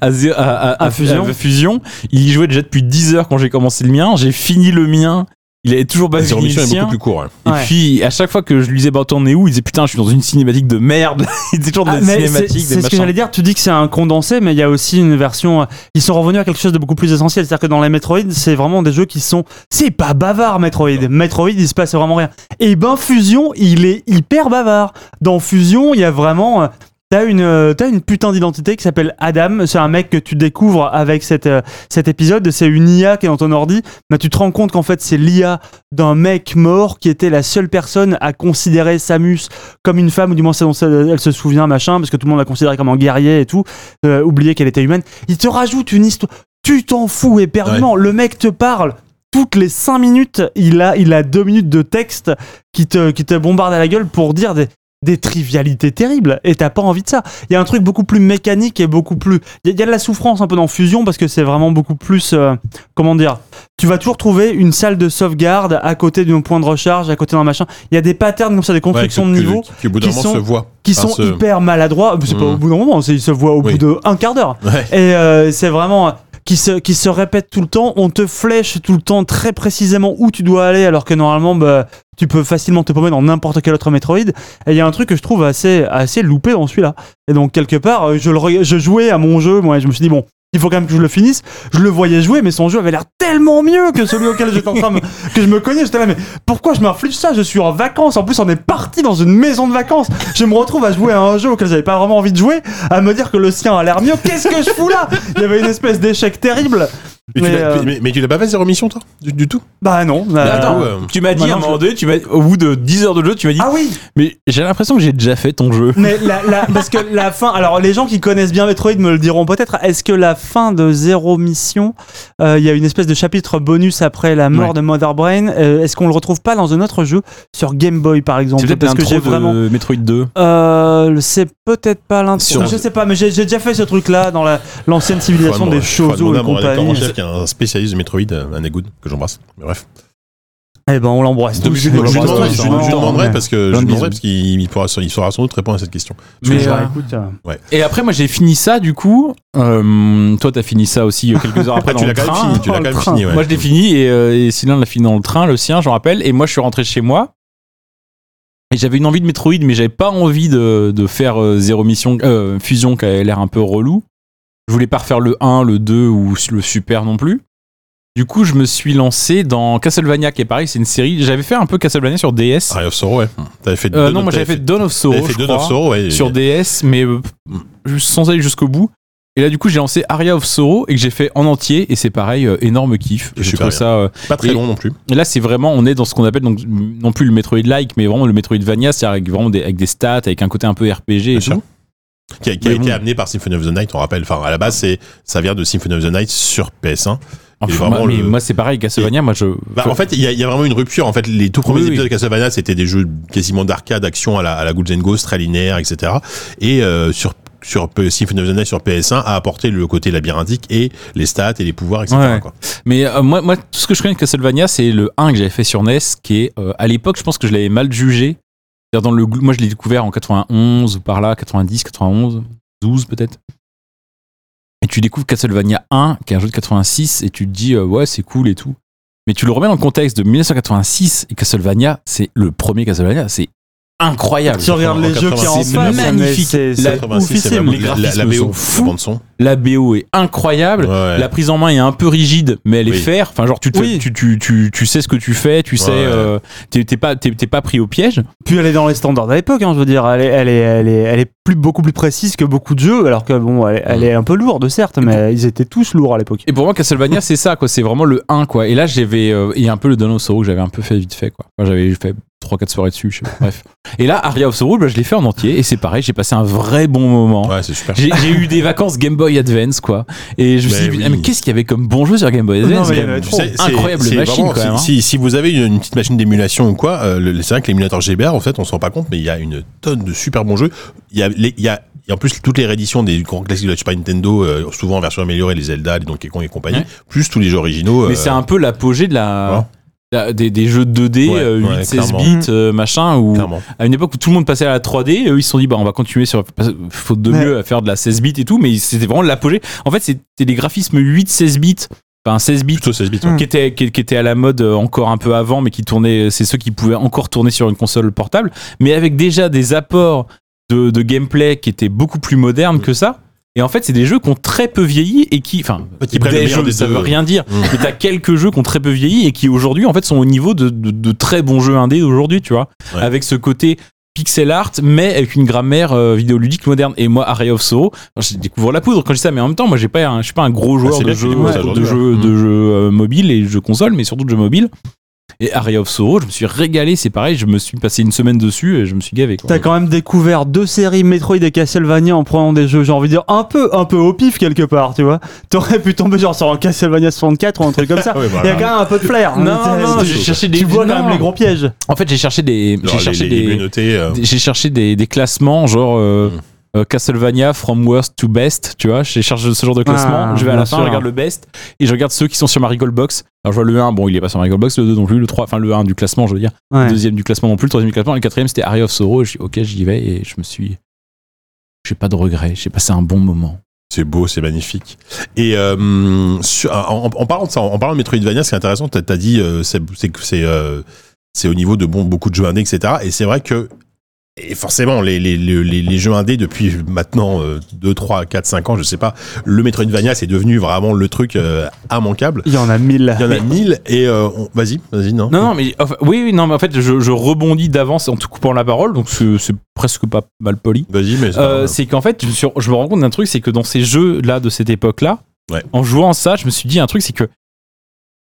E: à, Zé- à- à-
D: À
E: à-
D: Fusion.
E: à Fusion. Il y jouait déjà depuis 10 heures quand j'ai commencé le mien. J'ai fini le mien. Il avait toujours pas
B: Zero
E: fini
B: Mission
E: le
B: est
E: sien.
B: beaucoup plus court. hein.
E: Et
D: Ouais.
E: puis, à chaque fois que je lui disais, bah, t'en es où Il disait, putain, je suis dans une cinématique de merde. [LAUGHS] il était toujours dans
D: Ah,
E: des
D: mais
E: cinématiques,
D: c'est-
E: des
D: C'est ce que
E: machins.
D: j'allais dire. Tu dis que c'est un condensé, mais il y a aussi une version. euh, Ils sont revenus à quelque chose de beaucoup plus essentiel. C'est-à-dire que dans les Metroid, c'est vraiment des jeux qui sont. C'est pas bavard, Metroid. Metroid, il se passe vraiment rien. Et ben, Fusion, il est hyper bavard. Dans Fusion, il y a vraiment. euh, T'as une, euh, t'as une putain d'identité qui s'appelle Adam. C'est un mec que tu découvres avec cette, euh, cet épisode. C'est une IA qui est dans ton ordi. Mais tu te rends compte qu'en fait, c'est l'IA d'un mec mort qui était la seule personne à considérer Samus comme une femme, ou du moins c'est dont elle elle se souvient, machin, parce que tout le monde l'a considérée comme un guerrier et tout, euh, oublier qu'elle était humaine. Il te rajoute une histoire. Tu t'en fous éperdument. Le mec te parle. Toutes les 5 minutes, il a, il a 2 minutes de texte qui te, qui te bombarde à la gueule pour dire des, des trivialités terribles. Et t'as pas envie de ça. Il y a un truc beaucoup plus mécanique et beaucoup plus. Il y, a- il y a de la souffrance un peu dans Fusion parce que c'est vraiment beaucoup plus. euh, comment dire Tu vas toujours trouver une salle de sauvegarde à côté d'un point de recharge, à côté d'un machin. Il y a des patterns comme ça, des
B: Ouais,
D: constructions
B: que-
D: de
B: que-
D: niveau
B: qui, qui, au bout d'un
D: qui
B: moment
D: sont-
B: se voit.
D: qui
B: Enfin,
D: sont
B: se-
D: hyper maladroits. C'est pas
B: Mm.
D: au bout d'un moment, c'est- ils se voient au
B: Oui.
D: bout d'un quart d'heure.
B: Ouais.
D: Et euh, c'est vraiment euh, qui se, qui se répète tout le temps. On te flèche tout le temps très précisément où tu dois aller, alors que normalement, bah, tu peux facilement te paumer dans n'importe quel autre Metroid. Et il y a un truc que je trouve assez, assez loupé dans celui-là. Et donc, quelque part, euh, je, le, re- je jouais à mon jeu, moi, et je me suis dit, bon. Il faut quand même que je le finisse. Je le voyais jouer, mais son jeu avait l'air tellement mieux que celui auquel j'étais en train de- que je me connais. J'étais là, mais pourquoi je m'inflige ça Je suis en vacances. En plus, on est parti dans une maison de vacances. Je me retrouve à jouer à un jeu auquel j'avais pas vraiment envie de jouer à me dire que le sien a l'air mieux. Qu'est-ce que je fous là Il y avait une espèce d'échec terrible.
B: Mais, tu
D: Mais,
B: l'as-
D: euh,
B: mais- mais tu l'as pas fait zéro mission, toi Du, du tout
D: Bah non. bah,
B: Mais
C: attends,
B: du coup, euh,
C: Tu m'as dit
D: Bah non,
C: à un
D: je-
C: moment donné, tu m'as- au bout de 10 heures de jeu, tu m'as dit
D: Ah oui
E: Mais j'ai l'impression que j'ai déjà fait ton jeu.
D: Mais la, la- parce que la fin, alors les gens qui connaissent bien Metroid me le diront peut-être, est-ce que la fin de Zéro Mission, euh, il y a une espèce de chapitre bonus après la mort
E: Ouais.
D: de Mother Brain, euh, est-ce qu'on le retrouve pas dans un autre jeu sur Game Boy par exemple
E: C'est peut-être
D: Parce que
E: l'intro
D: j'ai
E: de
D: vraiment...
E: Metroid 2.
D: Euh, c'est peut-être pas l'intro.
B: Sur-
D: Je sais pas, mais j'ai j'ai déjà fait ce truc-là dans la- l'ancienne civilisation
B: faudra
D: des
B: demander- faudra
D: Chozo
B: demander
D: et
B: à mon rédacteur en
D: compagnie.
B: chef qui est un spécialiste de Metroid, euh, un Egoud, que j'embrasse. Mais Bref.
D: Eh ben, on l'embrasse
B: Donc,
D: tous.
B: je, je,
E: on
B: lui
E: l'embrasse
B: demanderai- je-
E: tous, hein. en même
B: je lui
E: temps,
B: demanderai
E: mais-
B: parce que je
E: Plein
B: lui
E: de
B: demanderai parce
E: bisous.
B: qu'il il pourra, il saura sans doute répondre à cette question.
D: Mais,
E: Mais,
D: euh,
E: euh,
D: écoute, euh,
E: Et après, moi, j'ai fini ça, du coup. Euh, toi, t'as fini ça aussi euh, quelques
B: [LAUGHS]
E: heures après,
B: Après,
E: dans
B: Ah, tu
E: le
B: l'as quand même
E: train.
B: fini. Tu
D: dans
B: l'as quand
D: le
B: même
D: train.
B: fini. ouais.
E: Moi, je l'ai fini et, euh, et Sylvain l'a fini dans le train, le sien, j'en rappelle. Et moi, je suis rentré chez moi. Et j'avais une envie de Metroid, mais j'avais pas envie de, de faire euh, Zéro Mission, euh, Fusion, qui avait l'air un peu relou. Je voulais pas refaire le 1, le 2 ou le Super non plus. Du coup, je me suis lancé dans Castlevania, qui est pareil, c'est une série. J'avais fait un peu Castlevania sur DS.
B: Eye of Sorrow, ouais. T'avais fait
E: Euh,
B: deux-
E: non, moi
B: t'avais
E: j'avais fait Dawn of Sorrow.
B: t'avais fait
E: je
B: deux
E: crois
B: of Sorrow, ouais.
E: sur DS, mais euh, je- sans aller jusqu'au bout. Et là, du coup, j'ai lancé Aria of Sorrow et que j'ai fait en entier. Et c'est pareil, euh, énorme kiff.
B: Et
E: Je
B: super
E: trouve
B: bien.
E: ça. euh,
B: Pas très
E: et-
B: long non plus.
E: et là, c'est vraiment, on est dans ce qu'on appelle donc non plus le Metroid-like, mais vraiment le Metroidvania, c'est-à-dire avec vraiment des, avec des stats, avec un côté un peu RPG et
B: Bien sûr.
E: tout.
B: qui a, qui a
E: Mais
B: été
E: bon.
B: amené par Symphony of the Night, on rappelle. Enfin, à la base, c'est ça vient de Symphony of the Night sur PS1.
E: Enfin,
B: Et vraiment
E: moi, mais
B: le-
E: moi, c'est pareil, Castlevania, moi je.
B: Bah, en fait, il y, a- il y a vraiment une rupture. En fait, les tout premiers
E: Oui, oui.
B: épisodes de Castlevania, c'était des jeux quasiment d'arcade, action à la, à la Ghouls and Ghosts, très linéaire, etc. Et euh, sur sur P- Symphony of the Night sur PS1 a apporté le côté labyrinthique et les stats et les pouvoirs, etc.
E: Ouais.
B: quoi.
E: Mais euh, moi, moi, tout ce que je connais de Castlevania, c'est le 1 que j'avais fait sur NES, qui est euh, à l'époque, je pense que je l'avais mal jugé. C'est-à-dire Dans le, gl- moi, je l'ai découvert en 91 ou par là, 90, 91, 12 peut-être. Et tu découvres Castlevania 1, qui est un jeu de 86, et tu te dis, euh, ouais, c'est cool et tout. Mais tu le remets dans le contexte de 1986, et Castlevania, c'est le premier Castlevania, c'est incroyable.
D: Si on regarde les jeux qui en
E: C'est
D: face,
E: magnifique.
D: mais c'est-
E: La-
D: c'est-
B: 86, c'est
E: oufissime.
B: vraiment-
E: Les
B: la, la,
E: graphismes
B: BO, la
E: sont fous.
B: bande son.
E: La BO est incroyable.
B: Ouais.
E: La prise en main est un peu rigide, mais elle est
B: Oui.
E: fair. Enfin, genre, tu, te-
D: Oui.
E: tu, tu, tu, tu sais ce que tu fais, tu sais,
B: Ouais.
E: euh, t'es t'es pas, t'es- t'es pas pris au piège.
D: Puis elle est dans les standards de l'époque, hein, je veux dire, elle est, elle est, elle est, elle est plus, beaucoup plus précise que beaucoup de jeux, alors que bon, elle, est- elle est un peu lourde, certes, mais ils étaient tous lourds à l'époque.
E: Et pour moi, Castlevania, c'est ça, quoi. C'est vraiment le 1, quoi. Et là, j'avais. euh, Il y a un peu le Dawn of Sorrow que j'avais un peu fait vite fait, quoi. Enfin, j'avais fait 3-4 soirées dessus, je sais pas. Bref. Et là, Aria of Sorrow, bah, je l'ai fait en entier, et c'est pareil, j'ai passé un vrai bon moment.
B: Ouais, c'est super.
E: J'ai j'ai eu des vacances Game Boy Advance, quoi. Et je me
B: Mais
E: suis dit,
B: oui.
E: ah, mais qu'est-ce qu'il y avait comme bon jeu sur Game Boy Advance
D: mais il y
E: quand
D: en
E: même
D: avait
B: Tu
D: trop.
B: sais, c'est-
E: euh, Oh, Incroyable
B: c'est
E: machine,
B: vraiment-
E: quand même, hein.
B: Si, si- si vous avez une, une petite machine d'émulation ou quoi, euh, le- c'est vrai que l'émulateur GBR, en fait, on se rend pas compte, mais il y a une tonne de super bons jeux. Il y a, les- il y a- et en plus toutes les rééditions des grands classiques de la Super Nintendo, euh, souvent en version améliorée, les Zelda, les Donkey Kong et compagnie,
E: Ouais.
B: plus tous les jeux originaux.
E: Mais
B: euh,
E: c'est un peu l'apogée de la. la- Des, des jeux 2D,
B: Ouais,
E: euh, 8,
B: ouais,
E: 16
B: clairement.
E: bits, euh, machin, où,
B: clairement.
E: à une époque où tout le monde passait à la 3D, eux ils se sont dit bah on va continuer sur parce que faute de
D: Ouais.
E: mieux à faire de la 16 bits et tout, mais c'était vraiment l'apogée. En fait, c'était des graphismes 8 16 bits, enfin 16 bits
B: Plutôt 16 bits.
D: Mm.
E: qui étaient qui, qui étaient à la mode euh, encore un peu avant mais qui tournaient c'est ceux qui pouvaient encore tourner sur une console portable, mais avec déjà des apports de, de gameplay qui étaient beaucoup plus
B: Mm.
E: modernes que ça. Et en fait, c'est des jeux qui ont très peu vieilli et qui, enfin,
B: Qui prennent le
E: des
B: meilleur
E: jeux,
B: des
E: ça
B: deux,
E: veut
B: ouais.
E: rien dire.
B: Mm.
E: Mais t'as quelques jeux qui ont très peu vieilli et qui aujourd'hui, en fait, sont au niveau de, de- de très bons jeux indés aujourd'hui, tu vois.
B: Ouais.
E: Avec ce côté pixel art, mais avec une grammaire euh, vidéoludique moderne. Et moi, Array of Sorrow, enfin, je découvre la poudre quand je dis ça, mais en même temps, moi, j'ai pas, un- je suis pas un gros joueur
B: Ah, c'est
E: de
B: bien que tu
E: jeux,
B: découvres ça
E: de
B: aujourd'hui, hein. Mm.
E: jeux,
B: ouais.
E: de jeux euh, mobiles et jeux consoles, mais surtout de jeux mobiles. Et Array of Sorrow, je me suis régalé, c'est pareil, je me suis passé une semaine dessus et je me suis gavé. quoi.
D: T'as quand même découvert deux séries Metroid et Castlevania en prenant des jeux, j'ai envie de dire, un peu, un peu au pif quelque part, tu vois. T'aurais pu tomber genre sur un Castlevania 64 ou un truc comme ça.
B: [LAUGHS] Ah ouais,
D: Il y a
B: voilà.
D: quand même un peu de flair.
E: Non,
D: hein,
E: non,
D: tu-
E: j'ai cherché des.
D: Tu vois quand
E: non.
D: même les gros pièges.
E: En fait, j'ai cherché des.
B: Genre,
E: J'ai
B: les-
E: cherché
B: les,
E: des.
B: communautés, euh,
E: Des- j'ai cherché des, des classements genre euh, euh, Castlevania from worst to best tu vois je cherche ce genre de classement
D: Ah,
E: je vais à la
D: bien
E: fin
D: sûr.
E: je regarde le best et je regarde ceux qui sont sur ma Rigol Box alors je vois le 1 bon il est pas sur ma Rigol Box le 2 non plus le 3 enfin le 1 du classement je veux dire le
D: Ouais.
E: deuxième du classement non plus le troisième du classement et le quatrième c'était Harry of Sorrow je dis ok j'y vais et je me suis j'ai pas de regrets j'ai passé un bon moment
B: C'est beau, c'est magnifique. Et euh, sur- en, en- en parlant de ça, en, en parlant de Metroidvania, ce qui est intéressant, t'as as dit euh, c'est c'est que c'est euh, c'est au niveau de bon, beaucoup de jeux indés, etc. Et c'est vrai que et forcément, les, les, les, les- les jeux indés depuis maintenant euh, 2, 3, 4, 5 ans, je sais pas, le Metroidvania c'est devenu vraiment le truc euh, immanquable.
D: Il y en a mille.
B: Il y en a mille et euh, on- vas-y, vas-y, non.
E: non non mais enfin, oui oui non mais en fait je, je rebondis d'avance en te coupant la parole donc c'est c'est presque pas mal poli
B: Vas-y, mais c'est pas
E: Euh,
B: grave.
E: c'est qu'en fait, je me, suis- je me rends compte d'un truc, c'est que dans ces jeux-là de cette époque-là,
B: Ouais.
E: En jouant ça, je me suis dit un truc, c'est que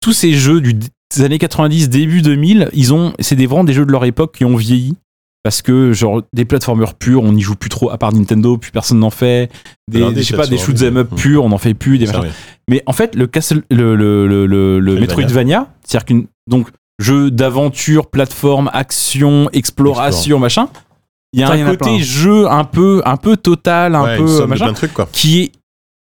E: tous ces jeux du, des années 90, début 2000, ils ont, c'est des, vraiment des jeux de leur époque qui ont vieilli. Parce que, genre, des plateformers purs, on n'y joue plus trop, à part Nintendo, plus personne n'en fait. Des,
B: Alors, des
E: je sais pas, des
B: plateformes,
E: shoot'em up
B: ouais.
E: purs, on n'en fait plus, des
B: C'est
E: machins.
B: vrai.
E: Mais en fait, le, Castle, le, le, le, le, le
B: Metroidvania.
E: Metroidvania, c'est-à-dire qu'une donc jeu d'aventure, plateforme, action, exploration, machin. Il y a
D: Putain, il
E: un
D: y en a hein.
E: côté
D: plein.
E: jeu un peu un peu total, un
B: Ouais, une
E: peu
B: somme de
E: machin,
B: plein de trucs, quoi.
E: qui est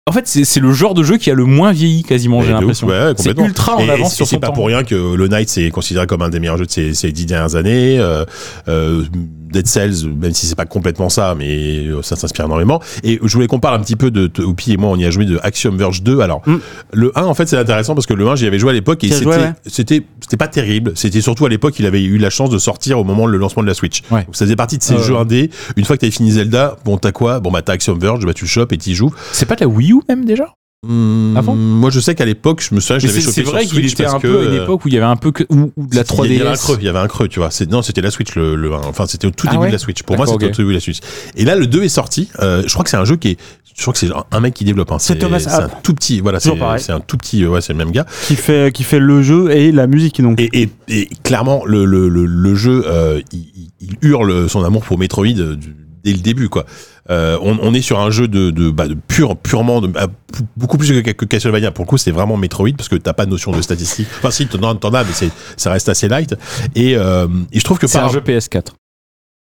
E: en fait c'est c'est le genre de jeu qui a le moins vieilli quasiment
B: Et
E: j'ai
B: de ouf,
E: l'impression.
B: ouais, ouais,
E: c'est
B: complètement.
E: ultra en
B: Et-
E: avance
B: et
E: sur son
B: C'est pas
E: temps.
B: pour rien que Hollow Knight c'est considéré comme un des meilleurs jeux de ces, ces dix dernières années. euh, euh, Dead Cells, même si c'est pas complètement ça, mais euh, ça s'inspire énormément. Et je voulais qu'on parle un petit peu de, de- Oupi et moi, on y a joué de Axiom Verge 2. Alors,
D: Mm.
B: le 1, en fait, c'est intéressant parce que le 1, j'y avais joué à l'époque et
D: T'y as
B: c'était,
D: joué, ouais.
B: c'était, c'était pas terrible. C'était surtout à l'époque, il avait eu la chance de sortir au moment de le lancement de la Switch.
E: Ouais.
B: Donc, ça faisait partie de ces
E: Ah ouais.
B: jeux indés. Une fois que t'avais fini Zelda, bon, t'as quoi? Bon, bah, t'as Axiom Verge, bah, tu le chopes et t'y joues.
E: C'est pas de la Wii U même déjà.
B: Hmm,
E: Avant
B: moi, je sais qu'à l'époque, je me souviens, je
E: Mais
B: l'avais
E: C'est
B: chopé
E: c'est
B: sur
E: vrai qu'il
B: Switch
E: était
B: parce
E: un
B: que,
E: peu à une
B: euh,
E: époque où il y avait un peu que, ou, ou de la
B: il y avait un creux,
E: 3DS.
B: il y avait un creux, tu vois. C'est, non, c'était la Switch, le, le 1. Enfin, c'était au tout
E: Ah
B: début
E: ouais
B: de la Switch. Pour moi,
E: D'accord,
B: c'était
E: ok.
B: au tout début de la Switch. Et là, le 2 est sorti. Euh, je crois que c'est un jeu qui est, je crois que c'est un mec qui développe. Hein.
D: C'est Thomas
B: c'est
D: App.
B: un tout petit, voilà, c'est,
D: Toujours pareil.
B: c'est un tout petit, euh, ouais, c'est le même gars.
D: qui fait, qui fait le jeu et la musique, donc.
B: Et, et, et clairement, le, le, le, le jeu, euh, il, il- il hurle son amour pour Metroid euh, du- dès le début, quoi. Euh, on, on est sur un jeu de, de, bah, de pur, purement, de, bah, pou- beaucoup plus que, que Castlevania. Pour le coup, c'est vraiment Metroid parce que t'as pas de notion de statistique. Enfin, si, t'en as, t'en as, mais c'est, ça reste assez light. Et, euh, et je trouve que
E: C'est
B: par
E: un jeu PS4.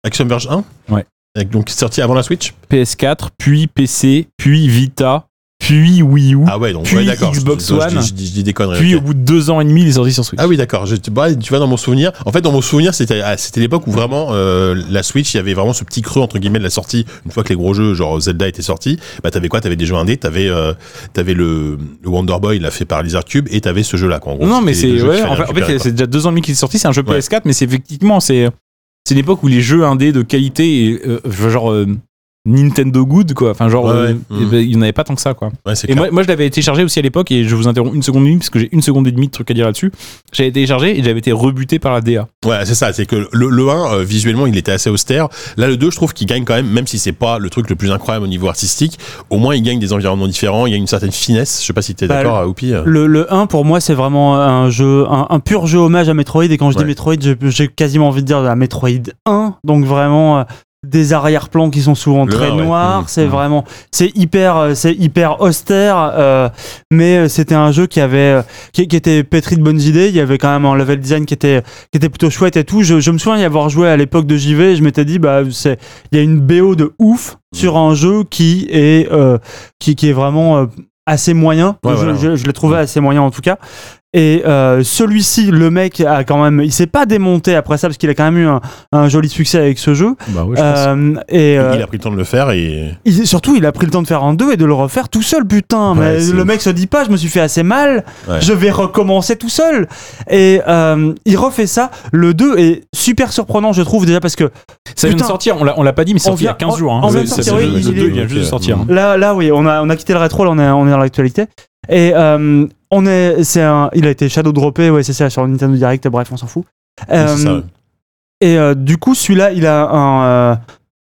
B: Action Verge 1
E: Ouais.
B: Avec- Donc sorti avant la Switch
E: PS4, puis PC, puis Vita, puis Wii U,
B: Ah ouais, donc
E: Puis
B: ouais, d'accord. je-
E: Xbox
B: je- je-
E: One.
B: Je dis- je dis des conneries.
E: puis
B: ok.
E: au bout de deux ans et demi, il est sorti sur Switch.
B: Ah oui, d'accord. Je- bah, tu vois, dans mon souvenir, en fait, dans mon souvenir, c'était ah, c'était l'époque où vraiment euh, la Switch, il y avait vraiment ce petit creux entre guillemets de la sortie. Une fois que les gros jeux, genre Zelda, étaient sortis, bah t'avais quoi T'avais des jeux indés, t'avais euh, t'avais le, le Wonder Boy, là fait par Lizard Cube, et t'avais ce jeu-là. quoi. En gros,
E: non, mais
B: c'était les deux
E: c'est
B: jeux
E: ouais,
B: qu'il
E: en
B: fallait
E: fait, en fait,
B: récupérer,
E: c'est déjà deux ans et demi qu'il est sorti. C'est un jeu
B: Ouais.
E: PS4, mais c'est effectivement c'est c'est une époque où les jeux indés de qualité, et, euh, genre euh, Nintendo Good, quoi. Enfin, genre
B: Ouais,
E: euh,
B: ouais.
E: eh ben, il n'y en avait pas tant que ça, quoi.
B: quoi. Ouais, c'est
E: Et
B: clair.
E: moi, moi, je l'avais téléchargé aussi à l'époque, et je vous interromps une seconde et demie parce que j'ai une seconde et demie de trucs à dire là-dessus. J'avais téléchargé et j'avais été rebuté par la DA.
B: Ouais, c'est ça, c'est que le, le 1, euh, visuellement, il était assez austère. Là, le 2, je trouve qu'il gagne quand même, même si c'est pas le truc le plus incroyable au niveau artistique, au moins il gagne des environnements différents, il y a une certaine finesse. Je sais pas si t'es
D: Bah,
B: d'accord, euh, Oupi. euh.
D: Le, le 1 pour moi c'est vraiment un jeu un, un pur jeu hommage à Metroid et quand je
B: Ouais.
D: dis Metroid j'ai- j'ai quasiment envie de dire la Metroid 1 donc vraiment euh, des arrière-plans qui sont souvent
B: Le
D: très
B: 1, ouais.
D: noirs
B: Mmh,
D: c'est
E: mmh.
D: vraiment c'est hyper euh, c'est hyper austère euh, mais euh, c'était un jeu qui avait euh, qui, qui était pétri de bonnes idées il y avait quand même un level design qui était qui était plutôt chouette et tout je, je me souviens y avoir joué à l'époque de JV et je m'étais dit bah c'est il y a une BO de ouf sur un jeu qui est euh, qui, qui est vraiment euh, assez moyen.
B: Ouais,
D: je,
B: voilà.
D: je- je le trouvais assez moyen en tout cas. Et euh, celui-ci, le mec a quand même, il s'est pas démonté après ça parce qu'il a quand même eu un, un joli succès avec ce jeu.
E: Bah ouais,
D: Euh, et euh,
B: Il a pris le temps de le faire et.
D: il- surtout, il a pris le temps de faire un 2 et de le refaire tout seul, putain.
B: Ouais,
D: mais
B: c'est
D: le
B: ouf.
D: mec se dit pas, je me suis fait assez mal,
B: Ouais.
D: je vais recommencer tout seul. Et euh, il refait ça. Le 2 est super surprenant, je trouve, déjà parce que
E: Ça vient de
D: putain.
E: sortir, on l'a on l'a pas dit, mais c'est
D: On
E: sorti il y a
D: vient-
E: 15 jours. hein.
D: on vient de
E: Le-
D: sortir,
E: le-
D: oui,
E: le
D: il est-
E: deux, il vient juste de
B: ok.
E: sortir. hein.
D: Là, là, oui, on a, on a quitté le rétro, là, on est, on est dans l'actualité. Et euh, on est, c'est un, il a été shadow droppé, ouais, c'est ça, sur Nintendo Direct, bref, on s'en fout. Euh,
B: c'est ça, ouais.
D: et euh, du coup, celui-là, il a un, euh,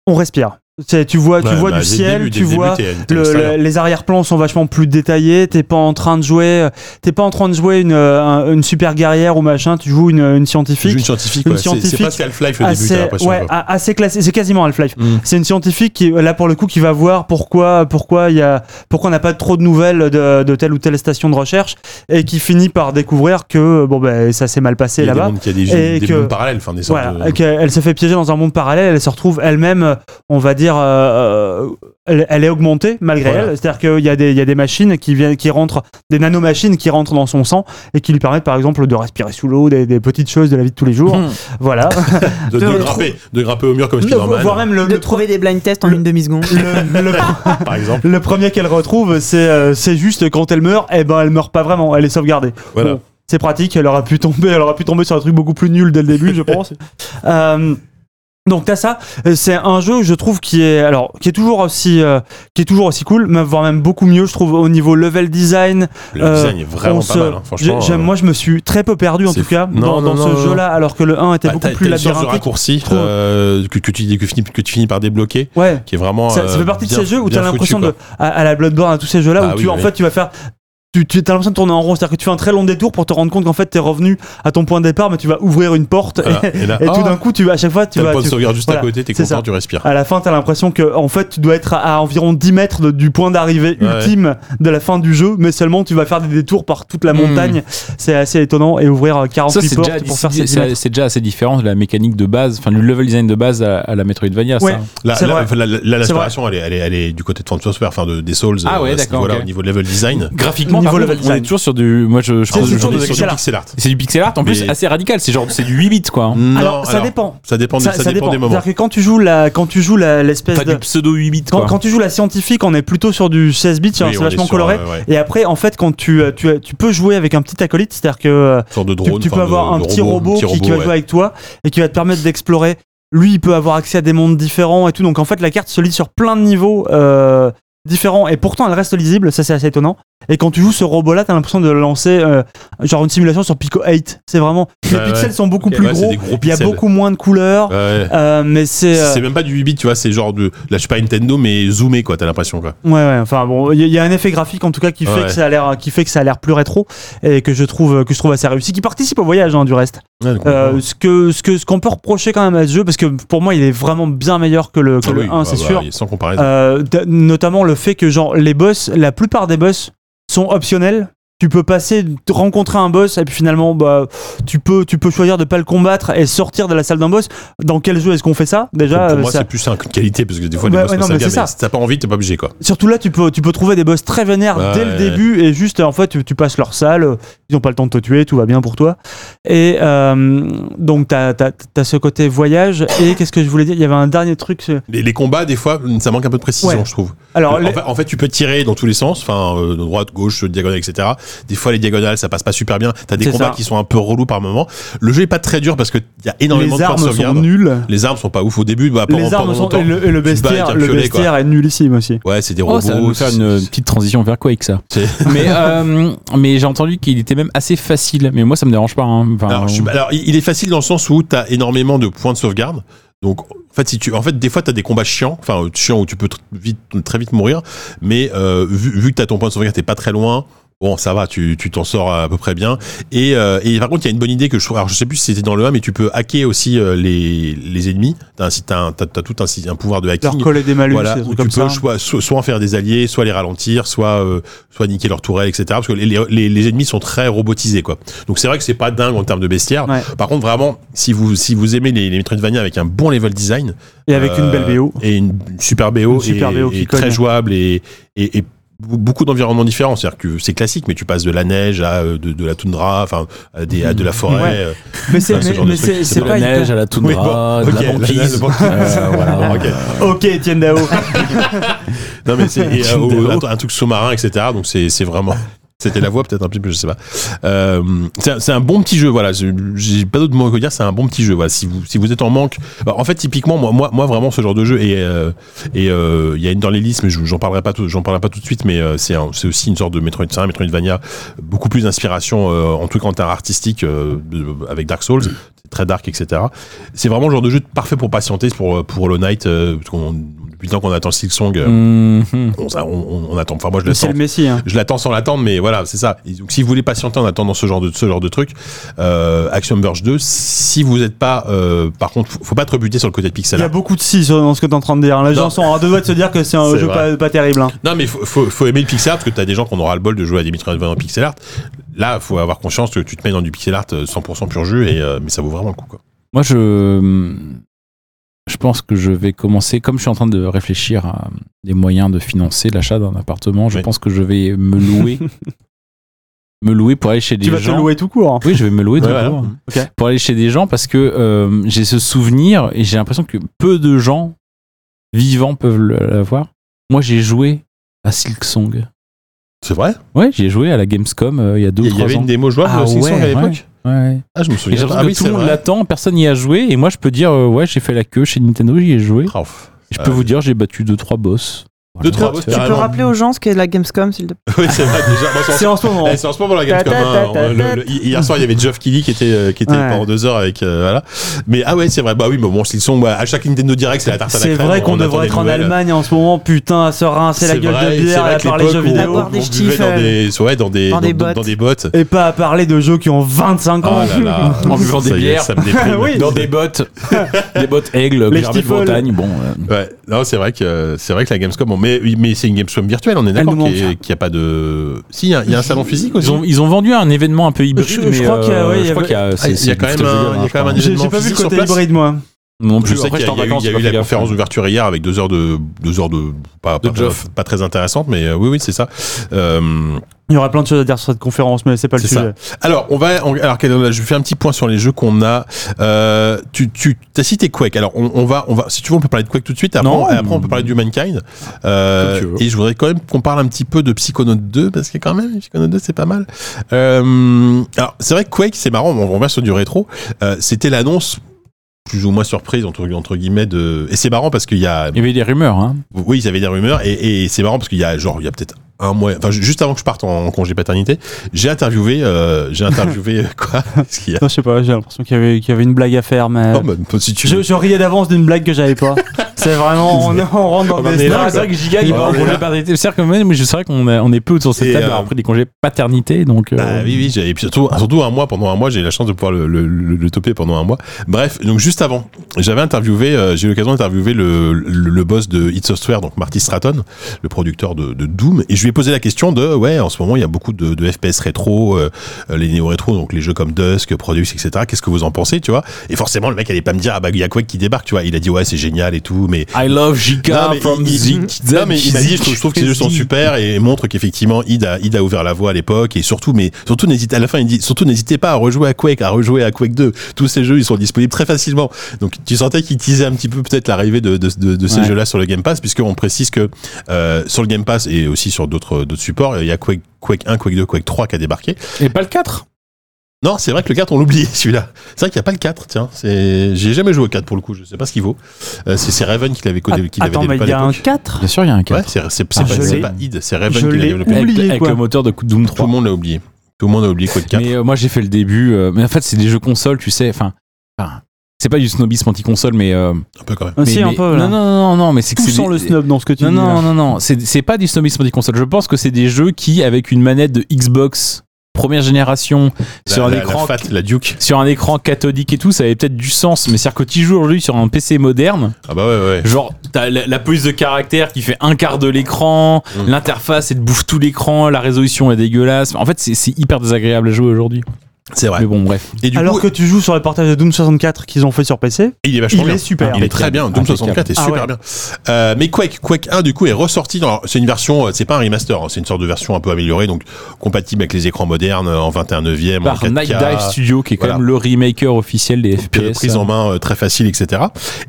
D: on respire. C'est, tu vois, tu
B: Ouais,
D: vois
B: bah,
D: du
B: dès le
D: ciel,
B: début, dès
D: tu
B: le
D: vois.
B: début, t'es- t'es
D: Le-
B: extérieur.
D: le- les arrière-plans sont vachement plus détaillés. T'es pas en train de jouer, euh, t'es pas en train de jouer une, euh, un- une super guerrière ou machin. Tu joues une, euh, une
B: Tu joues
D: scientifique
B: une scientifique,
D: Une
B: ouais. C'est- C'est
D: scientifique
B: pas Half-Life au début, t'as
D: assez,
B: l'impression.
D: ouais,
B: quoi.
D: a- assez classé. C'est quasiment Half-Life.
B: Mm.
D: C'est une scientifique qui, là pour le coup, qui va voir pourquoi, pourquoi il y a, pourquoi on n'a pas trop de nouvelles de, de telle ou telle station de recherche et qui finit par découvrir que bon ben ça s'est mal
B: Il
D: passé
B: y a des
D: là-bas.
B: mondes- Il y a des,
D: Et
B: des
D: que-
B: mondes parallèles, enfin des sortes
D: Voilà,
B: de-
D: qu'elle- elle se fait piéger dans un monde parallèle, elle se retrouve elle-même, euh, on va dire, euh, euh, elle, elle est augmentée malgré
B: Voilà.
D: elle. C'est-à-dire qu'il y, a des- il y a des machines qui viennent, qui rentrent, des nanomachines qui rentrent dans son sang et qui lui permettent par exemple de respirer sous l'eau, des, des petites choses de la vie de tous les jours. voilà.
B: de, de
F: de-
B: grimper, de grimper au mur comme Spider-Man,
D: Voire même le,
F: De
D: le-
F: trouver des blind tests en
D: Le- Ah,
F: une demi-seconde.
D: le- [LAUGHS] le-
B: par exemple.
D: Le premier qu'elle retrouve, c'est euh, c'est juste quand elle meurt, eh ben elle meurt pas vraiment, elle est sauvegardée.
B: Voilà.
D: Bon,
B: [LAUGHS]
D: c'est pratique, elle aura pu tomber, elle aura pu tomber sur un truc beaucoup plus nul dès le début, je pense. Euh, Donc t'as ça, Euh, c'est un jeu je trouve qui est alors qui est toujours aussi euh, qui est toujours aussi cool, mais voire même beaucoup mieux je trouve au niveau level design.
B: Le
D: Euh,
B: design est
D: on
B: vraiment pas
D: se-
B: mal, hein, franchement.
D: j'ai- j'aime-
B: euh,
D: moi je me suis très peu perdu en
B: c'est
D: tout
B: fou.
D: cas
B: Non,
D: dans, dans
B: non, non,
D: ce
B: non.
D: jeu-là, alors que le 1 était
B: t'as-
D: beaucoup
B: t'as
D: plus
B: une sorte de
D: labyrinthique.
B: raccourci
D: Trop.
B: euh, que, que tu, que, tu finis, que tu finis par débloquer,
D: Ouais.
B: qui est vraiment.
D: Ça, ça
B: euh,
D: fait partie
B: bien-
D: de ces jeux où tu
B: bien
D: as
B: foutu,
D: l'impression de.
B: quoi.
D: À, à la Bloodborne, à tous ces jeux-là,
B: Ah
D: où
B: oui,
D: tu, en
B: oui.
D: fait, tu vas faire. Tu, tu as l'impression de tourner en rond. C'est-à-dire que tu fais un très long détour pour te rendre compte qu'en fait, tu es revenu à ton point de départ, mais tu vas ouvrir une porte.
B: Voilà.
D: Et,
B: Et là,
D: [LAUGHS] et
B: ah,
D: tout d'un coup, tu, à chaque fois, tu
B: t'as le
D: vas.
B: point de
D: tu-
B: sauvegarde juste à
D: voilà.
B: côté, t'es
D: C'est
B: content,
D: ça.
B: tu respires.
D: à la fin, tu as l'impression que en fait, tu dois être à, à environ 10 mètres de- du point d'arrivée
B: Ouais.
D: ultime de la fin du jeu, mais seulement tu vas faire des détours par toute la
E: Hmm.
D: montagne. C'est assez étonnant et ouvrir euh,
E: Ça,
D: 48
E: c'est déjà,
D: portes pour faire
E: c'est-
D: ces 10
E: c'est
D: mètres.
E: c'est déjà assez différent de la mécanique de base, enfin, du level design de base à, à la Metroidvania.
D: Ouais.
E: Ça.
B: Là,
D: C'est
B: là,
D: vrai.
B: là, là, là,
D: C'est
B: l'aspiration, elle est, elle, est, elle est du côté de Transfer, enfin de, des Souls.
E: Ah
B: à
E: ouais,
B: ce
E: d'accord,
B: niveau-là,
E: ok.
B: au niveau de level design.
E: Graphiquement,
D: Niveau
E: par
D: level
E: contre, on est
D: design.
E: toujours sur du. Moi, je, je
D: C'est-
E: pense
D: c'est
E: que
D: toujours
E: j'en ai
D: du
E: sur-
D: pixel art.
E: C'est du pixel art, en plus
B: Mais-
E: assez radical, c'est genre c'est du 8 bits quoi.
D: [LAUGHS]
E: hein.
B: Non,
D: alors, ça dépend.
B: Ça dépend, des- ça dépend des moments.
D: C'est-à-dire que quand tu joues la, quand tu joues la- l'espèce
E: T'as
D: de,
E: du pseudo 8 bits
D: quand,
E: quoi.
D: quand tu joues la scientifique, on est plutôt sur du 16 bits, hein,
B: Oui,
D: c'est
B: on est
D: vachement
B: sur,
D: coloré.
B: euh, ouais,
D: Et après, en fait, quand tu, euh, tu, tu peux jouer avec un petit acolyte, c'est-à-dire que euh,
B: une sorte de
D: tu,
B: drone.
D: tu peux
B: enfin,
D: avoir
B: de-
D: un
B: de
D: petit robot,
B: un petit
D: qui, qui va
B: ouais.
D: jouer avec toi et qui va te permettre d'explorer. Lui, il peut avoir accès à des mondes différents et tout. Donc en fait, la carte se lit sur plein de niveaux euh, différents et pourtant elle reste lisible. Ça, c'est assez étonnant. Et quand tu joues ce robot-là, t'as l'impression de lancer euh, genre une simulation sur Pico 8. C'est vraiment. Les
B: Ouais,
D: pixels sont beaucoup
B: Ouais,
D: plus
B: c'est
D: gros.
B: des gros
D: Il y a
B: pixels.
D: beaucoup moins de couleurs.
B: Ouais.
D: euh, mais c'est. euh,
B: C'est même pas du 8 bits, tu vois, c'est genre de. Là, je suis pas Nintendo, mais zoomé, quoi, t'as l'impression, quoi.
D: Ouais, ouais, enfin bon, il y, y a un effet graphique en tout cas qui fait
B: Ouais.
D: que ça a l'air, qui fait que ça a l'air plus rétro et que je trouve que je trouve assez réussi, qui participe au voyage hein, du reste. Euh, ce que ce que ce qu'on peut reprocher quand même à ce jeu, parce que pour moi il est vraiment bien meilleur que le, que
B: Ah
D: le
B: oui,
D: 1,
B: bah,
D: c'est
B: bah,
D: sûr.
B: oui, Sans comparaison.
D: Euh, d- notamment le fait que genre les boss, la plupart des boss sont optionnels. Tu peux passer, te rencontrer un boss et puis finalement bah tu peux tu peux choisir de pas le combattre et sortir de la salle d'un boss. Dans quel jeu est-ce qu'on fait ça déjà
B: Pour- pour
D: euh,
B: moi,
D: ça-
B: c'est plus un coup de qualité parce que des fois,
D: Bah,
B: les boss
D: ouais,
B: me
D: non,
B: savent
D: mais
B: bien,
D: c'est ça.
B: mais si t'as pas envie, t'es pas obligé, quoi.
D: Surtout là, tu peux, tu peux trouver des boss très vénères
B: Ouais.
D: dès le début et juste, en fait, tu, tu passes leur salle, euh, ils ont pas le temps de te tuer, tout va bien pour toi. Et euh, donc, t'as as, ce côté voyage. Et qu'est-ce que je voulais dire Il y avait un dernier truc. ce-
B: Les, les combats, des fois, ça manque un peu de précision,
D: Ouais.
B: je trouve.
D: Alors,
B: en,
D: les-
B: fait, en fait, tu peux tirer dans tous les sens, enfin, euh, de droite, gauche, diagonale, etc. Des fois, les diagonales, ça passe pas super bien. T'as des
D: C'est
B: combats
D: ça.
B: qui sont un peu relous par moment. Le jeu est pas très dur parce que y a
D: les,
B: énormément de points de
D: armes sont
B: sauvegarde.
D: nulles.
B: Les armes sont pas ouf au début, bah, pendant,
D: Les armes
B: pendant
D: sont.
B: longtemps.
D: Et le, et le
B: tu te bats avec
D: bestiaire,
B: un
D: le
B: piolet, quoi.
D: bestiaire est nullissime aussi.
B: Ouais, c'est des
E: Oh, ça va
B: robots.
E: nous faire
B: c'est-
E: une petite transition vers Quake ça.
B: C'est-
E: [LAUGHS] mais euh, mais j'ai entendu qu'il était même assez facile, mais moi ça me dérange pas. hein. Enfin,
B: Alors, je suis- alors, il il est facile dans le sens où t'as énormément de points de sauvegarde. Donc, en fait, si tu, en fait, des fois, t'as des combats chiants, enfin euh, chiants où tu peux tr- vite, très vite mourir. Mais euh, vu, vu que t'as ton point de sauvegarde, t'es pas très loin. Bon, ça va, tu tu t'en sors à peu près bien. Et, euh, et par contre, il y a une bonne idée que je trouve. Alors, je sais plus si c'était dans le 1, mais tu peux hacker aussi euh, les, les ennemis. T'as un, si- t'as un- t'as- t'as tout un, si- un pouvoir de
D: Leur
B: hacking.
D: coller des malus,
B: Voilà,
D: des
B: où
D: trucs
B: tu
D: comme
B: peux
D: ça. hein.
B: Soit, soit, soit en faire des alliés, soit les ralentir, soit, euh, soit niquer leur tourelle, etc. Parce que les, les- les, les ennemis sont très robotisés, quoi. Donc c'est vrai que c'est pas dingue en termes de bestiaire.
D: Ouais.
B: Par contre, vraiment, si vous, si vous aimez les, les Metroidvania avec un bon level design. euh,
D: Et avec une belle BO.
B: Et une super BO.
D: Une super
B: et,
D: BO qui
B: et
D: cogne.
B: très jouable et, et, et beaucoup d'environnements différents. C'est-à-dire que c'est classique, mais tu passes de la neige à euh, de, de la toundra, enfin, à, des, à de la
D: [LAUGHS]
B: forêt.
D: Ouais.
B: euh,
D: Mais c'est
B: Ouais, ce
D: mais-
B: genre de
D: mais
B: truc,
D: c'est-
B: c'est
D: c'est
B: de
D: pas hyper-
E: à la
B: Oui, bon, ok, au final, le banquier.
E: Euh, [LAUGHS] voilà.
B: ok.
D: Ok, Etienne Dao.
B: Non mais c'est et, euh,
E: Kinder.
B: un, un truc sous-marin, etc. Donc c'est c'est vraiment. C'était la voix peut-être un petit peu, je sais pas. Euh, c'est un- c'est un bon petit jeu, voilà. Je- J'ai pas d'autre mot que dire. C'est un bon petit jeu, voilà. Si vous si vous êtes en manque, Alors, en fait typiquement moi moi moi vraiment ce genre de jeu et euh, et euh, il y a une dans les listes, mais je- j'en parlerai pas tout j'en parlerai pas tout de suite, mais euh, c'est un- c'est aussi une sorte de Metroid, c'est un Metroidvania beaucoup plus d'inspiration euh, en tout cas en termes artistiques euh, de- avec Dark Souls, c'est très dark, etc. C'est vraiment le genre de jeu parfait pour patienter pour pour Hollow Knight euh, parce qu'on- depuis le temps qu'on attend Silksong Song euh,
E: Mhm.
B: on, on- on- on attend. Enfin, moi, je
D: C'est
B: l'attends.
D: le Messi. hein.
B: Je l'attends sans l'attendre, mais voilà, c'est ça. Et donc, si vous voulez patienter en attendant ce genre de, ce genre de truc, euh, Action Verge 2, si vous n'êtes pas, euh, par contre, faut, faut pas être buté sur le côté
D: Il
B: de pixel.
D: y a
B: art.
D: beaucoup de si sur- dans ce que t'es en train de dire. hein. Les
B: Non.
D: gens sont à deux doigts de se dire que c'est un
B: C'est
D: jeu
B: vrai.
D: pas, pas terrible. hein.
B: Non, mais faut, faut, faut aimer le pixel art parce que t'as des gens qu'on aura le bol de jouer à des Metroidvania en pixel art. Là, faut avoir conscience que tu te mets dans du pixel art euh, 100% pur jus et euh, mais ça vaut vraiment le coup. Quoi.
E: Moi, je, je pense que je vais commencer, comme je suis en train de réfléchir à des moyens de financer l'achat d'un appartement, je
B: Oui.
E: pense que je vais me
B: [LAUGHS]
E: louer. me louer pour aller chez des
D: Tu vas te
E: gens.
D: louer tout
B: [LAUGHS]
D: court. hein.
E: Oui, je vais me louer tout
B: Ouais, voilà.
E: court.
D: Ok.
E: pour aller chez des gens parce que euh, j'ai ce souvenir et j'ai l'impression que peu de gens vivants peuvent le- l'avoir. Moi, j'ai joué à Silk Song.
B: C'est vrai
E: Ouais, j'ai joué à la Gamescom euh, il y a deux
B: Il
E: ou
B: y- il y
E: trois
B: avait
E: ans.
B: une démo jouable
E: Ah
B: de Silksong
E: ouais,
B: à l'époque
E: Ouais.
B: Ah, je me
E: Et j'ai
B: souviens.
E: l'impression
B: Ah
E: que
B: oui,
E: tout
B: c'est
E: le monde
B: vrai.
E: l'attend, personne n'y a joué. Et moi, je peux dire, euh, ouais, j'ai fait la queue chez Nintendo, j'y ai joué.
B: Ah,
E: Je
B: Ouais.
E: peux vous dire, j'ai battu 2-3 boss.
B: Deux, trois boss,
F: Tu peux [LAUGHS]
B: carrément.
F: rappeler aux gens ce qu'est la Gamescom, s'il te plaît
B: Oui, c'est vrai, déjà. [LAUGHS] Bon, c'est en-
D: C'est en ce moment.
B: Eh, c'est en ce moment la Gamescom.
F: Ta, ta,
B: hein.
F: ta, ta,
B: Le-
F: ta.
B: le- hi- Hier soir, il y avait Geoff Keighley qui était, euh, qui était
D: Ouais.
B: pendant deux heures avec. euh, voilà. Mais ah ouais, c'est vrai. Bah oui, mais bon, ils sont bah, à chaque Nintendo Direct, c'est la tarte à la
D: C'est
B: crème.
D: vrai qu'on
B: On attend
D: devrait
B: des
D: être en
B: nouvelles.
D: Allemagne en ce moment, putain, à se rincer la
B: C'est
D: gueule
B: vrai,
D: de
B: c'est
D: bière et
B: vrai
D: à
B: que
D: parler
B: l'époque
D: jeux
B: où
D: vidéo.
F: Boire des
B: on buvait dans
F: stifles.
B: des, ouais, dans des,
F: Dans des bottes.
B: dans des bottes.
D: Et pas à parler de jeux qui ont 25
B: Oh
D: ans.
B: là
D: [LAUGHS]
B: là.
E: En buvant des
B: Ça y est,
E: bières.
B: ça me déprime.
D: Oui.
E: Dans des bottes, [LAUGHS] des bottes aigles,
D: Les
E: gerber de
D: stifles.
E: Bretagne. Bon, euh,
B: Ouais, non, c'est vrai que c'est vrai que la Gamescom, bon, mais mais c'est une Gamescom virtuelle, on est
D: nous
B: d'accord
D: manque,
B: qu'il n'y a pas de. Si, il y, a- il y a un salon physique aussi.
E: ils, ont, ils ont vendu un événement un peu hybride,
D: Je- je
E: mais
D: crois
E: euh,
D: qu'il y a- ouais, il y
E: je crois
D: avait-
E: qu'il y a,
B: Ah,
E: c'est-
B: il y a
E: c'est
B: quand même un-
E: Mr. Vega,
B: il y a
E: je
B: quand même
E: crois.
B: un
D: J'ai j'ai
B: événement
D: pas vu le
B: physique sur
D: côté
B: place.
D: hybride, moi.
E: Non,
B: Je
E: plus,
B: sais
E: après,
B: qu'il y a,
E: j'étais en
B: il y a eu,
E: vacances,
B: il y a
E: j'ai
B: eu
E: pas
B: la
E: fait gaffe.
B: conférence d'ouverture hier avec deux heures de deux heures de pas
E: De
B: pas,
E: Geoff.
B: pas très intéressantes, mais euh, oui oui c'est ça. Euh,
D: Il y aura plein de choses à dire sur cette conférence, mais c'est pas le
B: C'est
D: sujet.
B: alors on va on- alors quel- je fais un petit point sur les jeux qu'on a. Euh, tu tu as cité Quake. Alors on, on va on va si tu veux on peut parler de Quake tout de suite. Après,
E: Non.
B: on- après on peut parler du Mankind. Euh,
E: Comme tu veux.
B: et je voudrais quand même qu'on parle un petit peu de Psychonaut 2 parce que quand même Psychonaut 2 c'est pas mal. Euh, alors c'est vrai que Quake c'est marrant. On revient sur du rétro. Euh, C'était l'annonce plus ou moins surprise entre entre guillemets de et c'est marrant parce qu'il y a
E: Il y avait des rumeurs, hein.
B: oui, ils avaient des rumeurs et, et c'est marrant parce qu'il y a genre il y a peut-être un mois, enfin ju- juste avant que je parte en, en congé paternité, j'ai interviewé, euh, j'ai interviewé [LAUGHS] euh, quoi Qu'est-ce qu'il y a
D: Non, je sais pas, j'ai l'impression qu'il y, avait- qu'il y avait une blague à faire, mais.
B: Non, mais si tu
D: Euh, je,
B: veux.
D: je riais d'avance d'une blague que j'avais pas. [LAUGHS] c'est vraiment, on, est- on rentre dans
B: On en
D: des
B: est
D: snaps.
B: là, quoi. Ah,
E: que
D: Ah,
E: Giga,
B: il va en congé
E: C'est vrai que même, c'est vrai qu'on est- on est peu autour de
B: Et,
E: cette table
B: euh,
E: à avoir pris des congés paternité, donc. euh,
B: Ah, oui, oui, j'ai- et puis surtout, surtout un mois, pendant un mois, j'ai eu la chance de pouvoir le, le, le- le toper pendant un mois. Bref, donc juste avant, j'avais interviewé, euh, j'ai eu l'occasion d'interviewer le, le, le boss de Hit Software, donc Marty Stratton, le producteur de, de Doom, et je lui ai posé la question de, ouais, en ce moment, il y a beaucoup de, de FPS rétro, euh, euh, les néo-rétro, donc les jeux comme Dusk, Produce, etc. Qu'est-ce que vous en pensez, tu vois Et forcément, le mec allait pas me dire, ah bah, il y a Quake qui débarque, tu vois. Il a dit, ouais, c'est génial et tout, mais
E: I love
B: Non,
E: Giga
B: mais
E: from
B: il- il-
E: Zik.
B: non, mais il m'a dit, je trouve, je trouve que ces jeux sont super et montre qu'effectivement, id a, id a ouvert la voie à l'époque et surtout, mais surtout, n'hésite, à la fin, il dit, surtout, n'hésitez pas à rejouer à Quake, à rejouer à Quake 2. Tous ces jeux, ils sont disponibles très facilement. Donc, tu sentais qu'il teasait un petit peu peut-être l'arrivée de, de, de- de ces
E: Ouais.
B: jeux-là sur le Game Pass, puisqu'on précise que, euh, sur le Game Pass et aussi sur d'autres, d'autres supports, il y a Quake, Quake 1, Quake 2, Quake 3 qui a débarqué.
E: Et pas le 4.
B: Non, c'est vrai que le 4, on l'oublie, [LAUGHS] celui-là. C'est vrai qu'il n'y a pas le 4, tiens. C'est, j'ai jamais joué au 4 pour le coup, je sais pas ce qu'il vaut. Euh, c'est, c'est Raven qui l'avait codé, qui l'avait
D: Attends, mais
B: développé à
D: il y a
B: l'époque.
D: un 4
E: Bien sûr, il y a un 4.
B: Ouais, c'est c'est- c'est
D: Ah,
B: pas,
D: je
B: c'est
D: l'ai-
B: pas id, c'est Raven
D: je
B: qui l'a
D: l'ai
B: développé.
E: avec,
D: oublié,
E: avec
D: quoi.
E: le moteur de Doom 3.
B: Tout le monde l'a oublié. Tout le monde a oublié Quake 4.
E: Mais euh, moi j'ai fait le début. euh, mais en fait c'est des jeux consoles, tu sais. Enfin, enfin, c'est pas du snobisme anti-console, mais. euh,
B: Un peu quand même.
D: Ah, Si,
E: mais-
D: un
E: mais-
D: peu. là.
E: Non, non, non, non, mais c'est que
D: Tout
E: c'est
D: sent
E: des- euh,
D: le snob dans ce que tu
E: Non,
D: dis. là.
E: non, non, non, c'est c'est pas du snobisme anti-console. Je pense que c'est des jeux qui, avec une manette de Xbox première génération sur
B: la,
E: un
B: la-
E: écran
B: la Fat, la Duke.
E: sur un écran cathodique et tout, ça avait peut-être du sens, mais c'est-à-dire que tu joues aujourd'hui sur un PC moderne,
B: Ah bah ouais, ouais.
E: genre t'as la, la police de caractère qui fait un quart de l'écran,
B: Mm.
E: l'interface elle te bouffe tout l'écran, la résolution est dégueulasse. En fait, c'est- c'est hyper désagréable à jouer aujourd'hui.
B: C'est vrai.
E: Mais bon, bref.
B: Et du
D: Alors
B: coup,
D: que tu joues sur le portage de Doom 64 qu'ils ont fait sur PC,
B: il est vachement
D: il
B: bien.
D: est super.
B: Il est très bien. Doom
E: Impeccable.
B: 64 est
D: Ah
B: super
D: ouais.
B: bien. Euh, mais Quake, Quake 1 du coup est ressorti. Dans, alors, c'est une version, euh, c'est pas un remaster, hein, c'est une sorte de version un peu améliorée, donc compatible avec les écrans modernes euh, en 21 e en
E: Par
B: 4K.
E: Night Dive Studio, qui est quand
B: Voilà.
E: même le remaker officiel des
B: Puis, euh,
E: FPS.
B: prise en main euh, très facile, etc.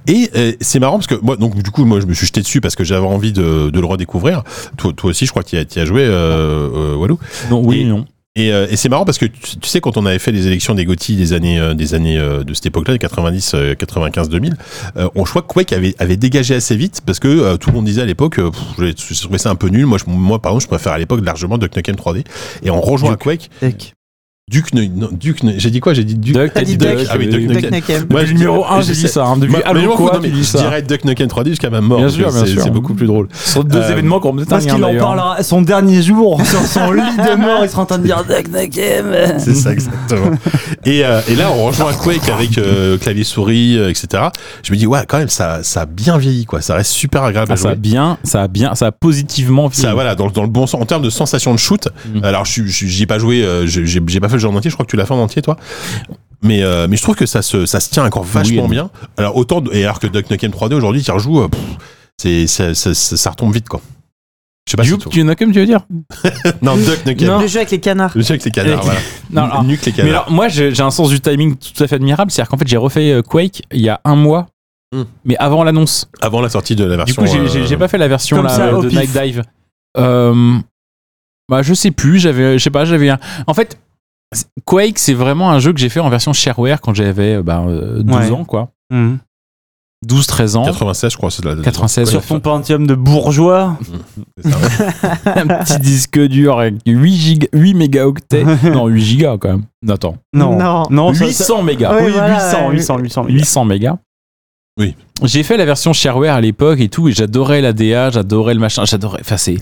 B: Et euh, c'est marrant parce que moi, donc du coup, moi, je me suis jeté dessus parce que j'avais envie de, de le redécouvrir. Toi, toi aussi, je crois que tu y as, tu y as joué, euh, euh, Walou.
E: Non, oui,
B: Et-
E: non.
B: Et, euh, et c'est marrant parce que tu, tu sais, quand on avait fait les élections des GOTY des années, euh, des années euh, de cette époque-là, des 90, euh, 95, 2000, euh, on je crois que Quake avait, avait dégagé assez vite parce que euh, tout le monde disait à l'époque, euh, pff, j'ai j'ai trouvé ça un peu nul. Moi, je, moi, par exemple, je préfère à l'époque largement Duck Nukem 3D. Et on rejoint Quake.
D: Duck.
B: Duke, Neu- non, Duke, Neu- j'ai dit quoi J'ai dit Duke.
E: Duck,
F: T'as dit
B: Duck,
E: Duck,
B: ah oui, Duck
E: euh,
B: Nukem.
F: Duck Nukem.
B: Moi,
E: Depuis
B: je
E: numéro
B: dis-
E: 1,
B: je
E: j'ai
B: sais-
E: dit ça. hein. Depuis
B: Moi, mais
E: Halo
B: je m'en fous,
E: quoi,
B: non, mais
E: tu dis
B: je
E: ça.
B: dirais Duck Nukem 3D jusqu'à ma mort.
E: Bien
B: parce
E: sûr,
B: que
E: bien
B: c'est-
E: sûr.
B: C'est beaucoup plus drôle.
E: Ce sont deux
B: Euh,
E: événements qu'on peut
D: Parce qu'il en
B: hein.
D: parlera son dernier
B: [LAUGHS]
D: jour sur son lit de mort, il sera en train de dire Duck Nukem.
B: C'est ça, exactement. et, euh, et là, on rejoint Quake avec euh, clavier souris, euh, etc. Je me dis, ouais, quand même, ça, ça a bien vieilli, quoi. Ça reste super agréable à
E: Ah, ça a
B: jouer.
E: bien, ça a bien, ça a positivement.
B: Ah, Ça,
E: fini.
B: voilà, dans, le- dans le bon sens, en termes de sensation de shoot.
E: Mm.
B: Alors, je suis- je suis- j'y ai pas joué, euh, j'ai j'ai- j'ai pas fait le jeu en entier, je crois que tu l'as fait en entier, toi. Mais, euh, mais je trouve que ça se, ça se tient encore vachement
E: Oui.
B: bien. Alors, autant, de- et alors que Duck Nukem 3D aujourd'hui, tu y rejoues, euh, pff, c'est- ça, ça, ça- ça retombe vite,
E: [LAUGHS]
B: quoi. Je sais pas si
E: Duke,
B: toi-
E: tu en as comme tu veux dire
B: Non, Duck Nukem.
E: Non.
F: Le jeu avec les canards.
B: Le jeu avec les canards,
E: Avec-
B: voilà.
E: [LAUGHS] Non, alors-
B: Nuque les
E: Mais
B: canards.
E: alors, moi, j'ai j'ai un sens du timing tout à fait admirable. C'est-à-dire qu'en fait, j'ai refait euh, Quake il y a un mois,
B: Hmm.
E: mais avant l'annonce.
B: Avant la sortie de la
E: Du
B: version.
E: coup, j'ai- j'ai
B: euh,
E: j'ai pas fait la version
D: Comme
E: là,
D: ça, au
E: de Euh,
D: pif.
E: Night Dive. Euh, bah, je sais plus. J'avais, je sais pas, j'avais. un- En fait, Quake, c'est vraiment un jeu que j'ai fait en version shareware quand j'avais euh, bah, euh, 12
D: Ouais.
E: ans, quoi.
B: Hum.
D: Mhm.
E: 12-13 ans.
B: 96, je crois, c'est la.
E: 96.
D: Sur ton Pentium de bourgeois.
B: C'est ça, ouais.
E: [LAUGHS] un petit disque dur avec 8, giga,
D: [LAUGHS]
E: 8 mégaoctets. non, 8 gigas quand même. Non, Attends.
D: Non.
F: Non.
D: ça-
E: 800 mégas.
F: Ouais,
D: Oui,
F: voilà,
D: 800,
F: ouais.
D: 800, 800,
E: 800 mégas.
B: Oui.
E: J'ai fait la version shareware à l'époque et tout, et j'adorais la DA, j'adorais le machin, j'adorais. Enfin, c'est.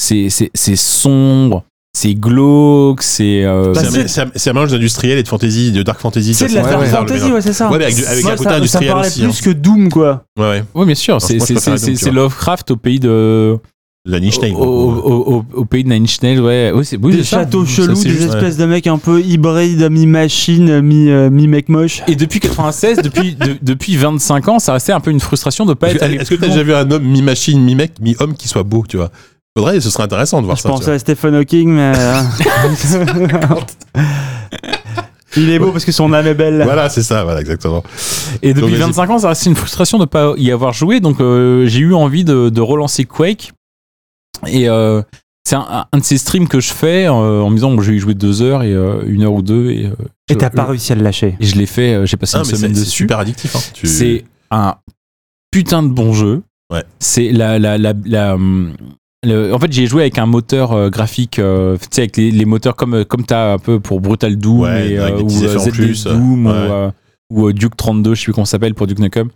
E: C'est, c'est, c'est sombre, c'est glauque, c'est. euh,
D: Bah,
B: C'est un-
D: c'est-
B: c'est un- c'est un mélange d'industriel et de fantasy, de dark fantasy.
D: C'est de la
B: façon.
D: Dark
B: Ouais, ouais.
D: Fantasy, ouais, c'est ça.
B: Ouais, mais avec du- avec
D: Moi,
B: un côté
D: ça-
B: industriel
D: Ça parlait
B: aussi, hein.
D: plus que Doom, quoi.
B: Ouais, ouais.
E: Oui, bien sûr,
B: Franchement,
E: c'est,
B: je
E: c'est,
B: préfère
E: c'est,
B: la Doom,
E: c'est,
B: tu
E: c'est
B: vois.
E: Lovecraft au pays de.
B: La
E: Au,
B: niche
E: au, au- au- au pays de Nine Inch Nails, ouais. Oui, c'est, oui,
D: des
E: c'est ça.
D: châteaux
E: Ça,
D: chelous,
E: c'est
D: des
E: juste-
D: espèces de mecs un peu hybrides, mi-machine, mi- euh, mi-mec moche.
E: Et depuis 96, depuis, de- depuis 25 ans, ça restait un peu une frustration de pas
B: Est-ce
E: être.
B: que-
E: allé
B: est-ce que
E: plus
B: t'as déjà vu un homme mi-machine, mi-mec, mi-homme qui soit beau, tu vois Faudrait, ce serait intéressant de voir
D: Je
B: ça. tu
D: pensais à Stephen Hawking, mais.
B: [LAUGHS]
D: euh, Il est beau parce que son âme est
B: vois.
D: belle.
B: Voilà, c'est ça, voilà, exactement.
E: Et
B: Donc,
E: depuis
B: vas-y.
E: 25 ans, ça reste une frustration de ne pas y avoir joué. Donc, euh, j'ai eu envie de, de relancer Quake. Et euh, c'est un, un de ces streams que je fais euh, en me disant bon, je vais y jouer deux heures et euh, une heure ou deux. Et, euh,
D: Et
E: je-
D: t'as pas réussi à le lâcher.
E: Et je l'ai fait, euh, j'ai passé
B: Ah,
E: une
B: mais
E: semaine
B: c'est c'est
E: dessus.
B: super addictif. hein. Tu-
E: C'est un putain de bon jeu.
B: Ouais.
E: C'est la, la, la, la, hum, le- en fait, j'ai joué avec un moteur euh, graphique, euh, tu sais, avec les, les moteurs comme, euh, comme t'as un peu pour Brutal Doom
B: Ouais,
E: et, euh,
B: avec des
E: ou
B: petits effets en
E: ZD
B: plus,
E: Doom
B: ouais.
E: ou, euh, ou, euh, Duke 32, je sais plus comment ça s'appelle pour Duke Nukem.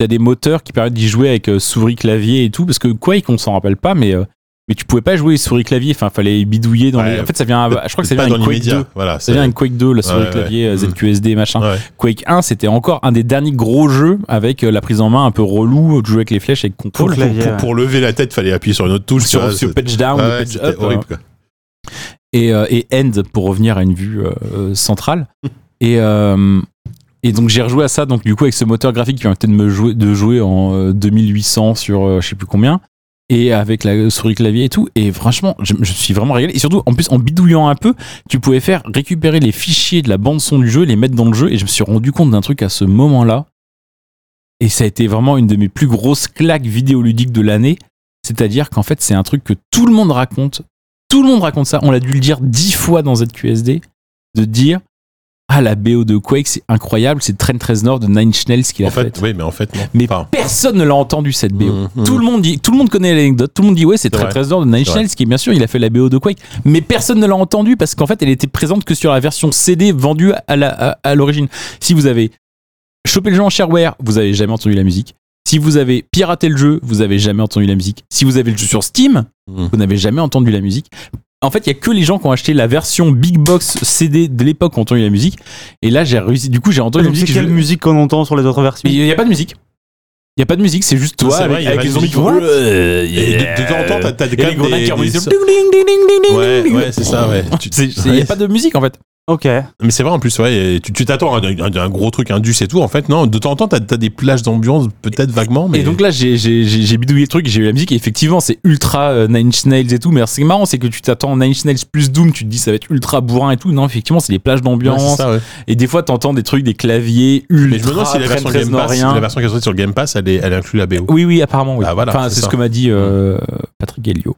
E: T'as des moteurs qui permettent d'y jouer avec euh, souris clavier et tout, parce que Quake, on s'en rappelle pas, mais, euh, mais tu pouvais pas jouer souris clavier, enfin, fallait bidouiller dans
B: Ouais,
E: les. En fait, ça vient, à- je crois que ça
B: pas
E: vient
B: dans
E: avec Quake 2.
B: l'immédiat. Voilà,
E: Ça
B: c'est
E: vient avec Quake 2, la souris
B: Ouais,
E: clavier,
B: ouais.
E: euh,
B: Mm.
E: ZQSD, machin.
B: Ouais.
E: Quake 1, c'était encore un des derniers gros jeux avec euh, la prise en main un peu relou, de jouer avec les flèches et
B: Pour,
E: contrôle.
D: Faut le clavier,
B: pour-
D: ouais.
B: pour lever la tête, fallait appuyer sur une autre touche. tu vois,
E: Sur, sur
B: c'est-
E: patch down,
B: Ah ouais,
E: patch
B: c'était
E: up, hein.
B: horrible. quoi.
E: et, euh, et end pour revenir à une vue euh, euh, centrale. Et, euh, et donc j'ai rejoué à ça, donc du coup avec ce moteur graphique qui permettait de me jouer, de jouer en euh, 2800 sur euh, je sais plus combien, et avec la souris clavier et tout. Et franchement, je je me suis vraiment régalé. Et surtout, en plus en bidouillant un peu, tu pouvais faire récupérer les fichiers de la bande son du jeu, les mettre dans le jeu. Et je me suis rendu compte d'un truc à ce moment-là. Et ça a été vraiment une de mes plus grosses claques vidéoludiques de l'année. C'est-à-dire qu'en fait, c'est un truc que tout le monde raconte, tout le monde raconte ça. On l'a dû le dire dix fois dans ZQSD, de dire ah la BO de Quake c'est incroyable, c'est Trent Reznor de Nine Inch Nails qui l'a
B: En
E: faite.
B: fait, oui, mais en fait, non.
E: Mais
B: Enfin,
E: Personne ne l'a entendu cette BO.
B: mm, mm.
E: Tout le monde dit, tout le monde connaît l'anecdote. Tout le monde dit ouais c'est
B: C'est
E: Trent
B: vrai.
E: Reznor de Nine
B: C'est
E: Inch
B: vrai.
E: Nails qui bien sûr il a fait la BO de Quake, mais personne ne l'a entendu parce qu'en fait elle était présente que sur la version CD vendue à la- à- à l'origine. Si vous avez chopé le jeu en shareware, vous avez jamais entendu la musique. Si vous avez piraté le jeu, vous avez jamais entendu la musique. Si vous avez le jeu sur Steam,
B: Mm.
E: vous n'avez jamais entendu la musique. En fait, il y a que les gens qui ont acheté la version Big Box CD de l'époque qui ont entendu la musique. Et là, j'ai réussi. Du coup, j'ai entendu la
D: Donc, c'est
E: musique.
D: quelle
E: je-
D: musique qu'on entend sur les autres versions
E: Mais Il n'y a pas de musique. Il n'y a pas de musique, c'est juste toi
B: C'est
E: avec,
B: vrai, il y a
E: avec
B: pas
E: les
B: de
E: zombies qui
B: musique.
E: font-
B: Et de- de temps en temps, t'as- t'as
E: Et
B: quand
E: les
B: même
E: grenades
B: des-
E: qui remontent
B: des-
E: sur- Ding, ding, ding, ding, ding,
B: Ouais,
E: ding.
B: ouais, c'est ça, ouais. Tu-
E: C'est- c'est- Il n'y a
B: ouais.
E: pas de musique en fait.
D: Ok.
B: Mais c'est vrai en plus, ouais. et Tu tu t'attends à un, à un gros truc indus et tout. En fait, non. De temps en temps, t'as as des plages d'ambiance, peut-être vaguement, mais.
E: Et donc là, j'ai- j'ai j'ai- j'ai bidouillé le truc, j'ai eu la musique, et effectivement, c'est ultra euh, Nine Inch Nails et tout, mais alors, c'est marrant, c'est que tu t'attends Nine Inch Nails plus Doom, tu te dis ça va être ultra bourrin et tout. Non, effectivement, c'est des plages
B: Ouais,
E: d'ambiance,
B: c'est ça, ouais.
E: et des fois, t'entends des trucs, des claviers ultra.
B: Mais je me demande si la
E: très,
B: version
E: très
B: Game Pass, si
E: norien.
B: la version qui est sortie sur le Game Pass, elle, est- elle inclut la BO.
E: Oui, oui, apparemment, oui.
B: Ah, voilà,
E: enfin,
B: c'est
E: c'est ce
B: ça.
E: que m'a dit euh, Patrick Helio.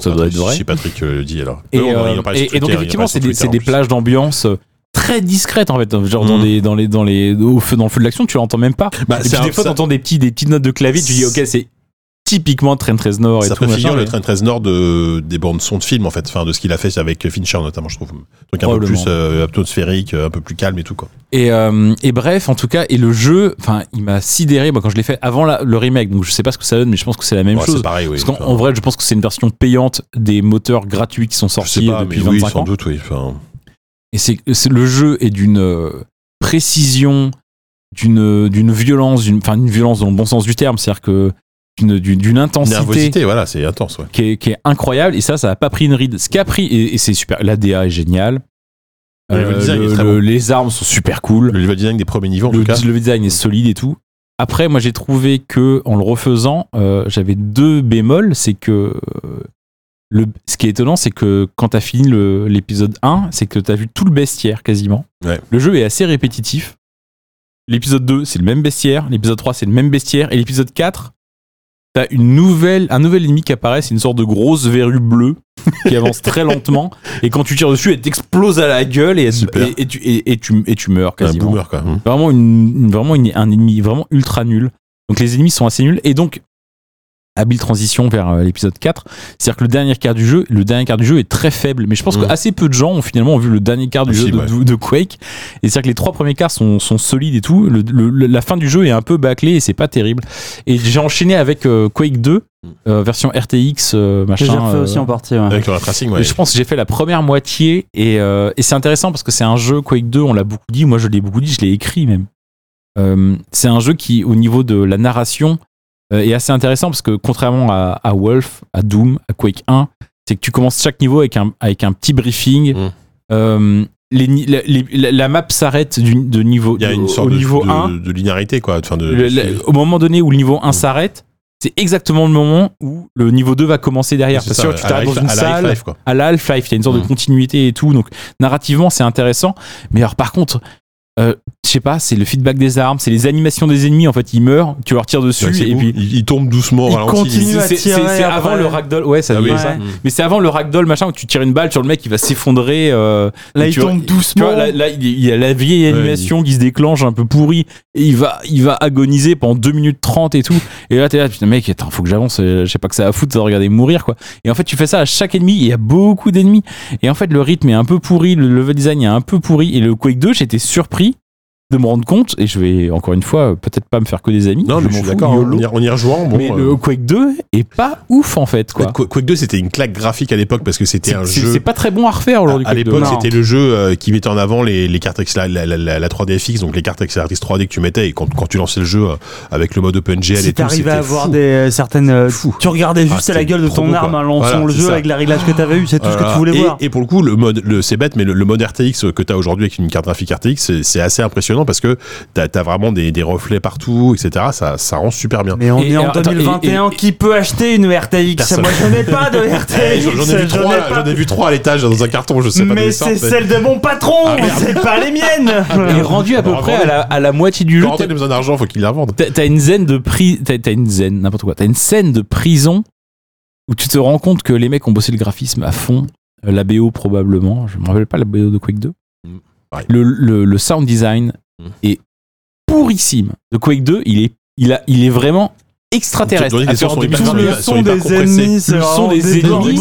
E: Ça doit être vrai.
B: Si Patrick euh, le dit alors.
E: Et,
B: Eux, on en-
E: euh,
B: ils en parlent
E: et-
B: sur
E: et donc
B: Twitter, ils en
E: effectivement,
B: parlent sur
E: c'est des,
B: Twitter,
E: c'est
B: en
E: des
B: plus.
E: plages d'ambiance euh, très discrètes en fait, genre dans
B: Mhm.
E: les dans les dans les au feu dans le feu de l'action, tu l'entends même pas.
B: Bah,
E: et
B: c'est
E: puis
B: un-
E: des fois,
B: ça-
E: t'entends des petits des petites notes de clavier, tu dis ok, c'est typiquement Train 13 Nord et
B: Ça
E: tout.
B: préfigure
E: machin,
B: le
E: mais-
B: train 13 Nord de, des bandes son de films en fait, enfin de ce qu'il a fait avec Fincher notamment, je trouve. Un truc un peu
E: Probablement.
B: plus euh, atmosphérique, un peu plus calme et tout quoi.
E: Et, euh, et bref, en tout cas, et le jeu, enfin, il m'a sidéré moi quand je l'ai fait avant la- le remake, donc je sais pas ce que ça donne, mais je pense que c'est la même
B: Ouais,
E: chose.
B: C'est pareil, oui.
E: Parce qu'en
B: Enfin,
E: en vrai, je pense que c'est une version payante des moteurs gratuits qui sont
B: je sais
E: sortis
B: pas,
E: euh, depuis
B: mais oui,
E: 25
B: sans
E: ans.
B: doute, oui. Enfin,
E: Et c'est c'est- le jeu est d'une euh, précision, d'une d'une violence, d'une enfin une violence dans le bon sens du terme, c'est-à-dire que d'une d'une- d'une intensité
B: nervosité, voilà, c'est intense, ouais.
E: qui est, qui est incroyable. Et ça, ça a pas pris une ride. Ce qu'a pris et, et c'est super. La DA est géniale. Euh,
B: Le level design est très bon.
E: Les armes sont super cool.
B: Le level design des premiers niveaux en
E: Le,
B: tout cas.
E: le design est solide et tout. Après, moi, j'ai trouvé que en le refaisant, euh, j'avais deux bémols. C'est que euh, le, ce qui est étonnant, c'est que quand t'as fini le- l'épisode 1, c'est que t'as vu tout le bestiaire quasiment.
B: Ouais.
E: Le jeu est assez répétitif. L'épisode 2, c'est le même bestiaire. L'épisode 3, c'est le même bestiaire. Et l'épisode 4, t'as une nouvelle, un nouvel ennemi qui apparaît. C'est une sorte de grosse verrue bleue [LAUGHS] qui avance très lentement. Et quand tu tires dessus, elle t'explose à la gueule et, elle-
B: Super.
E: et, et tu, et, et tu, et tu meurs
B: Un
E: quasiment.
B: boomer, quoi. Hum.
E: Mmh. Vraiment, une, une- vraiment une- un ennemi vraiment ultra nul. Donc les ennemis sont assez nuls. Et donc, habile transition vers euh, l'épisode 4. C'est-à-dire que le dernier quart du jeu, le dernier quart du jeu est très faible. Mais je pense
B: Mhm.
E: que assez peu de gens ont finalement vu le dernier quart du
B: Aussi,
E: jeu de,
B: ouais.
E: de Quake. Et c'est-à-dire que les trois premiers quarts sont, sont solides et tout. Le- le- le- la fin du jeu est un peu bâclée et c'est pas terrible. Et j'ai enchaîné avec euh, Quake 2, euh, version RTX, euh,
D: J'ai
E: machin.
D: refait
E: euh,
D: aussi en partie. ouais.
B: Avec le retracing, ouais.
E: et je pense que j'ai fait la première moitié et, euh, et c'est intéressant parce que c'est un jeu Quake 2, on l'a beaucoup dit, moi je l'ai beaucoup dit, je l'ai écrit même. Euh, c'est un jeu qui, au niveau de la narration, euh, est assez intéressant parce que contrairement à, à Wolf, à Doom, à Quake 1, c'est que tu commences chaque niveau avec un, avec un petit briefing.
B: Mm.
E: Euh, les ni- la, les- la- la map s'arrête du- de niveau,
B: Il y a
E: au-
B: une sorte
E: au
B: de,
E: niveau
B: de- Mm.
E: 1.
B: de, linéarité, quoi. Enfin, de,
E: Le- le- au moment donné où le niveau 1 s'arrête, c'est exactement le moment où le niveau 2 va commencer derrière.
B: C'est
E: Parce
B: ça,
E: que tu
B: à la
E: t'arrives dans
B: Half-
E: une
B: à la
E: salle,
B: Half-Life, quoi.
E: à la Half-Life. Il y a une sorte
B: Mm.
E: de continuité et tout. Donc, narrativement, c'est intéressant. Mais alors, par contre, euh, je sais pas, c'est le feedback des armes, c'est les animations des ennemis. En fait, ils meurent, tu leur tires dessus
B: Ouais, c'est
E: et
B: où
E: puis.
B: il, il tombe doucement au
D: Il
B: ralenti.
D: continue
E: C'est-
D: à
E: c'est- C'est
D: tirer
E: c'est
D: après.
E: avant le ragdoll, ouais, ça
B: Ah oui,
E: devait-
B: ça.
D: Ouais.
B: Hum.
E: Mais c'est avant le ragdoll machin où tu tires une balle sur le mec, il va s'effondrer. euh,
D: Là,
E: et
D: il
E: tu vois-
D: tombe
E: tu
D: doucement.
E: vois, là, là, il il y a la vieille animation qui se déclenche un peu pourrie. Et il va, il va agoniser pendant 2 minutes 30 et tout. Et là, t'es là, putain, mec, attends, faut que j'avance. euh, Je sais pas que ça va foutre, ça va regarder mourir, quoi. Et en fait, tu fais ça à chaque ennemi. Il y a beaucoup d'ennemis. Et en fait, le rythme est un peu pourri. Le level design est un peu pourri. Et le Quake 2, j'étais surpris de me rendre compte. Et je vais, encore une fois, euh, peut-être pas me faire que des amis.
B: Non, mais
E: m'en
B: je suis
E: fous,
B: d'accord, hein,
E: YOLO.
B: on y, on y rejoint. Bon,
E: mais
B: euh,
E: le Quake 2 est pas ouf, en fait, quoi.
B: Quake- Quake, 2, c'était une claque graphique à l'époque parce que c'était
E: C'est
B: un
E: c'est-
B: jeu.
E: c'est pas très bon à refaire aujourd'hui.
B: À
E: Quake 2.
B: l'époque,
D: Non.
B: c'était le jeu euh, qui mettait en avant les, les cartes accélé- la, la, la, la 3DFX, donc les cartes accélératrices 3D que tu mettais. Et quand, quand tu lançais le jeu euh, avec le mode OpenGL et
D: Si
B: tout,
D: t'arrivais
B: c'était
D: à avoir
B: fou.
D: des euh, certaines, euh,
B: Fou.
D: tu regardais
B: Ah,
D: juste à la
B: c'était
D: gueule de
B: trop
D: ton
B: beau,
D: arme
B: quoi.
D: en lançant
B: Voilà,
D: le
B: c'est
D: jeu
B: ça.
D: avec la réglage que t'avais eu, c'est tout ce que
B: Voilà.
D: tu voulais
B: et,
D: voir.
B: Et pour le coup, le mode, le, c'est bête, mais le, le mode RTX que tu as aujourd'hui avec une carte graphique RTX, c'est- c'est assez impressionnant parce que tu as, vraiment des, des reflets partout, etc. Ça, ça rend super bien.
D: Mais on
E: Et
D: est en
E: alors, attends, et-
D: 2021,
E: et-
D: qui peut acheter une RTX
B: Personne. Eh,
D: Moi, je n'ai pas
B: [LAUGHS]
D: de RTX.
B: J'en j'en ai vu
D: je
B: trois,
D: n'ai
B: là,
D: pas.
B: j'en ai vu trois à l'étage dans un carton, je sais pas d'où
D: Mais
B: ils sortent,
D: c'est
B: mais-
D: celle de mon patron,
B: Ah, merde.
D: c'est pas les
B: [LAUGHS]
D: miennes.
B: Ah,
E: Et rendu à peu
B: Alors,
E: près
B: vraiment,
E: à la, à la moitié du jeu,
B: Quand
E: t'as-
B: on a besoin d'argent, faut qu'ils la revendent.
E: t'as t'as une zen de pri- t'as t'as une zen, n'importe quoi, t'as une scène de prison où tu te rends compte que les mecs ont bossé le graphisme à fond, euh, la BO probablement, je me rappelle pas la BO de Quake 2.
B: Mm, pareil.
E: Le, le- le sound design
B: Mm.
E: est pourrissime. De Quake 2, il est, il a, il est vraiment extraterrestre.
B: Johnny, les
E: À
B: sons
E: faire
B: sont
E: de-
B: hyper-
E: tout le-
B: ils sont hyper compressés.
D: c'est vraiment
E: Le son des
D: débile.
E: ennemis,
D: Le
B: c'est un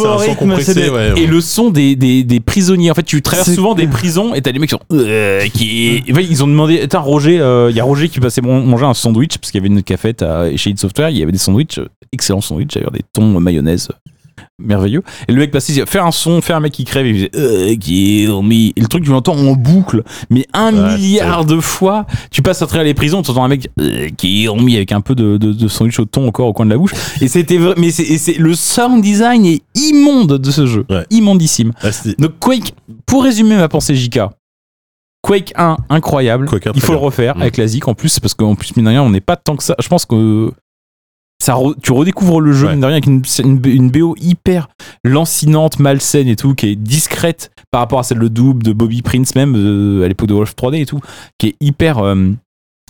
B: son
D: rythme,
B: compressé,
D: c'est des-
B: ouais, ouais.
E: et le son des, des, des prisonniers. En fait, tu traverses
D: C'est
E: souvent des
D: clair.
E: prisons et t'as des mecs qui sont. Euh, qui... et ben, ils ont demandé. Attends, Roger, euh, il y a Roger qui passait mon- manger un sandwich parce qu'il y avait une cafette à, chez id Software. Il y avait des sandwichs, euh, excellents sandwichs d'ailleurs, des thons euh, mayonnaise. euh, Merveilleux. Et le mec passait, il disait, fais un son, fais un mec qui crève. Et il faisait, euh, kill me. Et le truc, tu l'entends en boucle, mais un
B: Ouais,
E: milliard de fois. Tu passes à travers les prisons, tu entends un mec, euh, kill me, avec un peu de, de, de sandwich au thon encore au coin de la bouche. Et c'était vrai, mais c'est, et c'est, le sound design est immonde de ce jeu.
B: Ouais.
E: Immondissime.
B: Ah, c'était-
E: Donc Quake, pour résumer ma pensée JK, Quake 1, incroyable.
B: Quake 1,
E: Il
B: très
E: faut le
B: bien.
E: refaire
B: Mm.
E: avec la ZIC en plus, c'est parce qu'en plus, mine de rien, on n'est pas tant que ça. Je pense que ça re- tu redécouvres le jeu,
B: Ouais.
E: mine de rien, avec une, c'est une- une BO hyper lancinante, malsaine et tout, qui est discrète par rapport à celle de Double, de Bobby Prince même, euh, à l'époque de Wolf 3D et tout, qui est hyper. euh,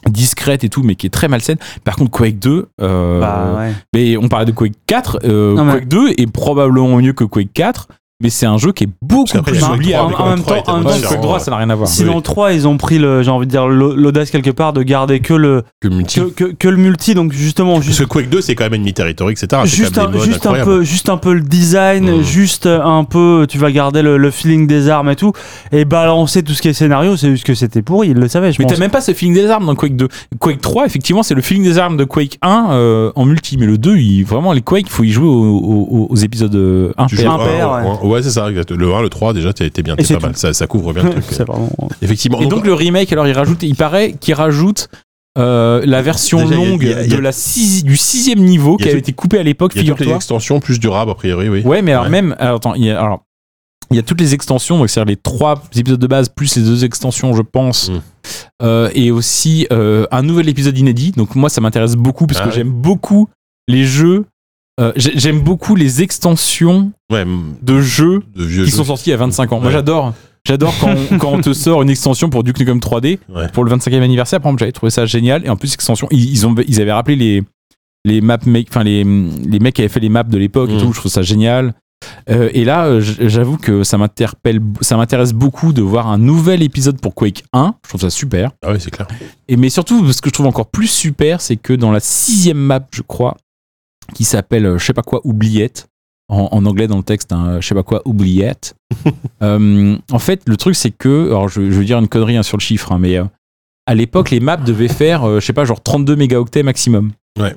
E: discrète et tout mais qui est très malsaine par contre Quake 2 euh,
D: Bah, ouais.
E: mais on parlait de Quake 4, euh,
D: Non, mais-
E: Quake 2 est probablement mieux que Quake 4, mais c'est un jeu qui est
B: Parce
E: beaucoup
B: qu'après, il y
E: plus
B: a Quake
E: oublié.
B: 3,
E: En,
B: mais
E: en même
B: Quake 3
E: temps,
B: était
E: en même temps,
B: vraiment
E: Quake 3, ça n'a rien à voir.
D: Si
B: oui.
D: dans le 3, ils ont pris, le, j'ai envie de dire, l'au- l'audace quelque part de garder que le,
B: Que multi-
D: que, que- que le multi, donc justement,
B: Parce
D: juste,
B: que Quake 2, c'est quand même Enemy Territory, etc. Ah, C'est
D: juste,
B: quand même
D: un,
B: des modes
D: juste, un
B: incroyables.
D: peu, juste un peu le design,
B: Mm.
D: juste un peu, tu vas garder le, le feeling des armes et tout, et balancer tout ce qui est scénario, c'est juste que c'était pourri, ils le savaient, je
E: Mais
D: pense.
E: t'as même pas ce feeling des armes dans Quake 2. Quake 3, effectivement, c'est le feeling des armes de Quake 1 euh, en multi, mais le 2, il, vraiment, les Quake, il faut y jouer aux, aux- aux épisodes euh,
B: Tu
E: 1.
B: joues
D: un
B: au
D: pair,
B: un, au- Ouais, c'est ça, exact. Le 1, le 3, déjà, t'es t'es bien, t'es
D: c'est
B: pas mal. Ça, ça
D: [LAUGHS]
B: couvre bien le truc.
D: C'est vraiment.
B: Effectivement.
E: Et donc, le remake, alors, il rajoute, il paraît qu'il rajoute. euh, la version
B: Déjà, il y a-
E: longue
B: il y a- il y a-
E: de la sixi- du sixième niveau
B: Il y
E: qui
B: a
E: avait
B: tout-
E: été coupé à l'époque,
B: il y a toutes les
E: figure-toi.
B: extensions plus durables, a priori, oui.
E: Ouais, mais alors
B: Ouais.
E: même, alors, attends, il y a, alors, il y a toutes les extensions, donc c'est-à-dire les trois épisodes de base plus les deux extensions, je pense,
B: Mm.
E: Euh, et aussi euh, un nouvel épisode inédit. Donc moi, ça m'intéresse beaucoup parce
B: Ah
E: que
B: ouais.
E: j'aime beaucoup les jeux, euh, j'ai- j'aime beaucoup les extensions
B: Ouais, mm,
E: de jeux
B: de vieux
E: qui
B: jeux.
E: sont sortis à 25 ans. Moi,
B: Ouais.
E: j'adore. J'adore quand,
B: [LAUGHS]
E: on- quand on te sort une extension pour Duke Nukem 3D
B: Ouais.
E: pour le 25e anniversaire. Par exemple, j'avais trouvé ça génial. Et en plus, extension, ils, ils ont, ils avaient rappelé les, les maps, make- enfin les, les mecs qui avaient fait les maps de l'époque et
B: Mm.
E: tout. Je trouve ça génial. Euh, et là, euh, j- j'avoue que ça m'interpelle, ça m'intéresse beaucoup de voir un nouvel épisode pour Quake 1. Je trouve ça super.
B: Ah oui, c'est clair.
E: Et mais surtout, ce que je trouve encore plus super, c'est que dans la sixième map, je crois, qui s'appelle euh, je sais pas quoi oubliette, en, en anglais dans le texte, hein, je sais pas quoi oubliette. euh, en fait, le truc c'est que, alors je, je veux dire une connerie hein, sur le chiffre, hein, mais euh, à l'époque, les maps devaient faire, euh, je sais pas, genre 32 mégaoctets maximum.
B: Ouais.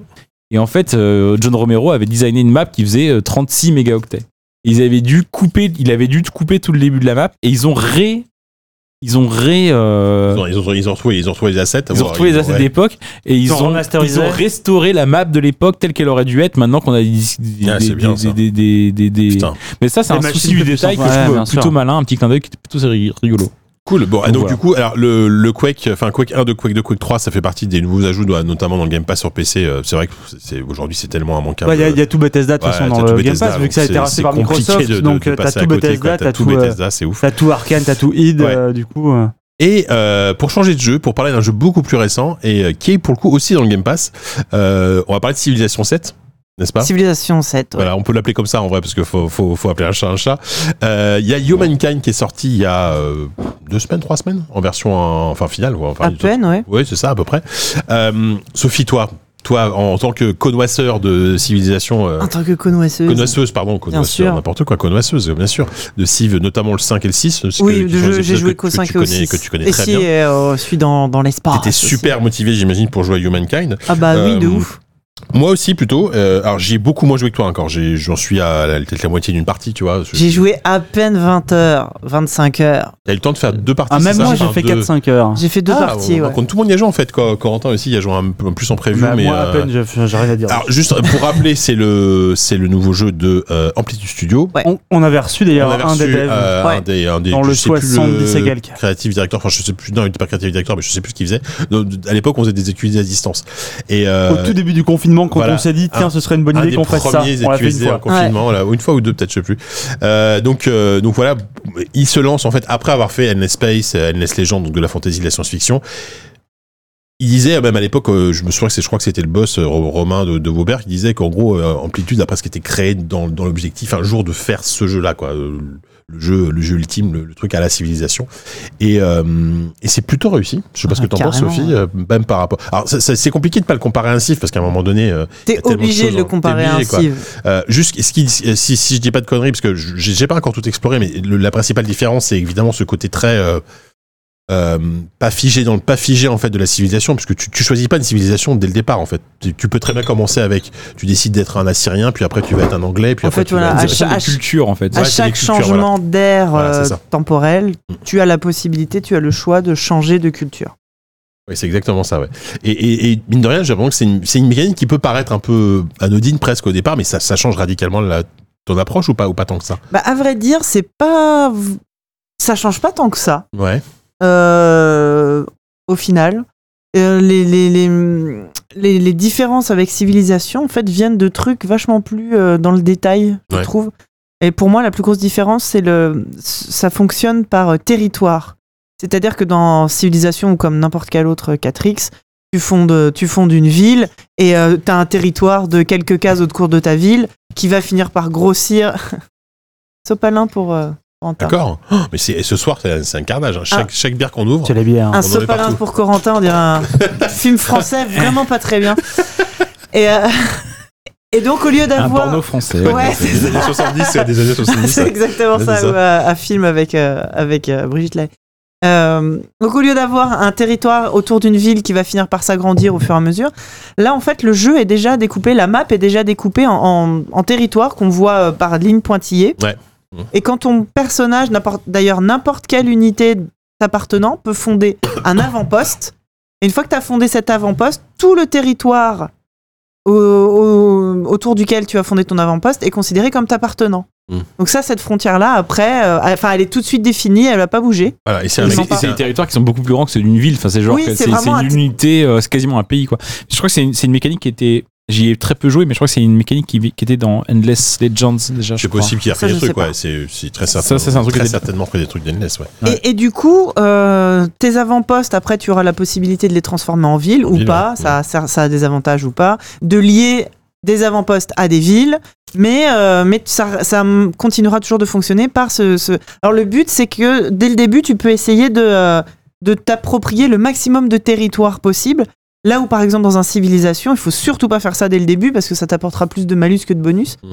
E: Et en fait, euh, John Romero avait designé une map qui faisait euh, 36 mégaoctets. Ils avaient dû couper, il avait dû couper tout le début de la map et ils ont ré, ils ont ré. euh,
B: Ils ont, ils ont- ils ont retrouvé, ils ont retrouvé les assets.
E: ils ont retrouvé les assets
B: ouais.
E: d'époque et ils,
D: Ils ont
E: ont,
D: remasterisé.
E: ils ont restauré la map de l'époque telle qu'elle aurait dû être maintenant qu'on a des, des-
B: Ah, c'est
E: des-
B: bien,
E: des-
B: ça.
E: des- des- des- des-
B: Putain.
E: Mais ça, c'est
D: Des
E: un
D: machines
E: souci du
D: plus
E: détail que
D: puissantes.
E: je
D: Ouais,
E: trouve
D: bien
E: plutôt
D: sûr.
E: malin, un petit clin d'œil qui était plutôt ri- rigolo.
B: Cool. Bon, ah, donc
E: Voilà.
B: du coup, alors le, le Quake, enfin Quake 1, de Quake 2, Quake 3, ça fait partie des nouveaux ajouts, doit- notamment dans le Game Pass sur PC. euh, C'est vrai que c'est- c'est aujourd'hui c'est tellement
D: Bah, Il
B: immanquable.
D: y, a- y a tout Bethesda de toute
B: Ouais,
D: façon
B: t'as
D: dans
B: tout
D: le Game
B: Bethesda,
D: Pass vu que ça a
B: donc
D: été
B: c'est-
D: racheté
B: c'est
D: par
B: compliqué
D: Microsoft,
B: de- de-
D: donc
B: de
D: euh, t'as
B: passer à
D: tout
B: côté, quoi.
D: Bethesda,
B: T'as
D: t'as
B: tout
D: tout, euh,
B: Bethesda, c'est ouf.
D: t'as tout Arkane, t'as tout id
B: Ouais.
D: euh, du coup. euh.
B: Et euh, pour changer de jeu, pour parler d'un jeu beaucoup plus récent et euh, qui est pour le coup aussi dans le Game Pass, euh, on va parler de Civilization 7, n'est-ce pas
F: Civilisation 7. ouais.
B: Voilà, on peut l'appeler comme ça en vrai parce que faut, faut, faut appeler un chat un chat. Euh, Il y a Humankind qui est sorti il y a euh, deux semaines, trois semaines en version en- enfin finale. ouais, enfin,
F: à peine, ouais.
B: Oui, c'est ça à peu près. Euh, Sophie, toi, toi en tant que connoisseur de civilisation. euh,
F: En tant que Ah, connoisseuse.
B: Connoisseuse, pardon, connoisseur,
F: sûr.
B: n'importe quoi, connoisseuse, bien sûr. De Civ, notamment le 5 et le 6. c'est
F: Oui,
B: que-
F: de
B: qui sont
F: jeu,
B: des
F: j'ai
B: épisodes
F: joué
B: que-
F: qu'au
B: que
F: 5
B: tu
F: et au
B: connais-
F: 6.
B: Que tu connais
F: Et
B: très
F: si,
B: bien.
F: euh, je suis dans, dans l'espace.
B: T'étais super motivé, j'imagine, pour jouer à Humankind.
F: aussi. Ah bah oui, de
B: Euh,
F: ouf.
B: Moi aussi, plutôt. euh, alors, j'y ai beaucoup moins joué que toi encore. J'ai- J'en suis à la- peut-être la moitié d'une partie, tu vois.
F: J'ai joué à peine 20h, 25h.
B: T'as eu le temps de faire deux parties.
D: Ah, même
B: c'est ça
D: moi j'ai
B: Enfin,
D: fait
B: deux-
D: 4-5 heures.
F: J'ai fait deux
B: Ah,
F: parties,
B: on
F: ouais.
B: raconte, Tout le monde y a joué, en fait. quoi. Corentin aussi, il y a joué un peu plus en prévu.
D: Bah,
B: mais
D: moi à
B: euh,
D: peine, je- j'ai rien à dire.
B: Alors juste pour rappeler, c'est le c'est le nouveau jeu de euh, Amplitude Studio.
F: Ouais.
D: on, on avait reçu
B: On
D: d'ailleurs
B: avait
D: un
B: reçu,
D: des devs.
B: euh, un
F: Ouais.
B: des un des
D: Dans
B: je
D: le
B: sais plus
D: 70 et quelques.
B: Creative director, enfin je sais plus, non il était pas creative director, mais je sais plus ce qu'il faisait. Donc, à l'époque on faisait des études à distance. Et euh,
D: Au tout début du confinement, quand
B: voilà.
D: on s'est dit, tiens,
B: Un-
D: ce serait une bonne
B: un
D: idée
B: des
D: qu'on fasse ça.
B: premiers
D: On l'a fait une
B: études
D: fois.
B: en confinement, voilà, ou une fois ou deux peut-être, je sais plus. Euh, donc euh, donc voilà, il se lance en fait après avoir fait Endless Space, euh, Endless Legend, donc de la fantasy, de la science-fiction. Il disait euh, même à l'époque, euh, je me souviens que c'est, je crois que c'était le boss euh, Ro- Romain de, de Vaubert qui disait qu'en gros euh, Amplitude, d'après ce qui était créé dans, dans l'objectif, un jour de faire ce jeu-là, quoi, euh, le jeu, le jeu ultime, le, le truc à la civilisation. Et, euh, et c'est plutôt réussi. Je sais pas ce que
F: Ah,
B: t'en penses,
F: carrément,
B: Sophie,
F: ouais.
B: euh, même par rapport. Alors ça- ça- c'est compliqué de pas le comparer ainsi parce qu'à un moment donné, euh, y a
F: T'es
B: tellement de
F: obligé
B: choses,
F: de le
B: hein.
F: comparer
B: T'es
F: à un
B: obligé, quoi.
F: Civ.
B: euh, juste, ce qui, si, si je dis pas de conneries, parce que je- j'ai j'ai pas encore tout exploré, mais le- la principale différence, c'est évidemment ce côté très euh, euh, pas figé dans le pas figé en fait de la civilisation, parce que tu, tu choisis pas une civilisation dès le départ en fait. Tu, tu peux très bien commencer avec, tu décides d'être un Assyrien, puis après tu vas être un Anglais, puis
F: En
B: après
F: fait,
B: tu vas
F: voilà,
D: Ah,
F: à
B: être-
E: C'est
F: chaque-
E: une culture en fait.
F: À
B: Ouais, c'est des
F: chaque
B: cultures,
F: changement d'air
B: Voilà, c'est
F: euh,
B: ça. Mm.
F: temporel, tu as la possibilité, tu as le choix de changer de culture.
B: Oui, c'est exactement ça, ouais. Et, et, et mine de rien, j'ai l'impression que c'est une, c'est une mécanique qui peut paraître un peu anodine presque au départ, mais ça, ça change radicalement la, ton approche ou pas ou pas tant que ça.
F: Bah, à vrai dire, c'est pas. Ça change pas tant que ça.
B: Ouais.
F: euh, au final. Euh, les, les, les, les- les différences avec civilisation en fait viennent de trucs vachement plus euh, dans le détail, je
B: Ouais.
F: trouve. Et pour moi, la plus grosse différence, c'est le ça fonctionne par euh, territoire. C'est-à-dire que dans civilisation ou comme n'importe quel autre 4X, tu fondes, euh, tu fondes une ville et euh, t'as un territoire de quelques cases au cours de ta ville qui va finir par grossir. [LAUGHS] Sopalin pour euh, Quentin.
B: D'accord. Oh, mais c'est et ce soir, c'est c'est un carnage. hein.
F: Ah.
B: Chaque, chaque bière qu'on ouvre.
D: Tu l'as bien.
F: Un
B: On en met
F: sopalin
B: partout.
F: pour Corentin, on dirait un film français vraiment pas très bien. Et, euh, [LAUGHS] et donc, au lieu
E: Un
F: d'avoir.
E: porno français.
B: Ah,
F: Ouais, c'est
B: des années 70, c'est des années
F: [LAUGHS]
B: 70.
F: c'est exactement
B: Ouais,
F: ça,
B: c'est ça.
F: ou un, un film avec, euh, avec euh, Brigitte Lay. Euh, donc au lieu d'avoir un territoire autour d'une ville qui va finir par s'agrandir au fur et à mesure, là en fait le jeu est déjà découpé, la map est déjà découpée en, en, en territoire qu'on voit euh, par ligne pointillée.
B: Ouais.
F: Et quand ton personnage, n'importe- d'ailleurs n'importe quelle unité t'appartenant, peut fonder
B: [COUGHS]
F: un avant-poste. Et une fois que tu as fondé cet avant-poste, tout le territoire au- au- autour duquel tu as fondé ton avant-poste est considéré comme t'appartenant.
B: Mm.
F: Donc ça, cette frontière-là, après, euh, elle- enfin, elle est tout de suite définie, elle va pas bouger.
B: Voilà, et c'est un
E: Et
B: mec.
E: C'est
B: et
E: c'est
B: c'est un-
E: des territoires qui sont beaucoup plus grands que ceux d'une ville. Enfin, c'est genre,
F: Oui,
E: que
F: c'est
E: c'est c'est
F: vraiment
E: une
F: un-
E: unité, euh, c'est quasiment un pays, quoi. Je crois que c'est une, c'est une mécanique qui était. J'y ai très peu joué, mais je crois que c'est une mécanique qui, vi- qui était dans Endless Legends déjà. je
B: C'est
E: crois.
B: possible qu'il y ait
F: Ça,
B: repris des
F: je
B: trucs,
F: sais pas.
B: ouais. C'est c'est très
E: Ça,
B: certain.
E: ça, c'est un truc
B: très
E: qui était-
B: certainement pris des trucs d'Endless, ouais.
E: Ouais.
F: Et, et du coup, euh, tes avant-postes, après, tu auras la possibilité de les transformer en ville
B: En
F: ou
B: ville,
F: pas,
B: ouais.
F: ça, ça, ça a des avantages ou pas, de lier des avant-postes à des villes, mais, euh, mais ça, ça continuera toujours de fonctionner par ce, ce- Alors le but, c'est que dès le début, tu peux essayer de, euh, de t'approprier le maximum de territoire possible. Là où, par exemple, dans un civilisation, il faut surtout pas faire ça dès le début parce que ça t'apportera plus de malus que de bonus.
B: Mm.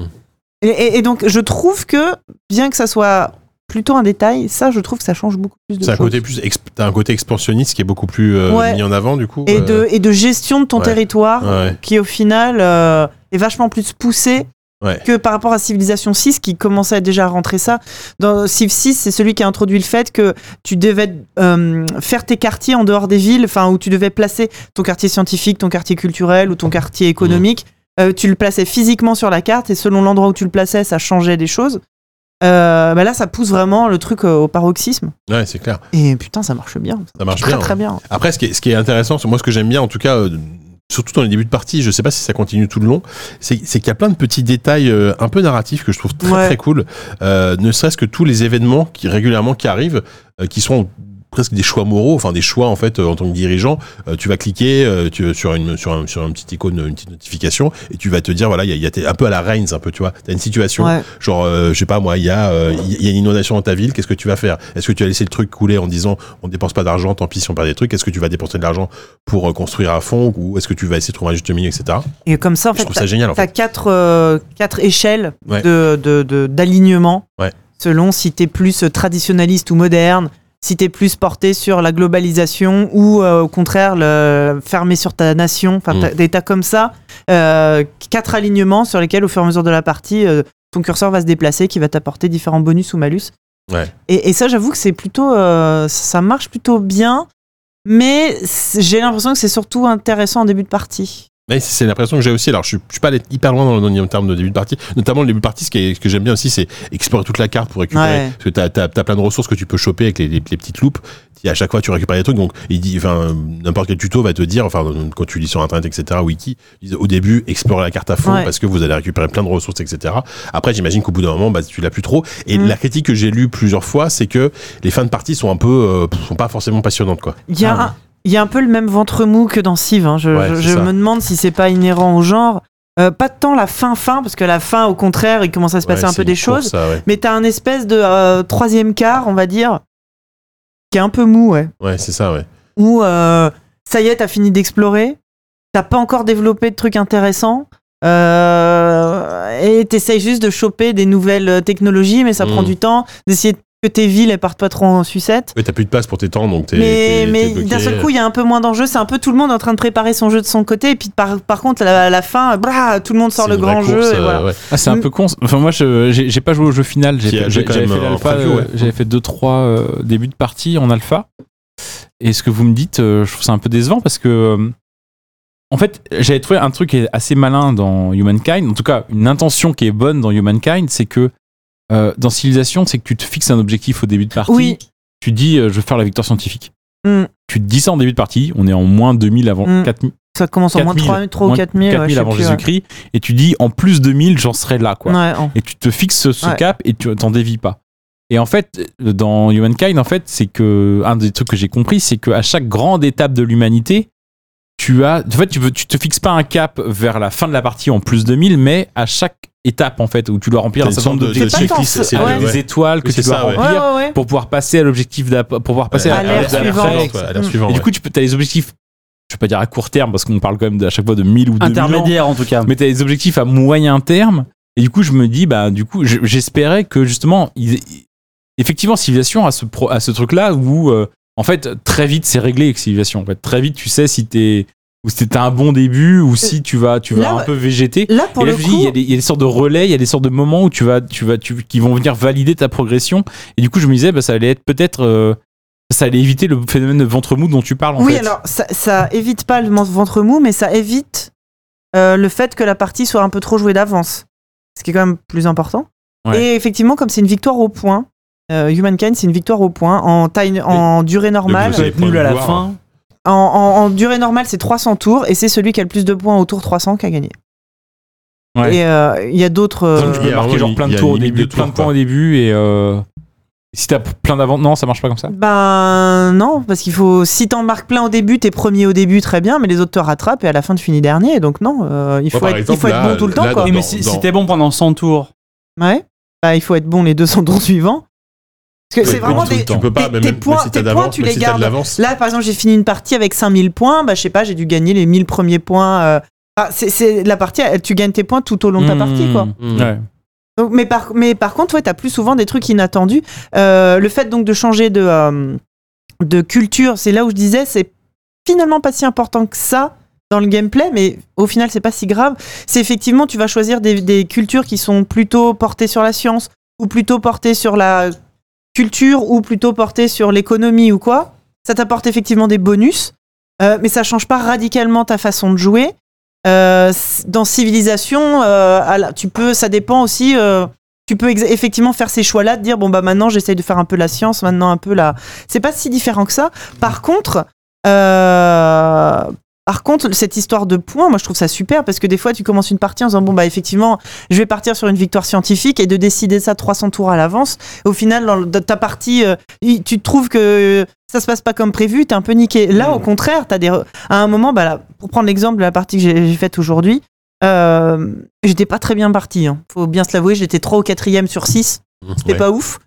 F: Et, et- et donc, je trouve que, bien que ça soit plutôt un détail, ça, je trouve que ça change beaucoup plus de
B: C'est un
F: choses.
B: côté plus exp- t'as un côté expansionniste qui est beaucoup plus euh,
F: Ouais.
B: mis en avant du coup.
F: et,
B: euh,
F: de, et de gestion de ton
B: Ouais.
F: territoire
B: ouais.
F: qui au final euh, est vachement plus poussé
B: Ouais.
F: que par rapport à Civilization 6 qui commençait à déjà à rentrer ça. Dans Civ 6, c'est celui qui a introduit le fait que tu devais euh, faire tes quartiers en dehors des villes, enfin où tu devais placer ton quartier scientifique, ton quartier culturel ou ton quartier économique. Euh, tu le plaçais physiquement sur la carte et selon l'endroit où tu le plaçais, ça changeait des choses. Euh, bah là, ça pousse vraiment le truc euh, au paroxysme.
B: Ouais, c'est clair.
F: Et putain, ça marche bien.
B: Ça marche
F: Très
B: bien. hein.
F: très bien.
B: Après, ce qui est, ce qui est intéressant, c'est- moi, ce que j'aime bien, en tout cas, euh, surtout dans les débuts de partie, je sais pas si ça continue tout le long, c'est c'est qu'il y a plein de petits détails euh, un peu narratifs que je trouve très
F: Ouais.
B: très cool. Euh, ne serait-ce que tous les événements qui régulièrement qui arrivent, euh, qui sont presque des choix moraux, enfin des choix en fait euh, en tant que dirigeant. Euh, tu vas cliquer euh, tu, sur une sur un, sur une petite icône, une petite notification, et tu vas te dire voilà, il y a, il y a t'es un peu à la Reigns, un peu, tu vois, t'as une situation
F: Ouais.
B: Genre, euh, je sais pas moi, il y, a, euh, il y a une inondation dans ta ville, qu'est-ce que tu vas faire Est-ce que tu vas laisser le truc couler en disant on dépense pas d'argent, tant pis si on perd des trucs Est-ce que tu vas dépenser de l'argent pour euh, construire à fond Ou est-ce que tu vas essayer de trouver un juste milieu, etc.
F: Et comme ça, en
B: je
F: fait,
B: trouve ça génial en
F: T'as
B: fait.
F: quatre, euh, quatre échelles
B: Ouais.
F: de, de- de- d'alignement
B: Ouais.
F: selon si t'es plus traditionnaliste ou moderne, si t'es plus porté sur la globalisation ou euh, au contraire le fermé sur ta nation. Enfin,
B: Mm.
F: t'as- t'as, t'as comme ça euh, quatre alignements sur lesquels au fur et à mesure de la partie, euh, ton curseur va se déplacer, qui va t'apporter différents bonus ou malus.
B: Ouais.
F: Et, et ça, j'avoue que c'est plutôt, euh, ça marche plutôt bien. Mais c'est- j'ai l'impression que c'est surtout intéressant en début de partie.
B: Mais c'est c'est l'impression que j'ai aussi. Alors, je suis, je suis pas allé hyper loin dans le, dans le terme de début de partie. Notamment, le début de partie, ce, qui est- ce que j'aime bien aussi, c'est explorer toute la carte pour récupérer.
F: Ouais.
B: Parce que t'as as, plein de ressources que tu peux choper avec les, les- les petites loupes. Et à chaque fois, tu récupères des trucs. Donc, il dit, enfin, n'importe quel tuto va te dire, enfin, quand tu lis sur Internet, etc., wiki, ils disent, au début, explorez la carte à fond
F: Ouais.
B: parce que vous allez récupérer plein de ressources, etc. Après, j'imagine qu'au bout d'un moment, bah, tu l'as plus trop. Et
F: Mm.
B: la critique que j'ai lue plusieurs fois, c'est que les fins de partie sont un peu, euh, pff, sont pas forcément passionnantes, quoi.
F: Il y a
B: Ah,
F: un- il y a un peu le même ventre mou que dans Civ. hein. Je,
B: Ouais,
F: je-
B: c'est
F: je
B: ça.
F: me demande si c'est pas inhérent au genre. Euh, pas tant la fin fin, parce que la fin, au contraire, il commence à se passer
B: Ouais,
F: un
B: c'est
F: peu des
B: une course,
F: choses.
B: ça, ouais.
F: Mais t'as un espèce de euh, troisième quart, on va dire, qui est un peu mou, ouais.
B: Ouais, c'est ça, ouais.
F: Où euh, ça y est, t'as fini d'explorer, t'as pas encore développé de trucs intéressants, euh, et t'essayes juste de choper des nouvelles euh, technologies, mais ça
B: Mm.
F: prend du temps, d'essayer que tes villes elles partent pas trop en sucette.
B: Ouais, t'as plus de place pour tes temps, donc t'es.
F: Mais,
B: t'es-
F: mais
B: t'es bloqué.
F: d'un seul coup, il y a un peu moins d'enjeux. C'est un peu tout le monde en train de préparer son jeu de son côté. Et puis, par, par contre, à la, à la fin, brah, tout le monde sort
B: C'est
F: le
B: une vraie
F: grand jeu.
B: course,
F: et
B: euh,
F: voilà.
B: ouais.
E: Ah, c'est un
F: Mm.
E: peu con. Enfin, moi, je- j'ai j'ai pas joué au jeu final. J'ai
B: Qui a-
E: fait-
B: j'ai
E: j'ai-
B: quand
E: J'avais
B: même
E: fait
B: un
E: l'alpha.
B: preview,
E: euh,
B: ouais.
E: J'avais fait deux trois euh, débuts de partie en alpha. Et ce que vous me dites, euh, je trouve ça un peu décevant parce que, euh, en fait, j'avais trouvé un truc qui est assez malin dans Humankind. En tout cas, une intention qui est bonne dans Humankind, c'est que euh, dans Civilisation, c'est que tu te fixes un objectif au début de partie.
F: Oui.
E: Tu dis, euh, je veux faire la victoire scientifique.
F: Mm.
E: Tu te dis ça en début de partie. On est en moins 2000 avant
F: Mm.
E: 4000
F: Ça commence en moins
E: 4000,
F: 3, 3 ou
E: moins
F: 4000.
E: 4000 avant Jésus-Christ. Et tu dis, en plus 2000, j'en serai là, quoi et tu te fixes ce- ce
F: Ouais.
E: cap et tu t'en dévies pas. Et en fait, dans Humankind, en fait, c'est que un des trucs que j'ai compris, c'est qu'à chaque grande étape de l'humanité, tu as, en fait, tu, veux, tu te fixes pas un cap vers la fin de la partie en plus de 1000, mais à chaque étape en fait où tu dois remplir
B: T'as
E: un
B: une
E: certain
B: sorte
E: nombre de,
B: de,
E: de-
B: de
F: C'est pas
B: checklist,
F: tant-
B: c'est
F: ouais.
B: ouais.
E: des étoiles que
B: Oui,
E: tu
B: c'est
E: dois
B: ça, ouais.
F: Ouais,
E: remplir
F: ouais, ouais.
E: pour pouvoir passer à l'objectif d'ap- pour pouvoir passer
B: Ouais,
E: à,
F: à l'ère
E: l'étape
F: suivante.
E: d'après,
B: ouais, à l'ère
F: Mm.
B: suivante,
E: et du
B: ouais.
E: coup, tu peux, as les objectifs, je vais pas dire à court terme, parce qu'on parle quand même de, à chaque fois de 1000 ou 2000 ans,
D: Intermédiaire en tout
F: Ah
D: cas.
E: mais tu as des objectifs à moyen terme. Et du coup, je me dis, bah, du coup, je- j'espérais que justement, ils- effectivement, Civilization a ce, pro- a ce truc-là où, euh, en fait, très vite, c'est réglé avec Civilization. En fait, très vite, tu sais si t'es ou si t'as un bon début ou si tu vas, tu vas
F: Là,
E: un peu végéter.
F: Là, pour
E: et là,
F: le
E: je me dis, il
F: coup,
E: y, a des- il y a des sortes de relais, il y a des sortes de moments où tu vas, tu vas, tu, qui vont venir valider ta progression. Et du coup, je me disais, bah, ça allait être peut-être, euh, ça allait éviter le phénomène de ventre mou dont tu parles. En
F: oui,
E: fait.
F: alors ça, ça évite pas le men- ventre mou, mais ça évite euh, le fait que la partie soit un peu trop jouée d'avance. Ce qui est quand même plus important.
E: Ouais.
F: Et effectivement, comme c'est une victoire au point, euh, Humankind, c'est une victoire au point en, taille, en durée normale.
B: Donc,
D: Ça peut être nul à la fin.
F: En, en- en durée normale, c'est 300 tours et c'est celui qui a le plus de points au tour 300 qui a gagné.
E: Ouais.
F: Et euh, il y a euh, d'autres. euh,
E: Donc, je
B: il y
E: peux
B: a
E: marquer
B: vraiment
E: genre
B: une-
E: plein
B: Euh, il y
E: de
B: a
E: tours au
B: une limite
E: début,
B: de
E: plein de
B: tours, quoi.
E: points au début et euh, Si t'as plein d'avant, non, ça marche pas comme ça.
F: Ben non, parce qu'il faut. Si t'en marques plein au début, t'es premier au début, très bien, mais les autres te rattrapent et à la fin tu finis dernier. Donc non, euh, il, faut
B: Ouais, par
F: être,
B: exemple,
F: il faut être
B: là,
F: bon tout le temps.
B: là,
F: quoi.
D: Et
B: dans-
D: mais si,
B: dans-
D: si t'es bon pendant 100 tours,
F: Ouais. Bah, il faut être bon les 200 tours suivants. Parce
B: Oui,
F: que c'est
B: oui,
F: vraiment
B: tout le
F: des.
B: temps. Tu peux pas,
F: tes-
B: même
F: tes
B: même
F: points-
B: si t'as
F: tes
B: d'avance,
F: points, tu
B: même
F: les
B: si t'as de
F: gardes.
B: l'avance.
F: Là, par exemple, j'ai fini une partie avec 5000 points. Bah, je sais pas, j'ai dû gagner les 1000 premiers points. euh, ah, c'est- c'est la partie, elle- tu gagnes tes points tout au long de
B: Hmm.
F: ta partie, quoi.
B: Mm.
E: Ouais.
F: Donc, mais, par, mais par contre, ouais, t'as plus souvent des trucs inattendus. Euh, le fait donc de changer de, euh, de culture, c'est là où je disais, c'est finalement pas si important que ça dans le gameplay, mais au final, c'est pas si grave. C'est effectivement, tu vas choisir des, des cultures qui sont plutôt portées sur la science, ou plutôt portées sur la culture, ou plutôt portées sur l'économie ou quoi. Ça t'apporte effectivement des bonus, euh, mais ça change pas radicalement ta façon de jouer. Euh, c- dans civilisation, euh, à la- tu peux, ça dépend aussi. euh, tu peux ex- effectivement faire ces choix-là, de dire bon bah maintenant j'essaye de faire un peu la science, maintenant un peu la. C'est pas si différent que ça. Par contre, euh, par contre cette histoire de points, moi je trouve ça super parce que des fois tu commences une partie en disant bon bah effectivement je vais partir sur une victoire scientifique et de décider ça 300 tours à l'avance. Au final dans le- dans ta partie, euh, il- tu trouves que ça se passe pas comme prévu, t'es un peu niqué. Là au contraire, t'as des re- à un moment, bah, là, pour prendre l'exemple de la partie que j'ai j'ai faite aujourd'hui, euh, j'étais pas très bien parti. hein. Faut bien se l'avouer, j'étais 3 ou 4 sur 6. C'était
B: Ouais.
F: pas ouf.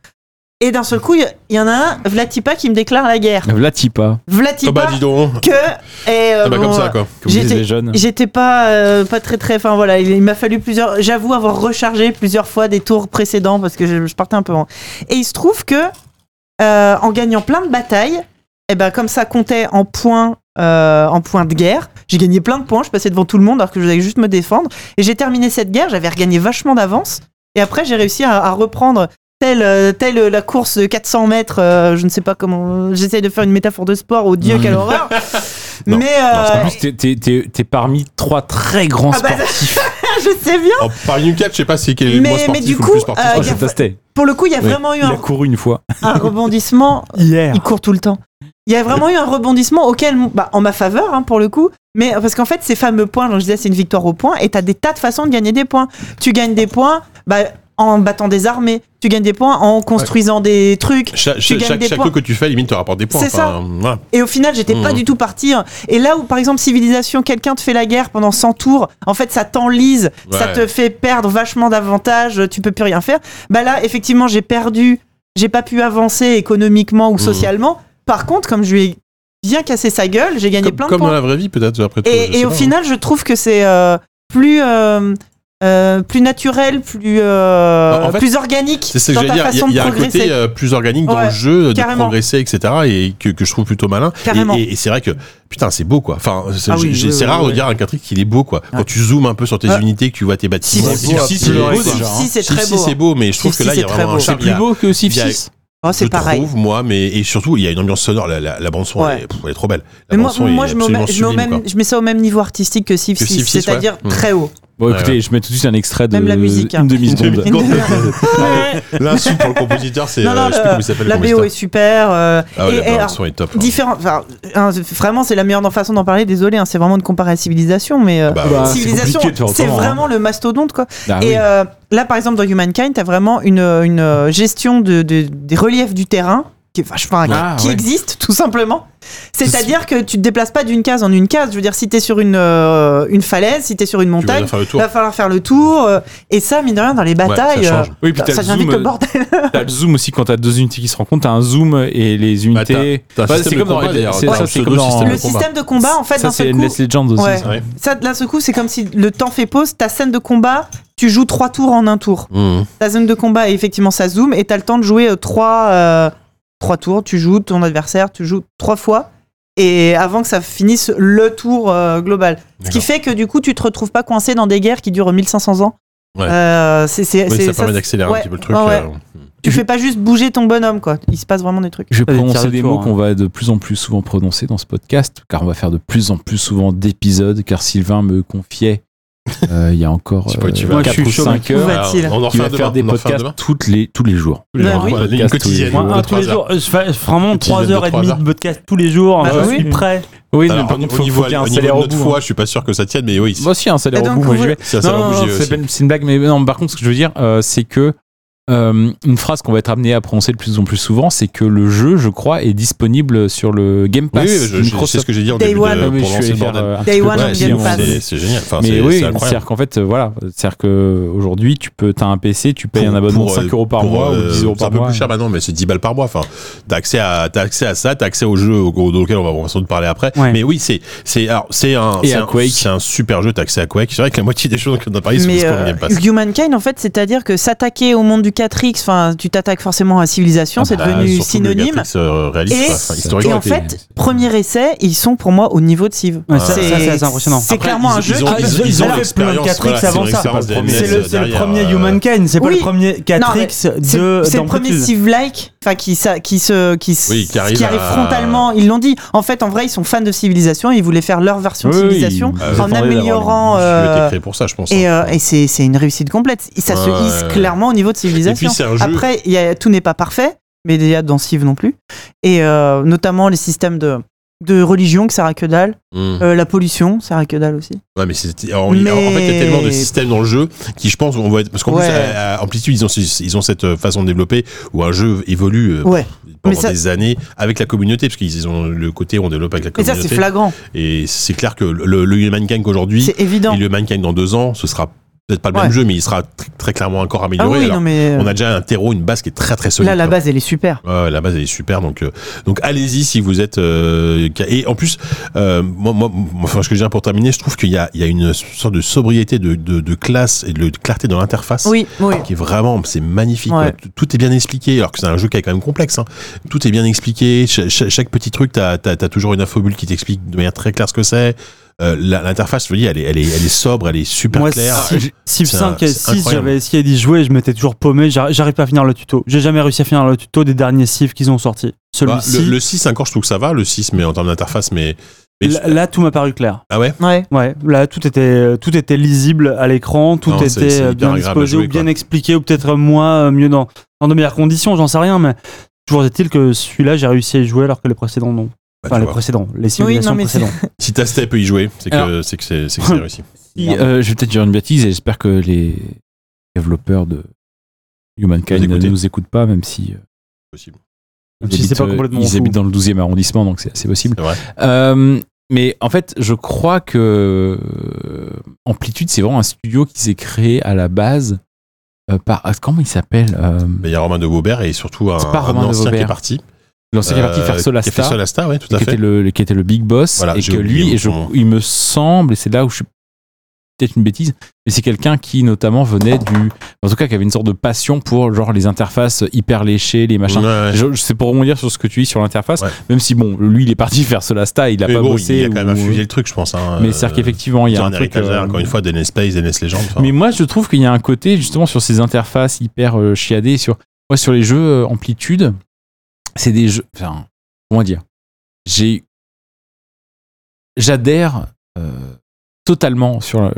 F: Et d'un seul coup, il y, y en a un, Vlatipa, qui me déclare la guerre.
E: Vlatipa.
B: Ah bah
F: Vlatipa,
B: dis donc.
F: que. Et, euh,
B: Ah bah
F: bon,
B: comme ça
F: voilà.
B: quoi.
E: Comme disent
F: J'étais-
E: les jeunes.
F: J'étais pas, euh, pas très très. Enfin voilà, il, il m'a fallu plusieurs. J'avoue avoir rechargé plusieurs fois des tours précédents parce que je, je partais un peu en. Et il se trouve que euh, en gagnant plein de batailles, et ben comme ça comptait en points. euh, en points de guerre, j'ai gagné plein de points, je passais devant tout le monde alors que je devais juste me défendre. Et j'ai terminé cette guerre, j'avais regagné vachement d'avance. Et après, j'ai réussi à, à reprendre telle, euh, telle euh, la course de 400 mètres, euh, je ne sais pas comment. J'essaye de faire une métaphore de sport, oh Dieu, quelle horreur!
B: [LAUGHS] Non,
F: Mais [LAUGHS]
E: En
F: euh,
E: plus, t'es- t'es- t'es t'es parmi trois très grands
F: Ah bah,
E: sportifs
F: je sais bien.
B: Oh, par une 4, je sais pas si quel est le
F: Mais-
B: moins
F: mais
B: sportif
F: du
B: ou le
F: coup,
B: plus sportif.
F: euh,
E: à
F: il y a-
E: cet aspect.
F: Pour le coup, il y a
E: Oui.
F: vraiment eu
E: Il a Ah.
F: un,
E: couru une fois.
F: un rebondissement.
D: hier.
F: Il court tout le temps. Il y a vraiment eu un rebondissement auquel, bah, en ma faveur, hein, pour le coup. Mais parce qu'en fait, ces fameux points, donc je disais, c'est une victoire au point. Et t'as des tas de façons de gagner des points. Tu gagnes des points bah, en battant des armées. Tu gagnes des points en construisant des trucs.
B: Cha-
F: tu
B: cha-
F: gagnes
B: chaque
F: des
B: chaque
F: points.
B: truc que tu fais, limite, te rapporte des points.
F: C'est ça.
B: Enfin, voilà.
F: Et au final, j'étais pas
E: Mmh.
B: Mhm.
F: du tout parti. hein. Et là où, par exemple, civilisation, quelqu'un te fait la guerre pendant 100 tours, en fait, ça t'enlise,
B: Ouais.
F: ça te fait perdre vachement d'avantages, tu peux plus rien faire. Bah là, effectivement, j'ai perdu, j'ai pas pu avancer
B: Mmh.
F: économiquement ou socialement. Par contre, comme je lui ai bien cassé sa gueule, j'ai gagné
B: Comme,
F: plein de
B: comme
F: points.
B: dans la vraie vie, peut-être, après tout. je
F: Et,
B: sais
F: et au
B: pas, hein.
F: final, je trouve que c'est euh, plus. euh, euh, plus naturel, plus euh,
B: Bah, En fait,
F: plus organique
B: C'est ce que
F: dans
B: j'allais
F: ta
B: dire. Il y a-
F: façon
B: il y, a
F: de
B: un
F: progresser.
B: côté euh, plus organique dans
F: Ouais,
B: le jeu, de
F: carrément.
B: progresser, etc. Et que, que je trouve plutôt malin. Et-
F: Carrément.
B: Et, et c'est vrai que, putain, c'est beau, quoi. Enfin, c'est
F: Ah oui,
B: j'ai- j'ai-
F: oui,
B: c'est
F: oui,
B: rare
F: oui,
B: de dire à un truc qu'il est beau, quoi. Quand tu zoomes un peu sur tes
F: Ah.
B: unités, que tu vois tes
F: Si,
B: bâtiments.
F: si,
B: etc.
F: si,
B: c'est
F: si,
B: beau,
F: si,
B: déjà,
F: si,
B: hein.
F: c'est
B: Si,
F: très
B: si,
F: beau,
B: c'est
F: hein.
B: beau, mais je trouve
F: Si,
B: que
F: si,
B: là, il y a
F: c'est
B: vraiment un
F: très beau.
B: charme. Il y a-
E: que
B: il y a-
F: Oh, c'est
B: je
F: pareil.
B: trouve, moi, mais et surtout, il y a une ambiance sonore. La, la- la bande son,
F: Ouais.
B: elle, est- pff, elle est trop belle. La
F: Mais moi,
B: bande son
F: moi,
B: est
F: je, mets au
B: absolument
F: même- je mets au
B: sublime.
F: même-
B: quoi.
F: je mets ça au même niveau artistique que Civ
B: Que
F: 6,
B: Civ 6,
F: c'est-à-dire
B: ouais.
F: très haut.
E: Bon, écoutez,
B: Ouais,
E: je mets tout de suite un extrait de
F: Même la musique, hein.
E: une demi-seconde.
F: Une demi-
B: L'insulte pour le compositeur, c'est.
F: Non,
B: euh,
F: non,
B: je sais plus comment il s'appelle.
F: la
B: le
F: BO
B: compositeur.
F: est super. euh,
B: Ah ouais,
F: et-
B: la
F: et
B: bande
F: alors,
B: son est top. hein.
F: différent- enfin, hein, vraiment, c'est la meilleure façon d'en parler. Désolé, hein, c'est vraiment de comparer à Civilisation, mais euh,
B: Bah,
E: Bah, c'est
F: Civilisation,
E: compliqué de faire
F: c'est
E: autrement, hein.
F: vraiment le mastodonte, quoi.
E: Ah
F: [LAUGHS] et
E: oui.
F: euh, là, par exemple, dans Humankind, t'as vraiment une, une euh, gestion de, de- des reliefs du terrain qui, est vachement-
E: Ah,
F: qui
E: ouais.
F: existe, tout simplement. C'est-à-dire que tu te déplaces pas d'une case en une case. Je veux dire, si t'es sur une, euh, une falaise, si t'es sur une
B: tu vas
F: montagne,
B: faire le tour.
F: va falloir faire le tour. euh, et ça, mine de rien, dans les batailles,
B: ça
F: euh,
B: change.
E: Oui, puis
F: ça,
E: t'as le,
F: devient
E: zoom,
F: vite le bordel.
E: euh, t'as le zoom aussi quand t'as deux unités qui se rencontrent. T'as un zoom et les
B: Bah, t'as-
E: unités.
B: t'as un
E: Bah,
B: système de combat, d'ailleurs.
E: c'est
B: T'as
E: ça,
B: un
E: c'est
B: pseudo
E: comme dans.
B: système
F: Le
B: combat.
F: système de combat, en fait,
E: ça,
F: d'un
E: c'est
F: seul
E: Endless
F: coup,
E: Legends aussi.
F: Ouais.
E: ça.
B: Ouais.
F: ça, d'un seul coup, c'est comme si le temps fait pause. Ta scène de combat, tu joues trois tours en un tour.
B: Mmh.
F: Ta zone de combat, et effectivement, ça zoom et t'as le temps de jouer euh, trois, euh, trois tours. Tu joues ton adversaire, tu joues trois fois. Et avant que ça finisse le tour euh, global. Ce qui
B: D'accord.
F: fait que du coup, tu te retrouves pas coincé dans des guerres qui durent 1500 ans.
B: Ouais.
F: Euh, c'est, c'est-
B: Oui,
F: c'est-
B: ça
F: ça,
B: permet d'accélérer
F: ouais,
B: un petit peu le truc.
F: ouais, ouais.
B: euh,
F: Tu fais pas juste bouger ton bonhomme, quoi. Il se passe vraiment des trucs.
E: Je vais
D: Allez,
E: prononcer
D: tiers de
E: des
D: tour,
E: mots
D: hein.
E: qu'on va de plus en plus souvent prononcer dans ce podcast, car on va faire de plus en plus souvent d'épisodes, car Sylvain me [LAUGHS] confiait euh, il y a encore
B: Je sais pas, tu vas-
E: euh,
B: Moi, je
E: 4
D: suis
E: ou
D: chaud,
E: 5
F: Où
E: heures.
F: va-t-il
B: On en refait
E: qui va
B: un
E: faire
B: demain. on
E: des
B: en refait un
E: podcasts
B: demain.
E: toutes les, tous les jours.
F: les jours,
B: Ouais,
E: Podcasts
B: ligne
E: tous les
B: quotidienne.
E: jours.
D: Moi,
B: de
D: un tous les
B: trois
D: jours, je fais vraiment
B: Petite dizaine de
D: 3h30
B: trois
D: de podcast tous les jours,
F: Bah
D: je
F: oui.
D: suis prêt.
E: Ah Oui, mais
B: Alors,
E: par
B: au
E: contre, faut,
B: niveau,
E: faut qu'il y ait
B: au
E: un
B: niveau
E: salaire
B: de
E: au
B: notre
E: bout. hein.
B: foi, je suis pas sûr que ça tienne, mais oui,
E: Moi aussi, un salaire
F: Et
E: au
F: donc,
E: bout, moi
F: vous-
E: j'y vais.
B: c'est un
E: Non,
B: salaire
E: non,
B: au bout,
E: non,
B: j'y vais
E: c'est Ben
B: aussi.
E: pas une- c'est une blague, mais non, par contre, ce que je veux dire, euh, c'est que euh, une phrase qu'on va être amené à prononcer de plus en plus souvent, c'est que le jeu, je crois, est disponible sur le Game
B: Oui,
E: Pass.
B: oui, je- je- c'est ce
E: Microsoft.
B: que j'ai dit en
F: Day
B: début
F: one.
B: de,
E: Ah
B: pour
E: oui, je suis
B: lancer le
E: allé faire,
B: bordel.
E: euh, un
F: Day
E: petit peu-
F: one,
E: ouais,
F: on
E: si,
F: Game
E: on-
F: Pass.
B: C'est c'est génial. Enfin,
E: mais
B: c'est-
E: oui,
B: c'est incroyable.
E: c'est-à-dire qu'en fait, euh, voilà, c'est-à-dire que aujourd'hui, tu peux, t'as un PC, tu payes
B: Pour-
E: un abonnement
B: pour,
E: de 5 euros par
B: pour,
E: mois
B: euh,
E: ou 10 euros
B: C'est un
E: par
B: peu
E: mois.
B: plus cher maintenant, mais c'est 10 balles par mois. Enfin, t'as accès à, t'as accès à ça, t'as accès au jeu au, au- auquel on va on va sans doute parler après.
D: Ouais.
B: Mais oui, c'est, c'est, alors, c'est un,
E: Et
B: c'est
E: à
B: un,
E: Quake.
B: c'est un super jeu, t'as accès à Quake. C'est vrai que la moitié des choses qu'on a parlé sont
F: Mais
B: disponibles
F: euh,
B: en Game Pass.
F: Humankind, en fait, c'est-à-dire que s'attaquer au monde du 4X, enfin, tu t'attaques forcément à Civilisation, c'est
B: Ah, surtout
F: devenu
B: le
F: synonyme.
B: Gatrix, euh, réaliste,
F: Et-
B: quoi. Enfin, historiquement,
F: Et en
B: était-
F: fait, premier essai, ils sont pour moi au niveau de Civ.
D: Ouais, ça- ça, c'est assez impressionnant.
F: C'est
B: Après,
F: clairement
B: ils-
F: un jeu
B: Ah, ils ont-
F: qui.
B: ils ont- ils ont
D: fait
B: l'expérience,
D: plein de 4X
B: voilà,
D: avant
B: c'est
D: ça.
B: l'expérience
D: C'est
B: des
D: le,
B: NES
D: c'est le
B: derrière,
D: premier
B: euh,
D: Humankind, c'est pas
F: oui.
D: le premier 4X
F: C'est
D: de
F: c'est le premier
D: d'amplitude.
F: Civ-like, enfin qui, ça- qui se, qui, se-
B: Oui, qui arrive à-
F: frontalement. Ils l'ont dit. En fait, en vrai, ils sont fans de civilisation. Ils voulaient faire leur version de
E: Oui, oui,
F: civilisation
E: ils-
B: euh,
F: en
E: attendaient d'avoir
F: améliorant.
B: le jeu a été
F: euh,
B: créé pour ça, je pense. hein.
F: et euh, et c'est c'est une réussite complète. Ça se
B: Ouais,
F: hisse
B: ouais.
F: clairement au niveau de
B: Et
F: civilisation.
B: puis, c'est un jeu.
F: euh, Après, il y a- tout n'est pas parfait, mais il y a dans Civ non plus. Et euh, notamment les systèmes de, de religion, que ça sert à que dalle.
B: Hmm.
F: Euh, la pollution, ça sert à que dalle aussi.
B: Ouais, mais c'est en,
F: Mais-
B: en fait il y a tellement de systèmes dans le jeu qui je pense on va être parce qu'en
F: Ouais.
B: plus à, à Amplitude ils ont ce- ils ont cette euh, façon de développer où un jeu évolue euh,
F: Ouais. Mais
B: pendant
F: ça-
B: des années avec la communauté parce qu'ils ont le côté où on développe avec la
F: Mais ça,
B: communauté
F: c'est flagrant.
B: et c'est clair que le, le Humankind aujourd'hui
F: C'est évident.
B: et le Humankind dans deux ans ce sera peut-être pas le
F: Ouais.
B: même jeu mais il sera tr- très clairement encore
F: Ah
B: amélioré
F: oui,
B: Alors,
F: non, mais.
B: on a déjà un terreau une base qui est très très solide
F: Là, la
B: quoi.
F: base, elle est super.
B: Ouais, ouais, la base elle est super donc euh, donc allez-y si vous êtes euh, ca- et en plus euh, moi, moi moi, enfin ce que je veux dire pour terminer je trouve qu'il y a il y a une sorte de sobriété de, de, de classe et de clarté dans l'interface
F: Oui, oui.
B: qui est vraiment c'est magnifique quoi.
F: Ouais.
B: Tout- tout est bien expliqué alors que c'est un jeu qui est quand même complexe hein. tout est bien expliqué cha- cha- chaque, petit truc t'as as, toujours une infobulle qui t'explique de manière très claire ce que c'est Euh, la- l'interface je veux dire elle est elle est elle est sobre elle est super
D: Moi,
B: claire
D: Civ- Civ
B: C'est un-
D: 5 et
B: c'est
D: 6,
B: incroyable.
D: j'avais essayé d'y jouer et je m'étais toujours paumé. j'ar- J'arrive pas à finir le tuto. J'ai jamais réussi à finir le tuto des derniers Civ qu'ils ont sortis.
B: Bah,
D: Celui-ci,
B: le, le 6 encore je trouve que ça va le 6 mais en termes d'interface mais, mais
D: là, là, tout m'a paru clair.
B: ah ouais
F: Ouais.
D: Ouais, là tout était tout était lisible à l'écran, tout
B: Non, c'est-
D: était euh,
B: c'est hyper
D: bien
B: agréable à
D: exposé
B: jouer,
D: ou bien
B: quoi.
D: expliqué ou peut-être moi euh, mieux dans dans de meilleures conditions, j'en sais rien mais toujours est-il que celui-là j'ai réussi à y jouer alors que les précédents non.
B: Bah, tu
D: Enfin les
B: vois.
D: précédents, les simulations
F: non, mais c'est-
D: précédentes.
B: Si ta step peut y jouer, c'est que
E: Alors-
B: c'est que c'est c'est que c'est
E: [LAUGHS]
B: réussi.
E: Si, euh, je vais peut-être dire une bêtise et j'espère que les développeurs de
B: Vous
E: Humankind
B: écoutez.
E: ne nous écoutent pas, même si, euh,
B: Possible.
D: Même
E: ils,
D: si c'est
E: habitent,
D: pas
E: euh,
D: complètement
E: ils
D: fou.
E: habitent dans le 12e arrondissement, donc c'est assez possible.
B: C'est vrai.
E: Euh, mais en fait, je crois que euh, Amplitude, c'est vraiment un studio qui s'est créé à la base euh, par. ah, Comment il s'appelle euh,
B: Mais il y a Romain de Vaubert et surtout un,
E: C'est pas
B: un
E: Romain de
B: ancien qui
E: Vaubert.
B: est parti.
E: L'ancien qui est parti
B: euh,
E: faire
B: Qui a fait
E: Solasta.
B: Solasta, ouais, tout à
E: qui
B: fait.
E: était le, qui était le big boss
B: Voilà,
E: et
B: j'ai
E: que
B: oublié
E: lui
B: mon
E: et je,
B: nom.
E: il me semble et c'est là où je suis peut-être une bêtise mais c'est quelqu'un qui notamment venait du en tout cas qui avait une sorte de passion pour genre les interfaces hyper léchées les machins
B: Ouais, ouais.
E: Je, je- c'est pour rebondir sur ce que tu dis sur l'interface
B: Ouais.
E: même si bon lui il est parti [LAUGHS] faire Solasta il a
B: Mais
E: pas
B: bon,
E: bossé
B: il a quand même
E: ou- euh,
B: infusé le truc, je pense. hein,
E: mais
B: euh,
E: c'est-à-dire qu'effectivement il y a
B: c'est
E: un,
B: un
E: truc
B: héritage,
E: euh,
B: encore une fois, d'NS Space, d'NS Legend. enfin.
E: mais moi, je trouve qu'il y a un côté justement sur ces interfaces hyper euh, chiadées sur moi sur les jeux euh, amplitude, c'est des jeux. Enfin, comment dire J'ai j'adhère euh, totalement sur la,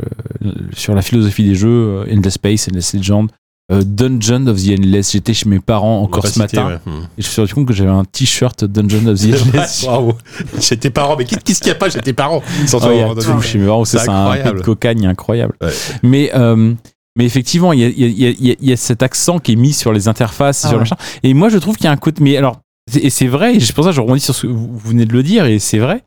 E: sur la philosophie des jeux euh, Endless Space, Endless Legend, euh, Dungeon of the Endless. J'étais chez mes parents
B: On
E: encore
B: l'a
E: ce
B: pas cité,
E: matin
B: ouais.
E: [LAUGHS]
B: Hmm.
E: et je me suis rendu compte que j'avais un t-shirt
B: [LAUGHS]
E: Dungeon of the
B: C'est vrai,
E: Endless. [LAUGHS]
B: Bravo. Oh, J'étais parent, mais qu'est-ce qu'il n'y a pas J'étais parent. Sans
E: Ah,
B: te
E: il y a
B: rendre
E: tout
B: compte.
E: chez mes parents,
B: C'est
E: c'est un peu
B: incroyable.
E: de cocagne incroyable.
B: Ouais.
E: Mais, euh, mais effectivement, il y a, il y a- il y a- il y a- il y a cet accent qui est mis sur les interfaces,
F: Ah
E: sur le
F: ouais.
E: machin. Et moi, je trouve qu'il y a un côté. Mais alors, c'est- et c'est vrai, et c'est pour ça que je rebondis sur ce que vous vous venez de le dire, et c'est vrai.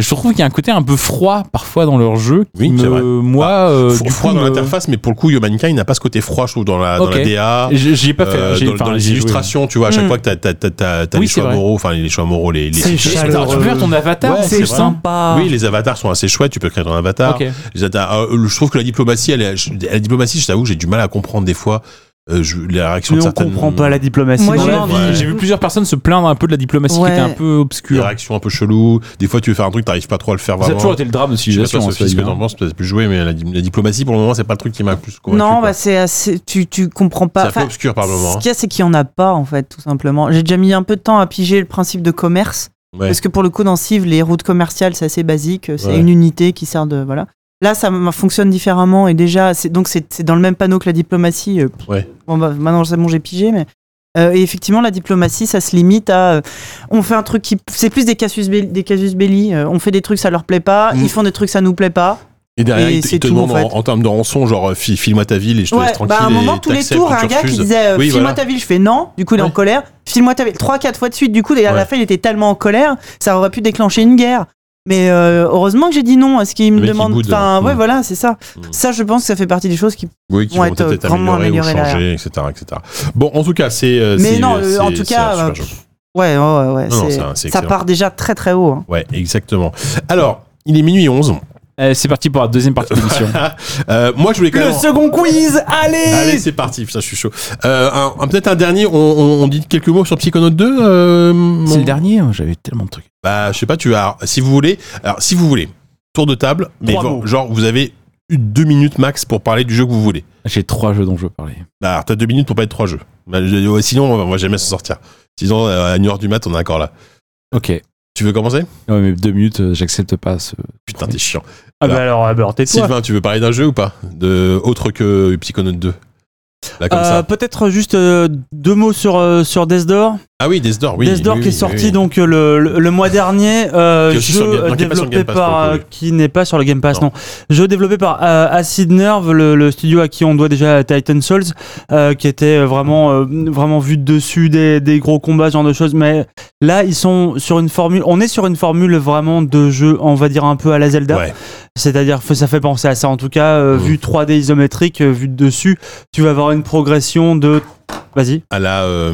E: Je trouve qu'il y a un côté un peu froid parfois dans leur jeu. Qui
B: Oui, c'est
E: me-
B: vrai.
E: Moi, euh,
B: Fro-
E: du coup,
B: Froid dans
E: me-
B: l'interface, mais pour le coup, Humankind n'a pas ce côté froid, je trouve, dans la dans la
E: Ok.
B: DA.
E: je- J'y ai pas fait.
B: euh,
E: j'ai-
B: dans,
E: enfin,
B: dans les
E: j'y ai joué.
B: illustrations, tu vois, à chaque
F: Hmm.
B: fois que t'as, t'as, t'as, t'as, t'as
E: Oui,
B: les
E: c'est
B: choix
E: vrai.
B: moraux, enfin les choix moraux, les, les
D: C'est
B: les-
E: Et-
D: chaleureux.
E: attends, Tu peux faire ton avatar,
B: Ouais,
E: c'est
B: c'est
E: sympa.
B: Oui, les avatars sont assez chouettes, tu peux créer ton avatar.
E: Ok.
B: Les avatars- euh, le- je trouve que la diplomatie, elle est- je- la diplomatie, je t'avoue, j'ai du mal à comprendre des fois euh, je- la
D: Mais
B: réaction de
D: on
B: certaines. euh,
D: comprend pas la diplomatie.
F: Moi,
D: dans
E: Non,
F: j'ai
D: la
E: non,
D: vie.
B: envie-
E: J'ai vu plusieurs personnes se plaindre un peu de la diplomatie
F: Ouais.
E: qui était un peu
B: Des
E: obscure.
B: réactions un peu cheloues. Des fois, tu veux faire un truc, t'arrives pas trop à le faire
E: Ça a
B: vraiment.
E: toujours été le drame de
B: je sais pas
E: civilisation.
B: toi,
E: en
B: Sophie, ce
E: soi,
B: que
E: hein.
B: t'en penses, peut-être plus jouer, mais la, di- la diplomatie, pour le moment, c'est pas le truc qui m'a le plus convaincu.
F: Non,
B: quoi.
F: bah, c'est assez. Tu, tu comprends
B: c'est
F: pas.
B: un peu
F: Enfin,
B: obscur par le moment.
F: Ce
B: hein.
F: qu'il y a, c'est qu'il n'y en a pas, en fait, tout simplement. J'ai déjà mis un peu de temps à piger le principe de commerce.
B: Ouais.
F: Parce que pour le coup, dans Civ, les routes commerciales, c'est assez basique. euh, C'est
B: Ouais.
F: une unité qui sert de. Voilà. Là, ça m- fonctionne différemment. Et déjà, c'est- donc, c'est c'est dans le même panneau que la diplomatie. euh, pff.
B: Ouais.
F: Bon, bah, maintenant, c'est bon, j'ai pigé, mais. euh, et effectivement, la diplomatie, ça se limite à. euh, on fait un truc qui. C'est plus des casus, belli- des casus belli. euh, on fait des trucs, ça leur plaît pas.
B: Mm.
F: Ils font des trucs, ça nous plaît pas.
B: Et derrière,
F: Et
B: ils te-
F: c'est
B: ils te
F: tout, en
B: demandent en,
F: fait.
B: en termes de rançon, genre, euh, fi- file-moi ta ville et je te laisse
F: Ouais,
B: tranquille.
F: bah à un
B: et
F: moment, tous les
B: t'acceptes
F: tours,
B: ou
F: un
B: tu
F: gars qui
B: refuses.
F: disait euh,
B: Oui,
F: File-moi
B: voilà.
F: ta ville, je fais non, du coup il est en
B: Ouais.
F: colère. File-moi ta ville, 3-4 fois de suite, du coup, d'ailleurs, à
B: Ouais.
F: la fin, il était tellement en colère, ça aurait pu déclencher une guerre. Mais euh, heureusement que j'ai dit non à ce qu'il me
B: mec, il
F: demande.
B: boude.
F: Enfin, ouais,
B: Mm.
F: voilà, c'est ça.
B: Mm.
F: Ça, je pense que ça fait partie des choses qui.
B: Oui, qui
F: vont
B: vont
F: être,
B: peut-être
F: grandement
B: améliorer ou
F: améliorés derrière.
B: changer, etc., etc. Bon, en tout cas, c'est. euh,
F: Mais
B: c'est-
F: non, euh,
B: c'est-
F: en tout
B: c'est
F: cas,
B: un super
F: euh,
B: jeu.
F: Ouais, ouais, ouais. ouais,
B: Non, non,
F: c'est-
B: c'est un- c'est
F: ça
B: excellent.
F: part déjà très très haut. hein.
B: Ouais, exactement. Alors, il est minuit 11.
E: Allez, c'est parti pour la deuxième partie de l'émission.
B: Euh, moi, je voulais quand même.
C: second quiz, allez,
B: Allez, c'est parti, putain, je suis chaud. Euh, un- un- Peut-être un dernier, on, on- on dit quelques mots sur Psychonaut 2 euh, mon-
E: [LAUGHS] c'est le dernier, hein, j'avais tellement de trucs.
B: Bah, je sais pas, tu as. Si vous voulez, alors si vous voulez, tour de table, mais
D: Trois
B: vo-
D: mots.
B: genre vous avez eu deux minutes max pour parler du jeu que vous voulez.
E: J'ai trois jeux dont je veux parler.
B: Bah, alors, t'as deux minutes pour pas être trois jeux. Bah, je- ouais, sinon, on va jamais s'en sortir. Sinon, euh, à 1h du mat, on est encore là.
E: Ok. Ouais,
B: Tu veux commencer
E: mais deux minutes, euh, j'accepte pas ce.
B: Putain, t'es chiant.
D: Ah bah alors, ah bah alors, tais-toi.
B: Sylvain, tu veux parler d'un jeu ou pas de... Autre que Psychonaut 2 Là, comme
D: Euh,
B: ça.
D: Peut-être juste euh, deux mots sur, euh, sur Death Door.
B: Ah oui, Death Door, oui.
D: Death Door
B: oui,
D: qui est
B: oui,
D: sorti
B: oui.
D: donc euh, le, le- le mois dernier, euh,
B: Qui est aussi sur le Game-
D: jeu
B: non, qui
D: développé
B: est pas sur le Game Pass, pour
D: par
B: le coup,
D: euh,
B: oui.
D: qui n'est pas sur le Game Pass
B: Non.
D: non, jeu développé par euh, Acid Nerve, le, le studio à qui on doit déjà Titan Souls, euh, qui était vraiment euh, vraiment vu de dessus des, des gros combats ce genre de choses, mais là ils sont sur une formule, on est sur une formule vraiment de jeu, on va dire un peu à la Zelda,
B: Ouais.
D: c'est-à-dire que ça fait penser à ça en tout cas, euh,
B: Mm.
D: vu 3D isométrique, euh, vu de dessus, tu vas avoir une progression de, vas-y.
B: À la. euh,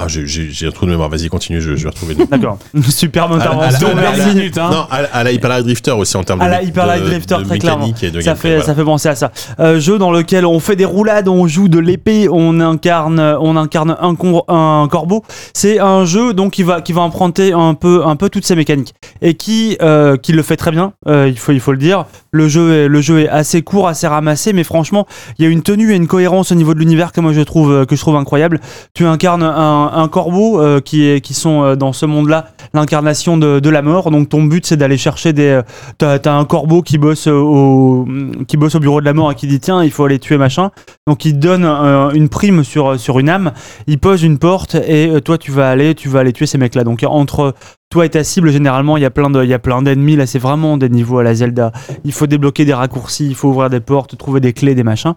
B: Ah, j'ai- j'ai j'ai un trou de mémoire, vas-y, continue, je, je vais retrouver le nom.
D: [LAUGHS] D'accord. Superbe
B: la-
D: intervention.
B: à la- à la-
D: Merci, minutes, hein.
B: Non, à, la- à la Hyper Light Drifter aussi en termes
D: À
B: de,
D: la
B: mé-
D: Hyper Light
B: de-
D: Drifter,
B: de
D: très
B: mécanique et de
D: Ça
B: gameplay,
D: fait,
B: voilà.
D: ça fait penser à ça. Euh, jeu dans lequel on fait des roulades, on joue de l'épée, on incarne, on incarne un, cor- un corbeau. C'est un jeu donc qui va, qui va emprunter un peu, un peu toutes ces mécaniques et qui, euh, qui le fait très bien. euh, il faut, il faut le dire. Le jeu, est, le jeu est assez court, assez ramassé, mais franchement, il y a une tenue et une cohérence au niveau de l'univers que moi je trouve, euh, que je trouve incroyable. Tu incarnes un, un corbeau euh, qui, est, qui sont euh, dans ce monde-là l'incarnation de, de la mort. Donc ton but c'est d'aller chercher des, euh, t'as t'as un corbeau qui bosse euh, au qui bosse au bureau de la mort et qui dit tiens il faut aller tuer machin donc il donne euh, une prime sur sur une âme il pose une porte et euh, toi tu vas aller tu vas aller tuer ces mecs là donc entre toi et ta cible généralement il y a plein de il y a plein d'ennemis là c'est vraiment des niveaux à la Zelda il faut débloquer des raccourcis il faut ouvrir des portes trouver des clés des machins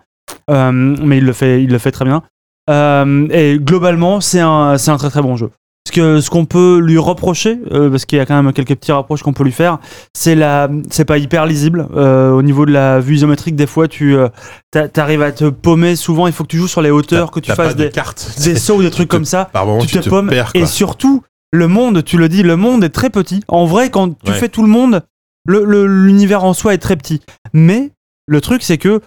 D: Euh, mais il le fait il le fait très bien Euh, et globalement c'est un c'est un très très bon jeu ce que ce qu'on peut lui reprocher euh, parce qu'il y a quand même quelques petits rapproches qu'on peut lui faire c'est la c'est pas hyper lisible euh, au niveau de la vue isométrique des fois tu euh, t'a- t'arrives à te paumer souvent il faut que tu joues sur les hauteurs que tu
B: T'as pas
D: fasses
B: de
D: des
B: carte.
D: des sauts ou des
B: Tu
D: trucs
B: te-
D: comme ça
B: Par moment,
D: tu, te, pommes
B: perds, quoi.
D: et surtout le monde tu le dis le monde est très petit en vrai quand tu
B: Ouais.
D: fais tout le monde le- le- l'univers en soi est très petit mais le truc c'est que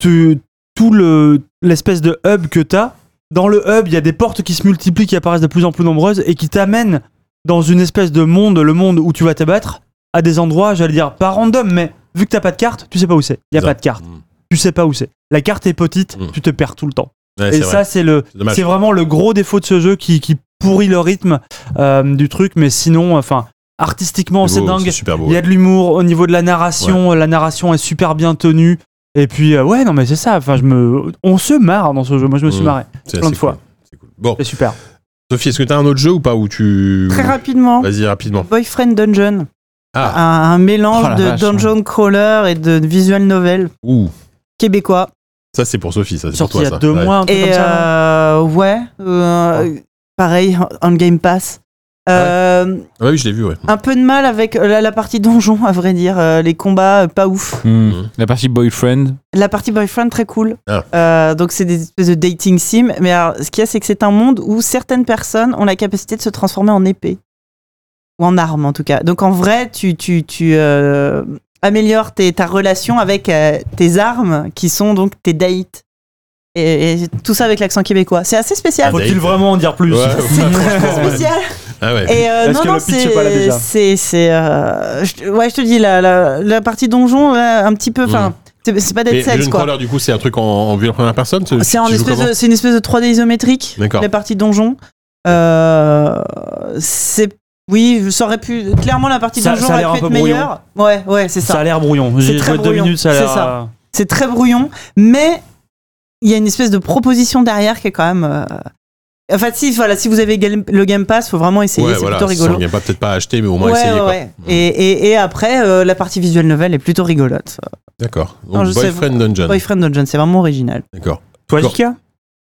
D: tu tout le l'espèce de hub que t'as dans le hub il y a des portes qui se multiplient qui apparaissent de plus en plus nombreuses et qui t'amènent dans une espèce de monde le monde où tu vas te battre à des endroits j'allais dire pas random mais vu que t'as pas de carte tu sais pas où c'est il y a
B: Ça.
D: pas de carte
B: Mm.
D: tu sais pas où c'est la carte est petite
B: Mm.
D: tu te perds tout le temps
B: Ouais,
D: et
B: c'est vrai.
D: ça, c'est le,
B: C'est dommage.
D: c'est vraiment le gros défaut de ce jeu qui, qui pourrit le rythme euh, du truc. Mais sinon, enfin, artistiquement, c'est
B: beau,
D: dingue.
B: Oh, super beau.
D: Il y a de l'humour au niveau de la narration. La narration est super bien tenue. Et puis, euh, ouais, non, mais c'est ça. Enfin, je me, on se marre dans ce jeu. Moi, je me suis
B: Mm.
D: marré.
B: C'est
D: plein
B: assez
D: de fois.
B: cool. C'est cool. Bon,
D: C'est super.
B: Sophie, est-ce que t'as un autre jeu ou pas où tu.
F: Très rapidement,
B: Vas-y, rapidement.
F: Boyfriend Dungeon.
B: Ah,
F: Un, un mélange
E: Oh la
F: de
E: vache,
F: dungeon
B: hein.
F: crawler et de visual novel
B: ouh.
F: québécois.
B: Ça, c'est pour Sophie, ça, c'est pour
D: Sorti
B: toi.
D: il y a
B: ça.
D: deux
B: Ouais.
D: mois, un truc
F: Et
D: comme ça. Oh. non
F: euh, ouais, euh, pareil, on Game Pass. Euh,
B: Ah ouais, oui, je l'ai vu, ouais.
F: Un peu de mal avec euh, la, la partie donjon, à vrai dire. euh, les combats, euh, pas ouf.
D: Mmh.
E: Hmm. La partie boyfriend.
F: La partie boyfriend, très cool.
B: Ah.
F: Euh, donc, c'est des espèces de dating sim. Mais alors, ce qu'il y a, c'est que c'est un monde où certaines personnes ont la capacité de se transformer en épée. Ou en arme, en tout cas. Donc, en vrai, tu, tu, tu euh, améliores tes- ta relation avec euh, tes armes, qui sont donc tes dates. Et, et tout ça avec l'accent québécois. C'est assez spécial.
B: Ah,
D: Faut-il
B: Dave.
D: vraiment en dire [LAUGHS] plus
B: Ouais,
F: C'est très spécial.
B: Ah ouais.
F: Et euh,
D: Ah, Est-ce
F: non,
D: que
F: non,
D: le pitch est pas là
F: c'est
D: déjà
F: c'est c'est euh, je- ouais, je te dis la la, la partie donjon là, un petit peu enfin
B: Mm.
F: c'est c'est pas
B: Et
F: Dead
B: le
F: Cells
B: Jeune
F: quoi.
B: Crawler, du coup, c'est un truc en, en vue en première personne tu-
F: C'est
B: tu
F: un
B: joues
F: espèce
B: comment
F: de- c'est une espèce de 3D isométrique
B: D'accord.
F: la partie donjon. Euh, c'est oui, ça aurait pu clairement la partie
D: Ça-
F: donjon
D: ça a
F: aurait
D: l'air
F: pu
D: un
F: être
D: peu brouillon.
F: meilleure. Ouais, ouais, c'est
D: Ça
F: ça.
D: a l'air brouillon.
F: C'est
D: J'ai
F: très
D: joué deux
F: brouillon,
D: minutes, ça a
F: c'est
D: l'air.
F: ça.
D: euh,
F: C'est très brouillon, mais il y a une espèce de proposition derrière qui est quand même euh, Enfin, si, voilà, si vous avez game- le Game Pass, faut vraiment essayer,
B: Ouais,
F: c'est
B: voilà.
F: plutôt rigolo.
B: sans- Il y a pas peut-être pas à acheter, mais au moins
F: Ouais,
B: essayer.
F: ouais,
B: quoi.
F: ouais. Et, et- et après, euh, la partie visuelle nouvelle est plutôt rigolote.
B: Ah D'accord.
F: Non,
B: Donc,
F: je sais-
B: Boyfriend Dungeon.
F: Boyfriend Dungeon, c'est vraiment original.
B: D'accord.
D: Toi,
B: D'accord.
D: Jika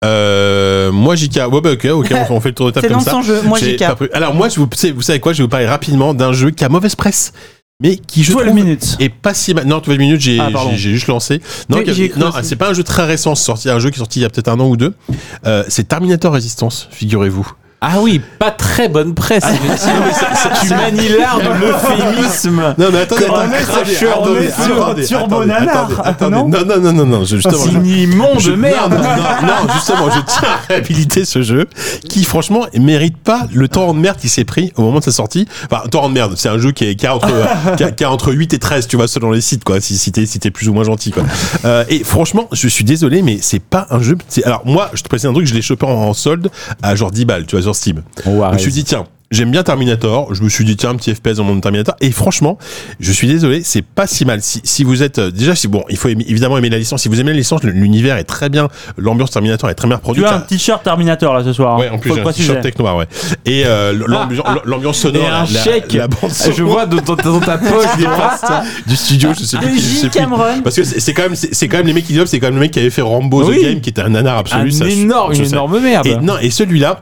B: Euh, moi, JK. Ouais, bah, ok, ok, on fait- on fait le tour de table
F: C'est dans
B: comme ça.
F: son jeu, moi
B: J'ai
F: JK.
B: pas pris- Alors, moi, je vous, vous savez- vous savez quoi Je vais vous parler rapidement d'un jeu qui a mauvaise presse, mais qui, je
D: 12
B: trouve,
D: minutes.
B: Et pas si mal. Non, 12 minutes, j'ai
D: Ah, pardon.
B: j'ai- j'ai juste lancé. Non,
D: J'ai-
B: qui-
D: j'ai cru
B: non,
D: aussi.
B: c'est pas un jeu très récent. C'est sorti un jeu qui est sorti il y a peut-être un an ou deux. Euh, c'est Terminator Resistance, figurez-vous.
C: Ah oui, pas très bonne presse.
E: Ah, [LAUGHS]
C: tu manies l'art de
D: [LAUGHS]
C: l'euphémisme.
B: Non, mais attendez,
D: Comme
B: attendez,
D: un
B: attendez,
D: cracheur, on
B: attendez,
D: est sur un
B: attendez,
D: turbo
B: attendez,
D: nanar, ah,
B: attendez, attendez.
D: non
B: Non, non, non, non, non, je- justement. je-
C: immonde
B: je- Non, non, non, non, justement, je tiens à réhabiliter ce jeu qui, franchement, mérite pas le torrent de merde qui s'est pris au moment de sa sortie. Enfin, torrent de merde, c'est un jeu qui, est, qui, a entre, euh, qui, a, qui a entre 8 et 13, tu vois, selon les sites, quoi, si, si t'es si t'es plus ou moins gentil, quoi. Euh, et franchement, je suis désolé, mais c'est pas un jeu. c'est- Alors, moi, je te précise un truc, je l'ai chopé en, en solde à genre 10 balles, tu vois, sur Steam. Je me suis dit, tiens, j'aime bien Terminator. Je me suis dit, tiens, un petit FPS dans mon Terminator. Et franchement, je suis désolé, c'est pas si mal. Si, si vous êtes, euh, déjà, si, bon, il faut aimer- évidemment aimer la licence. Si vous aimez la licence, le- l'univers est très bien, l'ambiance Terminator est très bien
D: Tu
B: reproduite.
D: as un t-shirt Terminator là ce soir.
B: Ouais,
D: hein.
B: en plus,
D: Faut
B: j'ai un
D: le préciser.
B: t-shirt tech noir, ouais. Et euh, l'ambiance l'ambiance sonore,
C: Et Ah, un
B: la- la-
C: chèque.
B: la bande
C: Je
B: [LAUGHS] sonore
C: vois dans, dans- dans ta poche des phrases.
B: du studio, je sais plus. qui- je sais
F: J.
B: plus.
F: Cameron.
B: Parce que c'est c'est quand même, c'est c'est quand même les mecs qui développent, c'est quand même le mec qui avait fait Rambo
C: Oui.
B: the Game, qui était un nanar absolu.
C: Un
B: ça, je-
C: énorme,
B: je
C: une
B: sais.
C: énorme merde.
B: Et, non, et celui-là,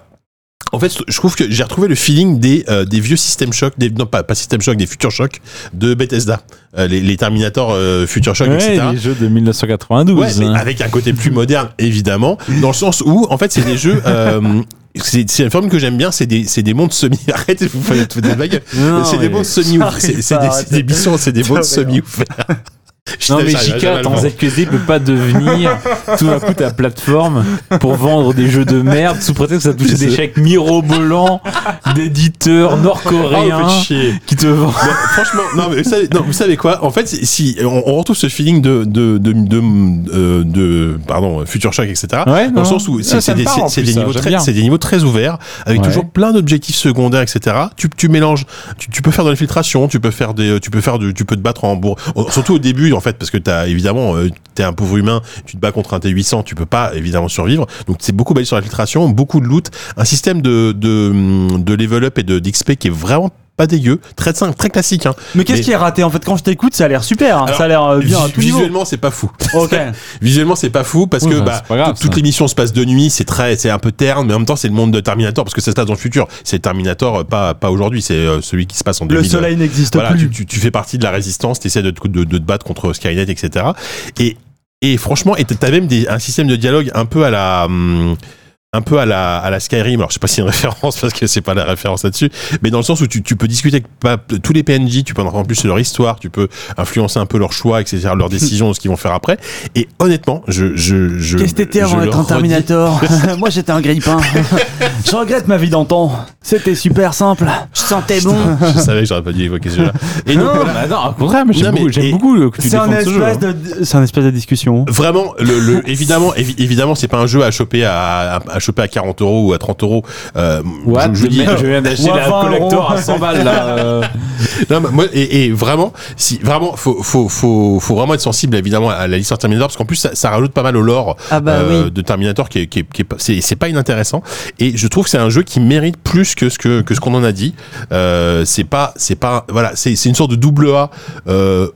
B: en fait, je trouve que j'ai retrouvé le feeling des, euh, des vieux System Shock, des, non pas, pas System Shock, des Future Shock de Bethesda. Euh, les, les Terminator euh, Future Shock,
E: Ouais,
B: etc.
E: les jeux de
B: Ouais,
E: 1992.
B: mais
E: hein.
B: avec un côté plus moderne, évidemment, dans le sens où, en fait, c'est des jeux. euh, c'est c'est une forme que j'aime bien, c'est des, c'est des mondes semi. [LAUGHS] Arrêtez, vous faites vous faites des blagues.
C: Ah, Non,
B: C'est des
C: mais-
B: mondes semi-ouverts. C'est c'est des, c'est des bisons, c'est des mondes
D: Ça va,
B: semi-ouverts.
C: Non mais
B: J'arrive jamais à
C: JK,
B: le
C: ton
B: vendre.
C: ZQSD peut pas
B: [LAUGHS]
C: devenir tout à coup ta plateforme pour vendre des jeux de merde sous prétexte que ça touche des
B: Désolé.
C: chèques mirobolants d'éditeurs
B: Ah,
C: nord-coréens
B: vous faites chier.
C: qui te vendent.
B: Non, franchement, non, mais vous savez, non, vous savez quoi En fait, si on, on retrouve ce feeling de de de de, euh, de- pardon, futur choc, etc.
E: Ouais,
B: dans
E: non.
B: le sens où c'est
E: Ah, ça
B: c'est
E: me
B: des,
E: parle, en
B: c'est
E: plus,
B: des
E: ça,
B: niveaux
E: j'aime
B: très
E: bien.
B: c'est des niveaux très ouverts avec
E: Ouais.
B: toujours plein d'objectifs secondaires etc tu, tu mélanges tu, tu peux faire de l'infiltration tu peux faire des euh, tu peux faire du, tu peux te battre en bourre Oh, surtout au début en fait parce que t'as évidemment euh, t'es un pauvre humain tu te bats contre un T800 tu peux pas évidemment survivre donc c'est beaucoup basé sur l'infiltration beaucoup de loot un système de de hum, de level up et de d'XP qui est vraiment pas dégueu très simple très classique hein.
D: Mais qu'est-ce
B: Mais-
D: qui est raté en fait Quand je t'écoute, ça a l'air super. hein.
B: Alors,
D: ça a l'air euh, bien à
B: Vis-
D: tout niveau.
B: visuellement c'est pas fou
D: [LAUGHS] Ok.
B: Visuellement, c'est pas fou parce
E: Oui,
B: que
E: bah,
B: bah,
E: c'est pas grave,
B: tout- toute
E: ça.
B: l'émission se passe de nuit, c'est très, c'est un peu terne, mais en même temps, c'est le monde de Terminator parce que ça se passe dans le futur. C'est Terminator, euh, pas pas aujourd'hui, c'est euh, celui qui se passe en
D: Le
B: 2000.
D: soleil n'existe
B: Voilà,
D: plus.
B: tu, tu, tu fais partie de la résistance, t'essaies de, te- de, de te battre contre Skynet, etc. Et et franchement, et t'as même des, un système de dialogue un peu à la. hum, un peu à la, à la Skyrim, alors je sais pas si c'est une [LAUGHS] référence parce que c'est pas la référence là-dessus, mais dans le sens où tu, tu peux discuter avec pas- tous les PNJ, tu peux en apprendre plus sur leur histoire, tu peux influencer un peu leurs choix, etc., leurs décisions, ce qu'ils vont faire après. Et honnêtement, je, je, je.
D: Qu'est-ce que t'étais
B: je
D: avant
B: le
D: d'être un
B: redis.
D: Terminator [LAUGHS] Moi j'étais un grippin. je regrette ma vie d'antan. C'était super simple.
F: Je sentais bon.
B: [LAUGHS] Je savais que j'aurais pas dû évoquer ce jeu-là. Et donc,
C: Non,
B: voilà.
C: bah non, au contraire, mais
B: Non,
C: j'aime
B: mais-
C: beaucoup, j'aime
B: et-
C: beaucoup le- que tu
D: C'est un,
C: défendes ce jeu.
B: hein.
C: hein.
D: espèce de... c'est un espèce de discussion.
B: Vraiment, le,
F: [LAUGHS]
B: le- évidemment, évi- évidemment, c'est pas un jeu à choper à, à, à choper à 40 euros ou à 30 euros. Euh,
C: What
B: je, je dis,
C: Mais je viens d'acheter
D: Ouais,
C: la
D: 20
C: collector
D: euros.
C: à 100 balles là. euh.
B: Non, mais moi, et, et vraiment, si vraiment, faut, faut, faut, faut vraiment être sensible évidemment à la licence Terminator parce qu'en plus ça, ça rajoute pas mal au lore
F: Ah bah
B: euh,
F: oui.
B: de Terminator qui est, qui est, qui est pas- c'est, c'est pas inintéressant et je trouve que c'est un jeu qui mérite plus que ce que, que ce qu'on en a dit. Euh, c'est pas, c'est pas, voilà, c'est, c'est une sorte de double A. Euh,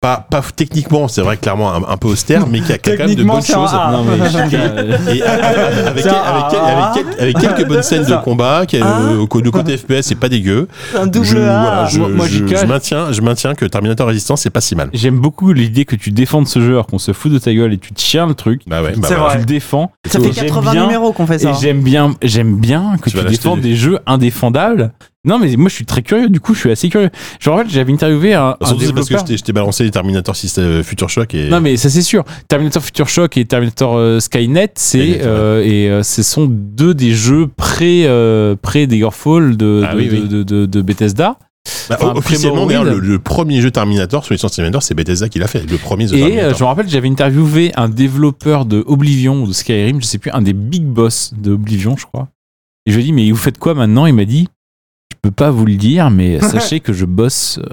B: pas, pas techniquement, c'est vrai, clairement un, un peu austère, mais qui a, qui a quand même de bonnes choses.
D: Ah,
C: Non
F: [LAUGHS]
C: mais JK, euh,
B: Et avec, avec,
D: Ça,
B: avec-
D: ah.
B: avec quelques- avec quelques bonnes scènes de
D: Ça.
B: combat, qui,
F: Ah.
B: euh, au- de côté FPS, c'est pas dégueu.
F: Un double
B: Je,
F: A.
B: voilà, je,
C: Moi- moi,
B: je-
C: Jika-
B: je maintiens, je maintiens que Terminator Resistance, c'est pas si mal.
E: J'aime beaucoup l'idée que tu défendes ce jeu alors qu'on se fout de ta gueule et tu tiens le truc.
B: Bah ouais, bah
D: C'est
B: voilà.
D: vrai.
E: Tu le défends.
F: Ça fait
E: J'aime
F: 80
E: bien-
F: numéros qu'on fait ça.
E: Et j'aime bien, j'aime bien que
B: Tu
E: tu,
B: vas l'acheter,
E: défends
B: lui.
E: des jeux indéfendables. Non, mais moi je suis très curieux. Du coup, je suis assez curieux. Je me rappelle, j'avais interviewé un, un
B: Surtout c'est parce que
E: développeur.
B: je t'ai- je t'ai balancé les Terminator System, euh, Future Shock et.
E: Non, mais ça c'est sûr. Terminator Future Shock et Terminator euh, Skynet, c'est
B: Skynet,
E: euh, et euh, ce sont deux des jeux pré euh, pré Daggerfall de,
B: Ah
E: de,
B: oui, oui.
E: de, de- de Bethesda.
B: Bah,
E: enfin,
B: officiellement, d'ailleurs, le,
E: Primordial.
B: le premier jeu Terminator sur licence Terminator, c'est Bethesda qui l'a fait. Le premier The
E: Et euh,
B: Terminator.
E: je me rappelle, j'avais interviewé un développeur de Oblivion ou de Skyrim, je sais plus, un des big boss de Oblivion, je crois. Et je lui ai dit, mais vous faites quoi maintenant Il m'a dit, je peux pas vous le
B: [LAUGHS]
E: dire, mais sachez que je bosse. euh,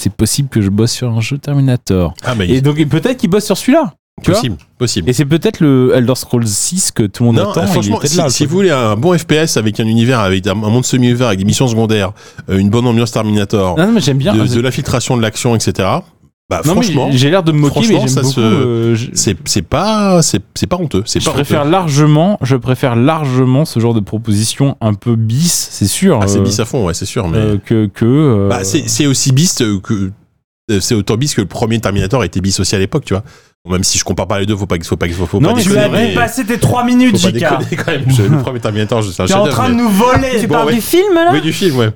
E: C'est possible que je bosse sur un jeu Terminator.
B: Ah, mais
E: Et donc, et peut-être qu'il bosse sur celui-là. Tu vois
B: Possible, possible.
E: Et c'est peut-être le Elder Scrolls 6 que tout le monde
B: Non,
E: attend.
B: euh,
E: il est
B: franchement,
E: peut-être
B: si,
E: là, le
B: si
E: truc.
B: vous voulez un bon FPS avec un univers, avec un un monde semi-ouvert, avec des missions secondaires, euh, une bonne ambiance Terminator,
E: Non, non, mais j'aime bien.
B: de,
E: Ah,
B: de l'infiltration de l'action, etc. Bah,
E: non, mais
B: franchement,
E: j'ai l'air de me moquer, mais
B: franchement,
E: j'aime
B: ça
E: beaucoup.
B: se-
E: euh, je-
B: c'est c'est pas, c'est c'est pas honteux. C'est
E: Je
B: pas
E: préfère
B: honteux.
E: largement, je préfère largement ce genre de proposition un peu bis, c'est sûr.
B: Ah, c'est
E: euh,
B: bis à fond, ouais, c'est sûr. Mais
E: euh, que que. euh,
B: Bah, c'est c'est aussi bis euh, que euh, c'est autant bis que le premier Terminator était bis aussi à l'époque, tu vois. Bon, Même si je compare pas les deux, faut pas faut pas faut, faut
E: Non,
B: pas
E: mais
D: Tu
B: déconner,
D: as
B: mais-
D: dépassé tes 3 minutes,
B: faut pas
D: JK.
B: déconner quand même. Je-
D: [LAUGHS]
B: le premier Terminator, je c'est un
D: T'es en
B: chef-d'œuvre,
D: train de Hmm.
B: mais-
D: nous
F: Tu
D: voler.
B: Bon,
F: parles
B: ouais.
F: du film là
B: Oui, du film, ouais.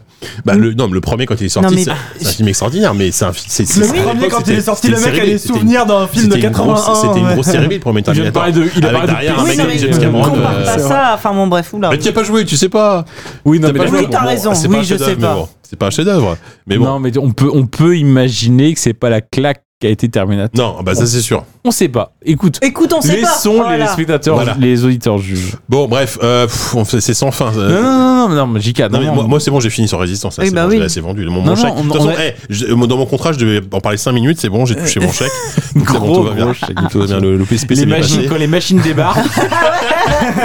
B: Bah, le, non, mais le premier, quand il est sorti,
F: Non, mais- bah,
B: c'est c'est un film extraordinaire, mais c'est un film. c'est-
D: Le
B: c'est- à
D: premier,
B: l'époque,
D: quand il
B: c'était-
D: est sorti, le
B: c'était
D: mec
B: une
D: a des
B: série B,
D: souvenirs d'un film de
B: c'était une grosse-
D: 81.
B: C'était une grosse série B, le premier
E: il vient de
B: Terminator.
E: parler de, il a
B: Avec
E: parlé de
B: derrière un
E: Pixar.
B: mec
F: Oui, non,
B: comme
F: mais
B: James
F: euh,
B: Cameron.
F: compare
B: euh,
F: pas ça, enfin bon bref, oula.
B: Mais tu as pas joué, tu sais pas.
E: Oui, non,
B: T'as
E: mais
B: pas
E: je-
B: joué,
F: oui, t'as
B: bon,
F: raison.
B: c'est pas
F: Oui,
B: un
F: je sais
B: chef-d'œuvre, mais
F: pas.
B: bon, C'est pas un chef-d'œuvre. Mais bon.
E: Non, mais on peut, on peut imaginer que c'est pas la claque qui a été Terminator.
B: Non, bah ça c'est sûr.
E: On sait pas. Écoute,
F: Écoute, on sait pas.
E: laissons les
F: Voilà.
E: spectateurs,
B: Voilà.
E: les auditeurs jugent.
B: Bon, bref, euh, pff, on fait- c'est sans fin. euh,
E: Non, non, non, non, non, mais JK, non,
B: Non, mais
E: non,
B: moi, moi, c'est bon, j'ai fini sur résistance. là,
F: Oui,
B: c'est
F: bah
B: bon,
F: oui.
B: là, c'est vendu. Mon, mon
E: Non, non,
B: chèque.
E: on-
B: de toute façon,
E: on a-
B: eh, je- dans mon contrat, je devais en parler 5 minutes. C'est bon, j'ai touché mon chèque. Donc, c'est bon,
E: Gros,
B: tout va bien.
E: gros chèque.
B: Tout va bien, Le, le PSP
E: les
B: s'est bien
E: machines,
B: passé.
E: quand les machines débarquent,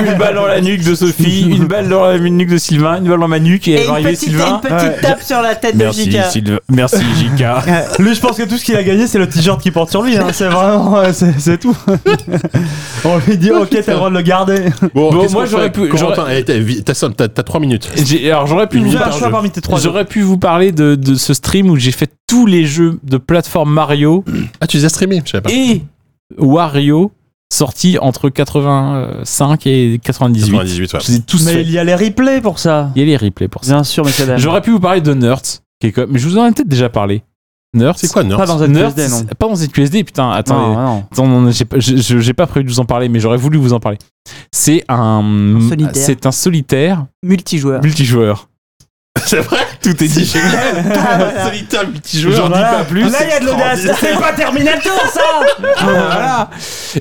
E: une balle dans la nuque de Sophie, une balle dans la nuque de Sylvain, une balle dans ma nuque et,
F: Et
E: elle va
F: une
E: arriver
F: petite, et une
E: Sylvain.
D: Ouais.
F: petite tape sur la tête de
E: Merci
F: Jika.
E: Sylvain, merci JK.
D: Lui, je pense que tout ce qu'il a gagné, c'est le t-shirt qu'il porte sur lui. hein. C'est vraiment, euh, c'est c'est [LAUGHS] tout. On lui dit, ok, t'as le droit de le garder.
E: Bon,
B: qu'est-ce
E: moi,
B: qu'on
E: j'aurais
B: fait
E: pu-
B: Corentin,
E: j'aurais-
B: eh, t'as vi- t'as somme, t'as- t'as 3 minutes.
E: [LAUGHS] J'ai- Alors j'aurais pu
D: Tu
E: vous
D: as un
E: parler-
D: choix parmi tes trois.
E: J'aurais pu vous parler de, de ce stream où j'ai fait tous les jeux de plateforme Mario
B: Ah, tu les as streamés Je savais pas.
E: et Wario sortis entre 85 et 98.
B: 98, ouais.
E: Je les ai tous
D: Mais
E: faits.
D: il y a les replays pour ça.
E: Il y a les replays pour ça.
D: Bien sûr, messieurs dames.
E: J'aurais pu vous parler de Nerds, qui est comme- mais je vous en ai peut-être déjà parlé. Nerds.
B: C'est quoi, Nerd
D: Pas dans cette
E: Nerds,
D: USD, non.
E: c'est- pas dans ZQSD, putain, attendez.
D: Non, hein. non.
E: Attends, non, j'ai pas- je- je- j'ai pas prévu de vous en parler, mais j'aurais voulu vous en parler. C'est un,
F: solitaire.
E: c'est un solitaire
D: Ah.
F: Multijoueur.
E: multijoueur.
B: [LAUGHS] C'est vrai
E: Tout est dit.
B: Solitaire multijoueur.
E: J'en dis
D: Voilà.
E: pas plus.
D: Là, il y a de l'audace. C'est pas Terminator,
B: [LAUGHS]
D: ça.
B: Ah.
E: Voilà.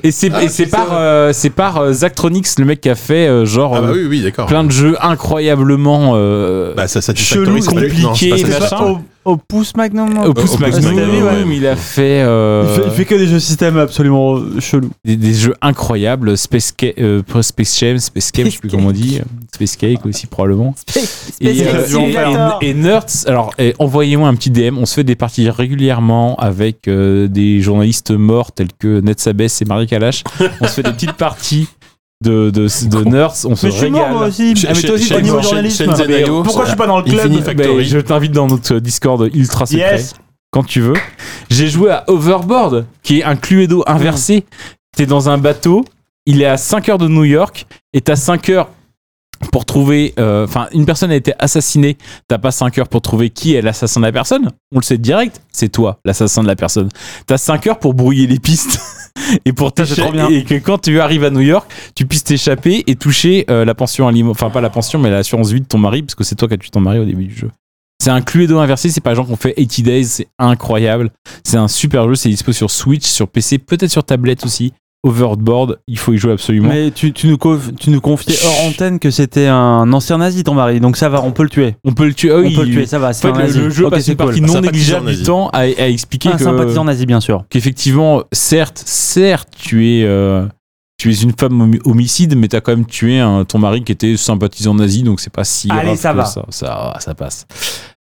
E: Et c'est et c'est par euh, c'est par euh, Zachtronics, le mec qui a fait euh, genre
B: Ah, bah
E: euh,
B: oui, oui, d'accord.
E: plein de jeux incroyablement euh,
B: Bah, ça, ça
E: chelous, compliqués, machin.
D: Au, au pouce Magnum. Ah,
E: Au pouce
B: Opus
E: Magnum,
B: Magnum, ouais.
E: il a fait, euh,
D: Il, fait, il fait que des jeux système absolument chelous.
E: des, des jeux incroyables, Space Ca- euh, pas Space Jam, Space Cake, je sais plus comment on dit, Space Cake aussi probablement. Et,
F: Space
E: euh, et-
F: Simulator.
E: et- et Nerds, alors et envoyez-moi un petit DM, on se fait des parties régulièrement avec euh, des journalistes morts tels que Ned Sabes et Marie Kalash. On se fait des petites parties de, de, de, Nerds, on se
D: Mais je suis mort,
E: régale.
D: moi aussi.
B: Chez-
D: Ah, mais toi aussi,
B: chez-
D: t'es au niveau
B: chez-
D: journalisme.
B: chez Zenio,
D: Pourquoi je suis pas dans le club
B: Infinity Factory.
E: Ben, je t'invite dans notre Discord ultra secret
D: Yes.
E: quand tu veux. J'ai joué à Overboard, qui est un Cluedo inversé. T'es dans un bateau, il est à 5 heures de New York, et t'as 5 heures pour trouver. euh, Enfin, une personne a été assassinée, t'as pas 5 heures pour trouver qui est l'assassin de la personne. On le sait direct, c'est toi, l'assassin de la personne. T'as 5 heures pour brouiller les pistes. [LAUGHS] Et pour
D: Putain, c'est trop
E: t'échapper- et que quand tu arrives à New York, tu puisses t'échapper et toucher euh, la pension alimentaire, enfin pas la pension, mais l'assurance vie de ton mari, parce que c'est toi qui as tué ton mari au début du jeu. C'est un Cluedo inversé, c'est pas genre qu'on fait 80 Days, c'est incroyable. C'est un super jeu, c'est dispo sur Switch, sur PC, peut-être sur tablette aussi. Overboard, il faut y jouer absolument.
D: Mais tu, tu, nous conf- tu nous confiais hors
E: Chut.
D: antenne que c'était un ancien nazi, ton mari. Donc ça va, on peut le tuer.
E: on peut le tuer, ah oui,
D: on peut le tuer, ça va.
E: En
D: C'est
E: fait,
D: un
E: le,
D: nazi.
E: le jeu
D: Ok,
E: passe
D: c'est
E: une partie
D: cool.
E: non
B: sympathisant
E: négligeable du
B: nazi.
E: temps à, à expliquer
D: Ah, Un
E: que-
D: sympathisant nazi, bien sûr.
E: qu'effectivement, certes, certes, tu es, euh, tu es une femme homi- homicide, mais t'as quand même tué un- ton mari qui était sympathisant nazi, donc c'est pas si
D: Allez,
E: grave
D: ça
E: que
D: va.
E: ça, ça, ah, ça passe.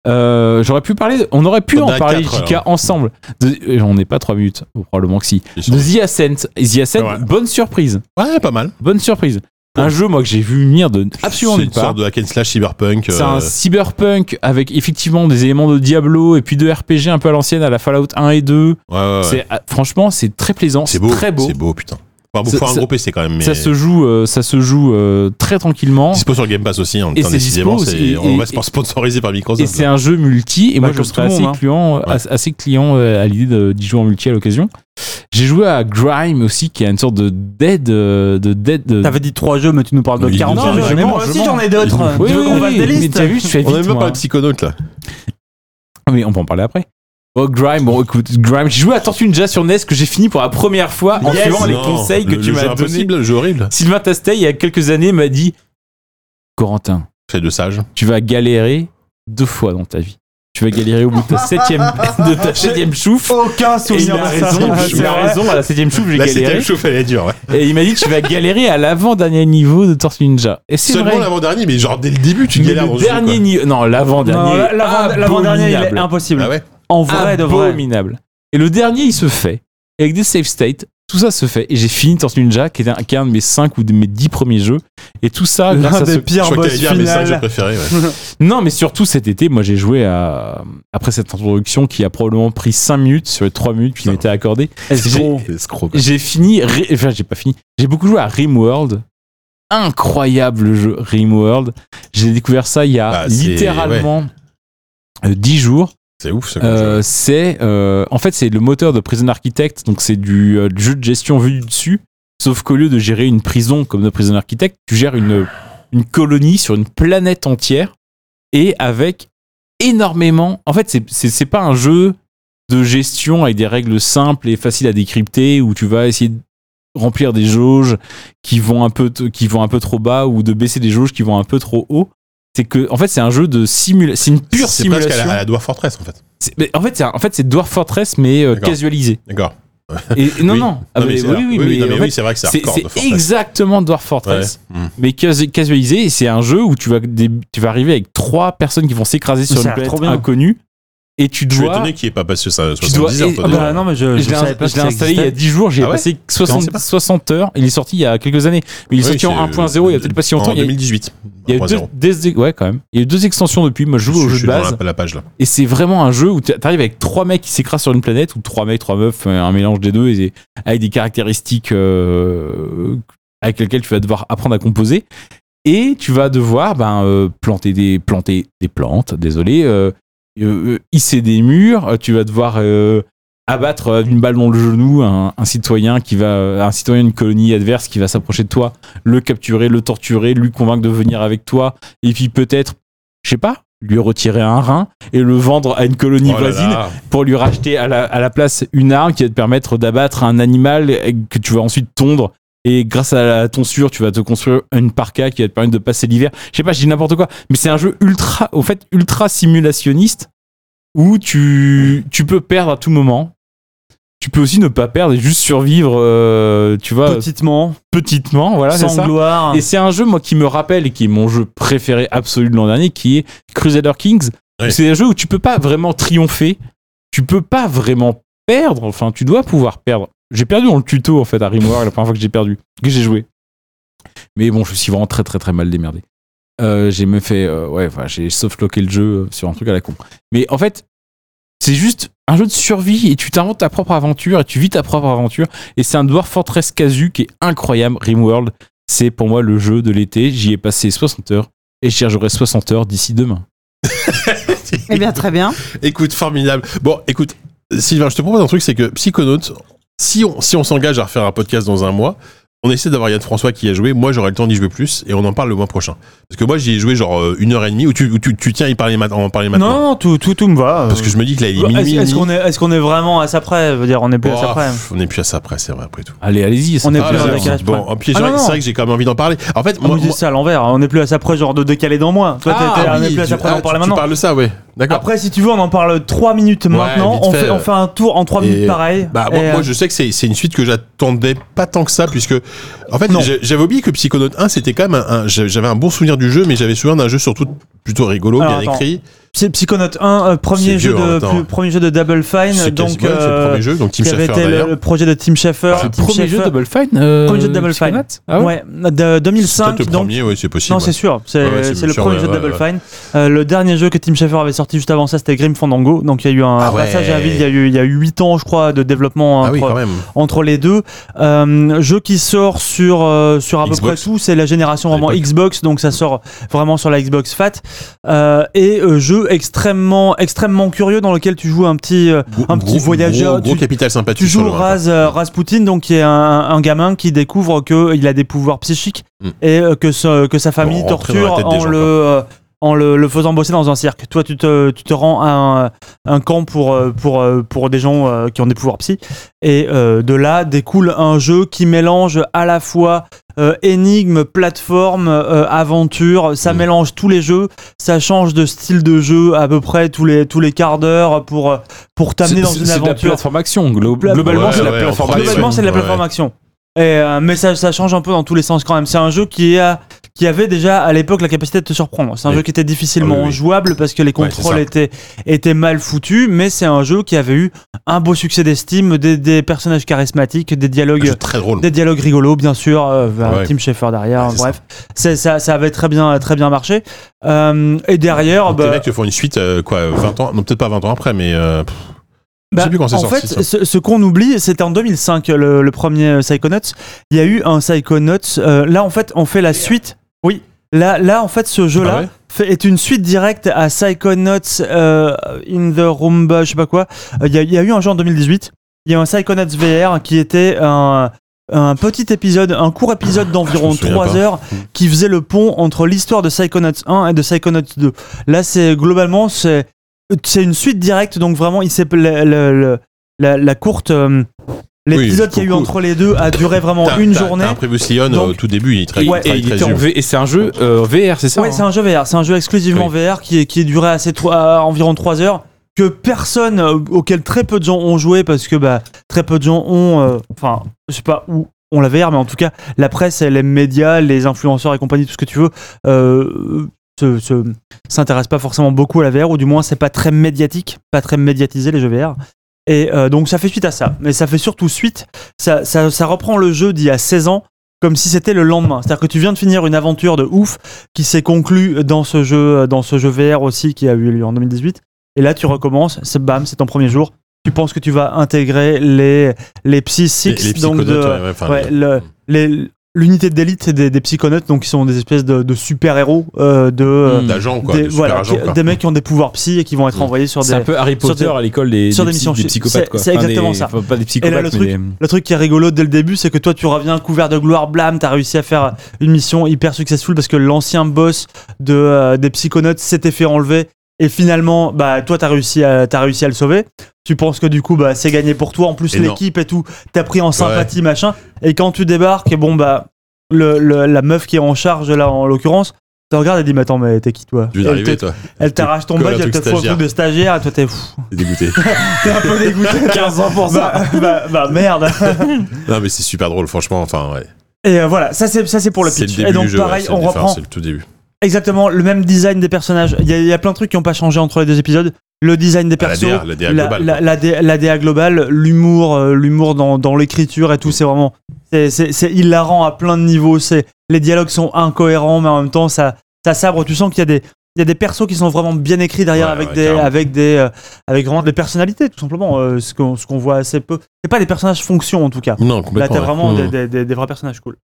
E: Euh, J'aurais pu parler, on aurait pu
B: On a
E: en parler,
B: quatre,
E: Jika, ensemble. De- euh, on n'est pas trois minutes, oh, probablement que si. De The Ascent, The Ascent,
B: Ouais.
E: bonne surprise,
B: Ouais, pas mal.
E: bonne surprise. Un jeu, moi, que j'ai vu venir de absolument
B: C'est
E: nulle
B: une
E: part.
B: sorte de hack and slash cyberpunk.
E: C'est
B: euh,
E: un cyberpunk avec effectivement des éléments de Diablo et puis de RPG un peu à l'ancienne à la Fallout 1 et 2.
B: ouais, ouais, ouais.
E: C'est- ah, franchement, c'est très plaisant,
B: C'est
E: c'est
B: beau.
E: très beau.
B: C'est beau, putain. Enfin, bon,
E: Ça-
B: faut un
E: ça-
B: gros PC quand même. Mais...
E: Ça se joue, euh, ça se joue euh, très tranquillement.
B: Dispo sur le Game Pass aussi, en
E: Et
B: temps
E: c'est
B: décidément.
E: dispo
B: c'est-
E: aussi, et-
B: on va
E: et-
B: se faire sponsoriser par
E: Et
B: Microsoft.
E: c'est un jeu multi, et moi
D: Bah,
E: je
D: comme
E: serais
D: tout le
E: assez,
D: monde, hein.
E: client,
B: Ouais.
E: as- assez client euh, à l'idée de- d'y jouer en multi à l'occasion. J'ai joué à Grime aussi, qui est une sorte de dead. euh, De dead de-
D: T'avais dit trois jeux, mais tu nous parles de
B: Oui,
D: 40
B: non,
D: jeux.
B: mais
D: J'en ai
E: je
D: marre.
E: mens,
D: Moi
E: je
D: aussi,
E: mens.
D: j'en ai d'autres.
E: Oui,
D: tu veux
E: oui,
D: qu'on fasse
E: oui,
D: des
E: mais
D: listes
E: t'as vu, je fais
B: on
E: vite.
B: n'a même
E: moi,
B: pas
E: hein.
B: le psychonaute là.
E: Ah, Mais on peut en parler après. Oh, Grime, bon écoute, Grime, j'ai joué à Tortue Ninja sur NES que j'ai fini pour la première fois en
D: Yes.
E: suivant les
B: Non,
E: conseils que
B: le-
E: tu
B: le jeu
E: m'as donné.
B: impossible, le jeu horrible.
E: Sylvain Tastet, il y a quelques années, m'a dit Corentin,
B: C'est de sage.
E: tu vas galérer deux fois dans ta vie. tu vas galérer au bout de
D: [LAUGHS]
E: ta septième, de ta septième chouffe.
D: Aucun
E: Et il
D: souvenir
E: a
D: de ça.
E: raison,
D: C'est
E: il a
D: vrai.
E: raison, à la septième chouffe, j'ai
B: La septième
E: galéré.
B: chauffe, elle est dure, ouais.
E: Et il m'a dit, tu vas galérer à l'avant-dernier niveau de Tortue Ninja. Et c'est
B: Seulement
E: vrai.
B: l'avant-dernier, mais genre dès le début, tu
E: Mais
B: galères dans
E: le
B: ce jeu,
E: dernier niveau, non,
D: Non,
E: l'avant-dernier.
D: la- l'avant- L'avant-dernier, il est
E: abominable.
B: quoi.
D: impossible.
B: Ah ouais.
D: En vrai, de vrai.
E: abominable. Et le dernier, il se fait. Et avec des save states, tout ça se fait. Et j'ai fini Tortue Ninja, qui est un, qui est un de mes 5 ou de mes 10 premiers jeux. Et tout ça, grâce
D: L'un
E: à ce.
D: des
B: Je
D: pires
B: crois
D: boss
B: qu'il y a mes 5 jeux
D: final.
B: préférés, ouais.
D: [LAUGHS]
E: Non, mais surtout cet été, moi j'ai joué à. Après cette introduction qui a probablement pris 5 minutes sur les 3 minutes qui
B: Putain.
E: m'étaient accordées. J'ai-
B: Escroc.
E: J'ai fini. Re- Enfin, j'ai pas fini. J'ai beaucoup joué à Rimworld. Incroyable jeu, Rimworld. J'ai découvert ça il y a
B: Bah, c'est-
E: littéralement euh, 10 jours.
B: C'est ouf, ce
E: Euh, c'est euh, en fait c'est le moteur de Prison Architect, donc c'est du euh, jeu de gestion vu du dessus. Sauf qu'au lieu de gérer une prison comme dans Prison Architect, tu gères une une colonie sur une planète entière et avec énormément. En fait, c'est- c'est c'est pas un jeu de gestion avec des règles simples et faciles à décrypter où tu vas essayer de remplir des jauges qui vont un peu t- qui vont un peu trop bas ou de baisser des jauges qui vont un peu trop haut. C'est que en fait c'est un jeu de simulation, c'est une pure
B: C'est presque
E: simulation.
B: à la, à la Dwarf Fortress, en fait.
E: C'est- mais en fait, c'est un- en fait, c'est Dwarf Fortress mais euh,
B: D'accord.
E: casualisé.
B: D'accord.
E: Et, et
B: [LAUGHS]
E: non,
B: Oui.
E: non. Ah, mais
B: c'est-
E: oui, oui, mais
B: non, mais
E: en
B: oui,
E: fait,
B: c'est vrai que c'est
E: c'est
B: hardcore,
E: c'est
B: Dwarf Fortress.
E: exactement Dwarf Fortress,
B: Ouais. Mm.
E: mais casu- casualisé. et C'est un jeu où tu vas, des- tu vas arriver avec trois personnes qui vont s'écraser sur
D: Ça a
E: une
D: l'air
E: planète
D: trop bien.
E: inconnue, et tu
B: Je suis
E: dois.
B: étonné qu'il n'ait pas passé ça
E: Tu dois-
B: 70 heures. toi,
E: et-
D: Ah
B: déjà.
D: bah non, mais je,
E: Je
D: je
E: l'ai
D: savais pas
E: je
D: que
E: l'ai
D: ça
E: installé il y a
D: existait.
E: 10 jours, j'ai
B: Ah ouais
E: passé
B: connaissais
E: 60,
B: pas
E: 60 heures. Il est sorti il y a quelques années, mais il est
B: Oui,
E: sorti en
B: c'est, euh,
E: 1.0 il y a peut-être pas si longtemps.
B: En
E: Il y a-
B: 2018.
E: il y a eu
B: 1.0.
E: deux, des- ouais, quand même. Il y a eu deux extensions depuis. Moi, je joue au
B: Je
E: jeu
B: suis
E: de
B: dans
E: base.
B: la- la page, là.
E: Et c'est vraiment un jeu où tu arrives avec trois mecs qui s'écrasent sur une planète, ou trois mecs, trois meufs, euh, un mélange des deux, et avec des caractéristiques euh, avec lesquelles tu vas devoir apprendre à composer. Et tu vas devoir ben, euh, planter, des, planter des plantes, désolé, euh, euh, hisser des murs, euh, tu vas devoir euh, abattre euh, d'une balle dans le genou un, un citoyen qui va un citoyen d'une colonie adverse qui va s'approcher de toi, le capturer, le torturer, lui convaincre de venir avec toi et puis peut-être je sais pas, lui retirer un rein et le vendre à une colonie
B: Oh là
E: voisine
B: là.
E: pour lui racheter à la, à la place une arme qui va te permettre d'abattre un animal que tu vas ensuite tondre. Et grâce à la tonsure, tu vas te construire une parka qui va te permettre de passer l'hiver. Je sais pas, je dis n'importe quoi, mais c'est un jeu ultra, au fait, ultra simulationniste où tu, tu peux perdre à tout moment. Tu peux aussi ne pas perdre et juste survivre, euh, tu vois,
D: Petitement,
E: petitement, voilà, c'est
D: sans
E: ça.
D: gloire.
E: Et c'est un jeu, moi, qui me rappelle et qui est mon jeu préféré absolu de l'an dernier, qui est Crusader Kings.
B: Oui.
E: C'est un jeu où tu peux pas vraiment triompher, tu peux pas vraiment perdre, enfin, tu dois pouvoir perdre. J'ai perdu dans le tuto, en fait, à Rimworld, la première fois que j'ai perdu, que j'ai joué. Mais bon, je me suis vraiment très, très, très mal démerdé. Euh, j'ai me fait, euh, ouais, enfin, j'ai softlocké le jeu euh, sur un truc à la con. Mais en fait, c'est juste un jeu de survie et tu t'inventes ta propre aventure et tu vis ta propre aventure. Et c'est un Dwarf Fortress casu qui est incroyable, Rimworld. C'est pour moi le jeu de l'été. J'y ai passé 60 heures et j'y rejouerai 60 heures d'ici demain.
F: Eh bien, très bien.
B: [LAUGHS] Écoute, formidable. Bon, écoute, Sylvain, je te propose un truc, c'est que Psychonautes, si on si on s'engage à refaire un podcast dans un mois, on essaie d'avoir Yann François qui y a joué. Moi, j'aurai le temps d'y jouer plus et on en parle le mois prochain. Parce que moi, j'y ai joué genre euh, une heure et demie où tu, où tu, tu tiens à y parler ma- en parler maintenant.
D: Non, non, tout, tout, tout me va.
B: Parce que je me dis que là, il est
D: Est-ce-
B: minuit.
D: Bah, Est-ce
B: et demi.
D: qu'on est, est-ce qu'on est vraiment à ça près Je veux dire, on est plus à
B: Oh,
D: ça près.
B: pff, on est plus à ça après, c'est vrai, après tout.
E: Allez, allez-y.
D: On est
B: Ah,
D: plus
B: là,
D: à
B: là,
D: décalage près.
B: bon, en plus, c'est
D: Ah,
B: vrai
D: non,
B: que- c'est
D: non. Ah,
B: vrai que j'ai quand même envie d'en parler. En fait,
D: On
B: moi.
D: me dit
B: moi-
D: ça à l'envers. hein. On est plus à ça près, genre de décaler dans moi. Toi,
B: Ah,
D: t'es- t'es- on est
B: oui,
D: plus à
B: tu-
D: ça près
B: ah,
D: d'en parler
B: tu-
D: maintenant.
B: Tu parles de ça, ouais. D'accord.
D: Après, si tu veux, on en parle 3 minutes maintenant.
B: vite
D: On
B: fait,
D: fait,
B: euh,
D: on fait un tour en 3
B: et-
D: minutes pareil.
B: Bah, moi,
D: Et,
B: moi,
D: euh,
B: je sais que c'est c'est une suite que j'attendais pas tant que ça, puisque en fait
D: Non.
B: j'ai- j'avais oublié que Psychonaut 1 c'était quand même un, un- j'avais un bon souvenir du jeu, mais j'avais souvenir d'un jeu surtout plutôt rigolo,
D: Alors,
B: bien
D: attends.
B: écrit.
D: Psy- Psychonaut 1, euh,
B: C'est
D: premier, jeu
B: vieux, hein,
D: de,
B: attends.
D: plus- premier jeu de Double Fine.
B: C'est quasi-
D: Donc,
B: ouais, c'est le
D: euh,
B: premier jeu, donc Team
D: qui avait
B: Schafer
D: été le,
B: d'ailleurs.
D: le projet de Tim Schafer.
E: le
D: Tim
E: premier jeu
D: Schafer-
E: Double Fine. euh,
D: Premier jeu de Double
E: Psychonaut
D: Fine.
E: Ah ouais,
D: ouais, de
B: C'est peut-être
D: 2005.
B: le
D: donc,
B: premier, ouais, c'est possible.
D: Non,
B: ouais.
D: c'est sûr. C'est
B: Ouais, ouais, c'est
D: c'est le
B: sûr,
D: premier
B: ouais,
D: jeu de
B: ouais,
D: Double
B: ouais.
D: Fine. Euh, le dernier jeu que Tim Schafer avait sorti juste avant ça, c'était Grim Fandango. Donc il y a eu un
B: Ah ouais.
D: passage à vide. Il y a eu il y a eu 8 ans, je crois, de développement
B: Ah oui,
D: entre,
B: quand même.
D: entre les deux. Euh, jeu qui sort sur euh, sur à peu près
B: Xbox.
D: tout. C'est la génération
B: À
D: vraiment
B: l'époque.
D: Xbox. Donc ça sort vraiment sur la Xbox Fat. Euh, et euh, jeu extrêmement extrêmement curieux dans lequel tu joues un petit euh, un petit
B: Gros-
D: voyageur.
B: Gros, gros
D: tu-
B: capital sympathique.
D: tu
B: sur
D: joues
B: le vin, quoi.
D: Raz, euh, Rasputin, donc qui est un, un gamin qui découvre qu'il a des pouvoirs psychiques
B: Mm.
D: et euh, que, ce- que sa famille
B: Bon, rentrer dans la
D: torture
B: tête des
D: en
B: gens,
D: le, euh, en le, le faisant bosser dans un cirque. Toi, tu te, tu te rends à un, un camp pour, euh, pour, euh, pour des gens euh, qui ont des pouvoirs psy. Et euh, de là découle un jeu qui mélange à la fois euh, énigme, plateforme, euh, aventure. Ça
B: Mm.
D: mélange tous les jeux. Ça change de style de jeu à peu près tous les, tous les quarts d'heure pour, euh, pour t'amener dans une
E: de la
D: aventure.
E: plateforme action. Glo-
D: Pla-
E: globalement,
B: Ouais,
E: c'est de
B: ouais,
E: la plateforme
B: en 3D,
E: action.
D: Globalement, c'est de la
B: Ouais.
D: plateforme action. Et, euh, mais ça, ça change un peu dans tous les sens quand même. C'est un jeu qui, a, qui avait déjà à l'époque la capacité de te surprendre. C'est un
B: Oui.
D: jeu qui était difficilement
B: Ah oui, oui.
D: jouable parce que les
B: Ouais, c'est
D: contrôles
B: ça.
D: étaient, étaient mal foutus, mais c'est un jeu qui avait eu un beau succès d'estime, des, des personnages charismatiques, des
B: Un
D: dialogues,
B: jeu Ah, très drôle.
D: des dialogues rigolos bien sûr, euh, vers
B: Ah Ouais.
D: Tim Schafer
B: Ouais,
D: derrière,
B: c'est
D: bref. C'est- Ça. Ça, avait très bien, très bien marché. Euh, et derrière,
B: Donc,
D: bah,
B: Les mecs te font une suite, euh, quoi, 20 ans, non, peut-être pas 20 ans après, mais. euh, pff, je
D: Bah,
B: sais plus quand c'est
D: en
B: sorti.
D: fait,
B: ça.
D: ce, ce qu'on oublie, c'était en 2005 le, le premier euh, Psychonauts. Il y a eu un Psychonauts. euh, là, en fait, on fait la suite. Oui. Là, là en fait, ce jeu-là
B: Ah ouais
D: fait- est une suite directe à Psychonauts euh, in the Roomba, je sais pas quoi. Euh, Il y, a- il y a eu un jeu en 2018. Il y a eu un Psychonauts VR qui était un, un petit épisode, un court épisode d'environ
B: Ah, me souviens
D: 3
B: pas.
D: heures qui faisait le pont entre l'histoire de Psychonauts 1 et de Psychonauts 2. Là, c'est globalement, c'est c'est une suite directe, donc vraiment, il s'est le- le- le- la, la courte. euh, L'épisode
B: Oui,
D: qu'il y a eu
B: beaucoup.
D: entre les deux a duré vraiment
B: T'as-
D: une
B: t'as-
D: journée.
B: T'as un Previous Leon euh, au
D: Donc-
B: tout début, il est très
E: Et,
B: il est
E: et
B: très-
E: il
B: très
E: était en
B: vieux.
E: V- et c'est un jeu euh, VR, c'est ça
D: Ouais,
E: hein
D: c'est un jeu VR, c'est un jeu exclusivement VR qui est, qui est duré assez tro- à environ 3 heures que personne euh, auquel très peu de gens ont joué parce que bah très peu de gens ont euh, enfin je sais pas où on la VR mais en tout cas la presse et les médias, les influenceurs et compagnie tout ce que tu veux euh, se- se- s'intéressent pas forcément beaucoup à la VR ou du moins c'est pas très médiatique, pas très médiatisé les jeux VR. Et euh, donc ça fait suite à ça, mais ça fait surtout suite, ça, ça, ça reprend le jeu d'il y a 16 ans comme si c'était le lendemain. C'est-à-dire que tu viens de finir une aventure de ouf, qui s'est conclu dans ce jeu dans ce jeu VR aussi qui a eu lieu en 2018 et là tu recommences c'est bam c'est ton premier jour tu penses que tu vas intégrer les les psy
B: Les-
D: six
B: les
D: donc de-
B: psychonautes, ouais, ouais, enfin,
D: ouais,
B: les-
D: le- les- l'unité d'élite des, des psychonautes donc qui sont des espèces de, super héros de euh,
E: Mm.
B: d'agents, quoi,
D: des,
B: de
D: voilà,
B: super-agents,
D: qui-
B: quoi.
D: des mecs qui ont des pouvoirs psy et qui vont être
B: Mm.
D: envoyés sur
E: C'est
D: des
E: un peu Harry
D: sur
E: Potter
D: des-
E: à l'école des,
D: sur
E: des,
D: des
E: psy-
D: missions
E: des
D: chez-
E: psychopathes.
D: c'est-
E: quoi.
D: c'est
E: Enfin, des-
D: exactement ça.
E: enfin, Pas des psychopathes,
D: Et là, le
E: mais
D: truc-
E: des-
D: Le truc qui est rigolo dès le début, c'est que toi, tu reviens couvert de gloire, blâme, t'as réussi à faire une mission hyper successful parce que l'ancien boss de, euh, des psychonautes s'était fait enlever. Et finalement, bah, toi, t'as réussi, à- t'as réussi à le sauver. Tu penses que du coup, bah, c'est gagné pour toi. En plus,
B: Et non.
D: l'équipe et tout, t'as pris en sympathie, machin. Et quand tu débarques, et bon, bah, le, le- la meuf qui est en charge, là, en l'occurrence, te regarde et dit, mais attends, mais t'es qui, toi
B: Tu viens
D: Elle
B: d'arriver,
D: te-
B: toi.
D: Elle t'arrache ton
B: Colle un
D: badge, elle
B: truc
D: te fout un
B: stagiaire.
D: truc de stagiaire, et toi, t'es pff,
B: T'es [LAUGHS] dégoûté.
D: t'es un peu dégoûté. 15 ans pour ça. bah, bah merde.
B: non, mais c'est super drôle, franchement. Enfin, ouais.
D: Et euh, voilà, ça c'est ça c'est pour le
B: C'est
D: pitch.
B: début
D: et
B: du
D: donc
B: jeu, ouais,
D: pareil,
B: c'est
D: on
B: le- enfin,
D: reprend
B: C'est le tout début.
D: exactement le même design des personnages. Il y, a- il y a plein de trucs qui n'ont pas changé entre les deux épisodes. Le design des
B: Ah, la
D: persos,
B: DA, la DA
D: la,
B: globale.
D: la, la DA la DA globale, l'humour, euh, l'humour dans, dans l'écriture et tout, c'est vraiment, c'est, c'est, c'est hilarant à plein de niveaux. C'est, les dialogues sont incohérents, mais en même temps, ça, ça sabre. Tu sens qu'il y a des, il y a des persos qui sont vraiment bien écrits derrière
B: Ouais,
D: avec,
B: ouais,
D: des,
B: carrément.
D: avec des, euh, avec vraiment des personnalités, tout simplement. euh, ce qu'on, ce qu'on voit assez peu. C'est pas des personnages fonction en tout cas.
B: Non,
D: Là, t'as
B: ouais.
D: vraiment
B: Mmh.
D: des, des, des, des vrais personnages cool.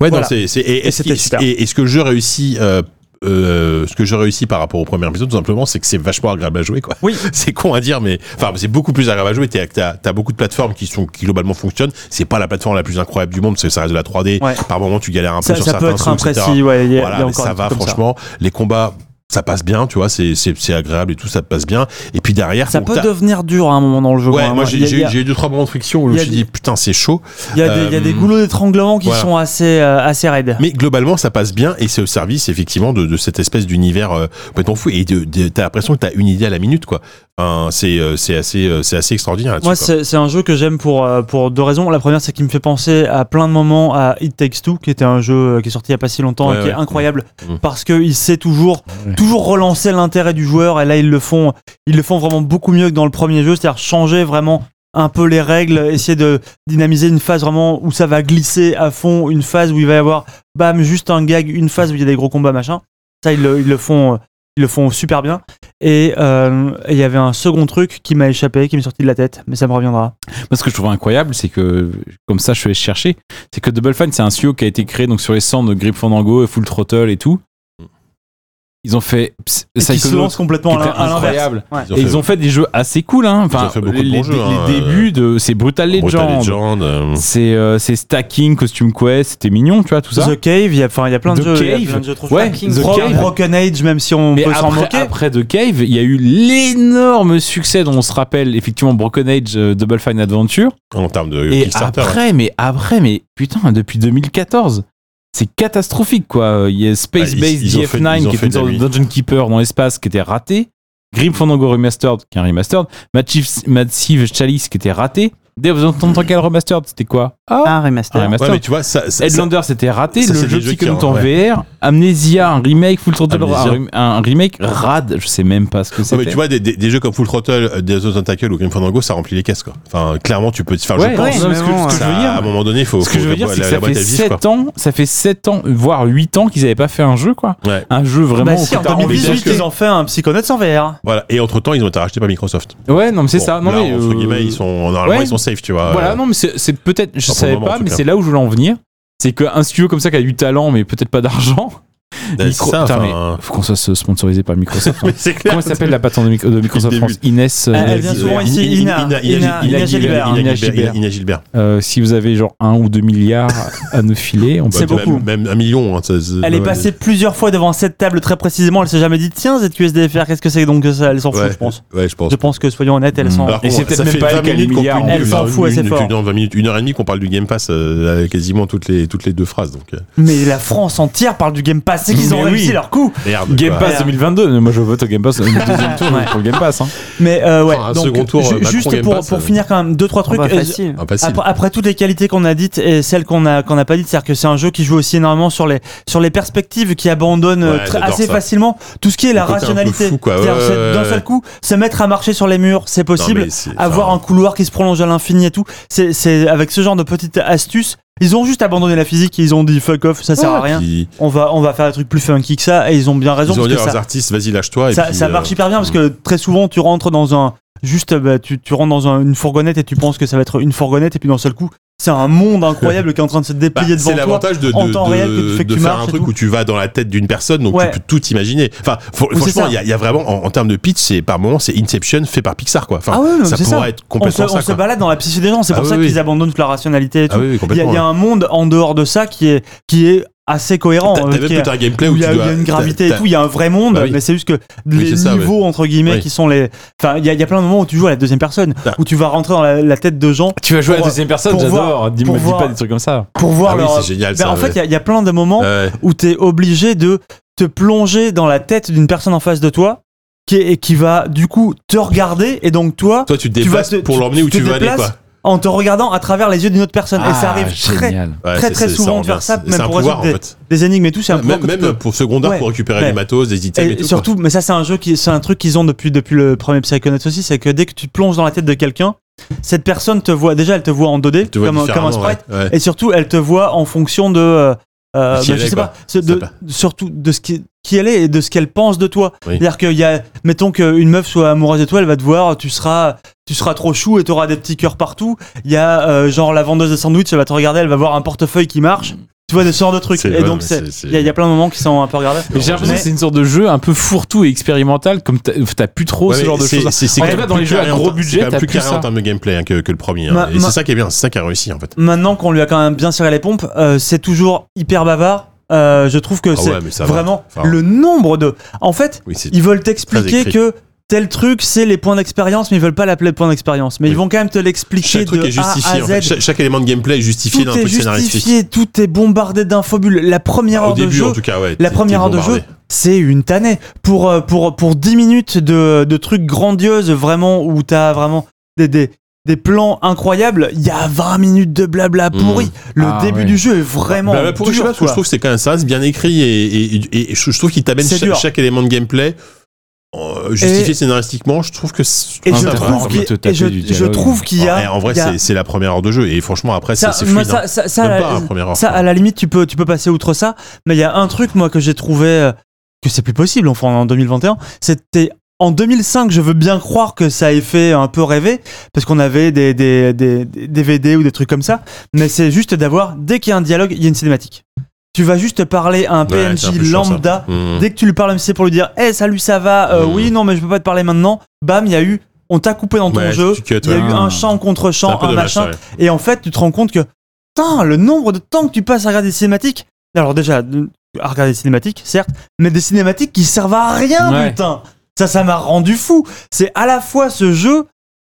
B: Ouais, non,
D: Voilà.
B: c'est. c'est- Et,
D: Et
B: est-ce
D: c'était
B: qu'il-
D: super.
B: et- et ce que je réussis. euh, euh, ce que je réussis par rapport au premier épisode, tout simplement, c'est que c'est vachement agréable à jouer, quoi.
D: Oui.
B: [LAUGHS] C'est con à dire, mais enfin, c'est beaucoup plus agréable à jouer. T'es- T'as as beaucoup de plateformes qui sont qui globalement fonctionnent. C'est pas la plateforme la plus incroyable du monde, parce que ça reste de la 3D.
D: Ouais.
B: Par moment, tu galères un peu
D: Ça,
B: sur
D: ça
B: certains
D: peut être
B: sauts, etc.
D: imprécis, ouais. il y a- il y
B: voilà,
D: a
B: mais
D: encore
B: ça
D: des
B: va,
D: trucs comme ça.
B: franchement. Les combats, ça passe bien, tu vois, c'est- c'est c'est agréable et tout, ça passe bien. Et puis derrière,
D: Ça
B: faut
D: peut
B: que Ah, t'as-
D: devenir dur à un moment dans le jeu. quand
B: Ouais,
D: même.
B: moi
D: Il y a-
B: j'ai
D: il y
B: j'ai eu
D: a-
B: j'ai eu deux trois moments de friction où je
D: il
B: me
D: y a
B: suis
D: des-
B: dit putain c'est chaud,
D: Il y, a des- il y a des
B: euh,
D: goulots d'étranglement qui
B: voilà.
D: sont assez, euh, assez raides.
B: mais globalement ça passe bien et c'est au service effectivement de, de cette espèce d'univers euh, complètement fou et de- de- t'as l'impression que t'as une idée à la minute quoi. Hein, c'est euh, c'est assez euh, c'est assez extraordinaire. là-dessus,
D: Moi,
B: quoi.
D: c'est c'est un jeu que j'aime pour, euh, pour deux raisons. La première, c'est qu'il me fait penser à plein de moments à It Takes Two, qui était un jeu euh, qui est sorti il n'y a pas si longtemps
B: Ouais,
D: et qui est
B: ouais.
D: incroyable
B: Mmh.
D: parce qu'il sait toujours, toujours relancer l'intérêt du joueur. Et là, ils le font, ils le font vraiment beaucoup mieux que dans le premier jeu, c'est-à-dire changer vraiment un peu les règles, essayer de dynamiser une phase vraiment où ça va glisser à fond, une phase où il va y avoir bam juste un gag, une phase où il y a des gros combats machin. Ça, ils le, ils le font, euh, ils le font super bien. Et euh, et il y avait un second truc qui m'a échappé, qui m'est sorti de la tête, mais ça me reviendra.
E: Moi, ce que je trouve incroyable, c'est que, comme ça, je vais chercher, c'est que Double Fine, c'est un studio qui a été créé donc, sur les cendres de Grip Fandango et Full Throttle et tout. Ils ont fait Psy-
D: Et qui se
E: Psychonauts,
D: lance complètement
E: qui
D: à
E: était
D: l'in- à l'inverse.
E: incroyable.
D: Ouais.
E: Et ils ont fait des jeux assez cool, hein. Enfin,
B: ont fait beaucoup de
E: les,
B: bons jeux,
E: les-
B: hein,
E: les débuts de c'est Brutal Legend.
B: Brutal Legend, euh,
E: C'est euh, c'est stacking, costume quest, c'était mignon, tu vois, tout ça.
D: The Cave, il y a, enfin, il y a plein de
E: The
D: jeux. il y a
E: Cave.
D: plein de jeux trop
E: Ouais,
D: chouettes.
E: The
D: Bro-
E: Cave.
D: Broken Age, même si on
E: Mais
D: peut s'en
E: après,
D: moquer.
E: après The Cave, il y a eu l'énorme succès dont on se rappelle effectivement Broken Age, euh, Double Fine Adventure.
B: en termes de
E: Et
B: Euh, Kickstarter. hein.
E: après, mais après, mais putain, depuis 2014, c'est catastrophique quoi. Il y a Space
B: Ah, ils-
E: Base
B: ils ont fait- ils
E: DF9
B: ont
E: qui est
B: fait
E: une
B: de la
E: sorte de
B: nuit.
E: Dungeon Keeper dans l'espace qui était raté. Grim Fandango Remastered qui est un remastered. Massive, Massive Chalice qui était raté. Dave of Tentacle Remastered, c'était quoi Ah,
F: Ah,
D: euh,
F: remaster.
E: un remastered.
B: Ouais, mais tu vois, ça, ça, ça-
E: Headlander c'était raté,
B: ça, c'est
E: le
B: des
E: jeu
B: jeux qui
E: Psychonaut
B: ont-
E: en VR, Amnesia un remake, Full Throttle
B: Amnesia.
E: un, rem- un remake, Rad, je sais même pas ce que
B: Ouais,
E: c'est.
B: mais tu vois, des, des, des jeux comme Full Throttle, euh, Death of the Tentacle ou Grim Fandango, ça remplit les caisses, quoi. Enfin, clairement, tu peux te faire, je
E: Ouais,
B: pense.
E: non, mais euh, ce que-
F: vraiment,
E: ce que je veux
B: ça,
E: dire,
B: à un moment donné, il faut,
E: ce que
B: faut
E: je veux dire,
B: la-
E: c'est que
B: la
E: ça fait
B: boîte à vivre, quoi.
E: 7 ans, ça fait 7 ans, voire 8 ans qu'ils n'avaient pas fait un jeu, quoi.
B: Ouais.
E: Un jeu vraiment.
D: Bah si,
E: où
D: en
E: t'as envie de-
D: 2018, ils ont fait un Psychonaut sans VR.
B: Voilà. Et entre temps, ils ont été rachetés par Microsoft.
E: Ouais, non, mais c'est
B: Bon,
E: ça. Non,
B: là,
E: mais,
B: entre
E: euh,
B: guillemets, ils sont, normalement,
E: ouais.
B: ils sont safe, tu vois.
E: Voilà, non, mais c'est c'est peut-être, je
B: Pas pour
E: savais
B: le moment, en
E: pas,
B: tout
E: mais
B: cas.
E: c'est là où je voulais en venir. C'est qu'un studio comme ça qui a du talent, mais peut-être pas d'argent.
B: Bah,
E: Micro-
B: c'est ça,
E: Putain,
B: enfin,
E: mais faut qu'on soit sponsorisé par Microsoft.
B: [LAUGHS]
E: hein.
B: Mais c'est clair.
E: Comment s'appelle la patente de, Mic- de Microsoft
B: Depuis le
E: France Inès. euh,
D: Ah, Elle-
E: Inès
D: elle vient
E: Guilbert.
D: souvent ici, Ina.
B: Ina-
D: Ina
E: Ina
D: Ina
E: Gilbert.
D: Gilbert.
B: Ina
E: Ina
B: Gilbert.
E: Gilbert.
B: Ina Gilbert.
E: Euh, si vous avez genre un ou deux milliards à nous filer, on peut.
D: C'est
B: [LAUGHS] Bah, même-
D: beaucoup.
B: Même un million. hein, ça- ça-
D: Elle est
B: ouais.
D: passée plusieurs fois devant cette table très précisément. Elle s'est jamais dit tiens ZQSDFR qu'est-ce que c'est donc que ça Elle s'en fout
B: Ouais,
D: je pense.
B: Ouais, je pense.
D: Je pense que soyons honnêtes elle s'en.
E: Alors, Et c'est peut-être même pas elle qui a les milliards,
D: elle s'en fout, elle, c'est fort.
B: Une, 20 minutes, une heure et demie qu'on parle du Game Pass euh, à quasiment toutes les, toutes les deux phrases. Donc, euh,
D: Mais la France entière parle du Game Pass, c'est qu'ils ont
E: Mais oui.
D: réussi leur coup.
B: merde.
E: Game
B: quoi.
E: Pass 2022. Moi, je vote au Game Pass.
D: [LAUGHS]
E: euh, Deuxième tour
D: Ouais.
E: pour le Game Pass. hein.
D: Mais euh, ouais.
B: Enfin, un
D: donc,
B: second tour,
D: ju-
B: Macron,
D: juste
B: Game
D: pour,
B: Pass,
D: pour
B: euh,
D: finir quand même deux trois trucs.
F: Bah,
D: euh,
F: facile.
B: Ah, facile.
D: Après, après toutes les qualités qu'on a dites et celles qu'on a qu'on n'a pas dites, c'est-à-dire que c'est un jeu qui joue aussi énormément sur les sur les perspectives, qui abandonne euh,
B: Ouais,
D: très-
B: j'adore
D: assez
B: ça.
D: facilement tout ce qui est la
B: Le côté un peu
D: rationalité.
B: fou, quoi.
D: C'est-à-dire,
B: Ouais,
D: c'est-
B: ouais,
D: d'un
B: ouais.
D: seul coup, se mettre à marcher sur les murs, c'est
B: Non,
D: possible.
B: mais c'est-
D: avoir
B: enfin,
D: un couloir qui se prolonge à l'infini et tout. C'est, c'est avec ce genre de petites astuces. Ils ont juste abandonné la physique, ils ont dit fuck off, ça sert à rien.
B: Puis,
D: On va, on va faire un truc plus funky que ça, et ils ont bien raison
B: ils ont
D: parce
B: dit
D: que
B: aux
D: ça,
B: artistes, vas-y, lâche-toi. et
D: ça,
B: puis,
D: ça
B: euh,
D: marche hyper bien parce que très souvent tu rentres dans un, juste, bah, tu, tu rentres dans un- une fourgonnette et tu penses que ça va être une fourgonnette et puis d'un seul coup, c'est un monde incroyable qui est en train de se
B: [LAUGHS] Bah,
D: déplier devant
B: c'est
D: toi.
B: l'avantage de, de,
D: en temps
B: de-
D: réel que tu fais que
B: de
D: tu
B: faire
D: marches
B: un
D: et
B: truc
D: tout.
B: où tu vas dans la tête d'une personne, donc
D: Ouais.
B: tu peux tout imaginer. Enfin, faut-
D: c'est
B: franchement,
D: ça.
B: il y a, il y a vraiment, en, en termes de pitch, c'est par moment, c'est Inception fait par Pixar, quoi. Enfin,
D: Ah ouais, non,
B: ça
D: c'est
B: pourrait
D: ça.
B: être
D: On se,
B: complètement
D: on
B: ça.
D: se
B: quoi.
D: balade dans la psyché des gens, c'est
B: Ah
D: pour
B: oui,
D: ça
B: oui.
D: qu'ils abandonnent toute la rationalité et tout.
B: Ah oui, oui,
D: il, y a,
B: complètement.
D: il y a un monde en dehors de ça qui est, qui est assez cohérent.
B: T'as t'as
D: euh,
B: même
D: qui est-
B: peut-être un gameplay
D: où
B: où
D: il y,
B: tu
D: a il y a
B: dois-
D: une gravité et
B: t'as-
D: tout, il y a un vrai monde,
B: Bah oui.
D: mais c'est juste que les
B: c'est ça, ouais.
D: niveaux entre guillemets
B: Oui.
D: qui sont les, enfin il y, a- il y a plein de moments où tu joues à la deuxième personne,
B: Ah.
D: où tu vas rentrer dans la, la tête de gens
E: Tu vas jouer à
D: Pour-
E: la deuxième personne,
D: pour
E: j'adore.
D: voir-
E: Dis-
D: pour
E: Me dis
D: voir-
E: pas des trucs comme ça.
D: pour voir
B: Ah oui,
D: leur.
B: c'est génial.
D: Ben,
B: ça,
D: en fait, il
B: ouais.
D: y a- il y, a plein de moments
B: Ouais.
D: où tu es obligé de te plonger dans la tête d'une personne en face de toi, qui est- et qui va du coup te regarder et donc toi
B: Toi, tu te
D: tu vas
B: déplaces
D: te-
B: pour l'emmener où
D: te
B: tu veux aller,
D: déplaces
B: quoi.
D: en te regardant à travers les yeux d'une autre personne et ça
E: Ah,
D: arrive très
E: génial.
B: Ouais,
D: très,
B: c'est-
D: très
B: c'est-
D: souvent
B: ça
D: de faire
B: revient,
D: ça,
B: c'est-
D: même
B: c'est un
D: pour
B: pouvoir, en
D: résoudre
B: fait.
D: des énigmes et tout, c'est un pouvoir
B: Même,
D: que tu
B: même
D: peux-
B: pour secondaire,
D: Ouais.
B: pour récupérer les
D: Ouais.
B: matos, des items et,
D: Et
B: tout.
D: surtout, mais ça c'est un jeu qui, c'est un truc qu'ils ont depuis depuis le premier Psychonauts aussi, c'est que dès que tu te plonges dans la tête de quelqu'un, cette personne te voit déjà, elle te voit en 2D
B: quoi. Tu vois
D: comme, un- comme un
B: différemment,
D: sprite,
B: ouais. Ouais.
D: et surtout elle te voit en fonction de, euh, euh,
B: De qui
D: bah,
B: elle
D: je
B: est,
D: sais
B: quoi.
D: pas, ce- de-
B: Sympa.
D: surtout de ce qui, qui elle est et de ce qu'elle pense de toi.
B: Oui.
D: C'est-à-dire qu'il y a, mettons qu'une meuf soit amoureuse de toi, elle va te voir, tu seras tu seras trop chou et tu auras des petits cœurs partout. Il y a euh, genre la vendeuse de sandwich, elle va te regarder, elle va voir un portefeuille qui marche. Tu vois, des sortes de trucs.
B: Mm. C'est-
D: Et
B: ouais,
D: donc,
B: mais
D: c'est-
B: c'est- c'est-
D: il y, a- il y a plein de moments qui sont un peu regardables.
E: Mais J'ai l'impression
D: Mais-
E: que c'est une sorte de jeu un peu fourre-tout et expérimental, comme t'as t'as plus trop
B: Ouais,
E: ce
B: mais
E: genre de
B: c'est-
E: choses.
B: c'est- c'est
E: En
B: quand
E: tout
B: même
E: cas, dans
B: plus
E: les jeux à
B: carré en
E: gros
B: termes- c'est
E: budget,
B: quand même
E: t'as
B: plus
E: plus
B: carré en
E: ça.
B: termes de gameplay hein, que, que le premier. hein.
D: Ma-
B: et
D: ma-
B: c'est ça qui est bien, c'est ça qui a réussi en fait.
D: maintenant qu'on lui a quand même bien serré les pompes, euh, c'est toujours hyper bavard. Euh, je trouve que
B: Ah
D: c'est
B: ouais, mais ça va.
D: vraiment
B: Enfin,
D: le nombre de. En fait,
B: Oui, c'est
D: ils veulent
B: Très
D: t'expliquer
B: écrit.
D: que tel truc, c'est les points d'expérience, mais ils veulent pas l'appeler point d'expérience. Mais
B: Oui.
D: ils vont quand même te l'expliquer
B: chaque truc
D: de
B: est justifié.
D: A
B: en
D: à Z.
B: fait. Cha- chaque élément de gameplay est justifié d'un
D: tout est
B: truc scénaristique.
D: justifié, tout est bombardé d'infobules. La première
B: Enfin, Au
D: heure de
B: début,
D: jeu,
B: en tout cas, ouais.
D: la
B: t'es-
D: première
B: t'es
D: heure de
B: bombardé.
D: jeu, c'est une tannée. Pour, euh, pour, pour 10 minutes de, de trucs grandioses, vraiment, où t'as vraiment des, des, des plans incroyables, il y a 20 minutes de blabla pourri. Le
E: Ah,
D: début
E: ouais.
D: du jeu est vraiment.
B: Mmh. Bah, bah, pour
D: dur,
B: je sais pas, parce que
D: quoi.
B: je trouve que c'est quand même ça, c'est bien écrit et, et- et- et je je trouve qu'il t'amène
D: C'est
B: chaque,
D: dur.
B: chaque élément de gameplay euh, justifié scénaristiquement. Je trouve que c'est-
D: et je
B: Ah, ça va,
D: trouve
B: ça
E: vraiment
B: va.
E: envie de
D: qu'il-
E: te
D: et je-
E: taper du
D: je
E: dialogue.
D: trouve qu'il y
B: Et
D: a.
B: en vrai,
D: il y a-
B: c'est- c'est la première heure de jeu et franchement après, c'est
D: ça,
B: c'est
D: moi,
B: fluide. hein.
D: ça, ça, ça,
B: Même
D: la-
B: pas à la première heure.
D: ça,
B: quoi.
D: à la limite, tu peux, tu peux passer outre ça. Mais il y a un truc, moi, que j'ai trouvé euh, que c'est plus possible, enfin, en 2021. C'était en 2005, je veux bien croire que ça ait fait un peu rêver, parce qu'on avait des, des, des, des DVD ou des trucs comme ça. Mais c'est juste d'avoir, dès qu'il y a un dialogue, il y a une cinématique. tu vas juste parler à un
B: Ouais, c'est
D: PNJ
B: un peu chiant, ça.
D: lambda.
B: Mmh.
D: Dès que tu lui parles, même si c'est pour lui dire, Eh salut, ça va, Euh,
B: Mm.
D: oui, non, mais je peux pas te parler maintenant. Bam, il y a eu, on t'a coupé dans ton
B: Ouais,
D: jeu.
B: tu cuttes,
D: Il y a
B: ouais.
D: eu un champ contre
B: C'est un
D: champ,
B: peu
D: un,
B: dommage,
D: machin.
B: ça, ouais.
D: Et en fait, tu te rends compte que, putain, le nombre de temps que tu passes à regarder des cinématiques. Alors, déjà, à regarder des cinématiques, certes, mais des cinématiques qui servent à rien,
E: Ouais.
D: putain. Ça, ça m'a rendu fou. C'est à la fois ce jeu,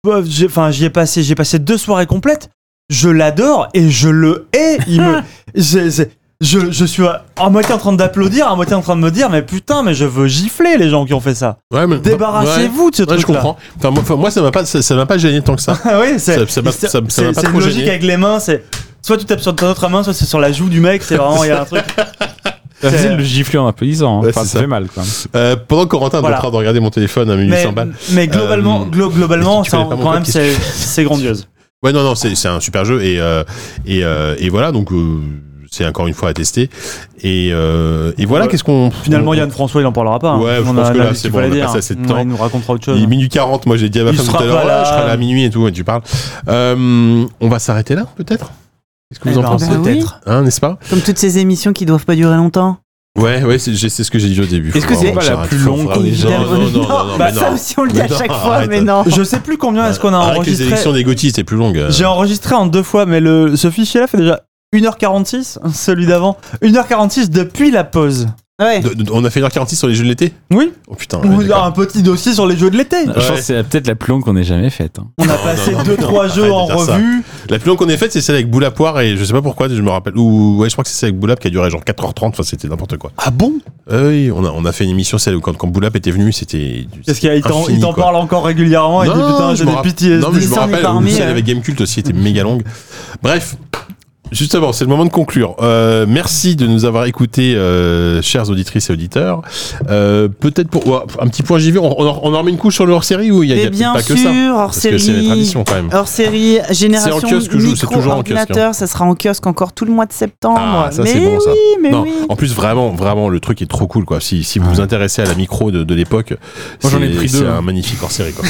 D: euh, j'ai- enfin, j'y ai passé, j'ai passé deux soirées complètes. Je l'adore et je le hais. Il
B: [LAUGHS]
D: me, j'ai- j'ai- je, je suis à, à moitié en train d'applaudir, à moitié en train de me dire, mais putain, mais je veux gifler les gens qui ont fait ça.
B: Ouais, mais- Ouais.
D: Débarrassez-vous de ce
B: Bah, Ouais, je
D: truc-là.
B: comprends. Enfin, moi, enfin, moi, ça m'a pas, ça ça m'a pas gêné tant
D: [LAUGHS]
B: que ça.
D: Ah oui, c'est
B: Ça- ça m'a-
D: c'est-
B: ça m'a- ça m'a
D: c'est-
B: pas
D: c'est une
B: trop
D: logique
B: gêné.
D: avec les mains, c'est soit tu tapes sur ton autre main, soit c'est sur la joue du mec, c'est vraiment il y a
B: [LAUGHS]
D: un truc.
E: Ça faisait le gifler en applaudissant. hein.
B: Ouais,
E: Enfin,
B: c'est
E: ça
B: ça.
E: fait mal, quand même.
B: Euh, pendant que Corentin est
D: Voilà.
B: en train de regarder mon téléphone à
D: Mais,
B: 1800 balles.
D: mais globalement,
B: Euh,
D: glo- globalement,
B: est-ce que tu
D: ça,
B: connais pas mon
D: quand même
B: code
D: c'est c'est grandiose.
B: Ouais, non, non, c'est c'est un super jeu et euh, et, euh, et voilà donc. euh, c'est encore une fois à tester et, euh, et voilà
D: Ouais.
B: qu'est-ce qu'on [LAUGHS]
D: Finalement,
B: on-
D: Yann François, il en parlera pas. hein.
B: Ouais, je
D: On
B: pense
D: a-
B: que
D: on a
B: là,
D: vu ce
B: c'est
D: qu'il
B: bon,
D: fallait
B: on a
D: dire.
B: passé assez de
D: Ouais,
B: temps.
D: Il nous racontera autre
B: Il
D: chose.
B: est minuit 40, moi j'ai dit à ma
D: euh, Il
B: femme tout
D: sera
B: à l'heure,
D: pas
B: ouais,
D: là.
B: je serai là à minuit et tout, et tu parles. Euh, on va s'arrêter là peut-être Qu'est-ce que vous en
D: Eh ben,
B: pensez
F: bah oui.
D: peut-être.
B: Hein, n'est-ce pas
F: Comme toutes ces émissions qui doivent pas durer longtemps.
B: Ouais, ouais, c'est j'ai- c'est ce que j'ai dit au début.
E: Est-ce que
B: Faut
E: c'est
B: vraiment
E: pas la
B: j'arrête,
E: plus
B: faut
E: longue
B: vraiment-
E: des
B: Non, non, non, non,
D: [LAUGHS]
B: non,
F: Bah,
B: mais
F: ça
B: non.
F: aussi, on le dit
B: Mais
F: à
B: non,
F: chaque fois,
B: arrête.
F: mais non.
D: Je sais plus combien est-ce qu'on a
B: Arrête les
D: enregistré.
B: élections des Gauthier, c'était plus longue. euh.
D: J'ai enregistré en deux fois, mais le ce fichier-là fait déjà 1h46, hein, celui d'avant. 1h46 depuis la pause.
F: Ah Ouais.
B: De- de- on a fait 1h46 sur les jeux de l'été
D: Oui.
B: Oh putain. ouais,
D: Ou
B: d'accord.
D: un petit dossier sur les jeux de l'été.
E: Je pense que c'est peut-être la plus longue qu'on ait jamais faite. hein.
D: On a
B: Non,
D: passé
B: non, non,
D: 2
B: non,
D: trois
B: arrête
D: jeux
B: de
D: en
B: dire ça.
D: revue.
B: La plus longue qu'on ait faite, c'est celle avec Boula Poire et je sais pas pourquoi, je me rappelle. Ou ouais, je crois que c'est celle avec Boulap qui a duré genre 4h30, enfin c'était n'importe quoi.
D: Ah bon
B: Euh, oui, on a, on a fait une émission celle où quand, quand Boulap était venu, c'était.
D: Parce qu'il t'en il
B: infini,
D: t'en
B: quoi.
D: parle encore régulièrement et il dit
B: Non,
D: putain
B: je
D: j'ai
B: me
D: des
B: rappelle-
D: pitiés.
B: Non, mais je me
F: s'en est
B: rappelle,
F: parmi,
B: celle
F: euh.
B: avec Game Cult aussi était méga longue. Bref. Justement, c'est le moment de conclure. Euh, merci de nous avoir écoutés, euh, chères auditrices et auditeurs. Euh, Peut-être pour ouais, un petit point JV, on, on, en- on en remet une couche sur le hors-série ou il y a, il y
D: Eh
F: Mais
B: a
F: bien
B: pas que ça
F: sûr, hors
B: Parce que c'est les
F: série.
B: traditions quand même.
F: Hors série, génération
B: kiosque que je joue, c'est toujours en kiosque, hein.
F: micro-ordinateur, ça sera en kiosque encore tout le mois de septembre.
B: Ah, ça,
F: mais
B: c'est bon,
F: oui,
B: ça.
F: mais
B: non, Oh,
F: oui.
B: en plus vraiment, vraiment, le truc est trop cool quoi. Si, si vous vous intéressez à la micro de, de l'époque,
E: Moi, j'en ai
B: c'est-
E: pris deux,
B: C'est
E: hein.
B: un magnifique hors-série quoi.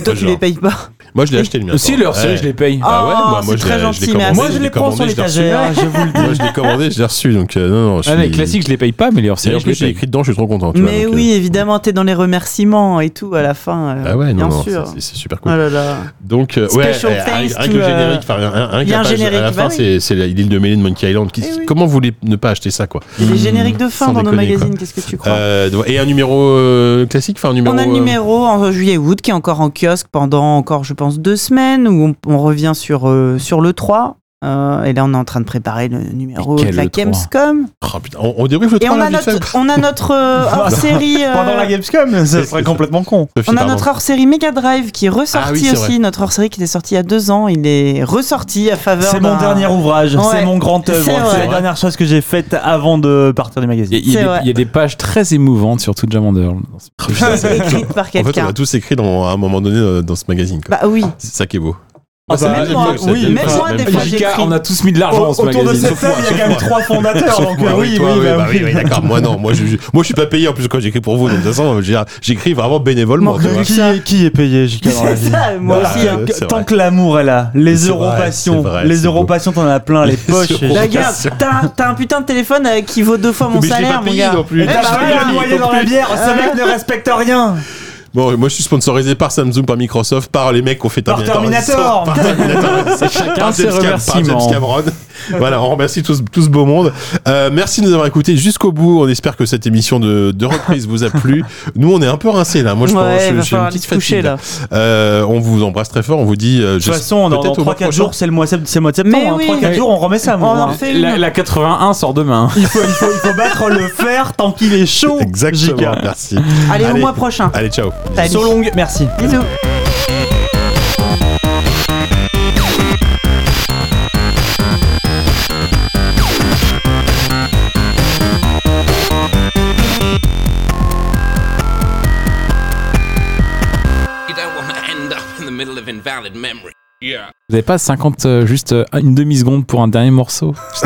B: pas
F: toi, tu
B: bah, genre.
F: les payes pas.
B: moi je l'ai acheté le mien.
E: Si,
B: attends.
E: leur série,
B: Ouais.
E: je les paye.
B: Ah ouais, moi,
F: Oh,
B: moi,
F: c'est
B: je l'ai-
F: très
B: je l'ai
F: gentil,
B: commandé,
F: merci.
B: Moi, je je l'ai les commandé, prends sur je les l'ai reçu.
D: l'étagère, je vous le
B: Moi je l'ai commandé, je l'ai reçu donc euh, non non. je
E: Ah, mais
B: suis-
E: les classiques, je les paye pas, mais les
B: C'est
E: hors-séries,
B: en
E: je les
B: plus j'ai
E: paye.
B: écrit dedans, je suis trop content. tu vois,
F: Mais
B: donc,
F: oui,
B: euh,
F: évidemment, t'es dans les remerciements et tout à la fin. euh,
B: Ah ouais, non,
F: bien
B: non,
F: sûr.
B: c'est- c'est c'est super
F: Oh
B: cool.
F: là là.
B: Donc, euh, ouais,
F: Special
B: euh, avec,
F: thanks
B: avec
F: to,
B: le
F: euh,
B: générique, enfin, rien- rien- rien
F: il
B: que
F: y a
B: la
F: un
B: page, à la
F: générique,
B: fin,
F: bah oui.
B: c'est c'est la- l'île de Mélène, Monkey Island. Qu'est-ce-
F: Eh oui.
B: Comment vous voulez ne pas acheter ça, quoi
F: Il y a des génériques de fin
B: Mmh. Sans
F: dans nos
B: déconner, quoi.
F: magazines, qu'est-ce que tu crois
B: Euh, Et un numéro euh, classique, enfin un numéro.
F: On a le
B: euh,
F: numéro en juillet-août qui est encore en kiosque pendant encore, je pense, deux semaines où on, on revient sur, euh, sur le 3. Euh, et là, on est en train de préparer le numéro
E: Et
F: de
E: quel
F: la
E: le 3?
F: Gamescom.
B: oh, putain, on, on débriefe le
F: Et
B: 3
F: on
B: là,
F: a
B: vite fait.
F: notre, on a notre
B: [LAUGHS]
F: euh, hors-série. euh,
D: Pendant la Gamescom, ça serait complètement con.
B: Sophie,
F: on a
B: pardon.
F: notre hors-série Mega Drive qui est ressorti
B: Ah oui, c'est
F: aussi. Notre hors-série qui était sortie il y a deux ans, il est ressorti à faveur.
D: C'est mon
F: d'un- [LAUGHS]
D: dernier ouvrage,
F: Ouais.
D: c'est mon grand œuvre,
F: C'est
D: c'est
F: vrai.
D: la dernière chose que j'ai faite avant de partir du
E: Il y, a-
D: magazine.
E: il y a
F: C'est
E: des-
F: vrai.
E: il y a des pages très émouvantes sur tout Jamander. [LAUGHS] Ah,
F: écrite par
B: En fait, on
F: quelqu'un.
B: a tous écrit dans, à un moment donné euh, [LAUGHS] dans ce magazine. quoi.
F: Bah oui.
B: C'est ça qui est beau.
D: Ah
B: c'est
D: bah,
B: même
D: moi,
B: moi, c'est
D: oui,
B: même
D: même
B: pas-
D: moi,
B: même
F: des
B: pas-
F: fois, j'écris.
E: JK, on a tous mis de l'argent dans ce
D: Autour de
E: magazine.
D: cette table, il y a quand même trois fondateurs, donc euh,
B: Moi,
D: oui,
B: oui,
D: oui,
B: toi, oui,
D: bah
B: bah oui,
D: oui.
B: oui, d'accord. Moi, non. Moi, je, je- moi, je suis pas payé en plus quand j'écris pour vous. Donc, de toute façon, euh, j'ai- j'écris vraiment bénévolement. tu vois.
D: Qui est- Qui est payé jusqu'à dans la
F: C'est
D: vie
F: ça, moi
B: Bah,
F: aussi.
B: euh,
F: hein.
D: Que-
B: c'est
D: Tant
B: vrai.
D: que l'amour est là, les
B: C'est
D: euros
B: vrai,
D: passions,
B: c'est vrai,
D: les
B: c'est
D: euros
B: beau.
D: passions, t'en as plein les poches.
B: euros
D: et-
F: Bah,
B: passions.
F: gars, T'as t'as un putain de téléphone euh, qui vaut deux fois mon
B: Mais je l'ai
F: salaire,
B: pas
F: mon
B: payé
F: gars.
B: non plus.
D: Et t'as
F: bah,
D: failli
F: voilà.
D: le Eh noyer dans la bière, ce mec ne respecte rien.
B: Bon, moi, je suis sponsorisé par Samsung, par Microsoft, par les mecs qui ont fait
D: Par Terminator.
B: Par
F: [LAUGHS]
B: Terminator.
E: Chacun
B: Par
E: ses
B: James Cam- par James
E: remerciements.
B: Cameron. voilà, on remercie tout, ce- tout ce beau monde. Euh, merci de nous avoir écoutés jusqu'au bout. On espère que cette émission de, de reprise vous a plu. Nous, on est un peu rincés là. Moi, je pense
F: Ouais,
B: je-
F: va
B: j'ai une
F: falloir aller
B: petite
F: se coucher
B: fatigue.
F: là.
B: Euh, on vous embrasse très fort. On vous dit. euh,
D: De toute
B: j'espère-
D: façon, dans
B: peut-être au mois
D: 3-4
B: prochain.
D: jours, c'est le mois sept- c'est le mois de septembre.
F: Mais
D: hein.
F: oui.
D: 3-4 jours, on remet ça,
F: On
D: moi.
F: en
D: hein.
F: fait
E: La,
F: une.
E: la 81 sort demain.
D: Il faut, il, faut, il faut battre le fer tant qu'il est chaud.
B: Exactement.
D: JK.
B: Merci.
F: Allez, au
B: Allez.
F: mois prochain.
B: Allez, ciao.
F: Salut.
D: So long, merci.
F: Bisous.
A: You don't want to end up in the middle of invalid memory. Yeah.
E: Vous avez pas 50, euh, juste euh, une demi-seconde pour un dernier morceau
B: [LAUGHS]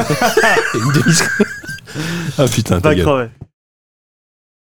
B: ah putain, ta
D: Va
B: gueule.
D: crever.